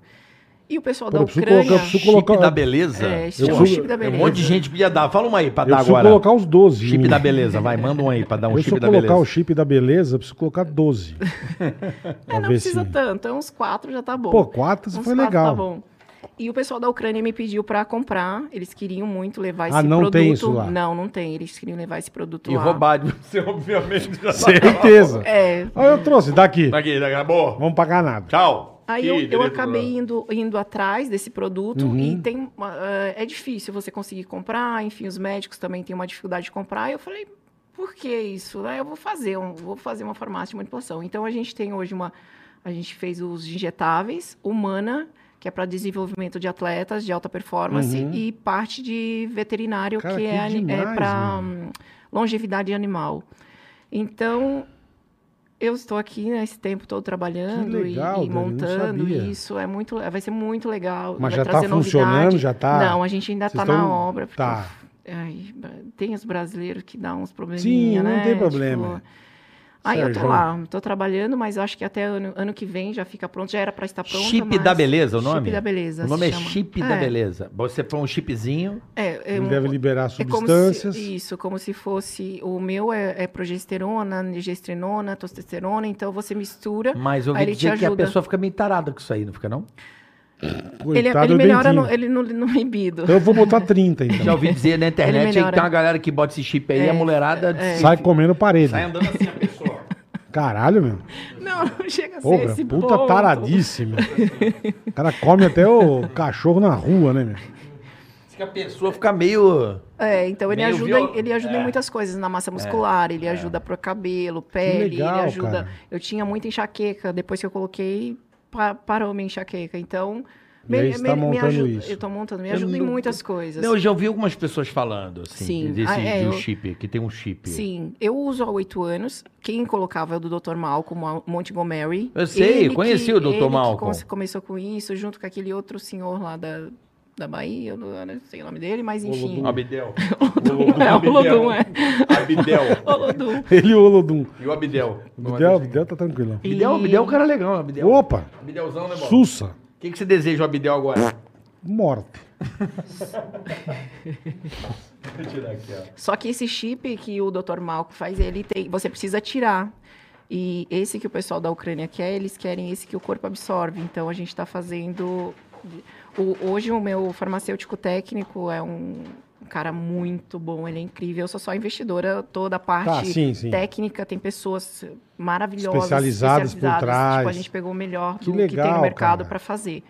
Speaker 1: E o pessoal
Speaker 3: Pô,
Speaker 1: da
Speaker 3: eu preciso colocar,
Speaker 1: Ucrânia.
Speaker 3: eu preciso colocar. um-
Speaker 5: Chip da beleza?
Speaker 1: É,
Speaker 5: É,
Speaker 1: chama
Speaker 3: preciso-
Speaker 1: chip da
Speaker 5: um
Speaker 1: beleza.
Speaker 5: monte de gente podia dar. Fala uma aí pra
Speaker 3: Eu
Speaker 5: dar
Speaker 3: preciso
Speaker 5: agora.
Speaker 3: colocar os 12.
Speaker 5: Chip
Speaker 3: em
Speaker 5: da
Speaker 3: mim.
Speaker 5: beleza, vai, manda um aí pra dar um
Speaker 3: eu, se
Speaker 5: chip
Speaker 3: eu
Speaker 5: da
Speaker 3: colocar
Speaker 5: beleza.
Speaker 3: o chip da beleza, eu preciso colocar 12.
Speaker 1: É,
Speaker 3: Pra
Speaker 1: não
Speaker 3: ver
Speaker 1: precisa
Speaker 3: se-
Speaker 1: tanto. É uns quatro já tá bom.
Speaker 3: Ppô, 4
Speaker 1: Uns
Speaker 3: foi
Speaker 1: quatro
Speaker 3: legal.
Speaker 1: Tá bom. E o pessoal da Ucrânia me pediu pra comprar. Eles queriam muito levar esse
Speaker 3: Ah, não
Speaker 1: produto.
Speaker 3: tem isso lá.
Speaker 1: Não, não tem. Eles queriam levar esse produto
Speaker 5: E
Speaker 1: lá.
Speaker 5: roubar de você, obviamente. já tá-
Speaker 3: Certeza.
Speaker 1: É,
Speaker 3: Ah, eu trouxe, daqui.
Speaker 5: Daqui, daqui, Tá acabou.
Speaker 3: Vamos pagar nada.
Speaker 5: Tchau.
Speaker 1: Aí eu, eu acabei indo, indo atrás desse produto e
Speaker 3: Uhum.
Speaker 1: tem uma- eh, é difícil você conseguir comprar, enfim, os médicos também têm uma dificuldade de comprar. E eu falei, por que isso? né? eu vou fazer, um- vou fazer uma farmácia de manipulação. Então a gente tem hoje uma. A gente fez os injetáveis, humana, que é para desenvolvimento de atletas de alta performance,
Speaker 3: Uhum.
Speaker 1: e parte de veterinário,
Speaker 3: Cara,
Speaker 1: que,
Speaker 3: que
Speaker 1: é, ani-
Speaker 3: demais,
Speaker 1: é para
Speaker 3: mano.
Speaker 1: longevidade animal. Então, eu estou aqui né, esse tempo todo trabalhando
Speaker 3: Que
Speaker 1: e-
Speaker 3: legal, Dani,
Speaker 1: e,
Speaker 3: não
Speaker 1: montando
Speaker 3: sabia.
Speaker 1: isso. É muito, vai ser muito legal.
Speaker 3: Mas
Speaker 1: vai
Speaker 3: já tá
Speaker 1: trazer
Speaker 3: funcionando,
Speaker 1: novidade.
Speaker 3: já tá.
Speaker 1: Não, é a gente ainda
Speaker 3: Vocês
Speaker 1: está na
Speaker 3: tão-
Speaker 1: obra. porque,
Speaker 3: Tá.
Speaker 1: ai, tem os brasileiros que dão uns probleminhas,
Speaker 3: Sim, não
Speaker 1: né?
Speaker 3: tem problema.
Speaker 1: Tipo, Aí eu tô
Speaker 3: Sérgio.
Speaker 1: lá, tô trabalhando, mas eu acho que até ano, ano que vem já fica pronto, já era para estar pronto.
Speaker 5: Chip da beleza, o nome?
Speaker 1: Chip da beleza.
Speaker 5: O nome é
Speaker 1: se chama.
Speaker 5: chip da beleza. Você põe um chipzinho.
Speaker 1: É, é
Speaker 3: Ele
Speaker 1: um-
Speaker 3: deve liberar
Speaker 1: é como se-
Speaker 3: substâncias.
Speaker 1: isso, como se fosse. O meu é, é progesterona, gestrinona, testosterona, então você mistura.
Speaker 5: Mas eu
Speaker 1: Aí
Speaker 5: ouvi
Speaker 1: ele te
Speaker 5: dizer que a
Speaker 1: ajuda.
Speaker 5: pessoa fica meio tarada com isso aí, não fica não?
Speaker 1: Ele,
Speaker 3: Coitado
Speaker 1: ele
Speaker 3: é do
Speaker 1: melhora
Speaker 3: dentinho.
Speaker 1: no, ele no, no libido.
Speaker 3: Então eu vou botar 30,
Speaker 5: Já
Speaker 3: então.
Speaker 5: ouvi dizer na
Speaker 1: Ele
Speaker 5: internet aí que
Speaker 1: melhora. É,
Speaker 5: tem uma galera que bota esse chip aí, a mulherada se-
Speaker 3: Sai comendo parede.
Speaker 5: sai andando assim a pessoa.
Speaker 3: Caralho, meu.
Speaker 1: Não, não chega a ser
Speaker 3: Porra,
Speaker 1: esse
Speaker 3: puta
Speaker 1: ponto.
Speaker 3: taradíssima. O cara come até o cachorro na rua, né, meu?
Speaker 5: Diz que a pessoa fica meio.
Speaker 1: É, então ele
Speaker 5: Meio
Speaker 1: ajuda,
Speaker 5: viol-
Speaker 1: ele ajuda em muitas coisas, na massa muscular, ele ajuda pro cabelo,
Speaker 3: É.
Speaker 1: pele,
Speaker 3: legal,
Speaker 1: ele ajuda.
Speaker 3: cara.
Speaker 1: Eu tinha muita enxaqueca, depois que eu coloquei, pa- parou minha enxaqueca. Então,
Speaker 3: E aí você tá montando
Speaker 1: ajuda,
Speaker 3: isso.
Speaker 1: eu tô montando, me
Speaker 5: Eu
Speaker 1: ajuda em
Speaker 5: nunca-
Speaker 1: muitas coisas.
Speaker 5: Não, eu já ouvi algumas pessoas falando, assim,
Speaker 1: assim Sim.
Speaker 5: desse
Speaker 1: Ah, é,
Speaker 5: do
Speaker 1: eu-
Speaker 5: chip, que tem um chip.
Speaker 1: Sim, eu uso há oito anos. Quem colocava é o do Dr. Malcolm Mo- Montgomery.
Speaker 5: Eu sei, conheci o Dr.
Speaker 1: ele que
Speaker 5: Malcolm.
Speaker 1: cons- começou com isso, junto com aquele outro senhor lá da, da Bahia, eu não eu não sei o nome dele, mas enfim.
Speaker 5: Abdel.
Speaker 1: Olodum, é, Olodum, é.
Speaker 5: Abdel.
Speaker 1: Olodum.
Speaker 3: Ele e o Olodum.
Speaker 5: E o Abdel.
Speaker 3: Bidel, Bidel tá tranquilo.
Speaker 5: Abdel, Abdel é um cara legal, Abdel.
Speaker 3: Opa,
Speaker 5: Abdelzão, né, bola?
Speaker 3: sussa,
Speaker 5: O que, que você deseja, o Abdel, agora?
Speaker 3: morte.
Speaker 1: Só que esse chip que o Dr. Malco faz, ele tem, você precisa tirar. E esse que o pessoal da Ucrânia quer, eles querem esse que o corpo absorve. Então a gente está fazendo. o- hoje o meu farmacêutico técnico é um, um cara muito bom, ele é incrível. Eu sou só investidora, toda a parte
Speaker 3: Tá, sim, sim.
Speaker 1: técnica tem pessoas maravilhosas,
Speaker 3: Especializadas por trás.
Speaker 1: Tipo, a gente pegou o melhor
Speaker 3: Que
Speaker 1: do que tem
Speaker 3: legal,
Speaker 1: no mercado
Speaker 3: cara.
Speaker 1: para fazer.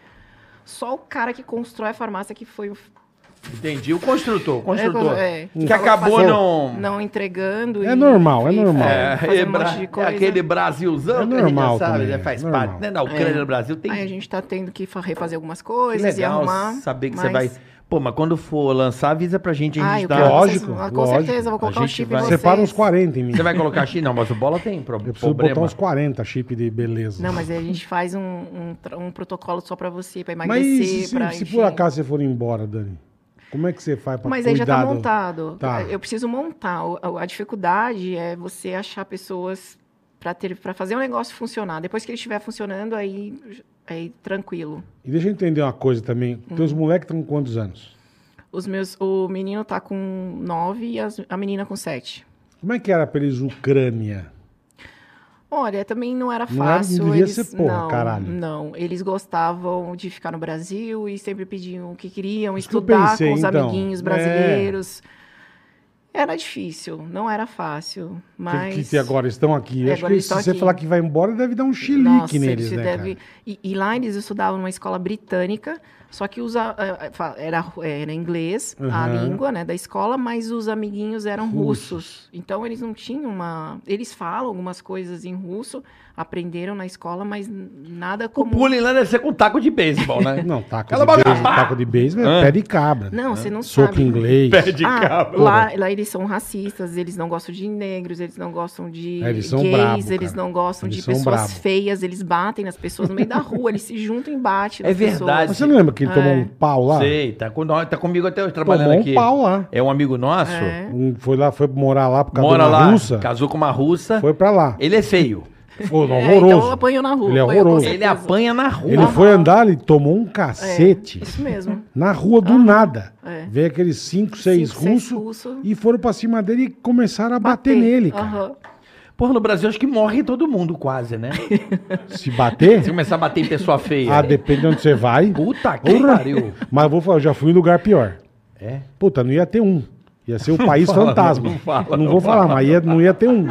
Speaker 1: Só o cara que constrói a farmácia que foi o
Speaker 5: Entendi. O construtor, o construtor.
Speaker 1: é,
Speaker 5: Que
Speaker 1: falou
Speaker 5: acabou
Speaker 1: fazendo-
Speaker 5: não-
Speaker 1: não entregando.
Speaker 3: É normal, é normal.
Speaker 5: É,
Speaker 1: fazer
Speaker 5: é
Speaker 1: um
Speaker 5: bra-
Speaker 1: monte de coisa.
Speaker 5: é aquele Brasilzão,
Speaker 3: É
Speaker 5: que a gente
Speaker 3: normal
Speaker 5: já sabe,
Speaker 3: também,
Speaker 5: já faz
Speaker 3: é normal.
Speaker 5: parte, né? Na Ucrânia, no Brasil, tem
Speaker 1: Aí a gente tá tendo que fa- refazer algumas
Speaker 5: que
Speaker 1: coisas e
Speaker 5: legal
Speaker 1: arrumar.
Speaker 5: saber que você
Speaker 1: mas-
Speaker 5: vai... Pô, mas quando for lançar, avisa pra gente, a
Speaker 1: Ah,
Speaker 5: gente
Speaker 1: eu
Speaker 5: dá...
Speaker 1: quero
Speaker 3: Lógico,
Speaker 1: vocês- Com
Speaker 3: lógico.
Speaker 1: certeza, eu vou
Speaker 5: A
Speaker 1: colocar um
Speaker 5: gente
Speaker 1: chip
Speaker 5: vai-
Speaker 1: em vocês.
Speaker 3: Separa uns 40 em mim.
Speaker 5: Você vai colocar X? Não, mas o Bola tem pro-
Speaker 3: Eu preciso
Speaker 5: problema.
Speaker 3: botar uns 40 chip de beleza.
Speaker 1: Não, mas aí a gente faz um, um, tra- um protocolo só pra você, pra
Speaker 3: Mas
Speaker 1: emagrecer,
Speaker 3: e se, se-
Speaker 1: pra...
Speaker 3: se
Speaker 1: enfim.
Speaker 3: por acaso você for embora, Dani? Como é que você faz pra
Speaker 1: Mas
Speaker 3: cuidar
Speaker 1: aí já tá
Speaker 3: do-
Speaker 1: montado.
Speaker 3: Tá.
Speaker 1: Eu preciso montar. O- A, a dificuldade é você achar pessoas pra ter para fazer um negócio funcionar. Depois que ele estiver funcionando, aí, aí tranquilo.
Speaker 3: E deixa eu entender uma coisa também.
Speaker 1: Hum.
Speaker 3: Teus moleques estão com quantos anos?
Speaker 1: Os meus, o menino tá com nove e as- a menina com sete.
Speaker 3: Como é que era pra eles Ucrânia?
Speaker 1: Olha, também não era
Speaker 3: Não era- não
Speaker 1: fácil.
Speaker 3: devia
Speaker 1: eles,
Speaker 3: ser porra,
Speaker 1: não,
Speaker 3: caralho.
Speaker 1: Não, eles gostavam de ficar no Brasil e sempre pediam o que queriam,
Speaker 3: Isso que eu
Speaker 1: estudar
Speaker 3: pensei,
Speaker 1: com os
Speaker 3: então.
Speaker 1: amiguinhos
Speaker 3: É.
Speaker 1: brasileiros. Era difícil, não era fácil, mas...
Speaker 3: Que, que agora estão aqui.
Speaker 1: É,
Speaker 3: Acho
Speaker 1: agora
Speaker 3: que
Speaker 1: eles
Speaker 3: se
Speaker 1: estão
Speaker 3: você
Speaker 1: aqui.
Speaker 3: falar que vai embora, deve dar um chilique
Speaker 1: Nossa,
Speaker 3: neles,
Speaker 1: eles
Speaker 3: né,
Speaker 1: devem-
Speaker 3: cara?
Speaker 1: E, e lá eles estudavam numa escola britânica, Só que os, a- a- a- fa- era, ru- era inglês, a
Speaker 3: Uhum.
Speaker 1: língua né, da escola, mas os amiguinhos eram
Speaker 3: Russos.
Speaker 1: russos. Então eles não tinham uma. Eles falam algumas coisas em russo, aprenderam na escola, mas n- nada
Speaker 4: O
Speaker 1: como.
Speaker 4: bullying lá deve ser com taco de beisebol, né?
Speaker 3: Não, taco
Speaker 4: Cala a
Speaker 3: de
Speaker 4: boca!
Speaker 3: beisebol, taco de beisebol é
Speaker 4: Hã?
Speaker 3: pé de cabra.
Speaker 1: Não, você não
Speaker 3: Soco
Speaker 1: sabe.
Speaker 3: inglês.
Speaker 4: Pé de
Speaker 1: Ah,
Speaker 4: cabra.
Speaker 1: lá, lá eles são racistas, eles não gostam de negros, eles não gostam de
Speaker 3: É, eles são
Speaker 1: gays,
Speaker 3: brabo, cara.
Speaker 1: eles não gostam
Speaker 3: Eles
Speaker 1: de
Speaker 3: são
Speaker 1: pessoas
Speaker 3: brabo.
Speaker 1: feias, eles batem nas pessoas no meio da rua, eles se juntam e batem nas
Speaker 4: É verdade.
Speaker 3: Mas você não lembra que ele
Speaker 1: É.
Speaker 3: tomou um pau lá?
Speaker 4: Sei, tá, com nós- tá comigo até hoje trabalhando
Speaker 3: Tomou
Speaker 4: aqui.
Speaker 3: um pau lá.
Speaker 4: É um amigo nosso,
Speaker 1: pessoas. É.
Speaker 3: Um Foi lá, foi morar lá por causa
Speaker 4: mora
Speaker 3: de uma
Speaker 4: lá,
Speaker 3: russa.
Speaker 4: casou com uma russa.
Speaker 3: Foi pra lá.
Speaker 4: Ele é feio.
Speaker 3: Foi
Speaker 1: É,
Speaker 3: horroroso.
Speaker 1: então apanhou na rua.
Speaker 3: Ele é
Speaker 1: apanhou com
Speaker 3: horroroso.
Speaker 1: certeza. Uhum.
Speaker 4: Ele apanha na rua.
Speaker 3: Ele foi andar, ele tomou um cacete.
Speaker 1: É, Isso mesmo.
Speaker 3: Na rua do nada.
Speaker 1: é.
Speaker 3: Veio aqueles cinco, seis
Speaker 1: Cinco,
Speaker 3: russos
Speaker 1: seis russo.
Speaker 3: e foram pra cima dele e começaram a bater, nele, cara.
Speaker 1: Aham.
Speaker 4: Porra, no Brasil acho que morre todo mundo quase, né?
Speaker 3: Se
Speaker 4: Se
Speaker 3: bater,
Speaker 4: começar a bater em pessoa feia.
Speaker 3: ah, depende de onde você vai.
Speaker 4: Puta que
Speaker 3: Porra.
Speaker 4: pariu.
Speaker 3: Mas vou falar, eu já fui em lugar pior.
Speaker 4: É?
Speaker 3: Puta, não ia ter um. Ia ser o país
Speaker 4: fala,
Speaker 3: fantasma.
Speaker 4: não fala,
Speaker 3: não
Speaker 4: não
Speaker 3: vou falar, mas ia- não ia ter um.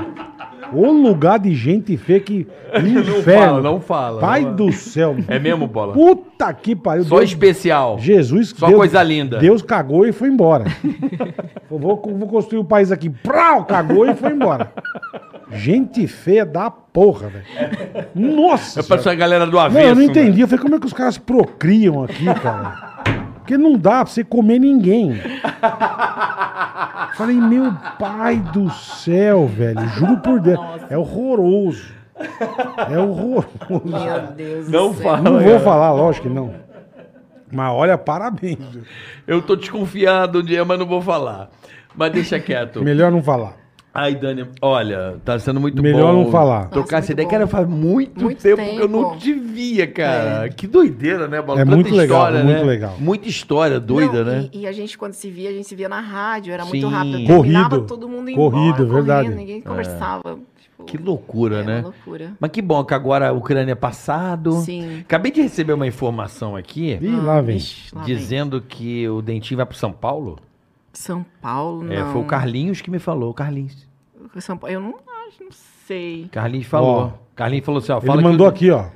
Speaker 3: O lugar de gente feia que. Inferno.
Speaker 4: fala, não fala.
Speaker 3: Pai
Speaker 4: Não-
Speaker 3: do céu.
Speaker 4: É mesmo, Bola?
Speaker 3: Puta que pariu.
Speaker 4: Só especial.
Speaker 3: Jesus.
Speaker 4: Só coisa linda.
Speaker 3: Deus cagou e foi embora. Eu vou, vou construir o país aqui. Prau, cagou e foi embora. Gente feia da porra, velho. Nossa.
Speaker 4: É pra
Speaker 3: senhora.
Speaker 4: essa galera do
Speaker 3: Não,
Speaker 4: avesso.
Speaker 3: eu não
Speaker 4: né?
Speaker 3: entendi. Eu falei, como é que os caras procriam aqui, cara? Porque não dá pra você comer ninguém. Falei, meu pai do céu, velho. Juro por Deus. É horroroso. É horroroso.
Speaker 1: Meu Deus
Speaker 4: Não
Speaker 1: do céu.
Speaker 4: fala.
Speaker 3: Não vou
Speaker 4: cara.
Speaker 3: falar, lógico que não. Mas olha, parabéns. viu?
Speaker 4: Eu tô desconfiado um dia, mas não vou falar. Mas deixa quieto.
Speaker 3: Melhor não falar.
Speaker 4: Ai, Dani, olha, tá sendo muito
Speaker 3: Melhor
Speaker 4: bom.
Speaker 3: não falar.
Speaker 4: Trocar essa
Speaker 1: Nossa, muito
Speaker 4: ideia,
Speaker 1: bom.
Speaker 4: cara, faz muito,
Speaker 1: Muito
Speaker 4: tempo, que eu
Speaker 1: tempo. É.
Speaker 4: não te via, cara. Que doideira, né, Bola?
Speaker 3: É muito legal, é muito
Speaker 4: né?
Speaker 3: legal.
Speaker 4: Muita história doida,
Speaker 1: Não,
Speaker 4: né?
Speaker 1: E, e a gente, quando se via, a gente se via na rádio, era
Speaker 4: Sim. É.
Speaker 1: muito rápido.
Speaker 3: Corrido.
Speaker 1: Terminava todo mundo indo
Speaker 3: Corrido,
Speaker 1: embora,
Speaker 3: verdade.
Speaker 1: correndo, ninguém conversava. Tipo,
Speaker 4: Que loucura,
Speaker 1: é,
Speaker 4: né?
Speaker 1: Uma loucura.
Speaker 4: Mas que bom que agora a Ucrânia é passado.
Speaker 1: Sim.
Speaker 4: Acabei de receber uma informação aqui
Speaker 3: Ih, lá vem.
Speaker 1: Ixi, lá vem.
Speaker 4: dizendo que o Dentinho vai pro São Paulo.
Speaker 1: São Paulo, não.
Speaker 4: É, foi o Carlinhos que me falou, o Carlinhos.
Speaker 1: São Paulo, eu não acho, não sei.
Speaker 4: Carlinhos falou. Carlinhos falou assim, ó, fala
Speaker 3: Ele
Speaker 4: que
Speaker 3: mandou
Speaker 4: o-
Speaker 3: aqui, ó.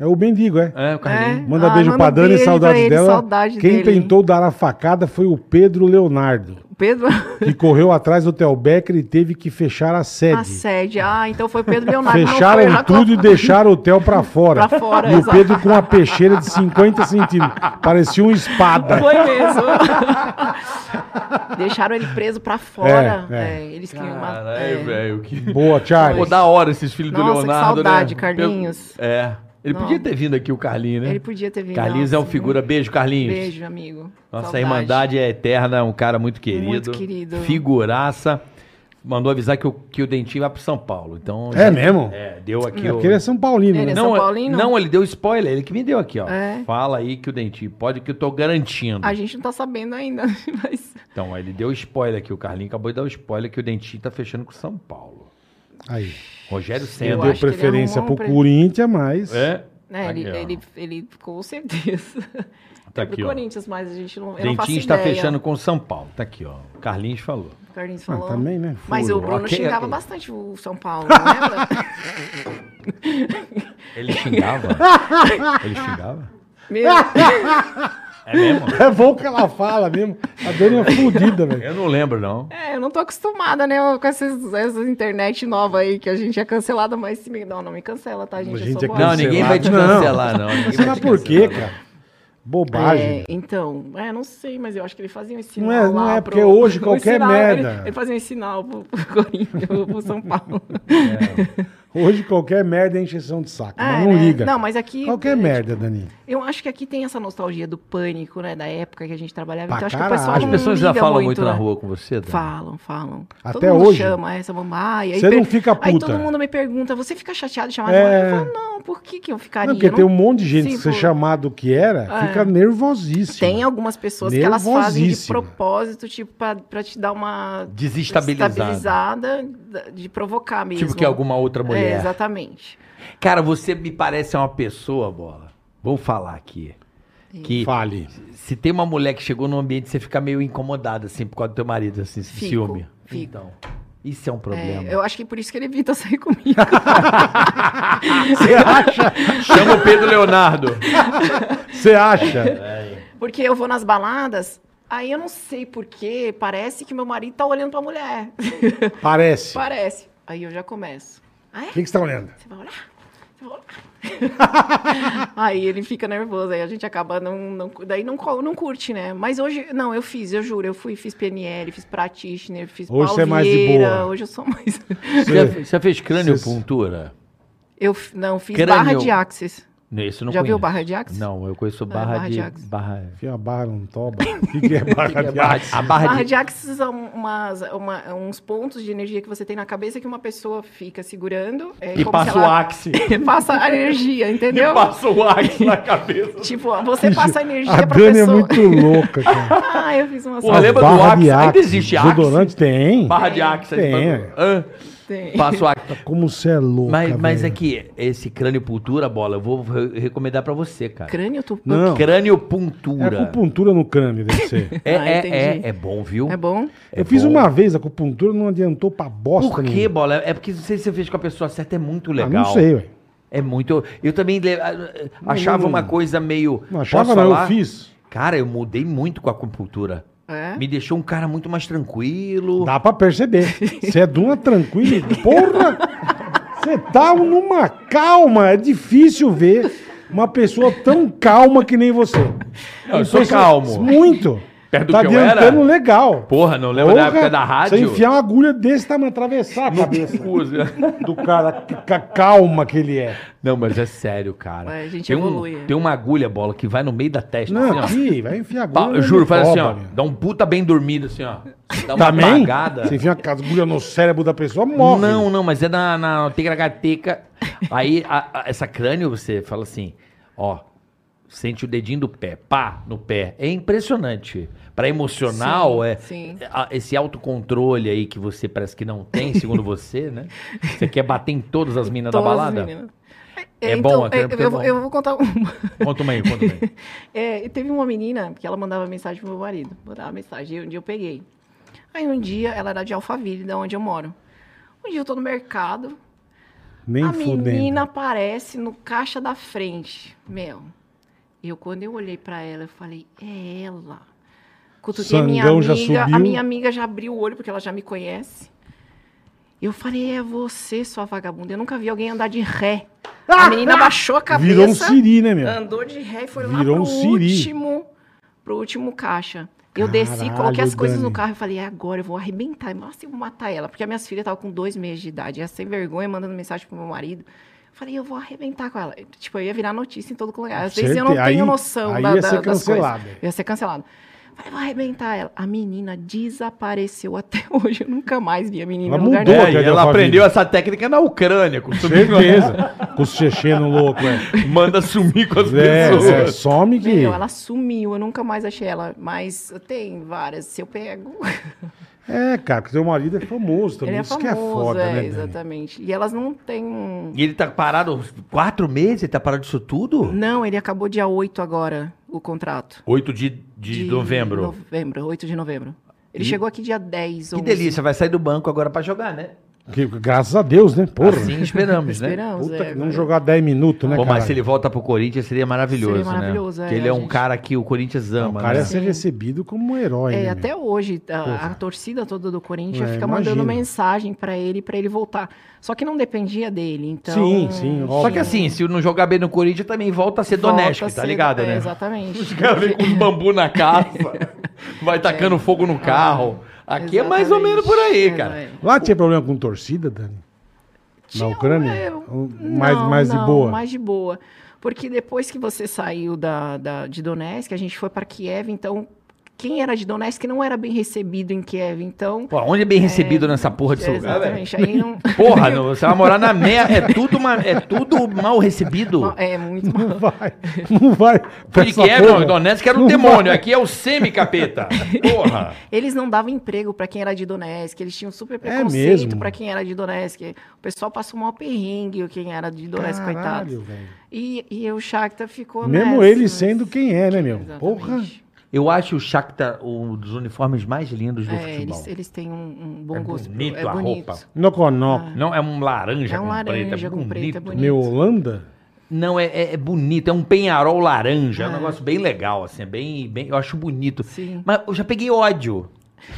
Speaker 3: É o mendigo, é.
Speaker 4: É, o Carlinhos.
Speaker 3: Manda
Speaker 1: Ah,
Speaker 3: beijo
Speaker 1: manda
Speaker 3: pra Dani,
Speaker 1: beijo pra
Speaker 3: saudade
Speaker 1: ele,
Speaker 3: dela.
Speaker 1: saudade
Speaker 3: Quem
Speaker 1: dele.
Speaker 3: tentou dar a facada foi o Pedro Leonardo.
Speaker 1: O Pedro,
Speaker 3: que correu atrás do Theo Becker e teve que fechar a sede.
Speaker 1: a sede. Ah, então foi o Pedro Leonardo. não foi o
Speaker 3: Fecharam
Speaker 1: Jacob.
Speaker 3: tudo e deixaram o Theo pra fora.
Speaker 1: Pra fora,
Speaker 3: e o
Speaker 1: exato.
Speaker 3: Pedro com uma peixeira de 50 centímetros. Parecia uma espada.
Speaker 1: Foi mesmo. Deixaram ele preso pra fora.
Speaker 3: É, é.
Speaker 1: É, eles queriam matar. é.
Speaker 4: Caralho, velho, que...
Speaker 3: Boa,
Speaker 4: Pô,
Speaker 3: Charles.
Speaker 4: da hora esses filhos do
Speaker 1: Nossa, que
Speaker 4: Leonardo,
Speaker 1: saudade,
Speaker 4: né?
Speaker 1: Carlinhos.
Speaker 4: Pelo- É. Ele
Speaker 1: Não.
Speaker 4: podia ter vindo aqui, o Carlinhos, né?
Speaker 1: Ele podia ter vindo.
Speaker 4: Carlinhos é um
Speaker 1: nossa, né?
Speaker 4: figura. Beijo, Carlinhos.
Speaker 1: Beijo, amigo.
Speaker 4: Nossa
Speaker 1: Saudade.
Speaker 4: Irmandade é eterna, um cara muito querido.
Speaker 1: Muito querido.
Speaker 4: Figuraça. Mandou avisar que o, que o Dentinho vai pro São Paulo. Então,
Speaker 3: É mesmo?
Speaker 4: É, deu aqui
Speaker 3: É
Speaker 4: o...
Speaker 3: porque ele é São Paulino,
Speaker 1: Ele
Speaker 3: né?
Speaker 1: é
Speaker 4: Não,
Speaker 1: São Paulino?
Speaker 4: não, ele deu spoiler, ele que me deu aqui, ó.
Speaker 1: É.
Speaker 4: Fala aí que o Dentinho pode, que eu tô garantindo.
Speaker 1: A gente não tá sabendo ainda, mas.
Speaker 4: Então, ele deu spoiler aqui, o Carlinho acabou de dar o spoiler que o Dentinho tá fechando com o São Paulo.
Speaker 3: Aí.
Speaker 4: Rogério
Speaker 3: Ele
Speaker 1: Eu
Speaker 4: Senna.
Speaker 3: deu
Speaker 1: acho que ele
Speaker 3: preferência
Speaker 1: arrumou
Speaker 3: pro
Speaker 1: um pre-
Speaker 3: Corinthians, mas.
Speaker 4: É?
Speaker 1: né, ele,
Speaker 4: Aqui, ó.
Speaker 1: ele, ele, com certeza.
Speaker 4: Tá
Speaker 1: É pro
Speaker 4: aqui, ó.
Speaker 1: Corinthians, mas a gente não. eu não faço
Speaker 4: Dentinho está
Speaker 1: ideia.
Speaker 4: tá fechando com o São Paulo. Tá aqui, ó. O Carlinhos falou.
Speaker 1: O Carlinhos
Speaker 3: Ah,
Speaker 1: falou.
Speaker 3: também, né?
Speaker 1: Mas
Speaker 4: Furo, é-
Speaker 1: o Bruno
Speaker 4: ok,
Speaker 1: xingava
Speaker 4: ok.
Speaker 1: bastante o São Paulo, né? lembra?
Speaker 4: Ele xingava? Ele xingava?
Speaker 1: Meu,
Speaker 4: É mesmo?
Speaker 3: É bom que ela fala mesmo. A Dani é fodida, velho.
Speaker 4: Eu não lembro, não.
Speaker 1: é, eu não tô acostumada, né, com essas, essas internet nova aí, que a gente é cancelada, mas se me- não, não me cancela, tá, gente?
Speaker 3: A
Speaker 1: eu
Speaker 3: gente
Speaker 1: sou
Speaker 3: é
Speaker 1: boa.
Speaker 4: Não, ninguém vai te
Speaker 3: Não.
Speaker 4: cancelar, não. Ninguém vai
Speaker 3: Será
Speaker 4: te
Speaker 3: por quê,
Speaker 4: cancelar,
Speaker 3: cara? Bobagem.
Speaker 1: É, então, é, não sei, mas eu acho que ele fazia um sinal.
Speaker 3: Não é- não
Speaker 1: lá
Speaker 3: é,
Speaker 1: pro-
Speaker 3: porque hoje
Speaker 1: um
Speaker 3: qualquer
Speaker 1: sinal,
Speaker 3: merda.
Speaker 1: Ele, ele fazia um sinal pro, pro Corinthians, pro- pro São Paulo.
Speaker 4: É.
Speaker 3: Hoje qualquer merda é encheção de saco.
Speaker 1: Ah,
Speaker 3: mas não
Speaker 1: né?
Speaker 3: liga.
Speaker 1: Não, mas aqui.
Speaker 3: Qualquer
Speaker 1: é,
Speaker 3: merda, Dani.
Speaker 1: Eu acho que aqui tem essa nostalgia do pânico, né? Da época que a gente trabalhava.
Speaker 3: Pra
Speaker 1: então acho
Speaker 3: caralho.
Speaker 1: que o pessoal
Speaker 4: As
Speaker 1: não
Speaker 4: pessoas já
Speaker 1: liga
Speaker 4: falam muito na
Speaker 1: né?
Speaker 4: rua com você, Dani?
Speaker 1: Falam, falam.
Speaker 3: Até
Speaker 1: todo mundo
Speaker 3: hoje?
Speaker 1: chama essa mamãe. aí
Speaker 3: Você não
Speaker 1: per-
Speaker 3: fica
Speaker 1: Aí
Speaker 3: puta.
Speaker 1: todo mundo me pergunta, você fica chateado de chamar de
Speaker 3: É.
Speaker 1: mamãe? Eu falo, não, por que que eu ficaria?
Speaker 3: Não, porque
Speaker 1: Não-
Speaker 3: tem um monte de gente
Speaker 1: Sim,
Speaker 3: que você
Speaker 1: pô.
Speaker 3: chamado que era,
Speaker 1: É.
Speaker 3: fica nervosíssimo.
Speaker 1: Tem algumas pessoas que elas fazem de
Speaker 3: Nervosíssima.
Speaker 1: propósito, tipo, pra, pra te dar uma...
Speaker 4: Desestabilizada.
Speaker 1: estabilizada, de provocar mesmo.
Speaker 4: Tipo que alguma outra
Speaker 1: É,
Speaker 4: mulher.
Speaker 1: exatamente.
Speaker 4: Cara, você me parece uma pessoa, bola. Vamos falar aqui. Que
Speaker 3: Fale.
Speaker 4: se tem uma mulher que chegou num ambiente, você fica meio incomodado, assim, por causa do teu marido, assim, esse
Speaker 1: Fico,
Speaker 4: ciúme.
Speaker 1: fico.
Speaker 4: Então. Isso é um problema.
Speaker 1: É, eu acho que por isso que ele evita sair comigo.
Speaker 3: Você acha?
Speaker 4: Chama o Pedro Leonardo.
Speaker 3: Você acha?
Speaker 1: Porque eu vou nas baladas, aí eu não sei porquê, parece que meu marido tá olhando pra mulher.
Speaker 3: Parece. O
Speaker 1: parece. Aí eu já começo. Ah, é?
Speaker 3: que que você tá olhando?
Speaker 1: Você vai olhar? Você vai olhar? aí ele fica nervoso, aí a gente acaba não, não daí não, co- não curte, né? Mas hoje, não, eu fiz, eu juro, eu fui, fiz PNL, fiz practitioner, fiz
Speaker 3: Hoje você é mais de
Speaker 1: Palmeira,
Speaker 3: boa.
Speaker 1: hoje eu sou mais
Speaker 4: Você já, você fez crânio-puntura?
Speaker 1: Eu f- não fiz
Speaker 4: Crânio.
Speaker 1: barra de axis.
Speaker 4: Isso eu não
Speaker 1: Já viu
Speaker 4: conheço.
Speaker 1: barra de axis?
Speaker 4: Não, eu conheço
Speaker 1: Não, é
Speaker 4: barra,
Speaker 1: barra de
Speaker 4: de...
Speaker 1: Axis.
Speaker 4: barra...
Speaker 3: Enfia a barra num toba. O que, que é barra de
Speaker 4: barra-
Speaker 3: ar?
Speaker 4: A barra,
Speaker 1: Barra
Speaker 4: de...
Speaker 1: de axis são umas, uma- uns pontos de energia que você tem na cabeça que uma pessoa fica segurando. É,
Speaker 4: E
Speaker 1: como
Speaker 4: passa
Speaker 1: se
Speaker 4: o
Speaker 1: ela Então-
Speaker 4: axe.
Speaker 1: passa a energia, entendeu?
Speaker 4: E passa o axe na cabeça.
Speaker 1: Tipo, você passa a energia
Speaker 3: A
Speaker 1: pra
Speaker 3: Dani é
Speaker 1: pessoa.
Speaker 3: muito louca, cara.
Speaker 1: ah, eu fiz uma
Speaker 4: Pô, lembra do
Speaker 3: Barra
Speaker 4: Axe?
Speaker 3: de
Speaker 4: Ainda
Speaker 3: Axe.
Speaker 4: existe Axe?
Speaker 3: Desodorante tem.
Speaker 4: Barra de axe.
Speaker 3: Tem.
Speaker 4: Hã?
Speaker 1: Tem.
Speaker 4: Passa o axe.
Speaker 3: Como você é louca,
Speaker 4: Mas, mas é
Speaker 3: velho.
Speaker 4: que esse crânio-puntura, bola, eu vou re- recomendar pra você, cara.
Speaker 1: Crânio, tu...
Speaker 3: Não. É
Speaker 4: Crânio-puntura.
Speaker 3: acupuntura no crânio, deve ser.
Speaker 4: É,
Speaker 1: Ah,
Speaker 4: é, é,
Speaker 1: entendi.
Speaker 4: é bom, viu?
Speaker 1: É bom?
Speaker 3: Eu fiz
Speaker 4: bom.
Speaker 3: uma vez acupuntura, não adiantou pra bosta
Speaker 4: Por que,
Speaker 3: nenhuma.
Speaker 4: bola? É porque não sei se você fez com a pessoa certa, é muito
Speaker 3: Ah,
Speaker 4: legal.
Speaker 3: não sei, ué.
Speaker 4: É muito. Eu também le- a- achava
Speaker 3: não-
Speaker 4: uma coisa meio.
Speaker 3: Não achava
Speaker 4: Posso
Speaker 3: não, eu
Speaker 4: falar?
Speaker 3: fiz.
Speaker 4: Cara, eu mudei muito com a acupuntura.
Speaker 1: É?
Speaker 4: Me deixou um cara muito mais tranquilo.
Speaker 3: Dá pra perceber. Você é de uma tranquila. Porra! Você tá numa calma. É difícil ver uma pessoa tão calma que nem você.
Speaker 4: Não, eu sou
Speaker 3: Impressiona-
Speaker 4: calmo.
Speaker 3: Muito.
Speaker 4: Perto do
Speaker 3: tá
Speaker 4: que eu
Speaker 3: adiantando
Speaker 4: era?
Speaker 3: legal.
Speaker 4: Porra, não lembra da
Speaker 3: Porra,
Speaker 4: época da rádio?
Speaker 3: Você enfiar uma agulha desse tá me atravessar a cabeça do cara, c- c- calma que ele é.
Speaker 4: Não, mas é sério, cara.
Speaker 1: Ué, a gente
Speaker 4: tem, um-
Speaker 1: evolui, é.
Speaker 4: tem uma agulha, bola, que vai no meio da testa. assim,
Speaker 3: Não,
Speaker 4: ó.
Speaker 3: aqui, vai enfiar a
Speaker 4: Pa-
Speaker 3: agulha.
Speaker 4: eu juro, faz assim, ó.
Speaker 3: Meu.
Speaker 4: Dá um puta bem dormido, assim, ó. Dá uma
Speaker 3: Também?
Speaker 4: apagada.
Speaker 3: Você enfia uma agulha no cérebro da pessoa, morre.
Speaker 4: Não, não, mas é na, na teca Aí a- a- essa crânio, você fala assim, ó, sente o dedinho do pé, pá, no pé. É impressionante. Pra emocional,
Speaker 1: Sim,
Speaker 4: é
Speaker 1: sim.
Speaker 4: é a- esse autocontrole aí que você parece que não tem, segundo você, né? Você quer bater em todas as minas da
Speaker 1: Todas,
Speaker 4: balada?
Speaker 1: menina.
Speaker 4: É bom, a
Speaker 1: é,
Speaker 4: crânio é
Speaker 1: eu, vou-
Speaker 4: bom.
Speaker 1: eu vou contar uma.
Speaker 4: Conta uma aí, conta uma aí.
Speaker 1: É, e teve uma menina que ela mandava mensagem pro meu marido. Mandava mensagem, e um dia eu peguei. Aí um dia, ela era de Alphaville, da onde eu moro. Um dia eu tô no mercado,
Speaker 3: Nem
Speaker 1: a menina
Speaker 3: fudendo.
Speaker 1: aparece no caixa da frente. Meu, eu quando eu olhei pra ela, eu falei, é ela. Cutuquei minha
Speaker 3: Sangão já
Speaker 1: amiga,
Speaker 3: subiu.
Speaker 1: a minha amiga já abriu o olho, porque ela já me conhece. Eu falei, é você, sua vagabunda. Eu nunca vi alguém andar de ré. A menina baixou a cabeça.
Speaker 3: Ah! Virou um siri, né, meu?
Speaker 1: Andou de ré e foi
Speaker 3: Virou
Speaker 1: lá
Speaker 3: um
Speaker 1: pro
Speaker 3: Siri.
Speaker 1: último, pro último caixa. Eu desci,
Speaker 3: Caralho,
Speaker 1: coloquei as coisas no
Speaker 3: Dani.
Speaker 1: carro e falei, é agora, eu vou arrebentar. Nossa, eu vou matar ela. Porque as minhas filhas estavam com dois meses de idade. Ia sem vergonha, mandando mensagem pro meu marido. Eu falei, eu vou arrebentar com ela. Tipo, eu ia virar notícia em todo lugar. Às vezes eu não
Speaker 3: Certe- aí-
Speaker 1: tenho noção
Speaker 3: aí
Speaker 1: da,
Speaker 3: ia
Speaker 1: da,
Speaker 3: ser
Speaker 1: das coisas.
Speaker 3: cancelada.
Speaker 1: Eu ia ser cancelada. Falei, vou arrebentar ela. A menina desapareceu até hoje. Eu nunca mais vi a menina
Speaker 3: Ela
Speaker 1: no lugar
Speaker 3: mudou,
Speaker 4: É,
Speaker 1: dela.
Speaker 4: e
Speaker 3: cadê
Speaker 4: ela
Speaker 3: a
Speaker 4: aprendeu
Speaker 3: família?
Speaker 4: essa técnica na Ucrânia. com-
Speaker 3: Certeza. Com os checheno louco, é.
Speaker 4: Manda sumir com as pessoas.
Speaker 3: É, é, some que.
Speaker 1: Meu, ela sumiu, eu nunca mais achei ela. Mas tem várias, se eu pego.
Speaker 3: É, cara, porque seu marido é famoso também.
Speaker 1: Ele é
Speaker 3: isso
Speaker 1: famoso,
Speaker 3: que é foda,
Speaker 1: é,
Speaker 3: né? Dani?
Speaker 1: exatamente. E elas não têm. um-
Speaker 4: E ele tá parado uns quatro meses? Ele tá parado disso tudo?
Speaker 1: Não, ele acabou dia 8 agora, o contrato.
Speaker 4: 8 de, de, novembro.
Speaker 1: Novembro, 8 de novembro. Ele
Speaker 4: E-
Speaker 1: chegou aqui dia 10,
Speaker 4: Que
Speaker 1: 11.
Speaker 4: delícia, vai sair do banco agora pra jogar, né?
Speaker 3: Que, graças a Deus, né? Porra.
Speaker 4: Assim esperamos, né?
Speaker 1: Esperamos,
Speaker 3: Puta,
Speaker 1: é,
Speaker 3: não
Speaker 1: vai-
Speaker 3: jogar 10 minutos, né,
Speaker 4: Pô,
Speaker 3: cara?
Speaker 4: mas se ele volta pro Corinthians seria maravilhoso,
Speaker 1: Seria maravilhoso,
Speaker 4: né?
Speaker 1: é,
Speaker 4: Porque ele é
Speaker 1: a
Speaker 4: um
Speaker 1: gente-
Speaker 4: cara que o Corinthians
Speaker 3: O
Speaker 4: ama,
Speaker 3: cara assim, ia
Speaker 4: né?
Speaker 3: ser recebido como um herói,
Speaker 1: É,
Speaker 3: né?
Speaker 1: até hoje, a, a torcida toda do Corinthians
Speaker 3: É,
Speaker 1: fica mandando
Speaker 3: imagino.
Speaker 1: mensagem pra ele, pra ele voltar. Só que não dependia dele, então...
Speaker 3: Sim, sim, óbvio.
Speaker 4: Só que assim, se não jogar bem no Corinthians, também volta a ser
Speaker 1: volta
Speaker 4: Donetsk, tá
Speaker 1: cedo,
Speaker 4: ligado,
Speaker 1: é,
Speaker 4: né?
Speaker 1: Exatamente.
Speaker 4: Os caras vêm com os bambu na casa, vai tacando fogo no carro. Aqui é mais ou menos por aí,
Speaker 1: É. Ah, Exatamente, É,
Speaker 4: cara.
Speaker 1: exatamente.
Speaker 3: Lá tinha problema com torcida, Dani?
Speaker 1: Tinha uma-
Speaker 3: Ucrânia? Ou mais-
Speaker 1: não,
Speaker 3: mais de
Speaker 1: não,
Speaker 3: boa?
Speaker 1: Mais de boa. Porque depois que você saiu da, da- de Donetsk, a gente foi para Kiev, então quem era de Donetsk não era bem recebido em Kiev, então.
Speaker 4: Pô, onde é bem recebido nessa porra desse lugar, velho?
Speaker 1: é,
Speaker 3: É,
Speaker 1: exatamente. Aí não.
Speaker 4: Porra, não, você vai morar na merda, é tudo, uma- é tudo mal recebido.
Speaker 1: É muito mal.
Speaker 3: Vai, não vai.
Speaker 4: Fui de
Speaker 3: Essa
Speaker 4: Kiev, não,
Speaker 3: porra.
Speaker 4: Donetsk era um
Speaker 3: Não
Speaker 4: demônio,
Speaker 3: vai.
Speaker 4: aqui é o semi-capeta. Porra.
Speaker 1: Eles não davam emprego para quem era de Donetsk, eles tinham super preconceito
Speaker 3: É mesmo?
Speaker 1: para quem era de Donetsk. O pessoal passou mal perrengue quem era de Donetsk,
Speaker 3: Caralho,
Speaker 1: coitado.
Speaker 3: velho.
Speaker 1: E, e o Shakhtar ficou
Speaker 3: Mesmo
Speaker 1: nessa,
Speaker 3: ele
Speaker 1: mas-
Speaker 3: sendo quem é, né, meu? Porra.
Speaker 1: Exatamente.
Speaker 4: Eu acho o Shakhtar um dos uniformes mais lindos do
Speaker 1: É,
Speaker 4: futebol.
Speaker 1: eles, eles têm um, um bom
Speaker 4: É
Speaker 1: gosto. pro-
Speaker 4: bonito
Speaker 1: é
Speaker 4: a
Speaker 1: bonito.
Speaker 4: roupa.
Speaker 3: Noconoco.
Speaker 4: Não, é um laranja
Speaker 1: É um
Speaker 4: com preto, é
Speaker 1: laranja com
Speaker 4: bonito.
Speaker 1: preto, é Ah, bonito.
Speaker 3: Meu Holanda?
Speaker 4: Não, é, é- é bonito, é um penharol laranja, é um
Speaker 1: Ah.
Speaker 4: negócio bem legal, assim, é bem, bem, eu acho bonito.
Speaker 1: Sim.
Speaker 4: Mas eu já peguei ódio,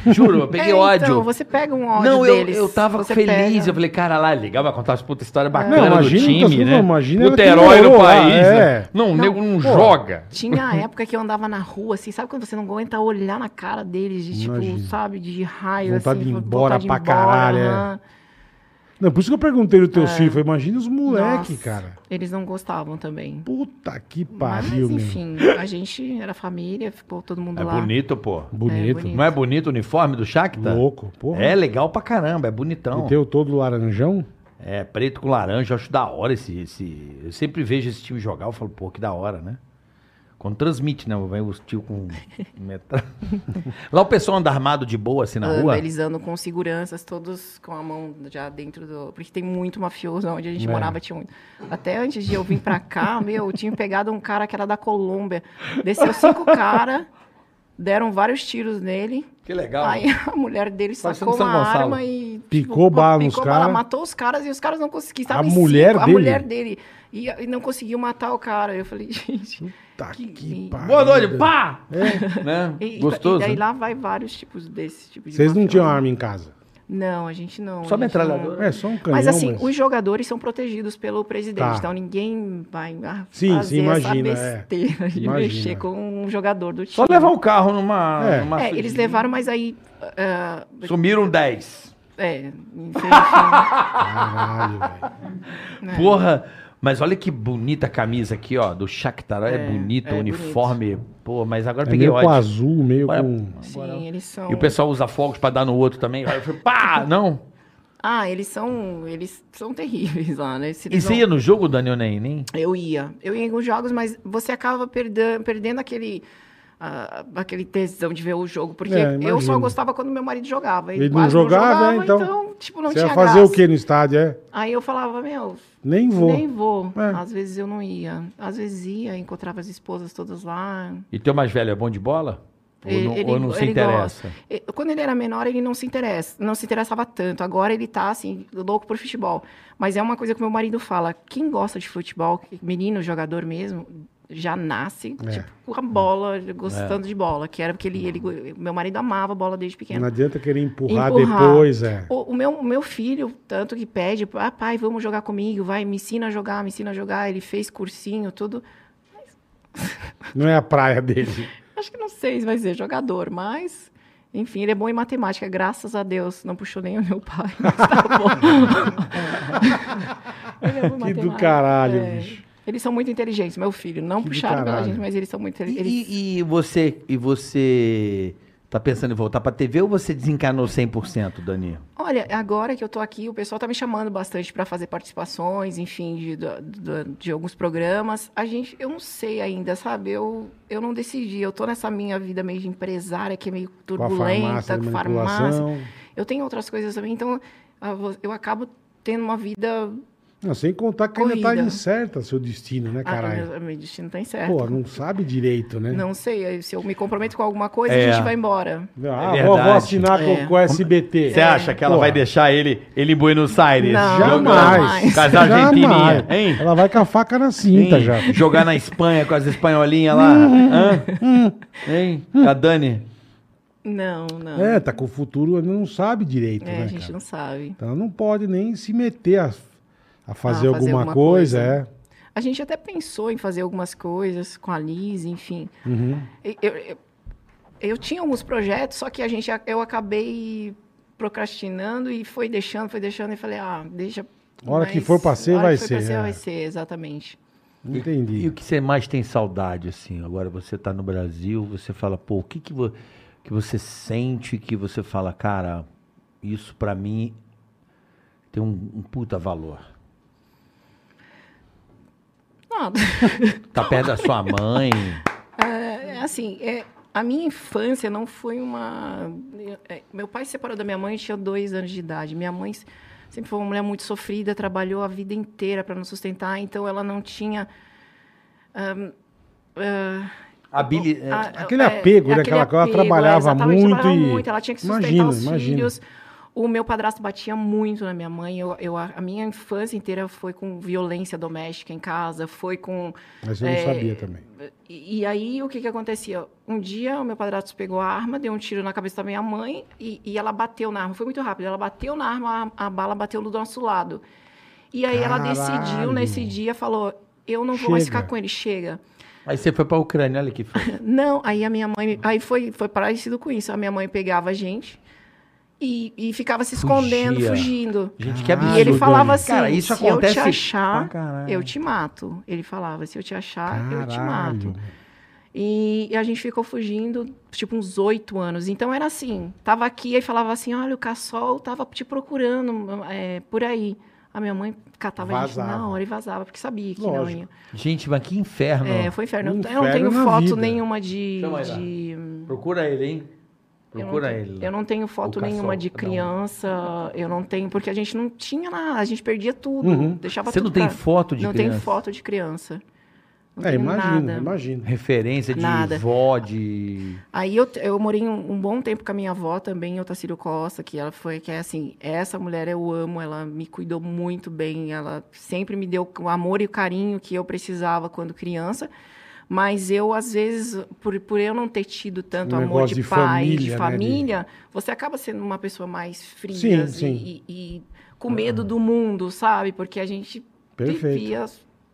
Speaker 4: juro, eu peguei
Speaker 1: É,
Speaker 4: ódio.
Speaker 1: Então, você pega um ódio
Speaker 4: não, eu,
Speaker 1: deles.
Speaker 4: eu tava
Speaker 1: você
Speaker 4: feliz.
Speaker 1: pega. É.
Speaker 4: Eu falei, cara, lá, legal, vai contar as puta história
Speaker 3: Não,
Speaker 4: bacana do
Speaker 3: imagina, então,
Speaker 4: time,
Speaker 3: assim,
Speaker 4: né?
Speaker 3: não, imagina
Speaker 4: Puta
Speaker 3: ela que
Speaker 4: herói do
Speaker 3: ganhou lá,
Speaker 4: país,
Speaker 3: é.
Speaker 4: né? Não, o
Speaker 1: Não,
Speaker 4: nego não
Speaker 3: pô.
Speaker 4: joga.
Speaker 1: Tinha a época que eu andava na rua, assim, sabe quando você não aguenta olhar na cara deles, de tipo,
Speaker 3: Imagino.
Speaker 1: sabe, de raio,
Speaker 3: Vontade
Speaker 1: assim,
Speaker 3: de ir
Speaker 1: vo-
Speaker 3: embora
Speaker 1: vontade de ir
Speaker 3: pra caralho, é.
Speaker 1: aham.
Speaker 3: Não, por isso que eu perguntei do teu filho. Falei, imagina os moleque,
Speaker 1: Ah. Nossa,
Speaker 3: cara.
Speaker 1: Eles não gostavam também.
Speaker 3: Puta que
Speaker 1: Mas,
Speaker 3: pariu, meu.
Speaker 1: enfim, a gente era família, ficou todo mundo
Speaker 4: É
Speaker 1: lá.
Speaker 4: bonito, pô.
Speaker 3: Bonito.
Speaker 1: É, bonito.
Speaker 4: Não é bonito o uniforme do Shakhtar?
Speaker 3: Louco, porra.
Speaker 4: É legal pra caramba, é bonitão.
Speaker 3: E teu todo laranjão?
Speaker 4: É, preto com laranja, eu acho da hora esse, esse. Eu sempre vejo esse time jogar, eu falo, pô, que da hora, né? Quando transmite, né? Vem os tio com metralha. Lá o pessoal anda armado de boa assim na
Speaker 1: Anda,
Speaker 4: rua.
Speaker 1: Eles andam Ah, com seguranças, todos com a mão já dentro do. Porque tem muito mafioso onde a gente
Speaker 3: É.
Speaker 1: morava, tinha muito. Até antes de eu vir pra cá, meu, eu tinha pegado um cara que era da Colômbia. Desceu cinco caras, deram vários tiros nele.
Speaker 4: Que legal.
Speaker 3: Ah.
Speaker 1: Aí a mulher dele
Speaker 4: Parecendo
Speaker 1: sacou
Speaker 4: São
Speaker 1: uma
Speaker 4: Gonçalo.
Speaker 1: arma e. tipo,
Speaker 3: Picou bala nos
Speaker 1: picou bala,
Speaker 3: cara.
Speaker 1: Matou os caras e os caras não conseguiam.
Speaker 3: A
Speaker 1: estavam em cinco,
Speaker 3: mulher
Speaker 1: A
Speaker 3: dele?
Speaker 1: mulher dele. E, e não conseguiu matar o cara. Eu falei, gente.
Speaker 3: Tá que,
Speaker 1: Que lindo.
Speaker 3: pariu.
Speaker 4: Boa noite, pá! Né?
Speaker 1: É. E,
Speaker 4: Gostoso.
Speaker 1: E daí
Speaker 4: né?
Speaker 1: lá vai vários tipos desse tipo de.
Speaker 3: Vocês não
Speaker 1: mafioso.
Speaker 3: tinham arma em casa?
Speaker 1: Não, a gente não.
Speaker 4: Só
Speaker 1: a gente
Speaker 4: metralhadora.
Speaker 1: não-
Speaker 3: É, só um canhão.
Speaker 1: mas assim, os jogadores são protegidos pelo presidente,
Speaker 3: Tá.
Speaker 1: então ninguém vai ah,
Speaker 3: Sim, sim,
Speaker 1: fazer
Speaker 3: imagina,
Speaker 1: essa
Speaker 3: é.
Speaker 1: besteira de
Speaker 3: Imagina.
Speaker 1: mexer com um jogador do time.
Speaker 4: Só levar o carro numa.
Speaker 3: É.
Speaker 4: numa
Speaker 1: É, eles levaram, mas aí. ah,
Speaker 4: Sumiram 10.
Speaker 1: é, infelizmente,
Speaker 3: Caralho, velho.
Speaker 1: né?
Speaker 4: Porra! Mas olha que bonita a camisa aqui, ó, do Shakhtar. É,
Speaker 1: É,
Speaker 4: bonito,
Speaker 1: é
Speaker 4: o uniforme. Pô, mas agora
Speaker 3: É
Speaker 4: peguei
Speaker 3: meio com
Speaker 4: ódio.
Speaker 3: azul, meio
Speaker 4: Olha,
Speaker 3: com...
Speaker 1: Sim, eles são.
Speaker 4: E o pessoal usa fogos pra dar no outro também. Aí eu falei, pá! Não!
Speaker 1: Ah, eles são. Eles são terríveis lá, né? Se
Speaker 4: E
Speaker 1: eles
Speaker 4: você
Speaker 1: vão-
Speaker 4: ia no jogo, Daniel Nem? Nem?
Speaker 1: Eu ia. Eu ia em alguns jogos, mas você acaba perdendo, perdendo aquele. ah, aquele tesão de ver o jogo, porque
Speaker 3: É,
Speaker 1: eu
Speaker 3: imagino.
Speaker 1: só gostava quando meu marido jogava.
Speaker 3: Ele não
Speaker 1: quase
Speaker 3: jogava, né? Então,
Speaker 1: tipo, não
Speaker 3: Você
Speaker 1: tinha
Speaker 3: ia fazer
Speaker 1: graça.
Speaker 3: o quê no estádio, é?
Speaker 1: Aí eu falava, meu,
Speaker 3: Nem vou.
Speaker 1: nem vou.
Speaker 3: É.
Speaker 1: Às vezes eu não ia. Às vezes ia, encontrava as esposas todas lá.
Speaker 4: E teu mais velho é bom de bola? Ou
Speaker 1: Ele-
Speaker 4: não,
Speaker 1: ele-
Speaker 4: ou não se
Speaker 1: ele
Speaker 4: interessa?
Speaker 1: gosta. E- Quando ele era menor, ele não se interessa, não se interessava tanto. Agora ele tá assim, louco por futebol. Mas é uma coisa que meu marido fala: quem gosta de futebol, menino, jogador mesmo, já nasce
Speaker 3: É.
Speaker 1: tipo, com a bola, gostando de bola. Que era porque ele, ele- meu marido amava bola desde pequeno.
Speaker 3: Não adianta querer empurrar,
Speaker 1: Empurrar.
Speaker 3: depois, é.
Speaker 1: O, o meu, o meu filho, tanto que pede, ah, pai, vamos jogar comigo, vai, me ensina a jogar, me ensina a jogar. Ele fez cursinho, tudo.
Speaker 3: Não é a praia dele.
Speaker 1: Acho que não sei se vai ser jogador, mas. Enfim, ele é bom em matemática, graças a Deus. Não puxou nem o meu pai, mas tá bom. ele é bom
Speaker 3: Que
Speaker 1: em
Speaker 3: do
Speaker 1: matemática,
Speaker 3: caralho,
Speaker 1: é.
Speaker 3: bicho.
Speaker 1: Eles são muito inteligentes, meu filho. Não
Speaker 3: Que do
Speaker 1: puxaram pela
Speaker 3: caralho.
Speaker 1: gente, mas eles são muito
Speaker 4: E,
Speaker 1: inteligentes.
Speaker 4: e- e você e você tá pensando em voltar pra TV ou você desencanou 100%, Dani?
Speaker 1: Olha, agora que eu tô aqui, o pessoal tá me chamando bastante para fazer participações, enfim, de, do- do- de alguns programas. A gente, eu não sei ainda, sabe? Eu, eu não decidi. Eu tô nessa minha vida meio de empresária, que é meio
Speaker 3: Com a farmácia
Speaker 1: turbulenta,
Speaker 3: de
Speaker 1: com farmácia.
Speaker 3: manipulação.
Speaker 1: Eu tenho outras coisas também, então ah, vo- eu acabo tendo uma vida.
Speaker 3: Não, sem contar que ainda tá
Speaker 1: Corrida.
Speaker 3: incerta seu destino, né,
Speaker 1: Ah,
Speaker 3: caralho?
Speaker 1: meu, meu destino tá incerto.
Speaker 3: Pô, não sabe direito, né?
Speaker 1: Não sei, aí se eu me comprometo com alguma coisa,
Speaker 4: É.
Speaker 1: a gente vai embora.
Speaker 3: Ah,
Speaker 4: É
Speaker 3: vou, vou
Speaker 4: verdade.
Speaker 3: assinar com-
Speaker 1: É.
Speaker 3: com o SBT.
Speaker 4: Você acha que ela
Speaker 3: Porra.
Speaker 4: vai deixar ele, ele em Buenos Aires?
Speaker 1: Não,
Speaker 4: Jogar-
Speaker 3: Jamais.
Speaker 4: Casar argentininha,
Speaker 3: Jamais.
Speaker 4: hein?
Speaker 3: Ela vai com a faca na cinta
Speaker 4: Hein?
Speaker 3: já.
Speaker 4: Jogar na Espanha com as espanholinhas lá.
Speaker 1: Hum.
Speaker 4: Hã? Hum. Hein? Com a Dani?
Speaker 1: Não, não.
Speaker 3: É, tá com o futuro, não sabe direito,
Speaker 1: Ah. É,
Speaker 3: né,
Speaker 1: a gente
Speaker 3: cara?
Speaker 1: não sabe.
Speaker 3: Então não pode nem se meter a, a fazer
Speaker 1: fazer
Speaker 3: alguma
Speaker 1: alguma
Speaker 3: coisa, é.
Speaker 1: coisa. A gente até pensou em fazer algumas coisas com a Liz, enfim.
Speaker 3: é. Uhum.
Speaker 1: Eu, eu- eu tinha alguns projetos, só que a gente, eu acabei procrastinando e foi deixando, foi deixando e falei, ah, deixa.
Speaker 3: Hora
Speaker 1: mas
Speaker 3: que for pra ser,
Speaker 1: hora
Speaker 3: vai
Speaker 1: que for pra
Speaker 3: ser, é.
Speaker 1: vai ser, exatamente.
Speaker 3: Entendi.
Speaker 4: E o que você mais tem saudade, assim? Agora você tá no Brasil, você fala, pô, o que que, vo- que você sente que você fala, cara, isso pra mim tem um, um puta valor.
Speaker 1: Nada.
Speaker 4: Tá perto da sua mãe.
Speaker 1: É, assim, é, a minha infância não foi uma. é, meu pai se separou da minha mãe, eu tinha dois anos de idade. Minha mãe s- sempre foi uma mulher muito sofrida, trabalhou a vida inteira para nos sustentar, então ela não tinha. ahn, ah,
Speaker 4: A Billy. é,
Speaker 5: tipo,
Speaker 1: A-
Speaker 3: Aquele apego, né? Aquela- ela trabalhava
Speaker 1: é, exatamente,
Speaker 3: muito
Speaker 1: trabalhava
Speaker 3: e-
Speaker 1: muito, ela tinha que sustentar
Speaker 3: Imagino,
Speaker 1: os
Speaker 3: imagino.
Speaker 1: filhos. O meu padrasto batia muito na minha mãe. Eu, eu- a minha infância inteira foi com violência doméstica em casa, foi com
Speaker 3: Mas eu não
Speaker 1: É,
Speaker 3: sabia também.
Speaker 1: e, e aí, o que que acontecia? Um dia, o meu padrasto pegou a arma, deu um tiro na cabeça da minha mãe e, e ela bateu na arma. Foi muito rápido. Ela bateu na arma, a, a bala bateu do nosso lado. E aí, ela
Speaker 3: Caralho.
Speaker 1: decidiu, nesse dia, falou, eu não vou mais
Speaker 3: Chega.
Speaker 1: ficar com ele, chega.
Speaker 5: Aí você foi pra Ucrânia, olha que foi.
Speaker 1: Não, aí a minha mãe... Aí foi, foi parecido com isso. A minha mãe pegava a gente e, e ficava se escondendo,
Speaker 5: Fugia.
Speaker 1: fugindo.
Speaker 5: Gente, que
Speaker 3: Ah,
Speaker 5: absurdo.
Speaker 1: E ele
Speaker 3: Dani.
Speaker 1: falava assim,
Speaker 5: Cara, isso
Speaker 1: se eu te
Speaker 5: acontece pra
Speaker 1: achar,
Speaker 5: caralho.
Speaker 1: eu te mato. Ele falava, se eu te achar, eu te
Speaker 3: Caralho.
Speaker 1: mato. E, e a gente ficou fugindo, tipo, uns oito anos. Então era assim, tava aqui e falava assim, olha, o Cassol tava te procurando é, por aí. A minha mãe catava a gente
Speaker 3: Vazava.
Speaker 1: na hora e vazava, porque sabia que não
Speaker 3: Lógico. um
Speaker 1: ia.
Speaker 5: Gente, mas que inferno.
Speaker 1: É, foi inferno. Eu- Eu
Speaker 3: Inferno
Speaker 1: não tenho
Speaker 3: na
Speaker 1: foto
Speaker 3: vida.
Speaker 1: nenhuma de...
Speaker 5: Chama ele lá.
Speaker 1: de-
Speaker 5: Procura ele, hein?
Speaker 1: eu não
Speaker 5: Procura
Speaker 1: tenho-
Speaker 5: ele.
Speaker 1: Eu não tenho
Speaker 5: O
Speaker 1: foto
Speaker 5: Cassol,
Speaker 1: nenhuma de
Speaker 5: cada um.
Speaker 1: criança, eu não tenho, porque a gente não tinha nada, a gente perdia tudo,
Speaker 3: Uhum.
Speaker 1: deixava
Speaker 5: Você
Speaker 1: tudo
Speaker 5: não tem
Speaker 1: pra-
Speaker 5: foto de
Speaker 1: não
Speaker 5: criança?
Speaker 1: tem foto de criança. Não
Speaker 3: tipo É,
Speaker 1: tenho
Speaker 3: imagino,
Speaker 1: nada.
Speaker 3: imagino.
Speaker 5: Referência de
Speaker 1: Nada.
Speaker 5: vó, de.
Speaker 1: Aí eu, te- eu morei um, um bom tempo com a minha avó também, o Tacílio Costa, que ela foi, que é assim, essa mulher eu amo, ela me cuidou muito bem, ela sempre me deu o amor e o carinho que eu precisava quando criança. Mas eu, às vezes, por, por eu não ter tido tanto
Speaker 3: Um
Speaker 1: amor
Speaker 3: negócio
Speaker 1: de,
Speaker 3: de
Speaker 1: pai,
Speaker 3: família, né,
Speaker 1: de
Speaker 3: de-
Speaker 1: família, você acaba sendo uma pessoa mais fria
Speaker 3: Sim,
Speaker 1: e-
Speaker 3: sim. Ah.
Speaker 1: E, e com medo do mundo, sabe? Porque a gente
Speaker 3: Perfeito.
Speaker 1: vivia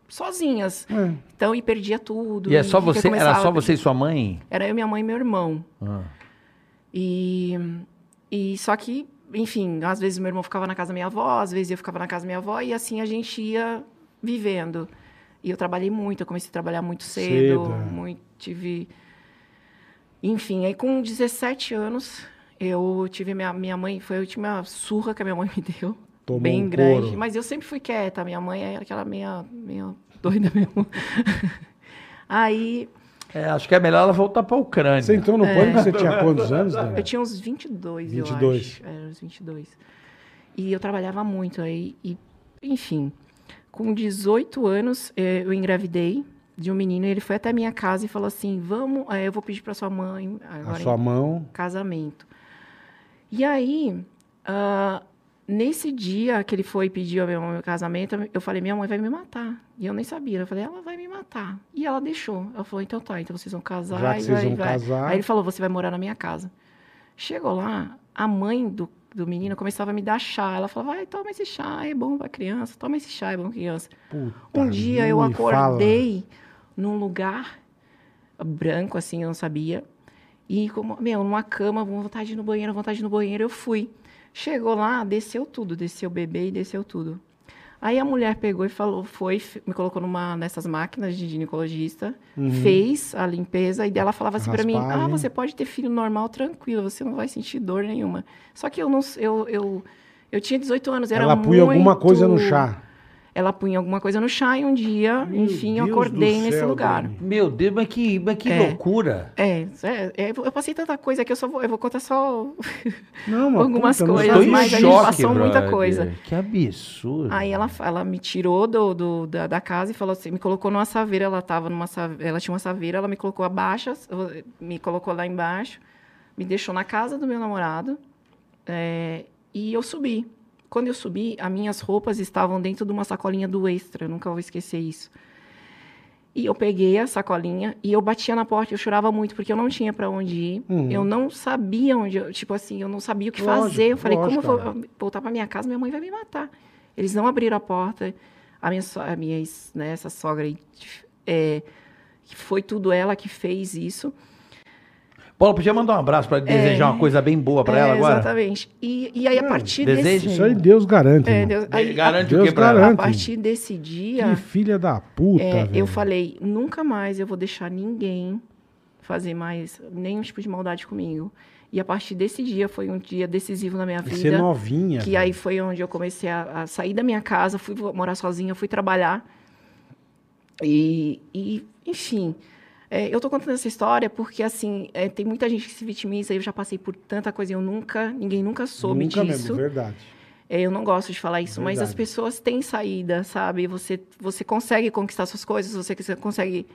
Speaker 1: sozinhas.
Speaker 3: É.
Speaker 1: Então, e perdia tudo.
Speaker 5: E é só
Speaker 1: fica-
Speaker 5: você, era
Speaker 1: começava
Speaker 5: só
Speaker 1: a-
Speaker 5: você e sua mãe?
Speaker 1: Era eu, minha mãe e meu irmão.
Speaker 5: Ah.
Speaker 1: E, e só que, enfim, às vezes meu irmão ficava na casa da minha avó, às vezes eu ficava na casa da minha avó, e assim a gente ia vivendo. E eu trabalhei muito, eu comecei a trabalhar muito cedo,
Speaker 3: Cedo, é.
Speaker 1: muito, tive... Enfim, aí com 17 anos, eu tive minha, minha mãe, foi a última surra que a minha mãe me deu.
Speaker 3: Tomou
Speaker 1: bem
Speaker 3: um
Speaker 1: grande,
Speaker 3: couro.
Speaker 1: mas eu sempre fui quieta, minha mãe é aquela meia, meia doida mesmo. aí,
Speaker 5: É, acho que é melhor ela voltar pra Ucrânia.
Speaker 3: Você entrou no pânico, você tinha quantos anos, Dani?
Speaker 1: É. Eu tinha uns 22,
Speaker 3: 22.
Speaker 1: eu acho. Era uns 22. E eu trabalhava muito aí. E, enfim, com 18 anos, eh, eu engravidei de um menino. e Ele foi até a minha casa e falou assim, vamos... eh, Eu vou pedir para sua mãe
Speaker 3: A
Speaker 1: agora
Speaker 3: sua mão.
Speaker 1: em casamento. E aí, ah, nesse dia que ele foi pedir a minha mãe o casamento, eu falei, minha mãe vai me matar. E eu nem sabia. Eu falei, ela vai me matar. E ela deixou. Ela falou, então tá, então vocês vão casar.
Speaker 3: Já que
Speaker 1: e
Speaker 3: vocês
Speaker 1: vai-
Speaker 3: vão
Speaker 1: vai.
Speaker 3: casar.
Speaker 1: Aí ele falou, você vai morar na minha casa. Chegou lá, a mãe do, do menino começava a me dar chá. Ela falava, vai, toma esse chá, é bom pra criança. Toma esse chá, é bom pra criança.
Speaker 3: Puta,
Speaker 1: Um dia
Speaker 3: nem
Speaker 1: eu
Speaker 3: me Tá fala.
Speaker 1: acordei num lugar branco, assim, eu não sabia. E, como, meu, numa cama, com vontade de ir no banheiro, vontade de ir no banheiro, eu fui. Chegou lá, desceu tudo, desceu o bebê e desceu tudo. Aí a mulher pegou e falou, foi, f- me colocou numa nessas máquinas de ginecologista,
Speaker 3: Uhum.
Speaker 1: fez a limpeza e dela falava assim pra mim: "Ah,
Speaker 3: Raspagem.
Speaker 1: você pode ter filho normal tranquilo, você não vai sentir dor nenhuma". Só que eu não eu eu, eu tinha 18 anos, era
Speaker 3: Ela punha alguma coisa no
Speaker 1: muito-
Speaker 3: chá.
Speaker 1: ela punha alguma coisa no chá e um dia,
Speaker 3: Meu
Speaker 1: enfim, eu
Speaker 3: Deus
Speaker 1: acordei
Speaker 3: do
Speaker 1: nesse
Speaker 3: céu,
Speaker 1: lugar.
Speaker 3: Dani.
Speaker 5: Meu Deus, mas que, mas que
Speaker 1: É.
Speaker 5: loucura.
Speaker 1: É, é, é, eu passei tanta coisa que eu só vou, eu vou contar só.
Speaker 3: Não, mas
Speaker 1: Algumas
Speaker 3: puta, não
Speaker 1: coisas,
Speaker 3: sabia.
Speaker 1: mas a gente passou muita
Speaker 5: brother.
Speaker 1: coisa.
Speaker 5: Que absurdo.
Speaker 1: Aí ela, ela me tirou do, do- da, da casa e falou assim, me colocou numa saveira, ela tava numa save- ela tinha uma saveira, ela me colocou abaixo, eu- me colocou lá embaixo, me deixou na casa do meu namorado é, e eu subi. Quando eu subi, as minhas roupas estavam dentro de uma sacolinha do Extra, eu nunca vou esquecer isso. E eu peguei a sacolinha e eu batia na porta, eu chorava muito porque eu não tinha pra onde ir.
Speaker 3: Uhum.
Speaker 1: Eu não sabia onde, eu- tipo assim, eu não sabia o que
Speaker 3: Lógico,
Speaker 1: fazer. Eu falei,
Speaker 3: lógico, é."
Speaker 1: como eu
Speaker 3: cara.
Speaker 1: vou voltar pra minha casa, minha mãe vai me matar. Eles não abriram a porta. A minha, so- a minha ex- né, essa sogra aí, é, que foi tudo ela que fez isso.
Speaker 5: Paulo, podia mandar um abraço pra desejar uma coisa bem boa pra
Speaker 1: É,
Speaker 5: ela agora?
Speaker 1: Exatamente. E, e aí,
Speaker 3: Não,
Speaker 1: a partir
Speaker 5: deseja,
Speaker 1: desse...
Speaker 3: Hum, Isso aí Deus garante.
Speaker 1: É,
Speaker 3: irmão.
Speaker 1: Deus- aí, a-
Speaker 5: Garante o
Speaker 3: Deus
Speaker 5: que pra ela?
Speaker 3: garante.
Speaker 1: a partir desse dia...
Speaker 3: Ah, Que tá filha da puta,
Speaker 1: É,
Speaker 3: velho.
Speaker 1: eu falei, nunca mais eu vou deixar ninguém fazer mais nenhum tipo de maldade comigo. E a partir desse dia foi um dia decisivo na minha
Speaker 3: E Você é
Speaker 1: vida.
Speaker 3: novinha.
Speaker 1: que
Speaker 3: velho.
Speaker 1: aí foi onde eu comecei a, a sair da minha casa, fui vo- morar sozinha, fui trabalhar. E, e, enfim, é, eu tô contando essa história porque, assim, é, tem muita gente que se vitimiza, eu já passei por tanta coisa, e eu nunca, ninguém nunca soube
Speaker 3: Nunca mesmo,
Speaker 1: disso.
Speaker 3: verdade.
Speaker 1: É, Eu não gosto de falar isso, mas as
Speaker 3: Verdade.
Speaker 1: pessoas têm saída, sabe? Você, você consegue conquistar suas coisas, você que- você consegue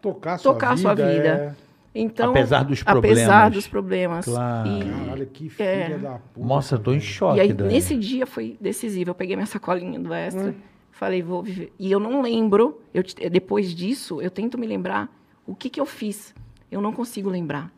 Speaker 3: Tocar sua
Speaker 1: tocar a
Speaker 3: vida.
Speaker 1: sua vida.
Speaker 3: é-
Speaker 1: Então,
Speaker 4: Apesar dos
Speaker 1: Apesar
Speaker 4: problemas.
Speaker 1: dos problemas.
Speaker 4: Claro.
Speaker 1: E,
Speaker 3: Caralho, que filha
Speaker 1: É.
Speaker 3: da puta.
Speaker 4: Nossa, eu tô em choque,
Speaker 1: e aí,
Speaker 4: Dani.
Speaker 1: nesse dia foi decisivo. Eu peguei minha sacolinha do extra, falei, vou viver. E eu não lembro, eu, te- depois disso, eu tento me lembrar o que, que eu fiz. Eu não consigo lembrar.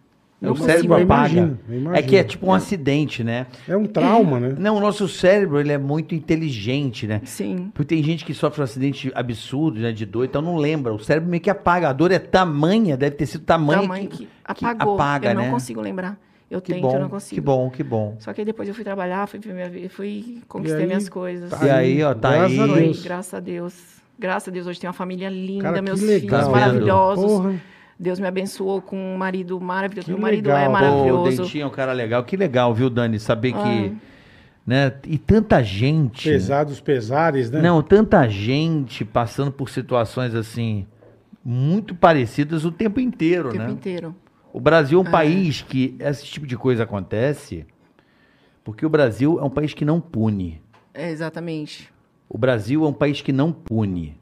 Speaker 4: É, O
Speaker 1: Não
Speaker 4: cérebro
Speaker 1: consigo
Speaker 3: eu
Speaker 4: apaga.
Speaker 3: imagino, eu imagino.
Speaker 4: É que é tipo um acidente, né?
Speaker 3: É um trauma, né?
Speaker 4: Não, o nosso cérebro, ele é muito inteligente, né?
Speaker 1: Sim.
Speaker 4: Porque tem gente que sofre um acidente absurdo, né, de dor, então não lembra. O cérebro meio que apaga. A dor é tamanha, deve ter sido tamanha,
Speaker 1: Tamanho que,
Speaker 4: que,
Speaker 1: apagou.
Speaker 4: apaga,
Speaker 1: eu
Speaker 4: né?
Speaker 1: não consigo lembrar. Eu
Speaker 4: que
Speaker 1: tento,
Speaker 4: bom,
Speaker 1: eu não consigo.
Speaker 4: que bom, que bom.
Speaker 1: Só que aí depois eu fui trabalhar, fui, ver minha vida, fui
Speaker 3: E
Speaker 1: conquistei
Speaker 3: aí,
Speaker 1: minhas coisas.
Speaker 4: E aí, ó, tá
Speaker 3: Graças a
Speaker 4: aí.
Speaker 1: Foi,
Speaker 3: Deus.
Speaker 1: graças a Deus. Graças a Deus, hoje tenho uma família linda,
Speaker 3: Cara, que
Speaker 1: meus
Speaker 3: legal, né?
Speaker 1: filhos
Speaker 4: Tá vendo?
Speaker 1: maravilhosos.
Speaker 3: Porra.
Speaker 1: Deus me abençoou com um marido maravilhoso.
Speaker 3: Que
Speaker 1: Meu marido
Speaker 3: legal.
Speaker 1: é
Speaker 3: Pô,
Speaker 4: Pô, o
Speaker 1: maravilhoso.
Speaker 4: Dentinho é um cara legal. Que legal, viu, Dani? Saber que...
Speaker 1: Ah.
Speaker 4: Né? E tanta gente...
Speaker 3: Pesados, pesares, né?
Speaker 4: Não, tanta gente passando por situações assim muito parecidas o tempo inteiro,
Speaker 1: o tempo
Speaker 4: né?
Speaker 1: inteiro.
Speaker 4: O Brasil é um país que esse tipo de coisa acontece porque o Brasil é um país que não pune.
Speaker 1: É, exatamente.
Speaker 4: O Brasil é um país que não pune.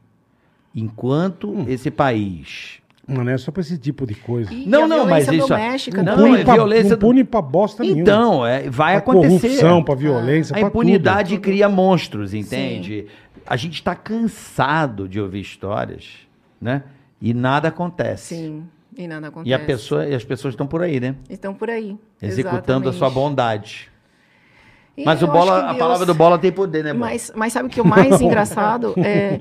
Speaker 4: Enquanto
Speaker 3: Hum.
Speaker 4: esse país
Speaker 3: Mano, é só pra esse tipo de coisa.
Speaker 1: E
Speaker 4: Não,
Speaker 1: a
Speaker 4: não,
Speaker 1: violência
Speaker 4: mas isso-
Speaker 1: doméstica
Speaker 4: Não,
Speaker 1: também.
Speaker 4: é violência
Speaker 3: Não
Speaker 4: do-
Speaker 3: pune pra bosta nenhuma.
Speaker 4: Então, é, vai
Speaker 3: pra
Speaker 4: acontecer.
Speaker 3: corrupção,
Speaker 1: Ah,
Speaker 3: pra violência,
Speaker 4: A
Speaker 3: é pra
Speaker 4: impunidade cria monstros, entende? A gente está cansado de ouvir histórias, né? E nada acontece.
Speaker 1: Sim, e nada acontece.
Speaker 4: E, a pessoa, e as pessoas estão por aí, né?
Speaker 1: Então, por aí.
Speaker 4: Executando a
Speaker 1: Exatamente.
Speaker 4: sua bondade.
Speaker 1: E
Speaker 4: Mas o
Speaker 1: eu acho
Speaker 4: bola,
Speaker 1: que
Speaker 4: a
Speaker 1: Deus-
Speaker 4: palavra do bola tem poder, né, bola?
Speaker 1: Mas, mas sabe o que o mais engraçado é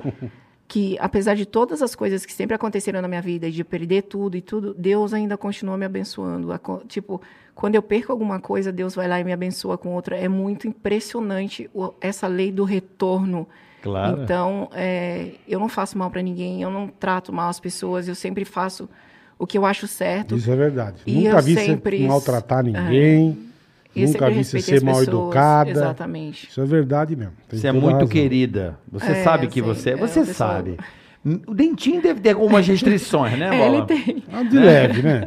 Speaker 1: que, apesar de todas as coisas que sempre aconteceram na minha vida, e de perder tudo e tudo, Deus ainda continua me abençoando. A co- Tipo, quando eu perco alguma coisa, Deus vai lá e me abençoa com outra. É muito impressionante o- essa lei do retorno.
Speaker 4: Claro.
Speaker 1: Então, é, eu não faço mal para ninguém, eu não trato mal as pessoas, eu sempre faço o que eu acho certo.
Speaker 3: Isso é verdade.
Speaker 1: E
Speaker 3: Nunca
Speaker 1: eu
Speaker 3: vi você
Speaker 1: sempre- é.
Speaker 3: maltratar ninguém.
Speaker 1: E eu
Speaker 3: Nunca
Speaker 1: sempre
Speaker 3: vi você
Speaker 1: respeitei
Speaker 3: ser
Speaker 1: as
Speaker 3: mal
Speaker 1: pessoas.
Speaker 3: educada.
Speaker 1: Exatamente.
Speaker 3: Isso é verdade mesmo. Tem
Speaker 4: Você é
Speaker 3: toda
Speaker 4: muito
Speaker 3: razão.
Speaker 4: querida. Você
Speaker 1: É,
Speaker 4: sabe
Speaker 1: eu
Speaker 4: que
Speaker 1: sei,
Speaker 4: você é.
Speaker 1: é
Speaker 4: Você
Speaker 1: uma pessoa-
Speaker 4: sabe. O dentinho deve ter algumas restrições, né,
Speaker 1: É, ele
Speaker 4: bola?
Speaker 1: tem,
Speaker 3: Ah, de leve, né?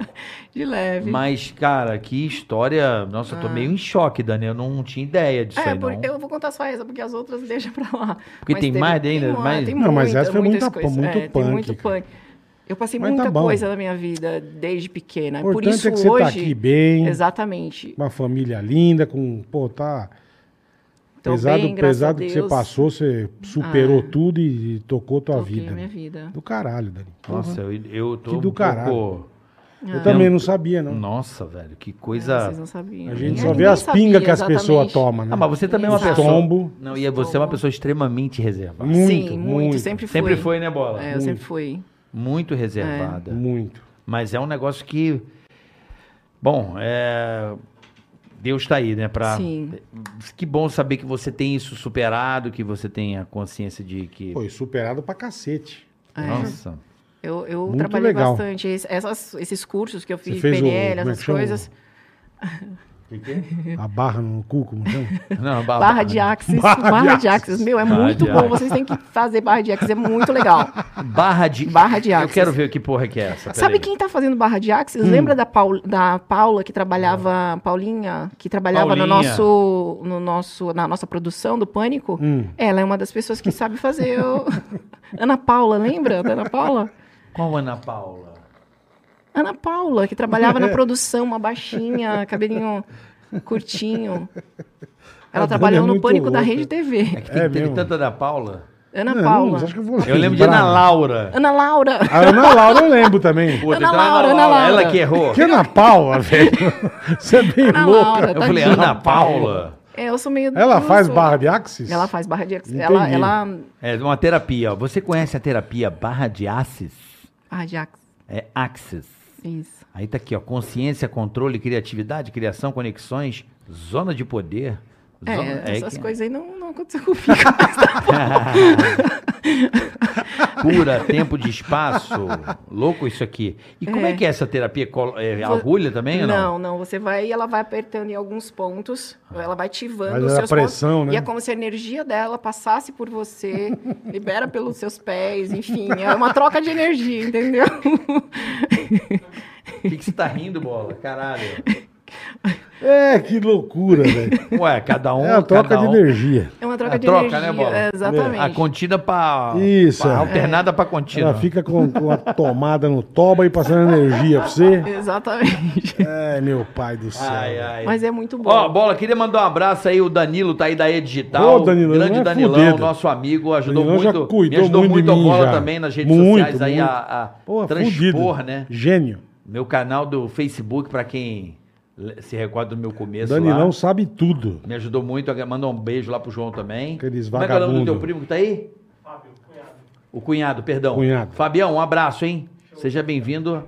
Speaker 1: de leve.
Speaker 4: Mas, cara, que história. Nossa, eu tô meio em choque, Dani. Eu não tinha ideia disso
Speaker 1: Ah. É,
Speaker 4: aí, não.
Speaker 1: porque eu vou contar só essa, porque as outras deixa pra lá.
Speaker 4: Porque tem mais ainda,
Speaker 1: uma-
Speaker 4: mais?
Speaker 1: tem
Speaker 3: Não, mas
Speaker 1: muita,
Speaker 3: essa foi
Speaker 1: muitas
Speaker 3: muita-
Speaker 1: coisas.
Speaker 3: muito
Speaker 1: É,
Speaker 3: punk,
Speaker 1: Tem muito
Speaker 3: cara.
Speaker 1: punk. Eu passei
Speaker 3: Mas tá
Speaker 1: muita
Speaker 3: bom.
Speaker 1: coisa na minha vida desde pequena.
Speaker 3: O
Speaker 1: Por
Speaker 3: importante
Speaker 1: isso
Speaker 3: é que você
Speaker 1: hoje.
Speaker 3: tá aqui bem,
Speaker 1: Exatamente.
Speaker 3: uma família linda, com. Pô, tá.
Speaker 1: Tô
Speaker 3: pesado
Speaker 1: bem, graças a
Speaker 3: pesado que você
Speaker 1: Deus.
Speaker 3: passou, você superou tudo e, e tocou tua
Speaker 1: Toquei
Speaker 3: vida.
Speaker 1: minha vida.
Speaker 3: Do caralho, Dani.
Speaker 4: Nossa, eu, eu tô
Speaker 3: Que do
Speaker 4: um
Speaker 3: caralho.
Speaker 4: pouco...
Speaker 3: Eu também não sabia, não.
Speaker 4: Nossa, velho, que
Speaker 1: É,
Speaker 4: coisa...
Speaker 1: Vocês não sabiam.
Speaker 3: A gente
Speaker 1: É,
Speaker 3: só vê
Speaker 1: ninguém
Speaker 3: as pingas que as
Speaker 1: sabia
Speaker 3: pessoas
Speaker 1: exatamente.
Speaker 3: tomam, né?
Speaker 4: Ah, mas você também é uma
Speaker 1: Os
Speaker 4: pessoa...
Speaker 3: tombo.
Speaker 4: Não, e você é uma pessoa extremamente reservada.
Speaker 3: Muito,
Speaker 1: Sim, muito,
Speaker 3: muito.
Speaker 1: Sempre foi.
Speaker 4: Sempre foi, né, Bola?
Speaker 1: É, eu sempre fui.
Speaker 4: Muito reservada.
Speaker 3: Muito.
Speaker 4: Mas é um negócio que. Bom, é. Deus tá aí, né? Pra...
Speaker 1: Sim.
Speaker 4: Que bom saber que você tem isso superado, que você tem a consciência de que.
Speaker 3: Foi superado pra cacete.
Speaker 1: É.
Speaker 4: Nossa.
Speaker 1: Eu, eu
Speaker 3: Muito
Speaker 1: trabalhei
Speaker 3: legal.
Speaker 1: bastante. Es- essas- esses cursos que eu
Speaker 3: Você
Speaker 1: fiz,
Speaker 3: fez o-
Speaker 1: PNL,
Speaker 3: como é que
Speaker 1: essas
Speaker 3: chama?
Speaker 1: coisas.
Speaker 3: A barra no cu, como chama?
Speaker 4: Não, ba-
Speaker 1: Barra de Axis.
Speaker 3: Ah, Barra de
Speaker 1: Barra, de
Speaker 3: Axis.
Speaker 1: Axis. Meu, é
Speaker 4: Barra
Speaker 1: muito
Speaker 4: de
Speaker 1: bom.
Speaker 4: Axis.
Speaker 1: Vocês têm que fazer barra de Axis. É muito legal.
Speaker 4: Barra de.
Speaker 1: Barra de
Speaker 4: Eu
Speaker 1: Axis.
Speaker 4: quero ver que porra que é essa.
Speaker 1: Sabe
Speaker 4: peraí.
Speaker 1: quem tá fazendo barra de Axis?
Speaker 3: Hum.
Speaker 1: Lembra da, Paul, da Paula que trabalhava, Paulinha, que trabalhava no
Speaker 4: Paulinha.
Speaker 1: nosso, no nosso, na nossa produção do Pânico?
Speaker 3: Hum.
Speaker 1: Ela é uma das pessoas que sabe fazer. o- Ana Paula, lembra da Ana Paula?
Speaker 4: Qual Ana Paula?
Speaker 1: Ana Paula, que trabalhava na produção, uma baixinha, cabelinho curtinho.
Speaker 3: A Dani é
Speaker 1: Ela trabalhou no
Speaker 3: muito
Speaker 1: Pânico da
Speaker 3: louca.
Speaker 1: Rede TV.
Speaker 4: Tem,
Speaker 3: É
Speaker 4: tem
Speaker 3: mesmo.
Speaker 4: tanta Ana Paula.
Speaker 1: Ana
Speaker 3: Não,
Speaker 1: Paula.
Speaker 3: mas acho que eu vou
Speaker 4: Eu lembro de
Speaker 3: lembrar.
Speaker 4: Ana Laura.
Speaker 1: Ana Laura.
Speaker 3: A Ana Laura eu lembro também.
Speaker 4: Puta,
Speaker 1: Ana Laura, Ana Laura.
Speaker 4: Ela que errou.
Speaker 3: Que Ana Paula, velho. Você é bem
Speaker 1: Ana
Speaker 3: louca. "Ah,
Speaker 1: Laura,
Speaker 4: Eu falei,
Speaker 1: tadinha.
Speaker 4: Ana Paula.
Speaker 1: É, eu sou meio.
Speaker 3: Ela
Speaker 1: eu
Speaker 3: faz
Speaker 1: sou-
Speaker 3: barra de axis?
Speaker 1: Ela faz barra de axis.
Speaker 3: Entendi.
Speaker 1: Ela, ela.
Speaker 4: É uma terapia. ó. Você conhece a terapia barra de Axis?
Speaker 1: Barra de axis.
Speaker 4: É Axis.
Speaker 1: Isso.
Speaker 4: Aí tá aqui, ó. Consciência, controle, criatividade, criação, conexões, zona de poder.
Speaker 1: É,
Speaker 4: zona-
Speaker 1: essas
Speaker 3: né?
Speaker 4: que-
Speaker 1: coisas aí não, não aconteceu comigo. mas tá bom.
Speaker 4: Cura, tempo de espaço. Louco isso aqui. E como é,
Speaker 1: É.
Speaker 4: que é essa terapia? Col- é,
Speaker 1: Vo-
Speaker 4: agulha também ou não?
Speaker 1: Não, não. Você vai e ela vai apertando em alguns pontos. Ela vai ativando
Speaker 3: Mas
Speaker 1: os
Speaker 3: é a
Speaker 1: seus
Speaker 3: pressão,
Speaker 1: pontos.
Speaker 3: né?
Speaker 1: E é como se a energia dela passasse por você, libera pelos seus pés, enfim. É uma troca de energia, entendeu?
Speaker 4: O que, que você tá rindo, bola? Caralho.
Speaker 3: É, que loucura, velho.
Speaker 4: Ué, cada um.
Speaker 3: É a troca
Speaker 4: cada
Speaker 3: de
Speaker 4: um-
Speaker 3: energia.
Speaker 1: É uma uma troca
Speaker 6: É,
Speaker 1: de
Speaker 6: troca,
Speaker 1: energia.
Speaker 6: né, Bola?
Speaker 1: É, exatamente.
Speaker 6: A contínua pra.
Speaker 3: Isso,
Speaker 6: pra
Speaker 3: é.
Speaker 6: alternada pra contínua.
Speaker 3: Ela fica com, com a tomada no toba e passando energia pra você.
Speaker 1: Exatamente.
Speaker 3: É, meu pai do céu.
Speaker 6: Ai, ai.
Speaker 1: Mas é muito bom.
Speaker 4: Ó, bola, queria mandar um abraço aí, o Danilo tá aí da E Digital.
Speaker 3: Ô, Danilão,
Speaker 4: grande
Speaker 3: é
Speaker 4: Danilão,
Speaker 3: fudido.
Speaker 4: nosso amigo, ajudou
Speaker 3: Danilão já
Speaker 4: muito.
Speaker 3: cuidou
Speaker 4: me ajudou
Speaker 3: muito
Speaker 4: muito,
Speaker 3: de
Speaker 4: a
Speaker 3: mim
Speaker 4: bola
Speaker 3: já.
Speaker 4: também nas redes
Speaker 3: Muito,
Speaker 4: sociais aí
Speaker 3: muito.
Speaker 4: a, a
Speaker 3: Porra,
Speaker 4: transpor,
Speaker 3: é fudido.
Speaker 4: né?
Speaker 3: Gênio.
Speaker 4: Meu canal do Facebook, pra quem le- se recorda do meu começo
Speaker 3: Danilão
Speaker 4: lá.
Speaker 3: sabe tudo.
Speaker 4: Me ajudou muito, mandou um beijo lá pro João também.
Speaker 3: Aqueles
Speaker 4: Como é que é o nome do
Speaker 3: vagabundo.
Speaker 4: teu primo que tá aí? Fábio, cunhado. O cunhado, perdão.
Speaker 3: Cunhado.
Speaker 4: Fabião, um abraço, hein? Seja bem-vindo.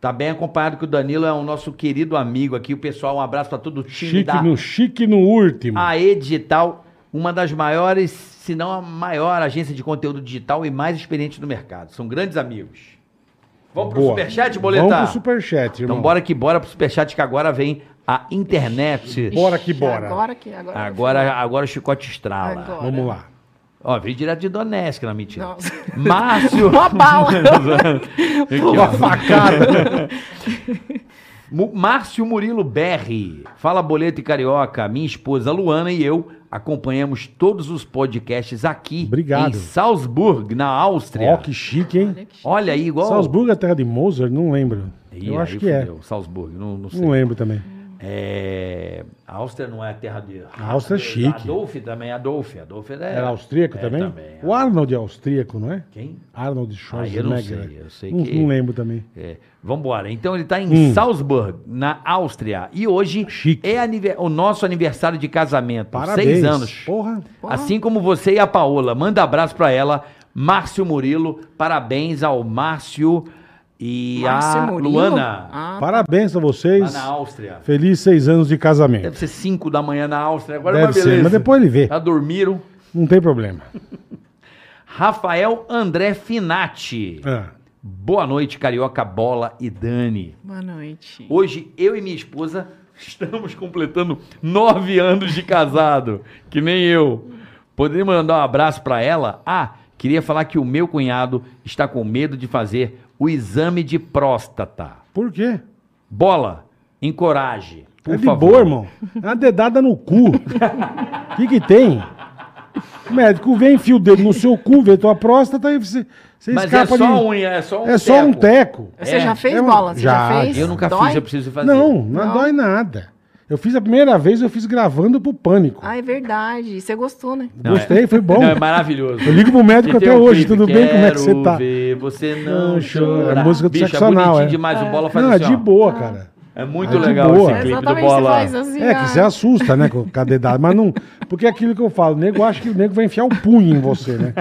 Speaker 4: Tá bem acompanhado que o Danilo é o nosso querido amigo aqui. O pessoal, um abraço pra todo o time da
Speaker 3: Chique no, chique no último.
Speaker 4: a E-Digital, uma das maiores, se não a maior agência de conteúdo digital e mais experiente do mercado. São grandes amigos. Vamos pro
Speaker 3: Boa.
Speaker 4: Superchat, Boleta?
Speaker 3: Vamos pro superchat, irmão.
Speaker 4: Então bora que bora pro Superchat, que agora vem a internet.
Speaker 3: Bora que bora.
Speaker 1: Agora que agora.
Speaker 4: Agora, agora o chicote estrala.
Speaker 1: Agora.
Speaker 3: Vamos lá.
Speaker 4: Ó, veio direto de Donetsk, na mentira.
Speaker 1: Nossa.
Speaker 4: Márcio...
Speaker 1: Uma bala.
Speaker 3: Uma facada.
Speaker 4: Mu- Márcio Murilo Berri. Fala, Boleto e Carioca. Minha esposa Luana e eu acompanhamos todos os podcasts aqui
Speaker 3: Obrigado.
Speaker 4: em Salzburg, na
Speaker 3: Ó,
Speaker 4: Áustria.
Speaker 3: que chique, hein?
Speaker 4: Olha aí, igual.
Speaker 3: Salzburgo é terra de Mozart? Não lembro.
Speaker 4: Ih,
Speaker 3: Eu
Speaker 4: aí
Speaker 3: acho que é.
Speaker 4: fudeu, Salzburg, não, não sei.
Speaker 3: Não lembro também.
Speaker 4: É, a Áustria não é a terra de.
Speaker 3: A Áustria é chique.
Speaker 4: Adolf também, Adolf. Adolf era.
Speaker 3: Era austríaco
Speaker 4: é,
Speaker 3: também? O
Speaker 4: O
Speaker 3: Arnold é austríaco, não é?
Speaker 4: Quem?
Speaker 3: Arnold
Speaker 4: eu não
Speaker 3: Schwarzenegger.
Speaker 4: sei, eu sei
Speaker 3: não,
Speaker 4: que-
Speaker 3: não lembro também.
Speaker 4: É, vambora. Então ele está em
Speaker 3: Hum.
Speaker 4: Salzburg, na Áustria. E hoje
Speaker 3: Chique.
Speaker 4: é anive- o nosso aniversário de casamento.
Speaker 3: Parabéns.
Speaker 4: Seis anos.
Speaker 3: Porra.
Speaker 4: Assim como você e a Paola. Manda abraço pra ela, Márcio Murilo. Parabéns ao Márcio e a
Speaker 1: Márcio Murilo?
Speaker 4: Luana,
Speaker 1: Ah,
Speaker 3: Parabéns a
Speaker 4: lá
Speaker 3: vocês.
Speaker 4: na Áustria.
Speaker 3: Feliz seis anos de casamento.
Speaker 4: Ah, Deve ser 5 da manhã na Áustria. Agora é
Speaker 3: Deve
Speaker 4: uma
Speaker 3: ser,
Speaker 4: beleza.
Speaker 3: mas depois ele vê.
Speaker 4: Já dormiram.
Speaker 3: Não tem problema.
Speaker 4: Rafael André Finati.
Speaker 3: Ah,
Speaker 4: Boa noite, Carioca Bola e Dani.
Speaker 1: boa noite.
Speaker 4: Hoje, eu e minha esposa estamos completando nove anos de casado. Que nem eu. Poderia mandar um abraço pra ela? Ah, queria falar que o meu cunhado está com medo de fazer o exame de próstata.
Speaker 3: por quê?
Speaker 4: Bola, encoraje. Por
Speaker 3: é de
Speaker 4: favor.
Speaker 3: boa, irmão. É uma dedada no cu. O que, que tem? O médico vem, enfia o dedo no seu cu, vê tua próstata e você, você
Speaker 4: Mas é
Speaker 3: escapa
Speaker 4: só
Speaker 3: de.
Speaker 4: unha, é só um
Speaker 3: é só um
Speaker 4: teco.
Speaker 3: teco.
Speaker 1: Você
Speaker 4: É,
Speaker 1: já fez
Speaker 3: é um-
Speaker 1: bola? Você já,
Speaker 3: já,
Speaker 1: fez?
Speaker 4: Eu nunca
Speaker 1: Dói?
Speaker 4: fiz, eu preciso fazer.
Speaker 3: Não, não,
Speaker 1: Não.
Speaker 3: dói nada. Eu fiz a primeira vez, eu fiz gravando pro pânico.
Speaker 1: Ah, é verdade. Você gostou, né?
Speaker 4: Não,
Speaker 3: Gostei,
Speaker 4: é-
Speaker 3: foi bom.
Speaker 4: Não, é maravilhoso.
Speaker 3: Eu ligo pro médico
Speaker 4: E tem
Speaker 3: até
Speaker 4: um
Speaker 3: hoje,
Speaker 4: clipe,
Speaker 3: tudo bem? Como é que você
Speaker 4: "Quero
Speaker 3: tá?
Speaker 4: ver você não,
Speaker 3: Não chora.
Speaker 4: chora.
Speaker 3: É música do
Speaker 4: Bicho,
Speaker 3: Seccional,
Speaker 4: é bonitinho
Speaker 3: é.
Speaker 4: demais. O Bola faz
Speaker 3: Não, é
Speaker 4: assim,
Speaker 3: de
Speaker 4: ó.
Speaker 3: boa, cara.
Speaker 4: É muito
Speaker 3: É de
Speaker 4: legal esse
Speaker 3: boa.
Speaker 4: clipe
Speaker 1: É
Speaker 4: do
Speaker 1: exatamente o que você
Speaker 4: Bola.
Speaker 1: faz assim.
Speaker 3: É,
Speaker 1: ah.
Speaker 3: que você assusta, né, com a dedada. Mas não. Porque é aquilo que eu falo, o nego acha que o nego vai enfiar o punho em você, né?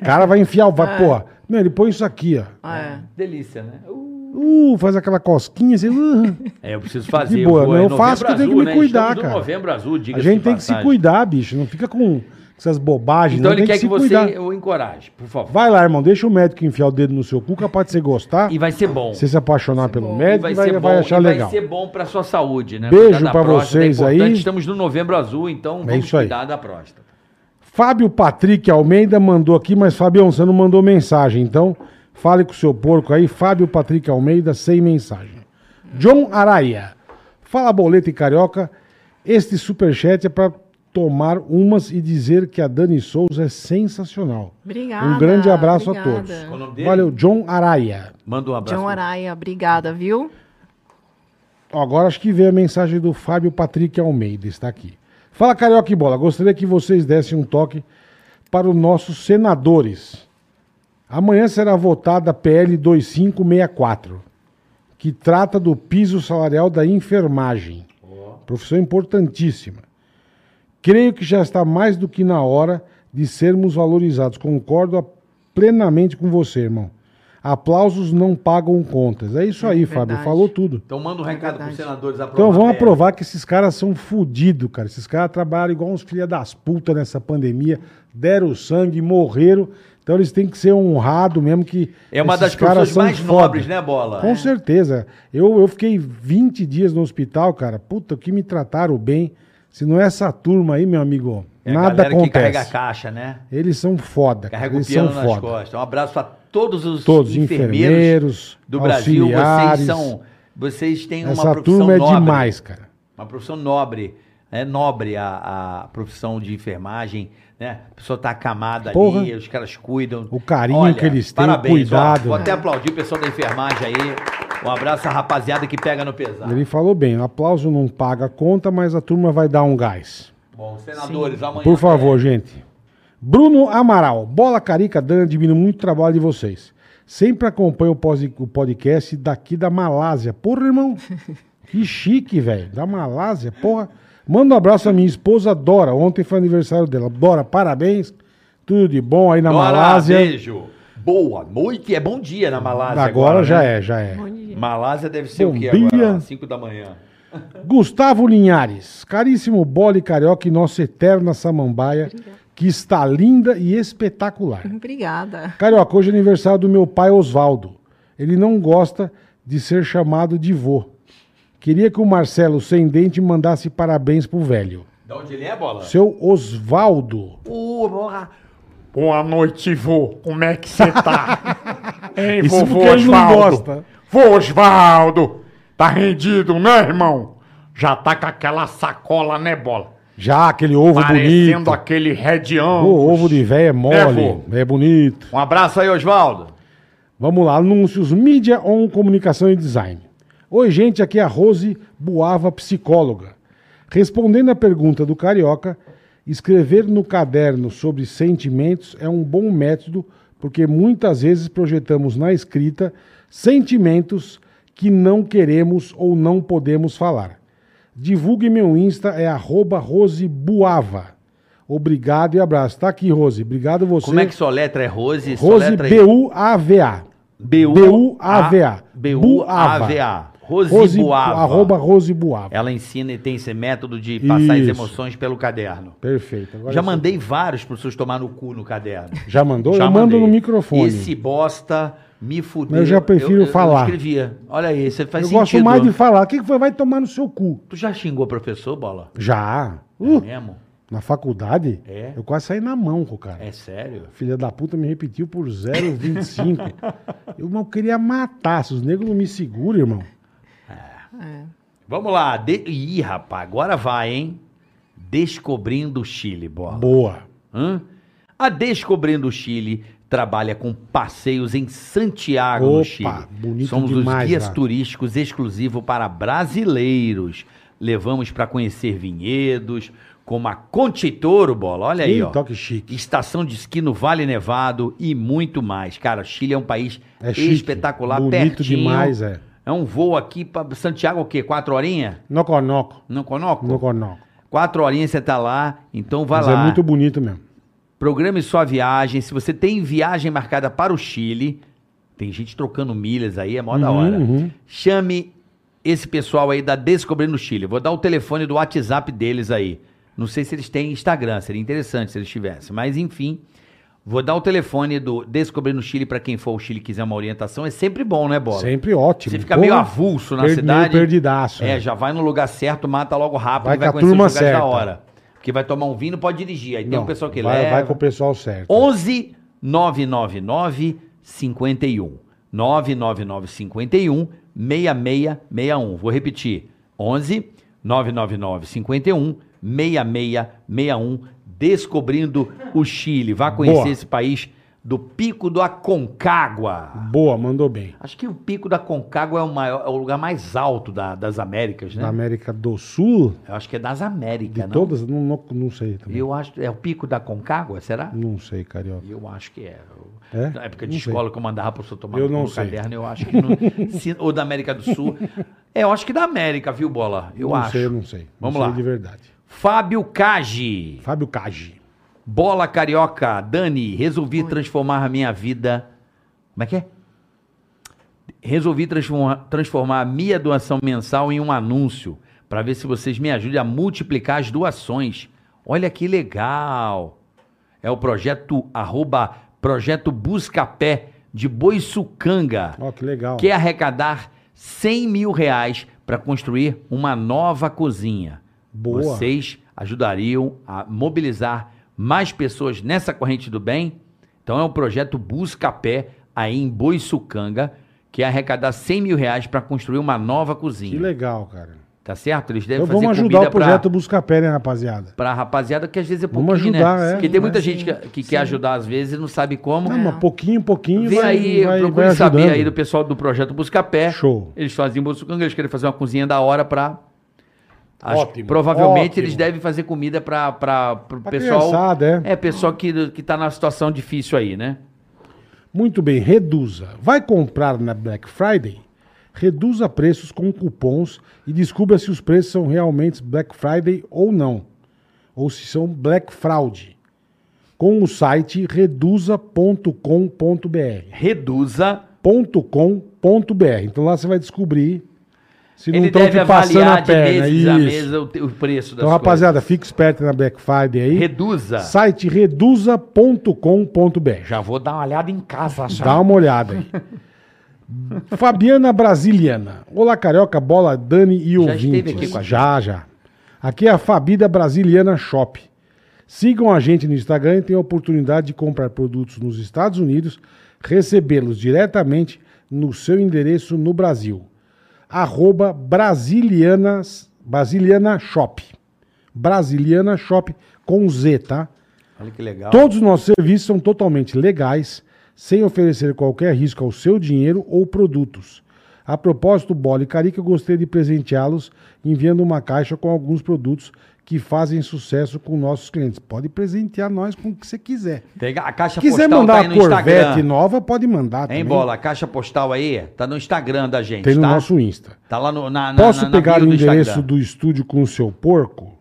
Speaker 3: O cara vai enfiar, o- vai, porra. Não, ele põe isso aqui, ó.
Speaker 1: Ah, é.
Speaker 4: Delícia, né? Uh,
Speaker 3: Uh, faz aquela cosquinha, assim. uh.
Speaker 4: É, eu preciso fazer.
Speaker 3: De boa,
Speaker 4: vou-
Speaker 3: né?
Speaker 4: é
Speaker 3: Eu faço
Speaker 4: Novembro
Speaker 3: que eu tenho que
Speaker 4: Azul,
Speaker 3: me
Speaker 4: né?
Speaker 3: cuidar,
Speaker 4: Estamos no
Speaker 3: cara.
Speaker 4: Novembro Azul, diga
Speaker 3: A gente tem que se cuidar, bicho. Não fica com essas bobagens,
Speaker 4: Então
Speaker 3: não.
Speaker 4: ele
Speaker 3: Tem
Speaker 4: quer
Speaker 3: que
Speaker 4: que,
Speaker 3: se
Speaker 4: você
Speaker 3: cuidar.
Speaker 4: o encoraje, por favor.
Speaker 3: Vai lá, irmão, deixa o médico enfiar o dedo no seu cu, capaz de você gostar,
Speaker 4: E vai ser bom.
Speaker 3: você se apaixonar pelo
Speaker 4: E
Speaker 3: médico e vai, vai achar
Speaker 4: e
Speaker 3: legal.
Speaker 4: vai ser bom pra sua saúde, né?
Speaker 3: Beijo
Speaker 4: Cuidar da
Speaker 3: pra
Speaker 4: próstata é
Speaker 3: vocês
Speaker 4: importante,
Speaker 3: aí. É
Speaker 4: Estamos no Novembro Azul, então vamos
Speaker 3: isso aí.
Speaker 4: cuidar da próstata.
Speaker 3: Fábio Patrick Almeida mandou aqui, mas Fabião, você não mandou mensagem, então fale com o seu porco aí, Fábio Patrick Almeida, sem mensagem. John Araia, fala boleta e carioca, este superchat é para tomar umas e dizer que a Dani Souza é sensacional.
Speaker 1: Obrigada.
Speaker 3: um grande abraço
Speaker 1: obrigada.
Speaker 3: a
Speaker 4: Qual o nome
Speaker 3: todos.
Speaker 4: dele?
Speaker 3: Valeu, John Araia.
Speaker 4: Manda um abraço.
Speaker 1: John Araia, obrigada, viu?
Speaker 3: Ó, Agora acho que veio a mensagem do Fábio Patrick Almeida, está aqui. Fala, Carioca e Bola, gostaria que vocês dessem um toque para os nossos senadores. Amanhã será votada a PL 2564, que trata do piso salarial da enfermagem. Profissão importantíssima. Creio que já está mais do que na hora de sermos valorizados. Concordo a- plenamente com você, irmão. Aplausos não pagam contas. É isso aí, Fábio.
Speaker 1: verdade.
Speaker 3: Falou tudo.
Speaker 4: Então manda um recado para
Speaker 1: É verdade.
Speaker 4: os senadores aprovar.
Speaker 3: Então vão
Speaker 4: a PL.
Speaker 3: aprovar que esses caras são fudidos, cara. Esses caras trabalharam igual uns filha das putas nessa pandemia, deram o sangue, morreram. Então eles têm que ser honrados mesmo que
Speaker 4: É uma
Speaker 3: esses
Speaker 4: das
Speaker 3: caras
Speaker 4: pessoas
Speaker 3: são
Speaker 4: mais
Speaker 3: foda.
Speaker 4: nobres, né, Bola?
Speaker 3: Com certeza. Eu, eu fiquei 20 dias no hospital, cara. Puta, o que me trataram bem. Se não é essa turma aí, meu amigo,
Speaker 4: É a
Speaker 3: nada
Speaker 4: galera que carrega a
Speaker 3: acontece.
Speaker 4: caixa, né?
Speaker 3: Eles são foda, cara.
Speaker 4: Carrega o
Speaker 3: Eles são
Speaker 4: piano nas
Speaker 3: foda.
Speaker 4: costas. Um abraço a todos os
Speaker 3: Todos,
Speaker 4: enfermeiros
Speaker 3: enfermeiros,
Speaker 4: do Brasil. Vocês
Speaker 3: auxiliares.
Speaker 4: são, vocês têm uma
Speaker 3: Essa
Speaker 4: profissão
Speaker 3: turma é
Speaker 4: nobre,
Speaker 3: demais, cara.
Speaker 4: uma profissão nobre. é nobre a, a profissão de enfermagem, né? A pessoa tá acamada
Speaker 3: Porra.
Speaker 4: ali, os caras cuidam.
Speaker 3: O carinho que eles têm, o
Speaker 4: Ó,
Speaker 3: cuidado. né?
Speaker 4: vou até aplaudir o pessoal da enfermagem aí. Um abraço à rapaziada que pega no pesado.
Speaker 3: Tá. Ele falou bem, aplauso não paga a conta, mas a turma vai dar um gás.
Speaker 4: Bom, senadores, amanhã.
Speaker 3: Por favor, gente. Bruno Amaral, bola carica, Dan, admiro muito o trabalho de vocês. Sempre acompanho o pos- o podcast daqui da Malásia. Porra, irmão. Que chique, velho. Da Malásia, porra. Manda um abraço à minha esposa Dora. Ontem foi aniversário dela. Dora, parabéns. Tudo de bom aí na
Speaker 4: Dora,
Speaker 3: Malásia.
Speaker 4: beijo. Boa noite, é bom dia na Malásia.
Speaker 3: Agora já
Speaker 4: né?
Speaker 3: é, já é.
Speaker 1: Bom dia.
Speaker 4: Malásia deve ser
Speaker 3: Bom
Speaker 4: o quê
Speaker 3: dia.
Speaker 4: agora? 5 da manhã.
Speaker 3: Gustavo Linhares, caríssimo Bole Carioca e nossa eterna samambaia, que está linda e espetacular.
Speaker 1: Obrigada.
Speaker 3: Carioca, hoje é aniversário do meu pai Oswaldo. Ele não gosta de ser chamado de vô. Queria que o Marcelo sem dente mandasse parabéns pro velho.
Speaker 4: Da onde ele é, bola?
Speaker 3: Seu Oswaldo.
Speaker 4: Ô, porra.
Speaker 5: Boa noite, vô. Como é que você tá? Hein,
Speaker 3: Isso
Speaker 5: vovô
Speaker 3: porque ele não
Speaker 5: Osvaldo?
Speaker 3: gosta.
Speaker 5: Vô Osvaldo, tá rendido, né, irmão? Já tá com aquela sacola, né, bola?
Speaker 3: Já aquele ovo
Speaker 5: Parecendo
Speaker 3: bonito.
Speaker 5: aquele redião.
Speaker 3: O ovo de véia é mole,
Speaker 5: É, vô.
Speaker 3: é bonito.
Speaker 4: Um abraço aí, Osvaldo.
Speaker 3: Vamos lá, anúncios, mídia on comunicação e design. Oi, gente, aqui é a Rose Buava, psicóloga. Respondendo à pergunta do Carioca, escrever no caderno sobre sentimentos é um bom método porque muitas vezes projetamos na escrita sentimentos que não queremos ou não podemos falar. Divulgue meu Insta, é arroba Rose Buava. Obrigado e abraço. Tá aqui, Rose. Obrigado você.
Speaker 4: Como é que sua letra é Rose?
Speaker 3: Rose
Speaker 4: Soletra aí.
Speaker 3: B-U-A-V-A. B-U-A-V-A.
Speaker 4: B-U-A-V-A. Rose,
Speaker 3: Rose,
Speaker 4: Buava.
Speaker 3: arroba Rose Buava.
Speaker 4: Ela ensina e tem esse método de passar as
Speaker 3: Isso.
Speaker 4: emoções pelo caderno.
Speaker 3: Perfeito. Agora
Speaker 4: Já
Speaker 3: eu-
Speaker 4: mandei vários para vocês tomar no cu no caderno.
Speaker 3: Já mandou?
Speaker 4: Já
Speaker 3: eu mando
Speaker 4: mandei.
Speaker 3: no microfone.
Speaker 4: Esse bosta me fudeu.
Speaker 3: Mas eu já prefiro
Speaker 4: eu,
Speaker 3: falar.
Speaker 4: Eu escrevia. Olha aí, você
Speaker 3: eu
Speaker 4: faz sentido.
Speaker 3: gosto mais de falar. O que que foi? Vai tomar no seu cu.
Speaker 4: Tu já xingou o professor, Bola?
Speaker 3: Já.
Speaker 4: É
Speaker 3: Uh,
Speaker 4: mesmo?
Speaker 3: na faculdade,
Speaker 4: É.
Speaker 3: eu quase saí na mão com o cara.
Speaker 4: É sério?
Speaker 3: Filha da puta me repetiu por 0,25. eu não queria matar. Se os negros não me seguram, irmão.
Speaker 1: É.
Speaker 4: Vamos lá. De... Ih, rapaz, agora vai, hein? Descobrindo o Chile, Bola.
Speaker 3: Boa.
Speaker 4: Hã? A Descobrindo o Chile trabalha com passeios em Santiago,
Speaker 3: Opa,
Speaker 4: no Chile.
Speaker 3: bonito
Speaker 4: Somos
Speaker 3: demais
Speaker 4: os guias
Speaker 3: lá.
Speaker 4: turísticos exclusivos para brasileiros. Levamos para conhecer vinhedos, como a Contitoro, bola. Olha aí,
Speaker 3: Ih,
Speaker 4: ó.
Speaker 3: toque chique.
Speaker 4: Estação de esqui no Vale Nevado e muito mais. Cara, o Chile é um país
Speaker 3: É chique.
Speaker 4: espetacular,
Speaker 3: Bonito
Speaker 4: pertinho.
Speaker 3: demais, é.
Speaker 4: É um voo aqui para Santiago, o quê? Quatro horinhas?
Speaker 3: Noconoco.
Speaker 4: Não conoco?
Speaker 3: Noconoco.
Speaker 4: Quatro horinhas você tá lá, então vai
Speaker 3: Mas
Speaker 4: lá.
Speaker 3: é muito bonito mesmo.
Speaker 4: Programe sua viagem. Se você tem viagem marcada para o Chile, tem gente trocando milhas aí, é mó da
Speaker 3: Uhum,
Speaker 4: hora.
Speaker 3: uhum.
Speaker 4: Chame esse pessoal aí da Descobrindo o Chile. Vou dar o telefone do WhatsApp deles aí. Não sei se eles têm Instagram, seria interessante se eles tivessem. Mas enfim, vou dar o telefone do Descobrindo o Chile para quem for ao Chile e quiser uma orientação. É sempre bom, né, Bola?
Speaker 3: Sempre ótimo.
Speaker 4: Você fica
Speaker 3: Porra,
Speaker 4: meio avulso na
Speaker 3: per-
Speaker 4: cidade.
Speaker 3: Meio perdidaço.
Speaker 4: É,
Speaker 3: né?
Speaker 4: já vai no lugar certo, mata logo rápido
Speaker 3: Vai
Speaker 4: e vai
Speaker 3: com a
Speaker 4: conhecer os
Speaker 3: turma
Speaker 4: lugares
Speaker 3: certa.
Speaker 4: da hora. Porque vai tomar um vinho, pode dirigir. Aí tem
Speaker 3: Não,
Speaker 4: um pessoal que
Speaker 3: vai,
Speaker 4: leva.
Speaker 3: Vai com o pessoal certo.
Speaker 4: 11 999 51 999 51 6661. Vou repetir. 11 999 51 6661. Descobrindo o Chile. Vá conhecer
Speaker 3: Boa.
Speaker 4: esse país do Pico do Aconcagua.
Speaker 3: Ah, Boa, mandou bem.
Speaker 4: Acho que o Pico da Aconcagua é o, maior, é o lugar mais alto da- das Américas, né?
Speaker 3: Na América do Sul,
Speaker 4: Eu acho que é das
Speaker 3: de
Speaker 4: Américas, não?
Speaker 3: todas, não, não, não sei também.
Speaker 4: Eu acho. É o Pico da Aconcagua, será?
Speaker 3: Não sei, carioca.
Speaker 4: Eu acho que é. Eu-
Speaker 3: É?
Speaker 4: Na época
Speaker 3: Não
Speaker 4: de
Speaker 3: sei.
Speaker 4: escola que eu mandava pro senhor tomar
Speaker 3: Eu
Speaker 4: no cu
Speaker 3: não
Speaker 4: no
Speaker 3: sei.
Speaker 4: caderno, eu acho que não. se- ou da América do Sul. É, eu acho que da América, viu, Bola? Eu
Speaker 3: não
Speaker 4: acho.
Speaker 3: sei, não sei.
Speaker 4: Vamos
Speaker 3: não
Speaker 4: lá.
Speaker 3: Sei de verdade.
Speaker 4: Fábio Cage.
Speaker 3: Fábio Cage.
Speaker 4: Bola Carioca. Dani, resolvi transformar a minha vida. Como é que é? Resolvi transformar, transformar a minha doação mensal em um anúncio. Pra ver se vocês me ajudem a multiplicar as doações. Olha que legal. É o projeto arroba projeto Buscapé de Boiçucanga
Speaker 3: Ó, que legal.
Speaker 4: quer arrecadar 100 mil reais para construir uma nova cozinha.
Speaker 3: Boa.
Speaker 4: Vocês ajudariam a mobilizar mais pessoas nessa corrente do bem? Então é um projeto Busca Pé aí em Boiçucanga, que é arrecadar 100 mil reais para construir uma nova
Speaker 3: Que
Speaker 4: cozinha.
Speaker 3: legal, cara.
Speaker 4: Tá certo? Eles devem
Speaker 3: Então
Speaker 4: fazer
Speaker 3: vamos ajudar
Speaker 4: comida
Speaker 3: o projeto
Speaker 4: pra,
Speaker 3: Busca Pé, né, rapaziada?
Speaker 4: pra rapaziada, que às vezes é pouquinho,
Speaker 3: Vamos ajudar,
Speaker 4: né?
Speaker 3: é.
Speaker 4: Porque tem muita
Speaker 1: Sim,
Speaker 4: gente que, que quer ajudar às vezes e não sabe como.
Speaker 3: Não, mas pouquinho, pouquinho.
Speaker 4: Vem
Speaker 3: vai-
Speaker 4: aí,
Speaker 3: vai-
Speaker 4: procure
Speaker 3: vai
Speaker 4: saber
Speaker 3: ajudando.
Speaker 4: aí do pessoal do projeto Buscapé.
Speaker 3: Show.
Speaker 4: Eles fazem Buscapé, eles querem fazer uma cozinha da hora pra. Acho-
Speaker 5: Ótimo,
Speaker 4: provavelmente
Speaker 5: ótimo.
Speaker 4: eles devem fazer comida pra, pra, pro
Speaker 3: Pra
Speaker 4: pessoal.
Speaker 3: criançada, é.
Speaker 4: É, pessoal que, que tá na situação difícil aí, né?
Speaker 3: Muito bem, reduza. Vai comprar na Black Friday? Reduza preços com cupons e descubra se os preços são realmente Black Friday ou não. Ou se são Black Fraud. Com o site reduza.com.br.
Speaker 4: Reduza.
Speaker 3: .com.br. Então lá você vai descobrir se não
Speaker 4: Ele
Speaker 3: estão
Speaker 4: deve
Speaker 3: te passando
Speaker 4: avaliar
Speaker 3: a
Speaker 4: de
Speaker 3: perna.
Speaker 4: meses
Speaker 3: Isso.
Speaker 4: a mês o, te- o preço das
Speaker 3: então, rapaziada, fique esperto na Black Friday aí.
Speaker 4: coisas. Reduza.
Speaker 3: Site reduza.com.br.
Speaker 4: Já vou dar uma olhada em casa já.
Speaker 3: Dá uma olhada aí. Fabiana Brasiliana. Olá, Carioca, Bola, Dani e ouvintes.
Speaker 4: esteve aqui com a gente.
Speaker 3: Já, já. Aqui é a Fabida Brasiliana Shop. Sigam a gente no Instagram e tenham a oportunidade de comprar produtos nos Estados Unidos, recebê-los diretamente no seu endereço no Brasil. Arroba Brasilianas, Brasiliana Shop. Brasiliana Shop com Z, tá?
Speaker 4: Olha que legal.
Speaker 3: Todos os nossos serviços são totalmente legais, sem oferecer qualquer risco ao seu dinheiro ou produtos. A propósito, Bola e Carica, eu gostaria de presenteá-los enviando uma caixa com alguns produtos que fazem sucesso com nossos clientes. Pode presentear nós com o que você quiser.
Speaker 4: Pega a caixa
Speaker 3: Se quiser
Speaker 4: postal tá
Speaker 3: mandar
Speaker 4: aí
Speaker 3: a
Speaker 4: no
Speaker 3: Corvette
Speaker 4: Instagram.
Speaker 3: nova, pode mandar também.
Speaker 4: Hein, bola? A caixa postal aí tá no Instagram da gente,
Speaker 3: Tem no
Speaker 4: tá?
Speaker 3: nosso Insta.
Speaker 4: Tá lá no, na, na,
Speaker 3: Posso
Speaker 4: na- na
Speaker 3: pegar
Speaker 4: bio
Speaker 3: o
Speaker 4: do
Speaker 3: endereço
Speaker 4: Instagram.
Speaker 3: do estúdio com o seu porco?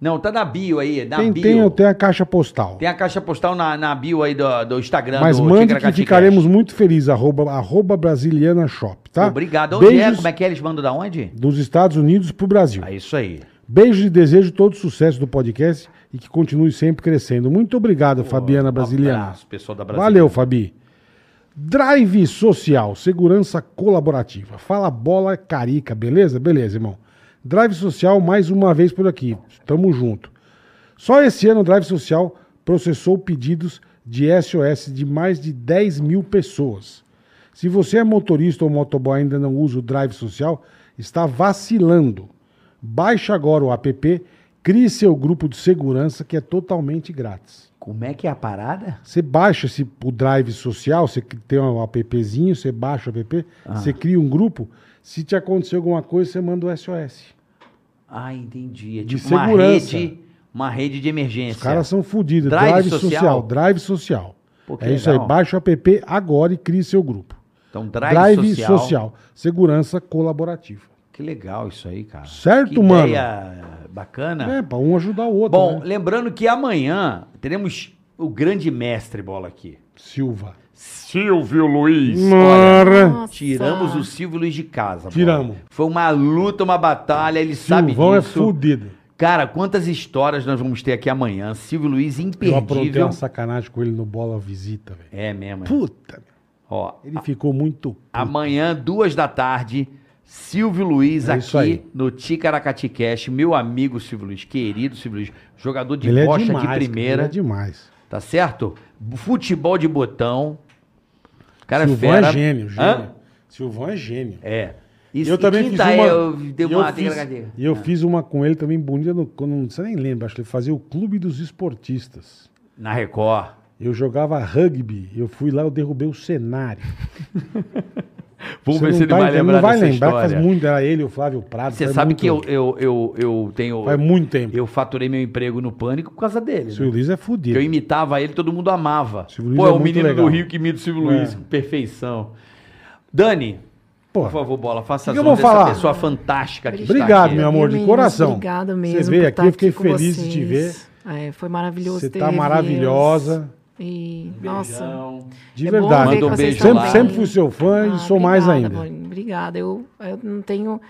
Speaker 4: Não, tá na bio aí, na
Speaker 3: Tem,
Speaker 4: bio.
Speaker 3: tem, eu
Speaker 4: tem...
Speaker 3: tenho a caixa postal.
Speaker 4: a caixa postal na, na bio aí do, do Instagram
Speaker 3: Mas
Speaker 4: do
Speaker 3: mande que
Speaker 4: Ticaracati
Speaker 3: ficaremos
Speaker 4: Cast.
Speaker 3: muito felizes. Arroba, arroba Brasiliana Shop, tá?
Speaker 4: Obrigado. Onde é?
Speaker 3: Beijos
Speaker 4: Como é que é? Eles mandam da onde?
Speaker 3: dos Estados Unidos pro Brasil.
Speaker 4: É isso aí.
Speaker 3: Beijo e desejo todo sucesso do podcast e que continue sempre crescendo. Muito obrigado, Fabiana
Speaker 4: Um
Speaker 3: Brasiliana.
Speaker 4: abraço, pessoal da Brasília.
Speaker 3: Valeu, Fabi. Drive Social, segurança colaborativa. Fala bola carica, beleza? Beleza, irmão. Drive Social mais uma vez por aqui. Tamo junto. Só esse ano o Drive Social processou pedidos de SOS de mais de 10 mil pessoas. Se você é motorista ou motoboy e ainda não usa o Drive Social, está vacilando. Baixe agora o app, crie seu grupo de segurança que é totalmente grátis.
Speaker 4: Como é que é a parada?
Speaker 3: Você baixa esse, o drive social, você cri- tem um appzinho, você baixa o app,
Speaker 4: Ah.
Speaker 3: você cria um grupo. Se te acontecer alguma coisa, você manda o SOS.
Speaker 4: Ah, entendi. É
Speaker 3: De
Speaker 4: tipo uma
Speaker 3: segurança.
Speaker 4: rede, uma rede de emergência.
Speaker 3: Os caras são fodidos.
Speaker 4: é. Drive
Speaker 3: Drive,
Speaker 4: social?
Speaker 3: social. drive social.
Speaker 4: Pô, que
Speaker 3: é isso aí.
Speaker 4: legal.
Speaker 3: Baixa o app agora e crie seu grupo.
Speaker 4: Então, drive,
Speaker 3: Drive, social.
Speaker 4: social.
Speaker 3: Segurança colaborativa.
Speaker 4: Que legal isso aí, cara.
Speaker 3: Certo,
Speaker 4: Ah, que
Speaker 3: mano?
Speaker 4: Ideia bacana.
Speaker 3: É, pra um ajudar o outro.
Speaker 4: Bom,
Speaker 3: né?
Speaker 4: lembrando que amanhã teremos o grande mestre bola aqui.
Speaker 3: Silva.
Speaker 5: Silvio Luiz.
Speaker 3: Mara.
Speaker 1: Nossa.
Speaker 4: Tiramos o Silvio Luiz de casa. Bola.
Speaker 3: Tiramos.
Speaker 4: Foi uma luta, uma batalha, ele sabe
Speaker 3: Silvão é
Speaker 4: disso.
Speaker 3: fudido.
Speaker 4: Cara, quantas histórias nós vamos ter aqui amanhã? Silvio Luiz
Speaker 3: Eu aprontei
Speaker 4: imperdível.
Speaker 3: uma sacanagem com ele no bola visita, velho.
Speaker 4: É mesmo. é.
Speaker 3: Puta. meu.
Speaker 4: Ó,
Speaker 3: Ele é ficou muito.
Speaker 4: amanhã, duas da tarde, Silvio Luiz
Speaker 3: É isso
Speaker 4: aqui
Speaker 3: aí.
Speaker 4: no Ticaracati Cash. Meu amigo Silvio Luiz, querido Silvio Luiz, jogador de
Speaker 3: ele é
Speaker 4: bocha
Speaker 3: demais.
Speaker 4: de
Speaker 3: cara,
Speaker 4: primeira.
Speaker 3: Ele é demais.
Speaker 4: Tá certo? Futebol de botão. O Cara, é
Speaker 3: Silvão
Speaker 4: fera.
Speaker 3: é gênio, gênio.
Speaker 4: Hã?
Speaker 3: Silvão é gênio.
Speaker 4: É.
Speaker 3: E
Speaker 4: Isso,
Speaker 3: eu também fiz
Speaker 4: quinta
Speaker 3: uma,
Speaker 4: é, eu dei
Speaker 3: e
Speaker 4: uma
Speaker 3: eu fiz, e
Speaker 4: Ah.
Speaker 3: eu fiz uma com ele também bonita, no, quando- não sei nem lembra, acho que ele fazia o Clube dos Esportistas.
Speaker 4: na Record.
Speaker 3: Eu jogava rugby, eu fui lá, eu derrubei o cenário.
Speaker 4: Vamos
Speaker 3: Você
Speaker 4: ver
Speaker 3: não
Speaker 4: se ele
Speaker 3: tá
Speaker 4: vai
Speaker 3: entendendo,
Speaker 4: lembrar
Speaker 3: não vai
Speaker 4: dessa
Speaker 3: lembrar,
Speaker 4: história.
Speaker 3: faz muito, era ele, o Flávio Prado.
Speaker 4: Você
Speaker 3: faz
Speaker 4: sabe
Speaker 3: muito-
Speaker 4: que eu, eu, eu, eu tenho...
Speaker 3: Faz muito tempo.
Speaker 4: Eu faturei meu emprego no Pânico por causa dele.
Speaker 3: O
Speaker 4: né?
Speaker 3: Silvio Luiz é
Speaker 4: Que
Speaker 3: fudido.
Speaker 4: eu imitava ele, todo mundo amava.
Speaker 3: Silvio Luiz
Speaker 4: Pô, é
Speaker 3: é
Speaker 4: o
Speaker 3: muito
Speaker 4: menino
Speaker 3: legal.
Speaker 4: do Rio que imita o Silvio
Speaker 3: É.
Speaker 4: Luiz. Perfeição. Dani,
Speaker 3: Pô,
Speaker 4: por favor, bola, faça
Speaker 3: que
Speaker 4: as
Speaker 3: que eu vou
Speaker 4: honras dessa
Speaker 3: falar?
Speaker 4: pessoa fantástica que está
Speaker 3: Obrigado,
Speaker 4: aqui.
Speaker 3: meu amor, de
Speaker 1: Meninos,
Speaker 3: coração.
Speaker 1: Obrigada mesmo.
Speaker 3: Você veio
Speaker 1: por
Speaker 3: aqui,
Speaker 1: estar
Speaker 3: eu fiquei
Speaker 1: com
Speaker 3: feliz de te
Speaker 1: vocês. É, foi maravilhoso
Speaker 3: você
Speaker 1: ter
Speaker 3: tá
Speaker 1: reviews.
Speaker 3: maravilhosa,
Speaker 1: E, nossa,
Speaker 4: Beijão.
Speaker 3: de
Speaker 1: É bom
Speaker 3: verdade.
Speaker 1: ver que
Speaker 4: Manda um
Speaker 1: vocês
Speaker 4: beijo
Speaker 1: estão
Speaker 3: sempre,
Speaker 4: lá.
Speaker 1: bem.
Speaker 3: sempre fui seu fã e
Speaker 1: Ah,
Speaker 3: sou mais
Speaker 1: obrigada,
Speaker 3: ainda.
Speaker 1: Bolinha, Obrigada. Eu, eu não tenho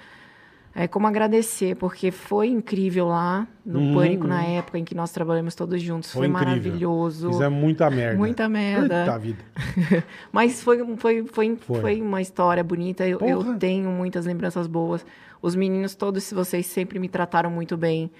Speaker 1: é, como agradecer, porque foi incrível lá no
Speaker 3: Uhum,
Speaker 1: Pânico, na
Speaker 3: uhum.
Speaker 1: época em que nós trabalhamos todos juntos. Foi,
Speaker 3: Foi incrível.
Speaker 1: maravilhoso.
Speaker 3: Fizemos é muita merda.
Speaker 1: Muita merda.
Speaker 3: Puta vida.
Speaker 1: Mas foi, foi, foi,
Speaker 3: Foi.
Speaker 1: foi. uma história bonita. Eu, eu
Speaker 3: Porra.
Speaker 1: tenho muitas lembranças boas. Os meninos todos, se vocês sempre me trataram muito bem.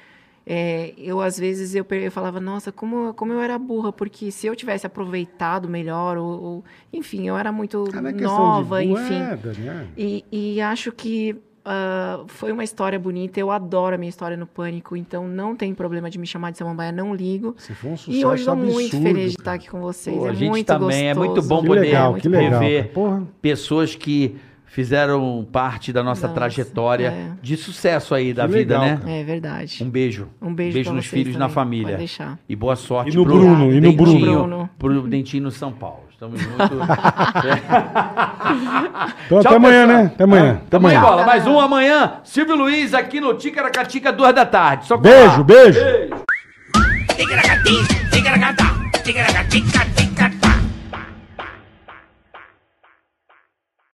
Speaker 1: É, eu às vezes eu, pe- eu falava, nossa, como, como eu era burra, porque se eu tivesse aproveitado melhor, ou, ou- enfim, eu era muito
Speaker 3: Cara, Ah, é questão de
Speaker 1: nova,
Speaker 3: boa,
Speaker 1: enfim.
Speaker 3: é, Daniel.
Speaker 1: E, e acho que ah, foi uma história bonita. Eu adoro a minha história no Pânico, então não tem problema de me chamar de Samambaia, não ligo.
Speaker 3: Se for um sucesso
Speaker 1: E hoje estou
Speaker 3: absurdo,
Speaker 1: muito feliz de
Speaker 3: cara.
Speaker 1: estar aqui com vocês.
Speaker 4: Pô,
Speaker 1: é
Speaker 4: a gente
Speaker 1: muito
Speaker 4: também, é
Speaker 1: gostoso.
Speaker 4: muito bom
Speaker 3: Que
Speaker 4: poder
Speaker 3: legal, que legal.
Speaker 4: rever
Speaker 3: cara. Porra.
Speaker 4: pessoas que fizeram parte da nossa,
Speaker 1: Nossa,
Speaker 4: trajetória
Speaker 1: é.
Speaker 4: de sucesso aí da
Speaker 3: Que
Speaker 4: vida,
Speaker 3: legal,
Speaker 4: né?
Speaker 3: cara.
Speaker 1: É verdade.
Speaker 4: Um beijo.
Speaker 1: Um beijo pra
Speaker 4: nos
Speaker 1: vocês
Speaker 4: filhos
Speaker 1: também,
Speaker 4: na família.
Speaker 1: pode deixar.
Speaker 4: E boa sorte
Speaker 3: E no Bruno, e no
Speaker 4: Dentinho,
Speaker 1: Bruno.
Speaker 4: Pro Dentinho no São Paulo. Estamos juntos.
Speaker 3: Então,
Speaker 4: Tchau,
Speaker 3: até amanhã,
Speaker 4: pessoal.
Speaker 3: né? Até amanhã. Até
Speaker 4: Amanhã,
Speaker 3: amanhã.
Speaker 4: bola. Mais um amanhã. Silvio Luiz aqui no Ticaracatica, duas da tarde. Só colar.
Speaker 3: Beijo, beijo.
Speaker 7: Ticaracati, ticaracatá, ticaracati,